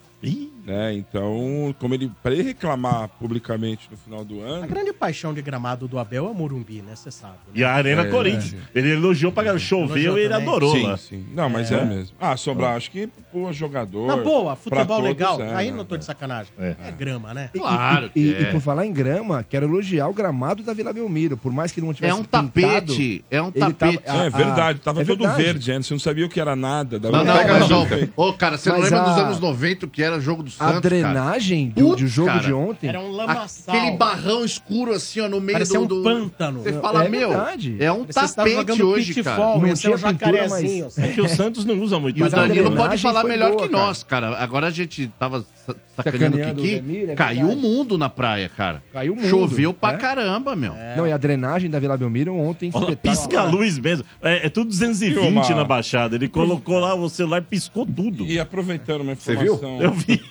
Speaker 6: Né? Então, como ele, para ele reclamar publicamente no final do
Speaker 2: A
Speaker 6: ano,
Speaker 2: grande paixão de gramado do Abel é o Morumbi, né? Você sabe. né?
Speaker 3: E a Arena
Speaker 6: É,
Speaker 3: Corinthians. Ele elogiou pra galera. Choveu
Speaker 2: Elogiou
Speaker 3: e ele
Speaker 2: também.
Speaker 3: adorou
Speaker 6: sim,
Speaker 3: lá.
Speaker 6: sim. Não, mas é, mesmo. Ah, Sobrar, acho que pô, jogador.
Speaker 2: Na
Speaker 6: pra
Speaker 2: boa, futebol
Speaker 6: todos,
Speaker 2: legal.
Speaker 6: é,
Speaker 2: Aí
Speaker 6: né?
Speaker 2: não tô de sacanagem. É, grama, né?
Speaker 5: E-
Speaker 6: é-
Speaker 5: E, e- e por falar em grama, quero elogiar o gramado da Vila Belmiro. Por mais que não tivesse
Speaker 7: É um
Speaker 5: pintado,
Speaker 7: tapete, é um
Speaker 5: ele tava-
Speaker 7: tapete.
Speaker 5: a-
Speaker 6: É verdade,
Speaker 5: a-
Speaker 6: tava
Speaker 5: é
Speaker 6: todo
Speaker 5: verdade.
Speaker 6: verde antes, você não sabia o que era nada.
Speaker 7: Não, não,
Speaker 6: Pega
Speaker 7: mas,
Speaker 6: no
Speaker 7: ó,
Speaker 6: peito.
Speaker 7: ô, cara, você não
Speaker 5: Mas
Speaker 7: lembra
Speaker 5: a-
Speaker 7: dos anos 90 que era jogo do Santos,
Speaker 5: A drenagem do, do jogo de ontem.
Speaker 7: Era um lamaçal. Aquele barrão escuro assim, ó, no meio
Speaker 5: Parecia
Speaker 7: do,
Speaker 5: um
Speaker 7: do-
Speaker 5: pântano.
Speaker 7: Você fala,
Speaker 5: É
Speaker 7: meu,
Speaker 5: verdade.
Speaker 7: é um
Speaker 5: Parecia que tava
Speaker 7: tapete
Speaker 5: jogando
Speaker 7: hoje,
Speaker 5: pitfall,
Speaker 7: cara.
Speaker 5: Não ia ser tinha um pintura, jacarezinho, mas- assim.
Speaker 3: É que o Santos não usa muito. né?
Speaker 7: E o
Speaker 3: Mas a
Speaker 7: Danilo
Speaker 3: drenagem
Speaker 7: pode falar
Speaker 3: foi
Speaker 7: melhor
Speaker 3: boa,
Speaker 7: que nós, cara. Agora a gente tava sa- sacaneando o
Speaker 5: Sacaneando o
Speaker 7: Kiki.
Speaker 5: Demir, é
Speaker 7: Caiu o
Speaker 5: verdade.
Speaker 7: mundo na praia, cara.
Speaker 5: Caiu muito.
Speaker 7: Choveu pra
Speaker 5: né?
Speaker 7: caramba, meu.
Speaker 5: Não, e a drenagem da Vila Belmiro ontem
Speaker 3: Olha,
Speaker 5: espetacular.
Speaker 3: pisca a luz mesmo. É, é tudo 220
Speaker 5: E uma-
Speaker 3: na baixada. Ele colocou lá o celular e piscou tudo.
Speaker 6: E aproveitando uma
Speaker 3: Você
Speaker 6: informação.
Speaker 3: viu? Eu vi.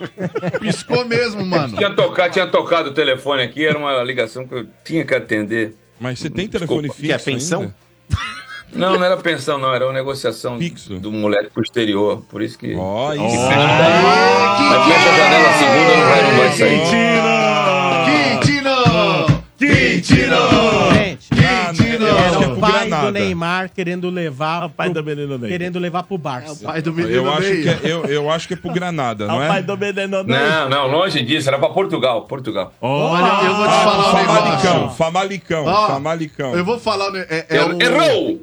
Speaker 7: Piscou mesmo, mano.
Speaker 8: Tinha, toca- tinha tocado o telefone aqui, era uma ligação que eu tinha que atender.
Speaker 6: Mas você tem telefone fixo?
Speaker 8: Que é pensão?
Speaker 6: ainda?
Speaker 8: Não, não era pensão, não, era uma negociação do moleque pro exterior. Por isso que.
Speaker 6: Ó, isso.
Speaker 8: Aqui essa janela segunda não vai, não vai sair.
Speaker 5: Ah.
Speaker 7: Quintino!
Speaker 2: Gente,
Speaker 6: Ah,
Speaker 2: era o pai do
Speaker 6: é Granada.
Speaker 2: Neymar querendo levar. É O pai do
Speaker 3: menino
Speaker 2: Neymar. Querendo levar pro Barça. o
Speaker 7: É pai do
Speaker 6: Eu acho, que é, eu, eu acho que é pro Granada, não é?
Speaker 3: do menino
Speaker 8: Não, não, longe disso, era pra Portugal, Portugal.
Speaker 7: Olha, eu vou
Speaker 6: Ah,
Speaker 7: te falar um
Speaker 6: Famalicão,
Speaker 7: negócio.
Speaker 6: Famalicão,
Speaker 7: Ó,
Speaker 6: Famalicão.
Speaker 7: Eu vou falar. né, É, é
Speaker 6: Eu-
Speaker 7: o-
Speaker 6: Errou!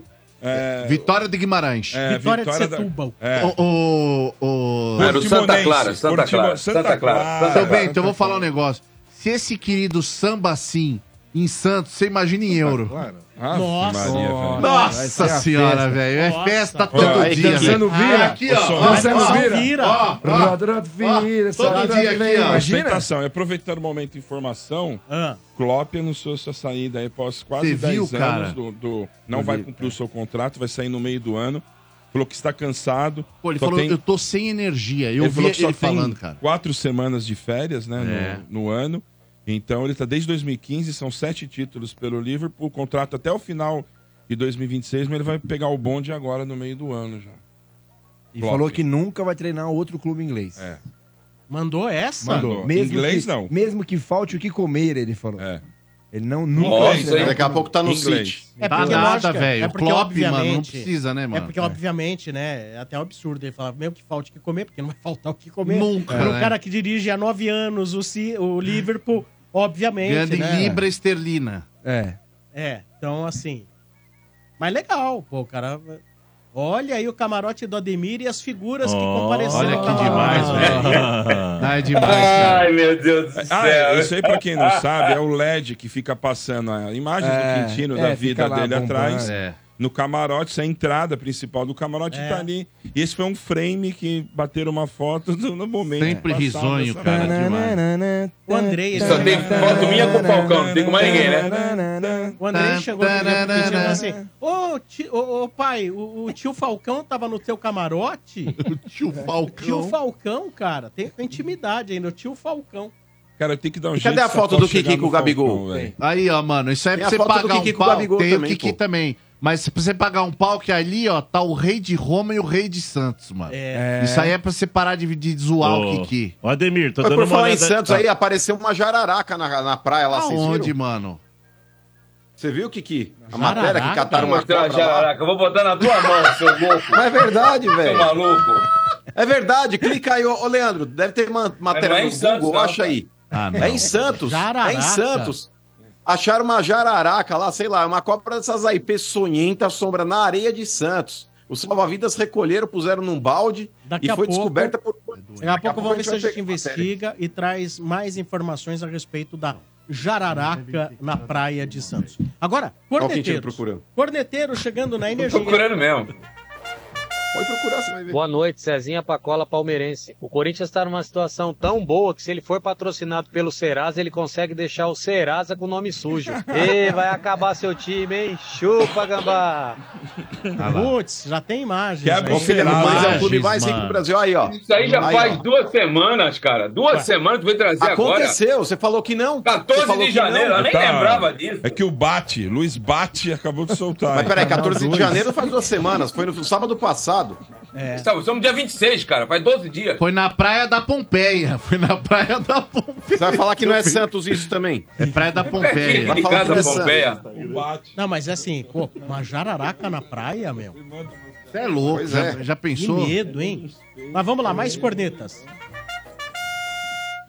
Speaker 7: Vitória de Guimarães.
Speaker 6: É, Vitória de Vitória da- Setúbal. É.
Speaker 7: O, o, o...
Speaker 8: Era o Santa Clara, Santa Clara, Santa Clara, Santa
Speaker 7: Seu
Speaker 8: Clara.
Speaker 7: Bento, eu vou falar um negócio. Se esse querido samba assim em Santos, você imagina em euro.
Speaker 6: Ah, Nossa, Maria, velho.
Speaker 7: Nossa senhora, velho. É festa todo
Speaker 6: Aí,
Speaker 7: dia.
Speaker 6: dançando
Speaker 7: velho.
Speaker 6: vira.
Speaker 7: Aqui, ó.
Speaker 6: Ô, som.
Speaker 7: ó,
Speaker 6: Dançando
Speaker 7: ó,
Speaker 6: vira.
Speaker 7: ó, ó.
Speaker 5: Rodrigo Vieira,
Speaker 7: Todo dia aqui, ó.
Speaker 6: Ostentação. E aproveitando o momento de informação, Klopp anunciou sua saída aí após quase
Speaker 7: Você
Speaker 6: 10
Speaker 7: viu,
Speaker 6: anos
Speaker 7: cara?
Speaker 6: do, do- Não
Speaker 7: Eu
Speaker 6: vai
Speaker 7: vi, é.
Speaker 6: cumprir o seu contrato, vai sair no meio do ano. Falou que está cansado.
Speaker 7: Pô, ele
Speaker 6: só
Speaker 7: falou,
Speaker 6: tem-
Speaker 7: eu tô sem energia. Eu
Speaker 6: ele
Speaker 7: vi
Speaker 6: falou que só
Speaker 7: ele
Speaker 6: tem
Speaker 7: falando, cara.
Speaker 6: quatro semanas de férias né, no-
Speaker 7: É.
Speaker 6: no, ano. Então ele está desde 2015, são sete títulos pelo Liverpool. O contrato até o final de 2026, mas ele vai pegar o bonde agora no meio do ano já.
Speaker 5: E falou que nunca vai treinar outro clube inglês.
Speaker 6: É.
Speaker 2: Mandou É essa?
Speaker 5: Mandou.
Speaker 6: Inglês,
Speaker 5: que,
Speaker 6: não. É.
Speaker 5: Mesmo que falte o que comer, ele falou. Ele não nunca vai
Speaker 4: Inglês,
Speaker 5: treinar
Speaker 4: hein?
Speaker 5: outro
Speaker 4: Daqui a
Speaker 5: clube.
Speaker 4: pouco tá no City.
Speaker 2: É
Speaker 5: Então,
Speaker 7: Tá
Speaker 2: porque,
Speaker 7: nada,
Speaker 2: lógico, cara,
Speaker 7: velho.
Speaker 2: É porque,
Speaker 7: Klopp, mano, não
Speaker 2: obviamente,
Speaker 7: precisa, né, mano?
Speaker 2: É porque,
Speaker 7: É.
Speaker 2: obviamente, né? É até um absurdo ele falar, mesmo que falte o que comer, porque não vai faltar o que comer.
Speaker 7: Nunca,
Speaker 2: Para um
Speaker 7: né?
Speaker 2: cara que dirige há nove anos o, Ci- o Liverpool, obviamente.
Speaker 7: Ganhando
Speaker 2: né?
Speaker 7: em libra esterlina.
Speaker 5: É.
Speaker 2: É, então assim. Mas legal, pô, o cara. Olha aí o camarote do Ademir e as figuras que compareceram.
Speaker 7: olha que
Speaker 2: lá.
Speaker 7: demais, velho. Ah, é demais, cara.
Speaker 6: Ai,
Speaker 8: meu Deus do
Speaker 6: Ah,
Speaker 8: céu.
Speaker 6: é, isso aí, pra quem não sabe, é o LED que fica passando a imagem
Speaker 8: É,
Speaker 6: do Quintino,
Speaker 8: é,
Speaker 6: da
Speaker 8: fica
Speaker 6: vida
Speaker 8: lá
Speaker 6: dele
Speaker 8: bombando.
Speaker 6: atrás.
Speaker 8: É.
Speaker 6: No camarote, essa é a entrada principal do camarote
Speaker 8: É.
Speaker 6: tá ali. E esse foi um frame que bateram uma foto do- no momento.
Speaker 7: Sempre
Speaker 6: que passava
Speaker 7: risonho,
Speaker 6: essa-
Speaker 7: cara,
Speaker 2: O Andrei.
Speaker 6: Só tem foto minha com o
Speaker 7: é
Speaker 6: Falcão, não tem com
Speaker 4: é
Speaker 6: mais ninguém,
Speaker 2: né? O Andrei chegou pro dia pedindo assim: Ô ti- ô, ô, pai, o, o tio Falcão tava no teu camarote? o tio
Speaker 7: Falcão.
Speaker 2: Tio Falcão, cara, tem tem intimidade ainda, o tio Falcão.
Speaker 6: Cara, tem que dar um
Speaker 2: E
Speaker 6: jeito.
Speaker 2: cadê a
Speaker 6: só
Speaker 2: foto
Speaker 6: posso
Speaker 2: do
Speaker 6: chegar
Speaker 2: Kiki
Speaker 6: no
Speaker 2: com o Gabigol?
Speaker 6: Falcão, velho.
Speaker 7: Aí, ó, mano, isso aí é
Speaker 6: Tem a
Speaker 7: pra você
Speaker 6: foto do
Speaker 7: pagar
Speaker 6: Kiki
Speaker 7: um
Speaker 6: com o
Speaker 7: pau.
Speaker 6: Gabigol
Speaker 7: Tem
Speaker 6: também,
Speaker 7: o Kiki
Speaker 6: pô.
Speaker 7: também. Mas pra você pagar um pau que ali, ó, tá o rei de Roma e o rei de Santos, mano.
Speaker 4: É.
Speaker 7: Isso aí é pra você parar de, de zoar
Speaker 4: Ô,
Speaker 7: o Kiki.
Speaker 3: Ó, Ademir, tá
Speaker 4: Mas por falar em Santos aí, apareceu uma jararaca na, na praia
Speaker 6: Tá
Speaker 4: lá, vocês
Speaker 7: Aonde,
Speaker 4: viram?
Speaker 7: mano?
Speaker 4: Você viu, Kiki? A
Speaker 7: Jararaca?
Speaker 4: matéria que cataram uma
Speaker 8: Mostrar uma
Speaker 4: cobra lá.
Speaker 8: jararaca, eu vou botar na tua mão, seu louco.
Speaker 4: Mas é verdade,
Speaker 8: Seu
Speaker 4: velho.
Speaker 8: maluco.
Speaker 4: É verdade, clica aí, ô, ô, Leandro, deve ter ma-
Speaker 8: não é
Speaker 4: matéria
Speaker 8: em
Speaker 4: no
Speaker 8: Santos,
Speaker 4: Google,
Speaker 8: não,
Speaker 4: acha
Speaker 8: cara.
Speaker 4: aí.
Speaker 7: Ah,
Speaker 4: é em Santos,
Speaker 2: Jararaca.
Speaker 4: é em Santos. Acharam uma jararaca lá, sei lá, uma cobra dessas aí, peçonhenta, sombra na areia de Santos. Os salva-vidas recolheram, puseram num balde
Speaker 2: Daqui
Speaker 4: e
Speaker 2: a
Speaker 4: foi
Speaker 2: pouco- é
Speaker 4: descoberta por...
Speaker 2: Daqui a pouco vamos ver se a gente
Speaker 4: pegar a matéria.
Speaker 2: investiga e traz mais informações a respeito da jararaca na praia de Santos. Agora,
Speaker 4: Olha o Quintino
Speaker 2: corneteiros.
Speaker 4: procurando.
Speaker 2: Corneteiro chegando na energia.
Speaker 8: mesmo.
Speaker 4: Pode procurar, você vai ver.
Speaker 18: Boa noite, Cezinha Pacola Palmeirense. O Corinthians está numa situação tão boa que se ele for patrocinado pelo Serasa, ele consegue deixar o Serasa com nome sujo. Ei, vai acabar seu time, hein? Chupa, gambá!
Speaker 2: Putz, já tem imagem.
Speaker 8: Quebra o Serasa,
Speaker 4: Mas é o clube mais rico do Brasil, aí, ó.
Speaker 8: Isso aí já
Speaker 4: Aí,
Speaker 8: faz
Speaker 4: ó.
Speaker 8: duas semanas, cara. Duas
Speaker 4: Ué.
Speaker 8: semanas tu veio trazer agora.
Speaker 4: Aconteceu, você falou que não.
Speaker 8: 14 de janeiro, eu nem
Speaker 6: Tá.
Speaker 8: lembrava disso.
Speaker 6: É que o Bate, Luiz Bate, acabou de soltar. Tá
Speaker 4: Mas peraí, 14 de
Speaker 6: Dois.
Speaker 4: janeiro faz duas semanas, foi no sábado passado.
Speaker 2: É.
Speaker 8: Estamos estamos dia 26, cara. Faz 12 dias.
Speaker 7: Foi na Praia da Pompeia. Foi na Praia da Pompeia. Você
Speaker 4: vai falar que não é Santos isso também?
Speaker 7: É Praia da Pompeia.
Speaker 2: Vai falar que não é Santos.
Speaker 6: Pompeia.
Speaker 2: Não, mas é assim, pô, uma jararaca na praia, meu.
Speaker 7: Você é louco,
Speaker 2: Pois
Speaker 7: já,
Speaker 2: é.
Speaker 7: já pensou?
Speaker 2: Que medo, hein? Mas vamos lá, mais cornetas.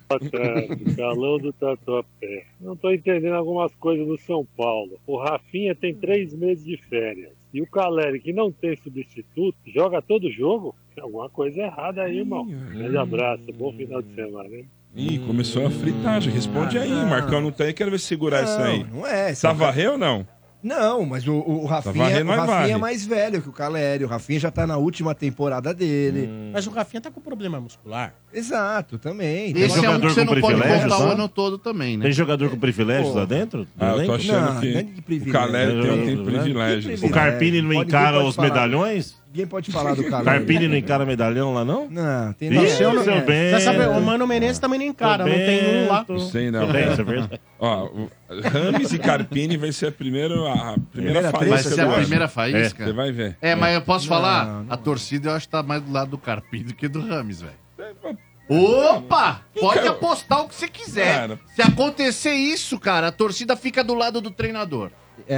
Speaker 19: Boa tarde, Galão do Tatuapé. Não tô entendendo algumas coisas do São Paulo. O Rafinha tem três meses de férias. E o Caleri, que não tem substituto, joga todo jogo? Tem alguma coisa errada aí, irmão. Grande abraço, bom final de semana, hein?
Speaker 6: Ih, começou a fritagem. Responde aí,
Speaker 5: Ah.
Speaker 6: Marcão. Não tem, quero ver se segurar isso aí.
Speaker 5: não é, isso
Speaker 6: Tá
Speaker 5: é-
Speaker 6: varreu ou não?
Speaker 5: Não, mas o, o Rafinha,
Speaker 6: Tá varrendo,
Speaker 5: o
Speaker 6: mas
Speaker 5: Rafinha é
Speaker 6: varre.
Speaker 5: mais velho que o Caleri. O Rafinha já tá na última temporada dele.
Speaker 7: Hum.
Speaker 2: Mas o Rafinha tá com problema muscular.
Speaker 5: Exato, também. Então,
Speaker 7: Esse é um que você não pode
Speaker 3: privilégios,
Speaker 7: colocar o
Speaker 3: né?
Speaker 7: ano todo também, né?
Speaker 3: Tem jogador com privilégios
Speaker 7: Pô.
Speaker 3: lá dentro?
Speaker 6: Ah, eu tô achando
Speaker 5: Não,
Speaker 6: que
Speaker 5: não é de
Speaker 6: o
Speaker 5: privilégio.
Speaker 6: Calé tem, um tem
Speaker 3: Não,
Speaker 6: privilégios.
Speaker 3: né? O Carpini não
Speaker 5: Pode-
Speaker 3: encara
Speaker 5: pode
Speaker 3: os
Speaker 5: falar.
Speaker 3: medalhões?
Speaker 5: Ninguém pode falar do Caleri.
Speaker 3: Carpini não encara medalhão lá, não?
Speaker 5: Não, tem
Speaker 3: não.
Speaker 2: Seu,
Speaker 3: Seu,
Speaker 2: é.
Speaker 3: Tá bem.
Speaker 2: Você sabe, o Mano Menezes também não encara, não tem um lá.
Speaker 6: Não sei não.
Speaker 3: Tudo bem, isso é verdade.
Speaker 6: Ó, o Rames e Carpini vai ser a primeira, a primeira,
Speaker 7: Primeira
Speaker 6: faísca.
Speaker 7: vai ser a
Speaker 6: eu acho.
Speaker 7: primeira faísca.
Speaker 6: É, Você vai ver.
Speaker 7: É, mas eu posso falar? a torcida eu acho que tá mais do lado do Carpini do que do Rames, velho. Opa! Pode
Speaker 6: É, Cara,
Speaker 7: apostar o que você quiser.
Speaker 6: cara.
Speaker 7: Se acontecer isso, cara, a torcida fica do lado do treinador.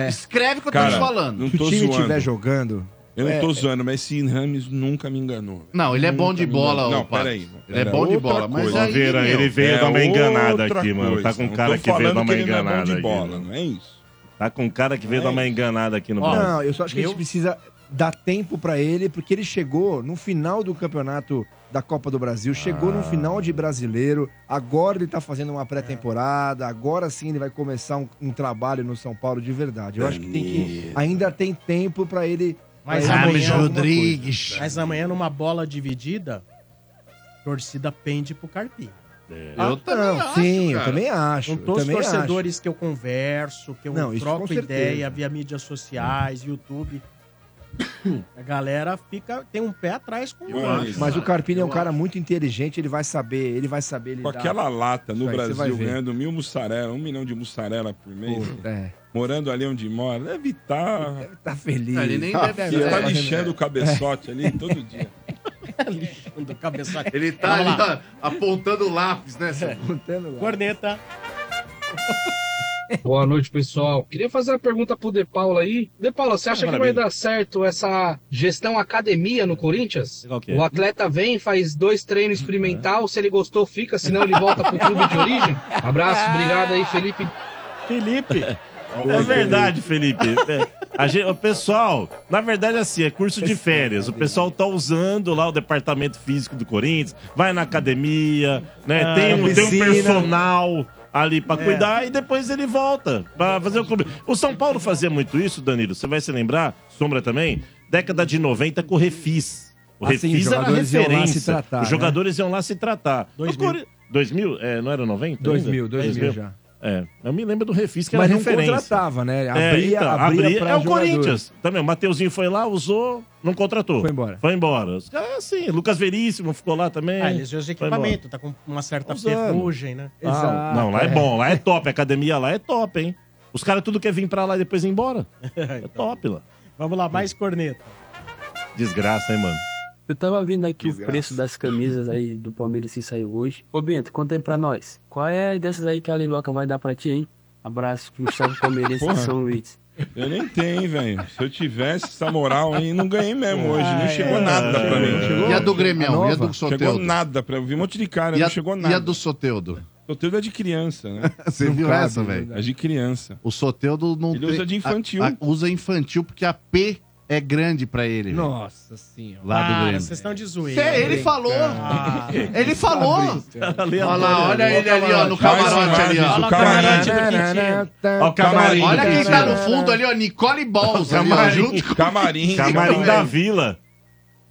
Speaker 7: Escreve o que eu tô te falando.
Speaker 6: Não
Speaker 5: Se
Speaker 6: tô
Speaker 5: o time
Speaker 6: zoando.
Speaker 5: estiver jogando.
Speaker 6: Eu não tô
Speaker 5: É,
Speaker 6: zoando, mas esse Rames nunca me enganou. velho.
Speaker 7: Não, ele é bom
Speaker 6: Nunca
Speaker 7: de
Speaker 6: me
Speaker 7: bola,
Speaker 6: enganou.
Speaker 7: ô,
Speaker 6: Não,
Speaker 7: Pato.
Speaker 6: peraí.
Speaker 7: Ele é bom de bola, mas aí,
Speaker 3: Oliveira,
Speaker 7: meu,
Speaker 3: ele veio dar uma
Speaker 6: é
Speaker 3: enganada
Speaker 6: outra
Speaker 3: aqui, mano. Tá com um
Speaker 6: coisa.
Speaker 3: cara
Speaker 6: Não tô
Speaker 3: que veio dar
Speaker 6: falando
Speaker 3: uma
Speaker 6: que ele não é bom
Speaker 3: enganada.
Speaker 6: de
Speaker 3: aqui,
Speaker 6: bola,
Speaker 3: né?
Speaker 6: não é isso?
Speaker 3: Tá com um cara que veio dar
Speaker 5: Não é
Speaker 3: uma enganada aqui no Brasil.
Speaker 5: Não, eu só acho que a gente precisa dar tempo pra ele, porque ele chegou no final do campeonato da Copa do Brasil, chegou no final de brasileiro, agora ele tá fazendo uma pré-temporada, agora sim ele vai começar um, um trabalho no São Paulo de verdade. Eu acho que tem que ainda tem tempo pra ele pra ele mostrar alguma coisa.
Speaker 2: é Mas amanhã, numa bola dividida, a torcida pende pro Carpinho.
Speaker 7: É.
Speaker 5: Eu também acho, Ah, sim, eu cara. também acho,
Speaker 2: Com
Speaker 5: eu
Speaker 2: todos os
Speaker 5: também
Speaker 2: torcedores que eu converso, que eu
Speaker 5: Não, isso
Speaker 2: troco
Speaker 5: com certeza.
Speaker 2: ideia via mídias sociais, YouTube. A galera fica, tem um pé atrás com o outro.
Speaker 5: Mas o Carpini é um cara muito inteligente, ele vai saber, ele vai saber
Speaker 6: Com
Speaker 5: lidar.
Speaker 6: aquela lata no
Speaker 5: Isso aí, você vai
Speaker 6: Brasil
Speaker 5: ver.
Speaker 6: ganhando mil mussarela, um milhão de mussarela por mês,
Speaker 5: Puta, é.
Speaker 6: morando ali onde mora, deve estar. Deve
Speaker 5: estar feliz.
Speaker 6: Ele nem deve
Speaker 5: é.
Speaker 6: tá
Speaker 7: né,
Speaker 6: lixando o cabeçote ali todo dia.
Speaker 2: Do cabeçote.
Speaker 7: Ele tá
Speaker 2: Vamos
Speaker 7: ali,
Speaker 2: lá. É.
Speaker 7: ó, apontando o lápis, né?
Speaker 2: Corneta.
Speaker 20: Boa noite, pessoal. Queria fazer uma pergunta pro De Paula aí. De Paula, você acha
Speaker 21: Ah,
Speaker 20: que vai
Speaker 21: maravilha.
Speaker 20: dar certo essa gestão academia no Corinthians?
Speaker 21: que é?
Speaker 20: O atleta vem, faz dois treinos experimental, se ele gostou,
Speaker 6: Ah.
Speaker 20: fica, senão ele volta pro clube de origem. Abraço, obrigado aí, Felipe.
Speaker 2: Felipe.
Speaker 3: É verdade, Felipe. É, a gente- o pessoal, na verdade, assim, é curso de férias. O pessoal tá usando lá o departamento físico do Corinthians, vai na academia, né?
Speaker 2: Ah,
Speaker 3: tem, um, tem um
Speaker 2: piscina.
Speaker 3: personal ali pra
Speaker 2: É.
Speaker 3: cuidar e depois ele volta pra fazer o clube. O São Paulo fazia muito isso, Danilo. Você vai se lembrar, Sombra também, década de 90 com o Refis. O
Speaker 5: Ah, sim,
Speaker 3: Refis
Speaker 5: os
Speaker 3: era a
Speaker 5: jogadores iam lá se
Speaker 3: referência.
Speaker 5: tratar,
Speaker 3: os
Speaker 5: né?
Speaker 3: jogadores iam lá se tratar. 2000. 2000? É, não era 90?
Speaker 5: 2000,
Speaker 3: ainda?
Speaker 5: 2000 já.
Speaker 3: É, eu me lembro do Refis que
Speaker 5: Mas
Speaker 3: era
Speaker 5: não
Speaker 3: referência.
Speaker 5: contratava, né?
Speaker 3: é,
Speaker 5: Abria-
Speaker 3: então,
Speaker 5: abria
Speaker 3: abria-
Speaker 5: pra
Speaker 3: é o
Speaker 5: jogador.
Speaker 3: Corinthians. Também, o Mateuzinho foi lá, usou, não contratou. Foi embora. Foi embora. Os caras, assim, Lucas Veríssimo ficou lá também.
Speaker 2: Ah, eles usam
Speaker 3: Foi embora.
Speaker 2: equipamento, tá com uma certa
Speaker 3: Usando.
Speaker 2: ferrugem, né?
Speaker 3: Ah, não, lá é. bom, lá é top. A academia lá é top, hein? Os caras tudo quer vir pra lá e depois ir embora. É top lá.
Speaker 2: Vamos lá, mais corneta.
Speaker 3: Desgraça, hein, mano?
Speaker 21: Eu tava vendo aqui o preço das camisas aí do Palmeiras que saiu hoje. Ô Bento, conta aí pra nós. Qual é dessas aí que a Liloca vai dar pra ti, hein? Abraço, Gustavo Palmeirense de
Speaker 6: Porra.
Speaker 21: São Luís.
Speaker 6: Eu nem tenho, hein, velho. Se eu tivesse essa moral, hein, não ganhei mesmo hoje. Não
Speaker 21: Ah,
Speaker 6: chegou
Speaker 21: é.
Speaker 6: nada pra mim.
Speaker 7: E
Speaker 6: Chegou,
Speaker 7: a do Grêmião?
Speaker 6: nova?
Speaker 7: E a do Soteldo?
Speaker 6: Chegou nada pra mim. Eu vi um monte de cara,
Speaker 7: E
Speaker 6: não
Speaker 7: a-
Speaker 6: chegou
Speaker 7: e
Speaker 6: nada.
Speaker 7: a do Soteudo?
Speaker 6: Soteudo é de criança, né?
Speaker 7: Você
Speaker 6: Não
Speaker 7: viu
Speaker 6: cabe,
Speaker 7: essa, velho?
Speaker 6: É de criança.
Speaker 7: O Soteudo não
Speaker 6: Ele
Speaker 7: tem-
Speaker 6: usa de infantil.
Speaker 7: a- a- usa infantil porque a P é grande pra ele. velho.
Speaker 2: Nossa senhora.
Speaker 7: Lá do Grêmio.
Speaker 2: vocês estão de zoeira.
Speaker 22: Cê, ele falou. Ele falou.
Speaker 7: Ah. Olha lá, olha ele ali, ó, no camarote ali, ó.
Speaker 22: O camarote do Quintino.
Speaker 7: Ó, o camarim. Olha quem tá no fundo ali, ó, Nicole Balls. ali, ó, junto com-
Speaker 6: Camarim.
Speaker 7: Camarim da
Speaker 3: Vila.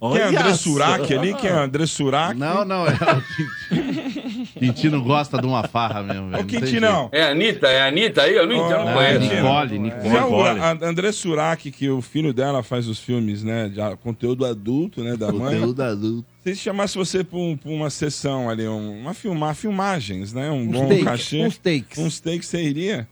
Speaker 6: Quem é
Speaker 7: Olha
Speaker 6: André
Speaker 7: só.
Speaker 6: Surak ali? Quem é André Surak?
Speaker 7: Não, não. É o Quintino gosta de uma farra mesmo, velho. O
Speaker 6: Quintinão. é,
Speaker 8: É a Anitta? É a Anitta aí? Eu não, eu não conheço.
Speaker 7: É, Nicole,
Speaker 6: Se é o
Speaker 7: Nicole.
Speaker 6: A- a- André Surak, que o filho dela faz os filmes, né? De a- conteúdo adulto, né? Da mãe.
Speaker 7: Conteúdo adulto.
Speaker 6: Se chamasse você pra, um- pra uma sessão ali, um- uma filmar, filmagens, né? Um
Speaker 5: Uns
Speaker 6: bom
Speaker 5: takes,
Speaker 6: cachê.
Speaker 5: uns takes.
Speaker 6: Uns takes você iria?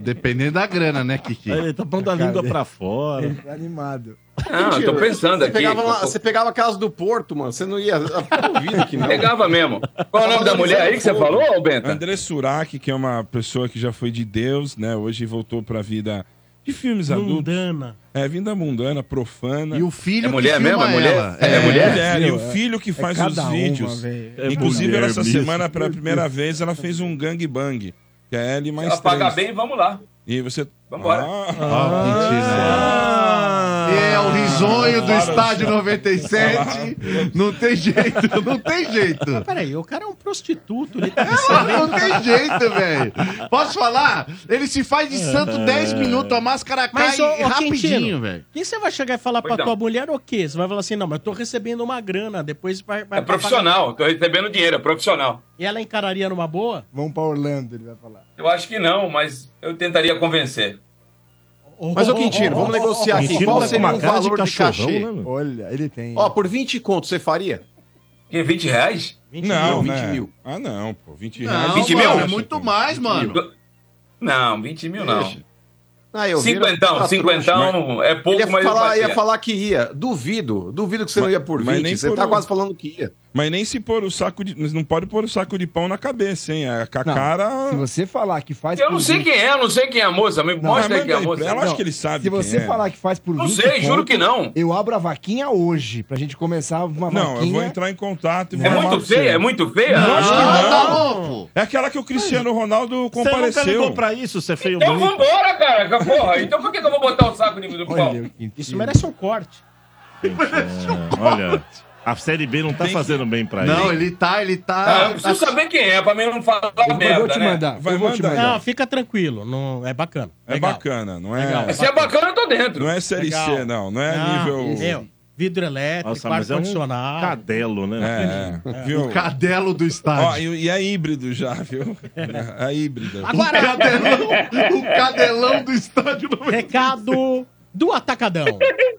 Speaker 7: Dependendo da grana, né, Kiki?
Speaker 3: Ele tá pondo a língua pra fora.
Speaker 5: Tá animado.
Speaker 8: Não, Ah, eu tô pensando
Speaker 4: você
Speaker 8: aqui.
Speaker 4: Pegava lá-
Speaker 8: Eu tô-
Speaker 4: você pegava a casa do Porto, mano. Você não ia. Duvido que não.
Speaker 8: Pegava mesmo. Qual é o nome da mulher aí que você falou, ô Benta?
Speaker 6: André Surak, que é uma pessoa que já foi de Deus, né? Hoje voltou pra vida de
Speaker 4: Hum.
Speaker 6: filmes adultos.
Speaker 2: Mundana.
Speaker 6: É, vinda mundana, profana.
Speaker 7: E o filho
Speaker 6: É mulher
Speaker 7: que
Speaker 6: mesmo?
Speaker 7: filma
Speaker 6: É mulher?
Speaker 7: ela.
Speaker 6: É mulher? E o
Speaker 7: É.
Speaker 6: filho que
Speaker 7: É
Speaker 6: faz os
Speaker 7: cada uma,
Speaker 6: vídeos.
Speaker 7: velho.
Speaker 8: É
Speaker 6: Inclusive,
Speaker 7: mulher
Speaker 6: ela, essa
Speaker 7: mesmo.
Speaker 6: semana, pela primeira vez, ela fez um gangbang. Que é L mais
Speaker 8: Ela paga
Speaker 6: três.
Speaker 8: bem, vamos lá.
Speaker 6: E você...
Speaker 8: Vambora.
Speaker 7: Ah, é o risonho do
Speaker 6: Para,
Speaker 7: estádio
Speaker 6: senhor.
Speaker 7: 97. Não tem jeito, não tem jeito.
Speaker 2: Peraí, o cara é um prostituto.
Speaker 7: Não, não tem jeito, velho. Posso falar? Ele se faz de
Speaker 3: É.
Speaker 7: santo 10 minutos, a máscara cai
Speaker 2: Mas, ô, ô,
Speaker 7: rapidinho,
Speaker 2: Quintino,
Speaker 7: velho.
Speaker 2: Quem você vai chegar e falar
Speaker 8: Pois
Speaker 2: pra
Speaker 8: não.
Speaker 2: tua mulher o quê? Você vai falar assim, não, mas eu tô recebendo uma grana, depois vai... vai
Speaker 8: É profissional, tô recebendo dinheiro, é profissional.
Speaker 2: E ela encararia numa boa? Vamos pra Orlando, ele vai falar.
Speaker 8: Eu acho que não, mas eu tentaria convencer.
Speaker 4: Mas, ô Quintino, vamos negociar aqui. Qual seria o valor de cachê?
Speaker 5: Olha, ele tem.
Speaker 4: Ó, por 20 conto você faria?
Speaker 8: Que, 20 reais?
Speaker 6: 20 não,
Speaker 4: mil,
Speaker 6: né?
Speaker 4: 20 mil.
Speaker 6: Ah, não, pô. 20
Speaker 4: Não,
Speaker 6: reais.
Speaker 8: 20 mil?
Speaker 6: É muito
Speaker 7: mais,
Speaker 8: mano. Não, 20 mil não.
Speaker 4: Deixa. Ah, eu vi,
Speaker 8: cinquentão,
Speaker 4: era
Speaker 8: cinquentão,
Speaker 4: trouxa.
Speaker 8: é pouco,
Speaker 4: Ele ia
Speaker 8: mas eu
Speaker 4: falar,
Speaker 8: fazia.
Speaker 4: ia falar que ia. Duvido, duvido que você não ia por 20.
Speaker 6: Mas nem
Speaker 4: você
Speaker 6: por
Speaker 4: tá
Speaker 6: um.
Speaker 4: quase falando que ia.
Speaker 6: Mas nem se pôr o saco de... mas Não pode pôr o saco de pão na cabeça, hein? É, A ca-
Speaker 5: Não,
Speaker 6: cara...
Speaker 5: Se você falar que faz.
Speaker 8: Eu não sei quem é, eu não sei quem é a moça. Me mostra
Speaker 5: mas
Speaker 8: quem é a
Speaker 5: daí,
Speaker 8: moça.
Speaker 5: ela acha que
Speaker 6: ele sabe. é.
Speaker 5: Se você falar que faz por
Speaker 8: Não
Speaker 5: 20
Speaker 8: sei, juro
Speaker 5: conto,
Speaker 8: que não.
Speaker 5: Eu abro a vaquinha hoje, pra gente começar uma vaquinha.
Speaker 6: Não, eu vou entrar em contato e
Speaker 5: É
Speaker 6: vou
Speaker 5: muito
Speaker 6: arrumar pra
Speaker 5: feia,
Speaker 6: você.
Speaker 5: é muito feia?
Speaker 6: Não, acho que
Speaker 5: Ah,
Speaker 6: não.
Speaker 5: tá louco.
Speaker 6: É aquela que o Cristiano Ronaldo
Speaker 3: Você
Speaker 6: compareceu.
Speaker 3: nunca ligou pra isso, você é feio
Speaker 8: Então
Speaker 3: bonito.
Speaker 8: vambora, cara. Porra, então por que, que eu vou botar o saco de do pão?
Speaker 2: Isso merece um corte.
Speaker 3: É, olha, a Série B não tá fazendo bem pra ele.
Speaker 7: Não, ele tá, ele
Speaker 8: Ah, eu
Speaker 7: tá.
Speaker 8: preciso saber quem é, pra mim não falar merda, né?
Speaker 2: Não, fica tranquilo, não, é bacana.
Speaker 6: É
Speaker 2: legal.
Speaker 6: bacana, não é?
Speaker 2: Legal,
Speaker 8: Se é bacana, eu tô dentro.
Speaker 6: Não é Série C, não. Não é nível...
Speaker 2: Meu, vidro elétrico,
Speaker 6: Nossa, mas é um
Speaker 2: ar-condicionado.
Speaker 3: Cadelo,
Speaker 6: né? É,
Speaker 2: viu?
Speaker 6: viu?
Speaker 2: O
Speaker 7: cadelo do
Speaker 6: Ó, e, e é híbrido já, viu? É híbrido.
Speaker 2: Agora,
Speaker 7: o cadelão do estádio
Speaker 2: do Recado do Atacadão.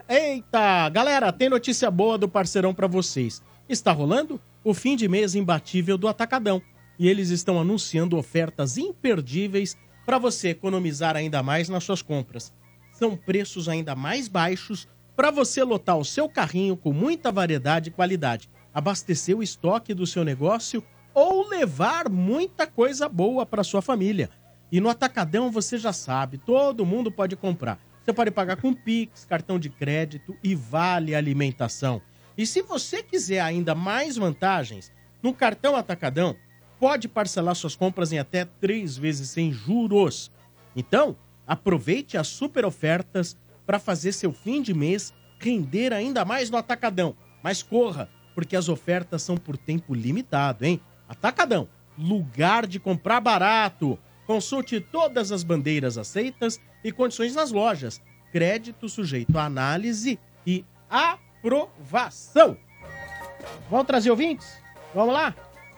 Speaker 2: Eita, galera, tem notícia boa do parceirão pra vocês. Está rolando o fim de mês imbatível do Atacadão. E eles estão anunciando ofertas imperdíveis pra você economizar ainda mais nas suas compras. São preços ainda mais baixos pra você lotar o seu carrinho com muita variedade e qualidade, abastecer o estoque do seu negócio ou levar muita coisa boa pra sua família. E no Atacadão você já sabe, todo mundo pode comprar. Você pode pagar com Pix, cartão de crédito e vale alimentação. E se você quiser ainda mais vantagens, no cartão Atacadão pode parcelar suas compras em até três vezes sem juros. Então, aproveite as super ofertas para fazer seu fim de mês render ainda mais no Atacadão. Mas corra, porque as ofertas são por tempo limitado, hein? Atacadão, lugar de comprar barato. Consulte todas as bandeiras aceitas e condições nas lojas. Crédito sujeito a análise e aprovação. Vamos trazer ouvintes? Vamos lá?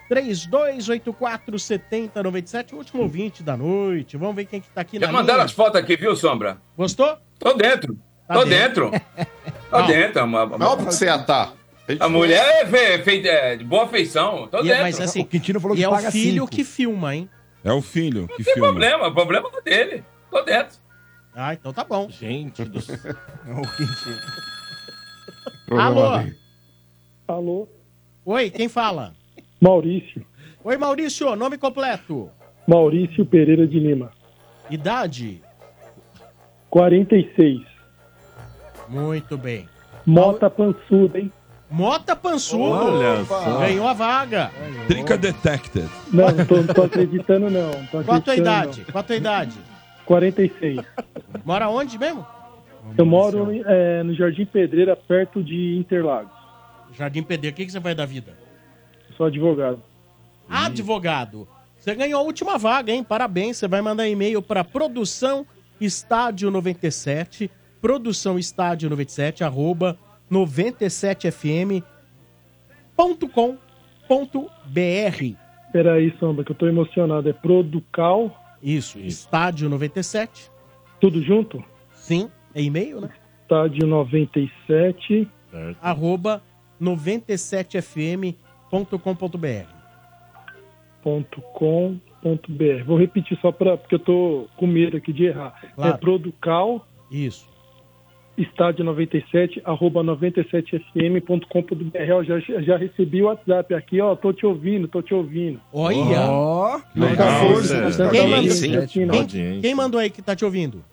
Speaker 2: 3284 7097, último ouvinte da noite. Vamos ver quem que tá aqui
Speaker 8: Já
Speaker 2: na
Speaker 8: mandaram
Speaker 2: linha.
Speaker 8: as fotos aqui, viu, Sombra?
Speaker 2: Gostou?
Speaker 8: Tô dentro.
Speaker 2: Tá
Speaker 8: Tô
Speaker 2: dentro.
Speaker 8: dentro. Tô
Speaker 2: Não.
Speaker 8: dentro. é Uma,
Speaker 2: Óbvio que você ia
Speaker 8: tá. A mulher é, fe- fe- é de boa feição. Tô
Speaker 2: E é-
Speaker 8: dentro.
Speaker 2: mas assim,
Speaker 5: falou
Speaker 2: e
Speaker 5: que
Speaker 2: é
Speaker 5: paga
Speaker 2: o filho
Speaker 5: cinco.
Speaker 2: que filma, hein?
Speaker 6: É o filho que
Speaker 8: Não tem
Speaker 6: filma.
Speaker 8: problema, o problema é dele. Tô dentro.
Speaker 2: Ah, então tá bom.
Speaker 3: Gente do céu.
Speaker 2: Alô?
Speaker 22: Alô?
Speaker 2: Oi, quem fala?
Speaker 22: Maurício.
Speaker 2: Oi, Maurício, nome completo.
Speaker 22: Maurício Pereira de Lima.
Speaker 2: Idade?
Speaker 22: 46.
Speaker 2: Muito bem.
Speaker 22: Mota pançuda, hein?
Speaker 2: Mota Pansudo.
Speaker 6: Olha só.
Speaker 2: Ganhou a vaga.
Speaker 6: Trinca Detected.
Speaker 22: Não, não tô, não tô acreditando, não. não Tô
Speaker 2: Qual a tua
Speaker 22: acreditando,
Speaker 2: idade? Qual a tua idade?
Speaker 22: não. 46.
Speaker 2: Mora onde mesmo?
Speaker 22: Eu moro eh, no Jardim Pedreira, perto de Interlagos.
Speaker 2: Jardim Pedreiro, o que, que você vai da vida?
Speaker 22: Sou advogado.
Speaker 2: Advogado. Você ganhou a última vaga, hein? Parabéns. Você vai mandar e-mail para produção estádio 97, produção estádio 97, arroba 97fm.com.br.
Speaker 22: Peraí, Samba, que eu tô emocionado. É Producal.
Speaker 2: Isso, estádio 97.
Speaker 22: Tudo junto?
Speaker 2: Sim, é e-mail, né?
Speaker 22: Estádio 97.
Speaker 2: Arroba 97fm.com.br.
Speaker 22: .com.br. Vou repetir só para porque eu tô com medo aqui de errar.
Speaker 2: Claro.
Speaker 22: É Producal.
Speaker 2: Isso.
Speaker 22: Estádio 97, arroba 97fm.com.br. Ó, Já, já recebi o WhatsApp aqui, ó. Tô te ouvindo, tô te ouvindo. né?
Speaker 2: Olha!
Speaker 22: Ó,
Speaker 2: Legal,
Speaker 22: força.
Speaker 2: Zé. Tá
Speaker 22: Quem
Speaker 2: Quem-
Speaker 22: mandou
Speaker 2: quem-
Speaker 22: isso aqui, não?
Speaker 2: Quem, quem mandou aí que tá te ouvindo?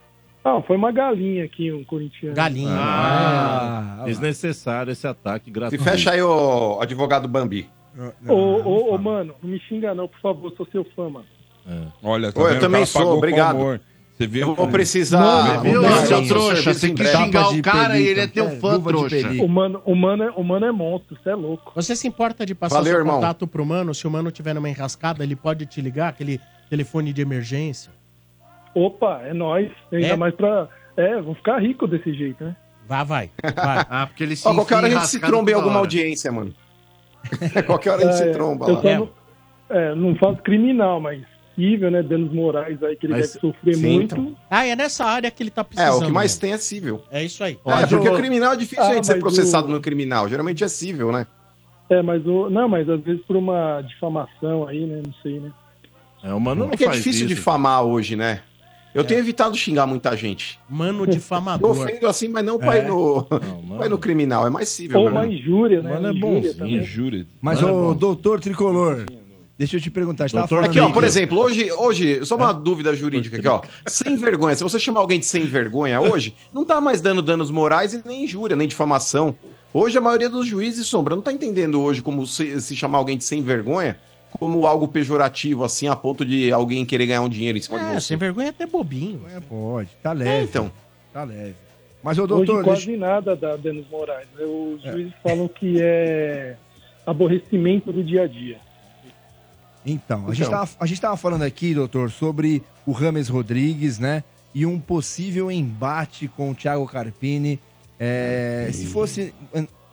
Speaker 22: Ah, foi uma galinha aqui, um corintiano.
Speaker 2: Galinha.
Speaker 3: Ah, desnecessário esse ataque
Speaker 4: Se
Speaker 3: gratuito.
Speaker 4: fecha aí, o advogado Bambi.
Speaker 22: Ô, ô, ô, mano, não me xinga não, por favor, sou seu fã, mano.
Speaker 6: Olha, tá
Speaker 4: Ô, eu
Speaker 6: vendo? O
Speaker 4: também
Speaker 6: cara
Speaker 4: sou,
Speaker 6: pagou com
Speaker 4: obrigado.
Speaker 6: amor. Você viu?
Speaker 4: Eu vou
Speaker 6: que-
Speaker 4: precisar- um
Speaker 6: Mano,
Speaker 22: Viu,
Speaker 6: vamos
Speaker 22: seu
Speaker 6: lá.
Speaker 22: trouxa? Você tem que
Speaker 6: Serviço
Speaker 22: xingar
Speaker 6: entrega.
Speaker 22: o cara e ele é teu fã, trouxa. O mano, o, mano é, o mano é monstro, você é louco.
Speaker 2: Você se importa de passar
Speaker 22: Valeu,
Speaker 2: seu
Speaker 22: irmão.
Speaker 2: contato pro mano? Se o mano tiver numa enrascada, ele pode te ligar, aquele telefone de emergência.
Speaker 22: Opa, é nóis. Ainda mais pra. É, vou ficar rico desse jeito, né?
Speaker 2: Vá, vai. vai.
Speaker 7: ah, porque ele
Speaker 4: Ó, qualquer hora a gente se tromba em alguma audiência, mano. qualquer hora a gente
Speaker 22: É,
Speaker 4: se tromba
Speaker 22: eu
Speaker 4: lá.
Speaker 22: só não, é, não faço criminal, mas cível, né? Danos morais aí que ele
Speaker 4: Mas-
Speaker 22: deve sofrer
Speaker 4: sim,
Speaker 22: muito.
Speaker 4: então.
Speaker 2: Ah, é nessa área que ele tá
Speaker 4: É,
Speaker 2: precisando.
Speaker 4: o que mais tem é cível.
Speaker 2: É isso aí.
Speaker 4: É, porque o criminal é difícil a
Speaker 22: Ah,
Speaker 4: gente ser
Speaker 22: mas
Speaker 4: processado
Speaker 22: o-
Speaker 4: no criminal. Geralmente é cível, né?
Speaker 22: É, mas o. Não, mas às vezes por uma difamação aí, né? Não sei, né?
Speaker 3: É, o mano não
Speaker 4: Porque é
Speaker 3: faz
Speaker 4: difícil
Speaker 3: isso.
Speaker 4: difamar hoje, né? Eu tenho evitado xingar muita gente.
Speaker 2: Mano
Speaker 4: Eu
Speaker 2: difamador.
Speaker 4: ofendo assim, mas não pai
Speaker 2: É.
Speaker 4: no, pai no criminal. É mais cível.
Speaker 22: Ou
Speaker 4: né?
Speaker 22: uma injúria, né?
Speaker 4: Mano, é
Speaker 22: Injúria
Speaker 4: bonzinho, é
Speaker 22: também.
Speaker 6: Júri.
Speaker 5: Mas,
Speaker 4: Mano,
Speaker 5: ô, doutor Tricolor, deixa eu te perguntar. Você tava falando
Speaker 4: Aqui, ó,
Speaker 5: aí,
Speaker 4: por
Speaker 5: que-
Speaker 4: exemplo, hoje, hoje, só uma dúvida jurídica aqui, ó. Sem vergonha. Se você chamar alguém de sem vergonha hoje, não tá mais dando danos morais e nem injúria, nem difamação. Hoje a maioria dos juízes, Sombra, não tá entendendo hoje como se, se chamar alguém de sem vergonha como algo pejorativo, assim, a ponto de alguém querer ganhar um dinheiro em cima de
Speaker 2: É,
Speaker 4: você.
Speaker 2: sem vergonha é até bobinho.
Speaker 5: É, pode. Tá leve.
Speaker 4: então.
Speaker 5: Tá leve. Mas, ô, doutor,
Speaker 22: Hoje quase nada dá danos morais. né? Os juízes falam que é aborrecimento do dia a dia.
Speaker 5: Então, a gente,
Speaker 22: Então.
Speaker 5: tava, a gente tava falando aqui, doutor, sobre o Rames Rodrigues, né? E um possível embate com o Thiago Carpini. É, se fosse.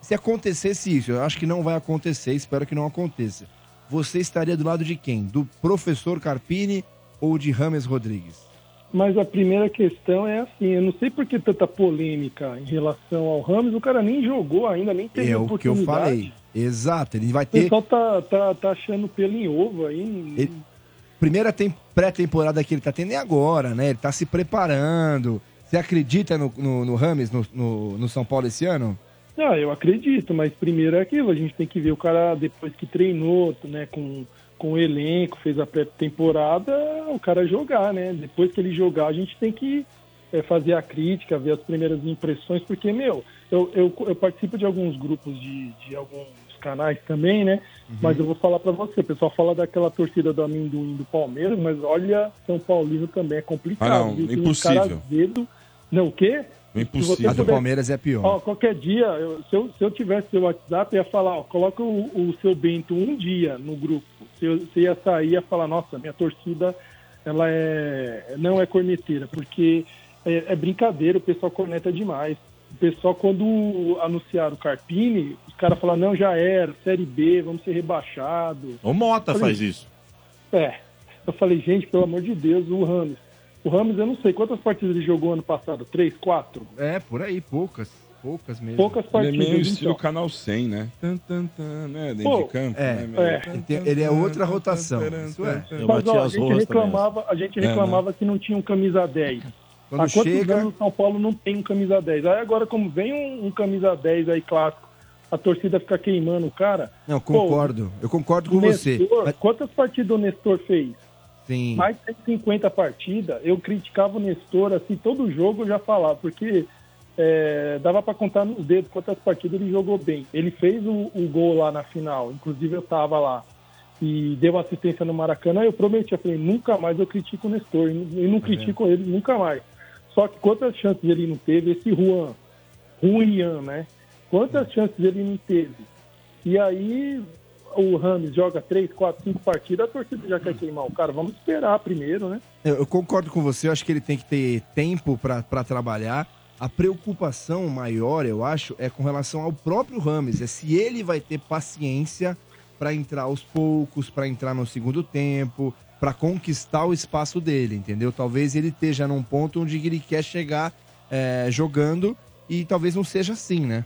Speaker 5: Se acontecesse isso, eu acho que não vai acontecer, espero que não aconteça. Você estaria do lado de quem? Do professor Carpini ou de Rames Rodrigues?
Speaker 22: Mas a primeira questão é assim, eu não sei por que tanta polêmica em relação ao Ramos, o cara nem jogou ainda, nem teve
Speaker 5: É o que eu
Speaker 22: oportunidade.
Speaker 5: falei. Exato, ele vai
Speaker 22: O
Speaker 5: ter.
Speaker 22: pessoal tá, tá, tá achando pelo em ovo aí.
Speaker 5: Ele- primeira tem- pré-temporada que ele tá tendo é agora, né? Ele tá se preparando. Você acredita no, no, no Rames, no, no- no São Paulo esse ano?
Speaker 22: Ah, eu acredito, mas primeiro é aquilo, a gente tem que ver o cara depois que treinou, né, com, com o elenco, fez a pré-temporada, o cara jogar, né? Depois que ele jogar, a gente tem que é, fazer a crítica, ver as primeiras impressões, porque, meu, eu, eu, eu participo de alguns grupos de, de alguns canais também, né?
Speaker 6: Uhum.
Speaker 22: Mas eu vou falar pra você, o pessoal fala daquela torcida do amendoim do Palmeiras, mas olha, São Paulino também é complicado.
Speaker 6: Ah, não,
Speaker 22: viu? Tem uns
Speaker 6: impossível.
Speaker 22: caras dedo. Não, o quê?
Speaker 6: Impossível.
Speaker 22: Se você
Speaker 6: A do
Speaker 22: puder-
Speaker 6: Palmeiras é pior.
Speaker 22: Ó, qualquer dia, eu- se, eu, se eu tivesse seu WhatsApp, eu ia falar, ó, coloca o, o seu Bento um dia no grupo. Se eu- Você ia sair e ia falar, nossa, minha torcida ela é, não é corneteira, porque é, é brincadeira, o pessoal corneta demais. O pessoal, quando anunciaram o Carpini, os caras falaram, não, já era, Série B, vamos ser rebaixados.
Speaker 3: O Mota
Speaker 22: Falei,
Speaker 3: faz isso.
Speaker 22: é. Eu falei, gente, pelo amor de Deus, o Ramos. O Ramos, eu não sei quantas partidas ele jogou ano passado, três, quatro?
Speaker 5: É, por aí, poucas. Poucas mesmo.
Speaker 22: Poucas partidas,
Speaker 6: Ele é meio
Speaker 22: então.
Speaker 6: estilo Canal 100, né? Tan, tan, tan, né? Dentro
Speaker 22: Pô,
Speaker 6: de campo.
Speaker 22: é,
Speaker 6: né? Meio-
Speaker 22: é.
Speaker 6: tan,
Speaker 22: Ele
Speaker 5: tem-
Speaker 6: tan,
Speaker 5: ele é
Speaker 6: tan,
Speaker 5: outra
Speaker 6: tan,
Speaker 5: rotação,
Speaker 6: tan, tan,
Speaker 5: isso é.
Speaker 6: tan.
Speaker 22: Mas, ó, a gente reclamava, a gente
Speaker 6: É, né?
Speaker 22: reclamava que não tinha um camisa 10.
Speaker 5: Quando
Speaker 22: Há quantos
Speaker 5: chega-
Speaker 22: anos o São Paulo não tem um camisa 10? Aí agora, como vem um, um camisa 10 aí clássico, a torcida fica queimando o cara.
Speaker 5: Não,
Speaker 22: Pô,
Speaker 5: concordo. eu concordo com
Speaker 22: o
Speaker 5: você.
Speaker 22: Nestor,
Speaker 5: Mas,
Speaker 22: Quantas partidas o Nestor fez?
Speaker 5: sim.
Speaker 22: Mais de 150 partidas. Eu criticava o Nestor, assim, todo jogo eu já falava, porque é, dava pra contar nos dedos quantas partidas ele jogou bem. Ele fez o, o gol lá na final, inclusive eu tava lá. E deu assistência no Maracanã, eu prometi, eu falei, nunca mais eu critico o Nestor, e não- e não
Speaker 5: Tá
Speaker 22: critico ele nunca mais. Só que quantas chances ele não teve, esse Juan, Juan, né? Quantas chances ele não teve? E aí o Rames joga 3, 4, 5 partidas, a torcida já quer queimar o cara. Vamos esperar primeiro, né?
Speaker 5: Eu, eu concordo com você, eu acho que ele tem que ter tempo para trabalhar. A preocupação maior, eu acho, é com relação ao próprio Rames, é se ele vai ter paciência para entrar aos poucos, para entrar no segundo tempo, para conquistar o espaço dele, entendeu? Talvez ele esteja num ponto onde ele quer chegar é, jogando e talvez não seja assim, né?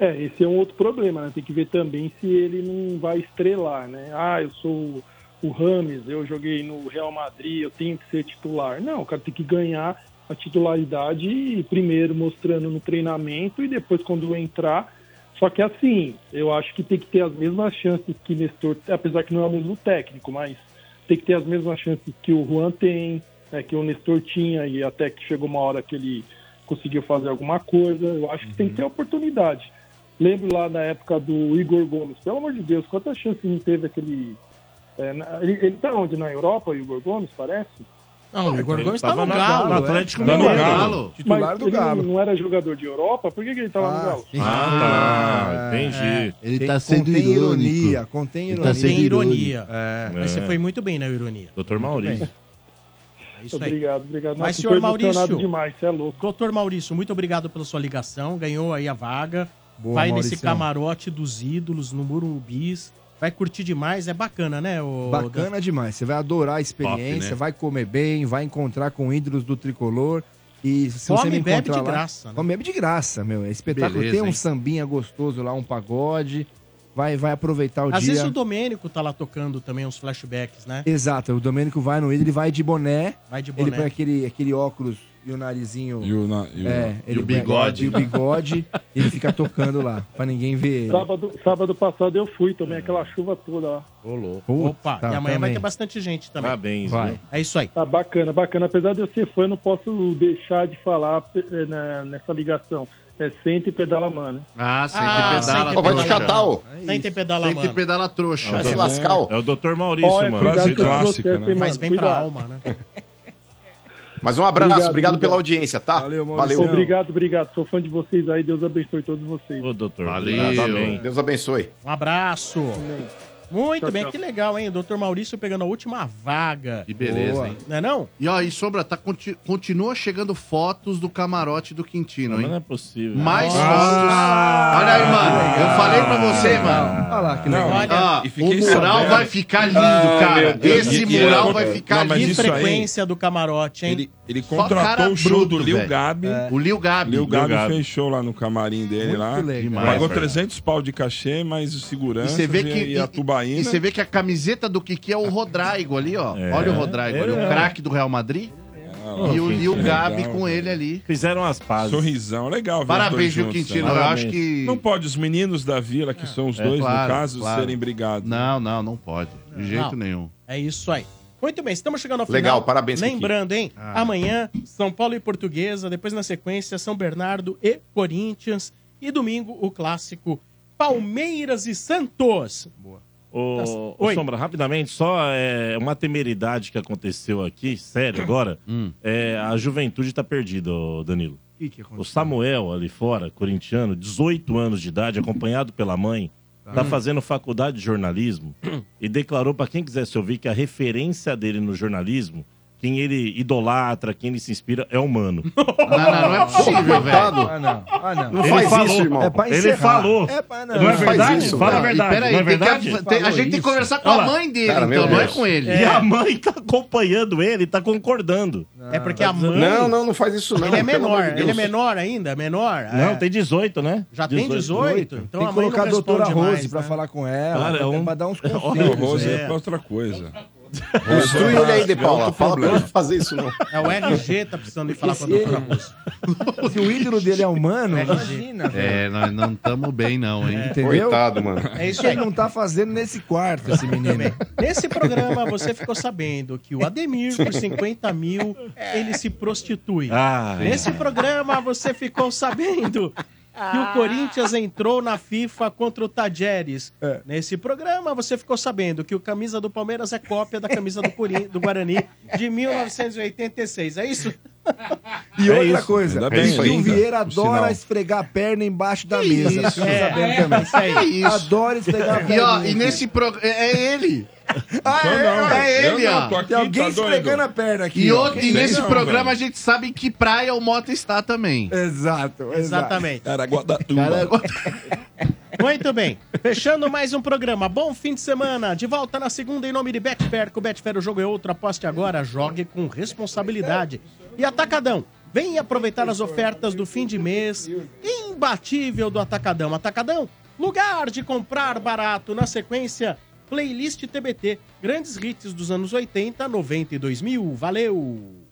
Speaker 22: É, esse é um outro problema, né? Tem que ver também se ele não vai estrelar, né? Ah, eu sou o Rames, eu joguei no Real Madrid, eu tenho que ser titular. Não, o cara tem que ganhar a titularidade primeiro mostrando no treinamento e depois quando entrar. Só que assim, eu acho que tem que ter as mesmas chances que Nestor, apesar que não é o mesmo técnico, mas tem que ter as mesmas chances que o Juan tem, né, que o Nestor tinha e até que chegou uma hora que ele conseguiu fazer alguma coisa. Eu acho que tem que ter oportunidade. Lembro lá na época do Igor Gomes, pelo amor de Deus, quantas chances não teve aquele. é, na- ele, ele tá onde? Na Europa, o Igor Gomes, parece?
Speaker 2: Não, o Igor
Speaker 5: Ele
Speaker 2: Gomes tá
Speaker 5: tava
Speaker 2: no
Speaker 5: no
Speaker 2: Galo.
Speaker 5: Galo,
Speaker 2: é.
Speaker 5: no Atlético
Speaker 2: Tá no
Speaker 5: Mineiro.
Speaker 2: Galo.
Speaker 5: Titular
Speaker 22: Mas
Speaker 5: do
Speaker 22: ele
Speaker 5: Galo.
Speaker 22: Não era jogador de Europa? Por que, que ele tava no Galo?
Speaker 3: Ah, entendi.
Speaker 5: Ele tá sendo
Speaker 2: Contém
Speaker 5: irônico.
Speaker 2: ironia,
Speaker 5: contém
Speaker 2: Ele
Speaker 5: ironia.
Speaker 2: Tem ironia.
Speaker 5: É.
Speaker 2: Mas você
Speaker 5: É.
Speaker 2: foi muito bem na ironia.
Speaker 3: Doutor
Speaker 2: Maurício. É isso aí.
Speaker 22: Obrigado, obrigado.
Speaker 5: Tá
Speaker 2: Mas,
Speaker 22: Nossa,
Speaker 2: senhor
Speaker 22: tô emocionado
Speaker 2: Maurício.
Speaker 22: demais, você é louco.
Speaker 2: Doutor Maurício, muito obrigado pela sua ligação. Ganhou aí a vaga.
Speaker 5: Boa,
Speaker 2: vai nesse
Speaker 5: Mauricião.
Speaker 2: camarote dos ídolos no Murumbis. Vai curtir demais. É bacana, né? O...
Speaker 5: Bacana demais. Você vai adorar a experiência,
Speaker 2: Top, né?
Speaker 5: vai comer bem, vai encontrar com ídolos do tricolor. E se
Speaker 2: Come
Speaker 5: você me
Speaker 2: e bebe
Speaker 5: encontrar
Speaker 2: de
Speaker 5: lá,
Speaker 2: graça, né?
Speaker 5: Come e bebe de graça, meu. É espetáculo.
Speaker 2: Beleza,
Speaker 5: Tem um
Speaker 2: hein?
Speaker 5: sambinha gostoso lá, um pagode. Vai, vai aproveitar o
Speaker 2: Às
Speaker 5: dia.
Speaker 2: vezes o Domênico tá lá tocando também uns flashbacks, né?
Speaker 5: Exato. O Domênico vai no ídolo, ele vai de boné.
Speaker 2: Vai de
Speaker 5: Ele
Speaker 2: boné.
Speaker 5: põe aquele, aquele óculos e o narizinho.
Speaker 6: E o na- e o-
Speaker 5: é,
Speaker 6: e
Speaker 5: ele
Speaker 6: o
Speaker 5: põe-
Speaker 6: bigode.
Speaker 5: E o bigode. ele fica tocando lá, pra ninguém ver. ele.
Speaker 22: Sábado, sábado passado eu fui também, aquela chuva toda lá.
Speaker 2: Opa,
Speaker 5: Tá,
Speaker 2: e amanhã vai
Speaker 5: também.
Speaker 2: ter bastante gente também.
Speaker 3: Parabéns,
Speaker 2: vai.
Speaker 3: viu?
Speaker 2: É isso aí.
Speaker 22: Tá bacana, bacana. Apesar de eu ser fã, eu não posso deixar de falar eh, na- nessa ligação. É senta e pedala, mano. né?
Speaker 7: Ah, senta
Speaker 2: Ah,
Speaker 7: e pedala.
Speaker 2: senta e
Speaker 7: trouxa. É
Speaker 2: pedala.
Speaker 7: Senta
Speaker 2: Senta e pedala, mano.
Speaker 7: e pedala trouxa.
Speaker 3: É o doutor- É o doutor Maurício,
Speaker 7: Olha,
Speaker 3: mano.
Speaker 7: frase
Speaker 3: Cuidado.
Speaker 7: clássica,
Speaker 4: né?
Speaker 2: Mas bem pra
Speaker 22: Cuidado.
Speaker 2: alma, né?
Speaker 4: Mas um abraço,
Speaker 22: Obrigado,
Speaker 4: obrigado,
Speaker 22: obrigado.
Speaker 4: pela audiência, tá?
Speaker 22: Valeu,
Speaker 4: Valeu.
Speaker 22: Obrigado, obrigado. Sou fã de vocês aí. Deus abençoe todos vocês.
Speaker 3: Ô, doutor.
Speaker 4: Obrigado, amém. Deus abençoe.
Speaker 2: Um abraço. Muito
Speaker 7: Tchau,
Speaker 2: bem,
Speaker 7: tchau.
Speaker 2: que legal, hein? O Dr. Maurício pegando a última vaga. Que
Speaker 7: beleza, hein?
Speaker 2: Não é não?
Speaker 7: E ó, e sobra, tá, conti- continua chegando fotos do camarote do Quintino, hein? Não é
Speaker 3: possível.
Speaker 7: Mais
Speaker 3: Nossa.
Speaker 7: fotos. Olha aí, mano. Eu falei pra você, mano.
Speaker 5: Ah, Olha lá, que
Speaker 7: legal. Ah,
Speaker 2: E
Speaker 7: o
Speaker 2: fiquei
Speaker 7: mural
Speaker 2: sabendo.
Speaker 7: vai ficar lindo,
Speaker 2: Ah,
Speaker 7: cara.
Speaker 2: meu Deus,
Speaker 7: Esse
Speaker 2: que
Speaker 7: mural
Speaker 2: que-
Speaker 7: vai ficar
Speaker 2: Não, mas
Speaker 7: lindo.
Speaker 2: isso aí- frequência do camarote, hein?
Speaker 6: Ele, ele
Speaker 2: Só
Speaker 6: contratou
Speaker 2: cara
Speaker 6: o show
Speaker 2: bruto,
Speaker 6: do Lil
Speaker 2: velho.
Speaker 6: Gabi.
Speaker 2: É.
Speaker 7: O Lil Gabi.
Speaker 6: Lil
Speaker 7: Lil
Speaker 6: Gabi,
Speaker 7: Gabi.
Speaker 6: fez show lá no camarim dele
Speaker 7: Muito
Speaker 6: lá.
Speaker 7: legal. Demais,
Speaker 6: Pagou
Speaker 7: velho.
Speaker 6: 300 pau de cachê, mas o segurança
Speaker 7: E você vê que-
Speaker 6: e, a
Speaker 7: e-
Speaker 6: tubaína.
Speaker 7: E você vê que a camiseta do Kiki é o Rodrigo ali, ó.
Speaker 3: É.
Speaker 7: Olha o Rodrigo ali,
Speaker 3: É.
Speaker 7: o craque do Real Madrid.
Speaker 6: Ah,
Speaker 7: e o Lil Gabi com ele ali.
Speaker 3: Fizeram as pazes.
Speaker 6: Sorrisão, legal. ver os
Speaker 7: Parabéns,
Speaker 6: dois
Speaker 7: viu,
Speaker 6: juntos,
Speaker 7: Quintino?
Speaker 6: né?
Speaker 7: Eu
Speaker 6: Parabéns.
Speaker 7: acho que-
Speaker 6: Não pode os meninos da vila, que são os
Speaker 7: É,
Speaker 6: dois,
Speaker 7: claro,
Speaker 6: no caso,
Speaker 7: claro.
Speaker 6: serem brigados. né?
Speaker 7: Não, não, não pode. De jeito
Speaker 2: Não.
Speaker 7: nenhum.
Speaker 2: É isso aí. Muito bem, estamos chegando ao final.
Speaker 4: Legal, parabéns, Kiki.
Speaker 2: Lembrando, hein?
Speaker 4: Ah.
Speaker 2: Amanhã, São Paulo e Portuguesa, depois na sequência, São Bernardo e Corinthians. E domingo, o clássico Palmeiras e Santos. Boa.
Speaker 3: Ô,
Speaker 2: Oi.
Speaker 3: ô, Sombra, rapidamente, só é, uma temeridade que aconteceu aqui, sério, agora.
Speaker 4: Hum.
Speaker 7: Hum.
Speaker 3: É, a juventude tá perdida, ô, Danilo.
Speaker 1: O que, que
Speaker 3: O
Speaker 1: aconteceu?
Speaker 3: Samuel, ali fora, corintiano, 18 anos de idade, acompanhado pela mãe, tá fazendo faculdade de jornalismo e declarou para quem quisesse ouvir que a referência dele no jornalismo, quem ele idolatra, quem ele se inspira, é o Mano. Não,
Speaker 7: não, não é possível, velho.
Speaker 5: Ah, não. Ah, não.
Speaker 3: Ele falou.
Speaker 5: É pra
Speaker 3: ele
Speaker 5: encerrar.
Speaker 3: falou.
Speaker 5: É pra-
Speaker 3: Não é verdade? Fala a verdade.
Speaker 5: peraí,
Speaker 3: não é
Speaker 5: tem que
Speaker 3: verdade?
Speaker 5: av- tem- a gente tem que conversar com a mãe dele,
Speaker 3: Cara,
Speaker 5: então,
Speaker 3: meu
Speaker 5: não é
Speaker 3: Deus.
Speaker 5: com ele.
Speaker 3: E
Speaker 5: É.
Speaker 3: a mãe tá acompanhando ele, tá concordando.
Speaker 2: É porque a mãe.
Speaker 4: Não, não, não faz isso não.
Speaker 2: Ele é
Speaker 4: pelo amor
Speaker 2: menor,
Speaker 4: de Deus.
Speaker 2: ele é menor ainda, menor.
Speaker 3: Não,
Speaker 2: é.
Speaker 3: tem 18, né?
Speaker 2: Já tem 18, então
Speaker 5: Tem
Speaker 2: a
Speaker 5: que
Speaker 2: mãe não
Speaker 5: colocar a doutora
Speaker 2: responde
Speaker 5: Rose
Speaker 2: mais,
Speaker 5: pra
Speaker 2: né?
Speaker 5: falar com ela,
Speaker 2: Cara, é um-
Speaker 5: pra dar uns
Speaker 2: Olha,
Speaker 5: conselhos.
Speaker 6: Não, Rose é
Speaker 5: né?
Speaker 6: pra outra coisa.
Speaker 4: Instrui ele
Speaker 5: É
Speaker 4: aí, De Paula.
Speaker 6: outro
Speaker 4: Fala pra ele
Speaker 6: problema.
Speaker 4: não fazer isso não.
Speaker 2: É o RG tá precisando de falar com a
Speaker 5: Porque se
Speaker 2: doutora
Speaker 5: ele-
Speaker 2: Rose.
Speaker 5: Se o ídolo dele é humano,
Speaker 2: É,
Speaker 5: imagina.
Speaker 7: É, nós não estamos bem, não, hein?
Speaker 5: Entendeu?
Speaker 2: É isso
Speaker 5: que
Speaker 2: aí.
Speaker 5: ele não tá fazendo nesse quarto, esse menino.
Speaker 2: Nesse programa, você ficou sabendo que o Ademir, por 50 mil, ele se prostitui.
Speaker 3: Ah,
Speaker 2: Nesse programa, você ficou sabendo que o Corinthians entrou na FIFA contra o Tajeres. Nesse programa, você ficou sabendo que o camisa do Palmeiras é cópia da camisa do, Corin- do Guarani de 1986. É isso?
Speaker 5: E
Speaker 2: É
Speaker 5: outra
Speaker 2: isso.
Speaker 5: coisa,
Speaker 2: Ainda bem
Speaker 5: e
Speaker 2: isso
Speaker 5: que o
Speaker 2: ainda,
Speaker 5: Vieira
Speaker 2: por sinal.
Speaker 5: adora esfregar a perna embaixo da mesa.
Speaker 2: isso,
Speaker 5: Ficamos
Speaker 2: é.
Speaker 5: sabendo
Speaker 2: É,
Speaker 5: também.
Speaker 2: isso aí.
Speaker 5: Adora esfregar a perna.
Speaker 7: E, ó, e nesse programa. É é ele! Ah,
Speaker 5: Eu
Speaker 7: é,
Speaker 5: não,
Speaker 7: é
Speaker 5: eu
Speaker 7: ele,
Speaker 5: não,
Speaker 7: ó.
Speaker 5: tô aqui, Tem alguém tá doido? esfregando a perna aqui,
Speaker 7: E,
Speaker 5: ó.
Speaker 7: outro, e
Speaker 5: Sei
Speaker 7: nesse
Speaker 5: não,
Speaker 7: programa
Speaker 5: velho.
Speaker 7: a gente sabe em que praia o Mota está também.
Speaker 5: Exato,
Speaker 2: Exatamente.
Speaker 6: Guardatuba.
Speaker 2: Muito bem. Fechando mais um programa. Bom fim de semana. De volta na segunda em nome de Betfair. Com Betfair o jogo é outro. Aposte agora. Jogue com responsabilidade. E Atacadão. Vem aproveitar as ofertas do fim de mês. Imbatível do Atacadão. Atacadão, lugar de comprar barato. Na sequência, playlist TBT. Grandes hits dos anos 80, 90 e 2000. Valeu!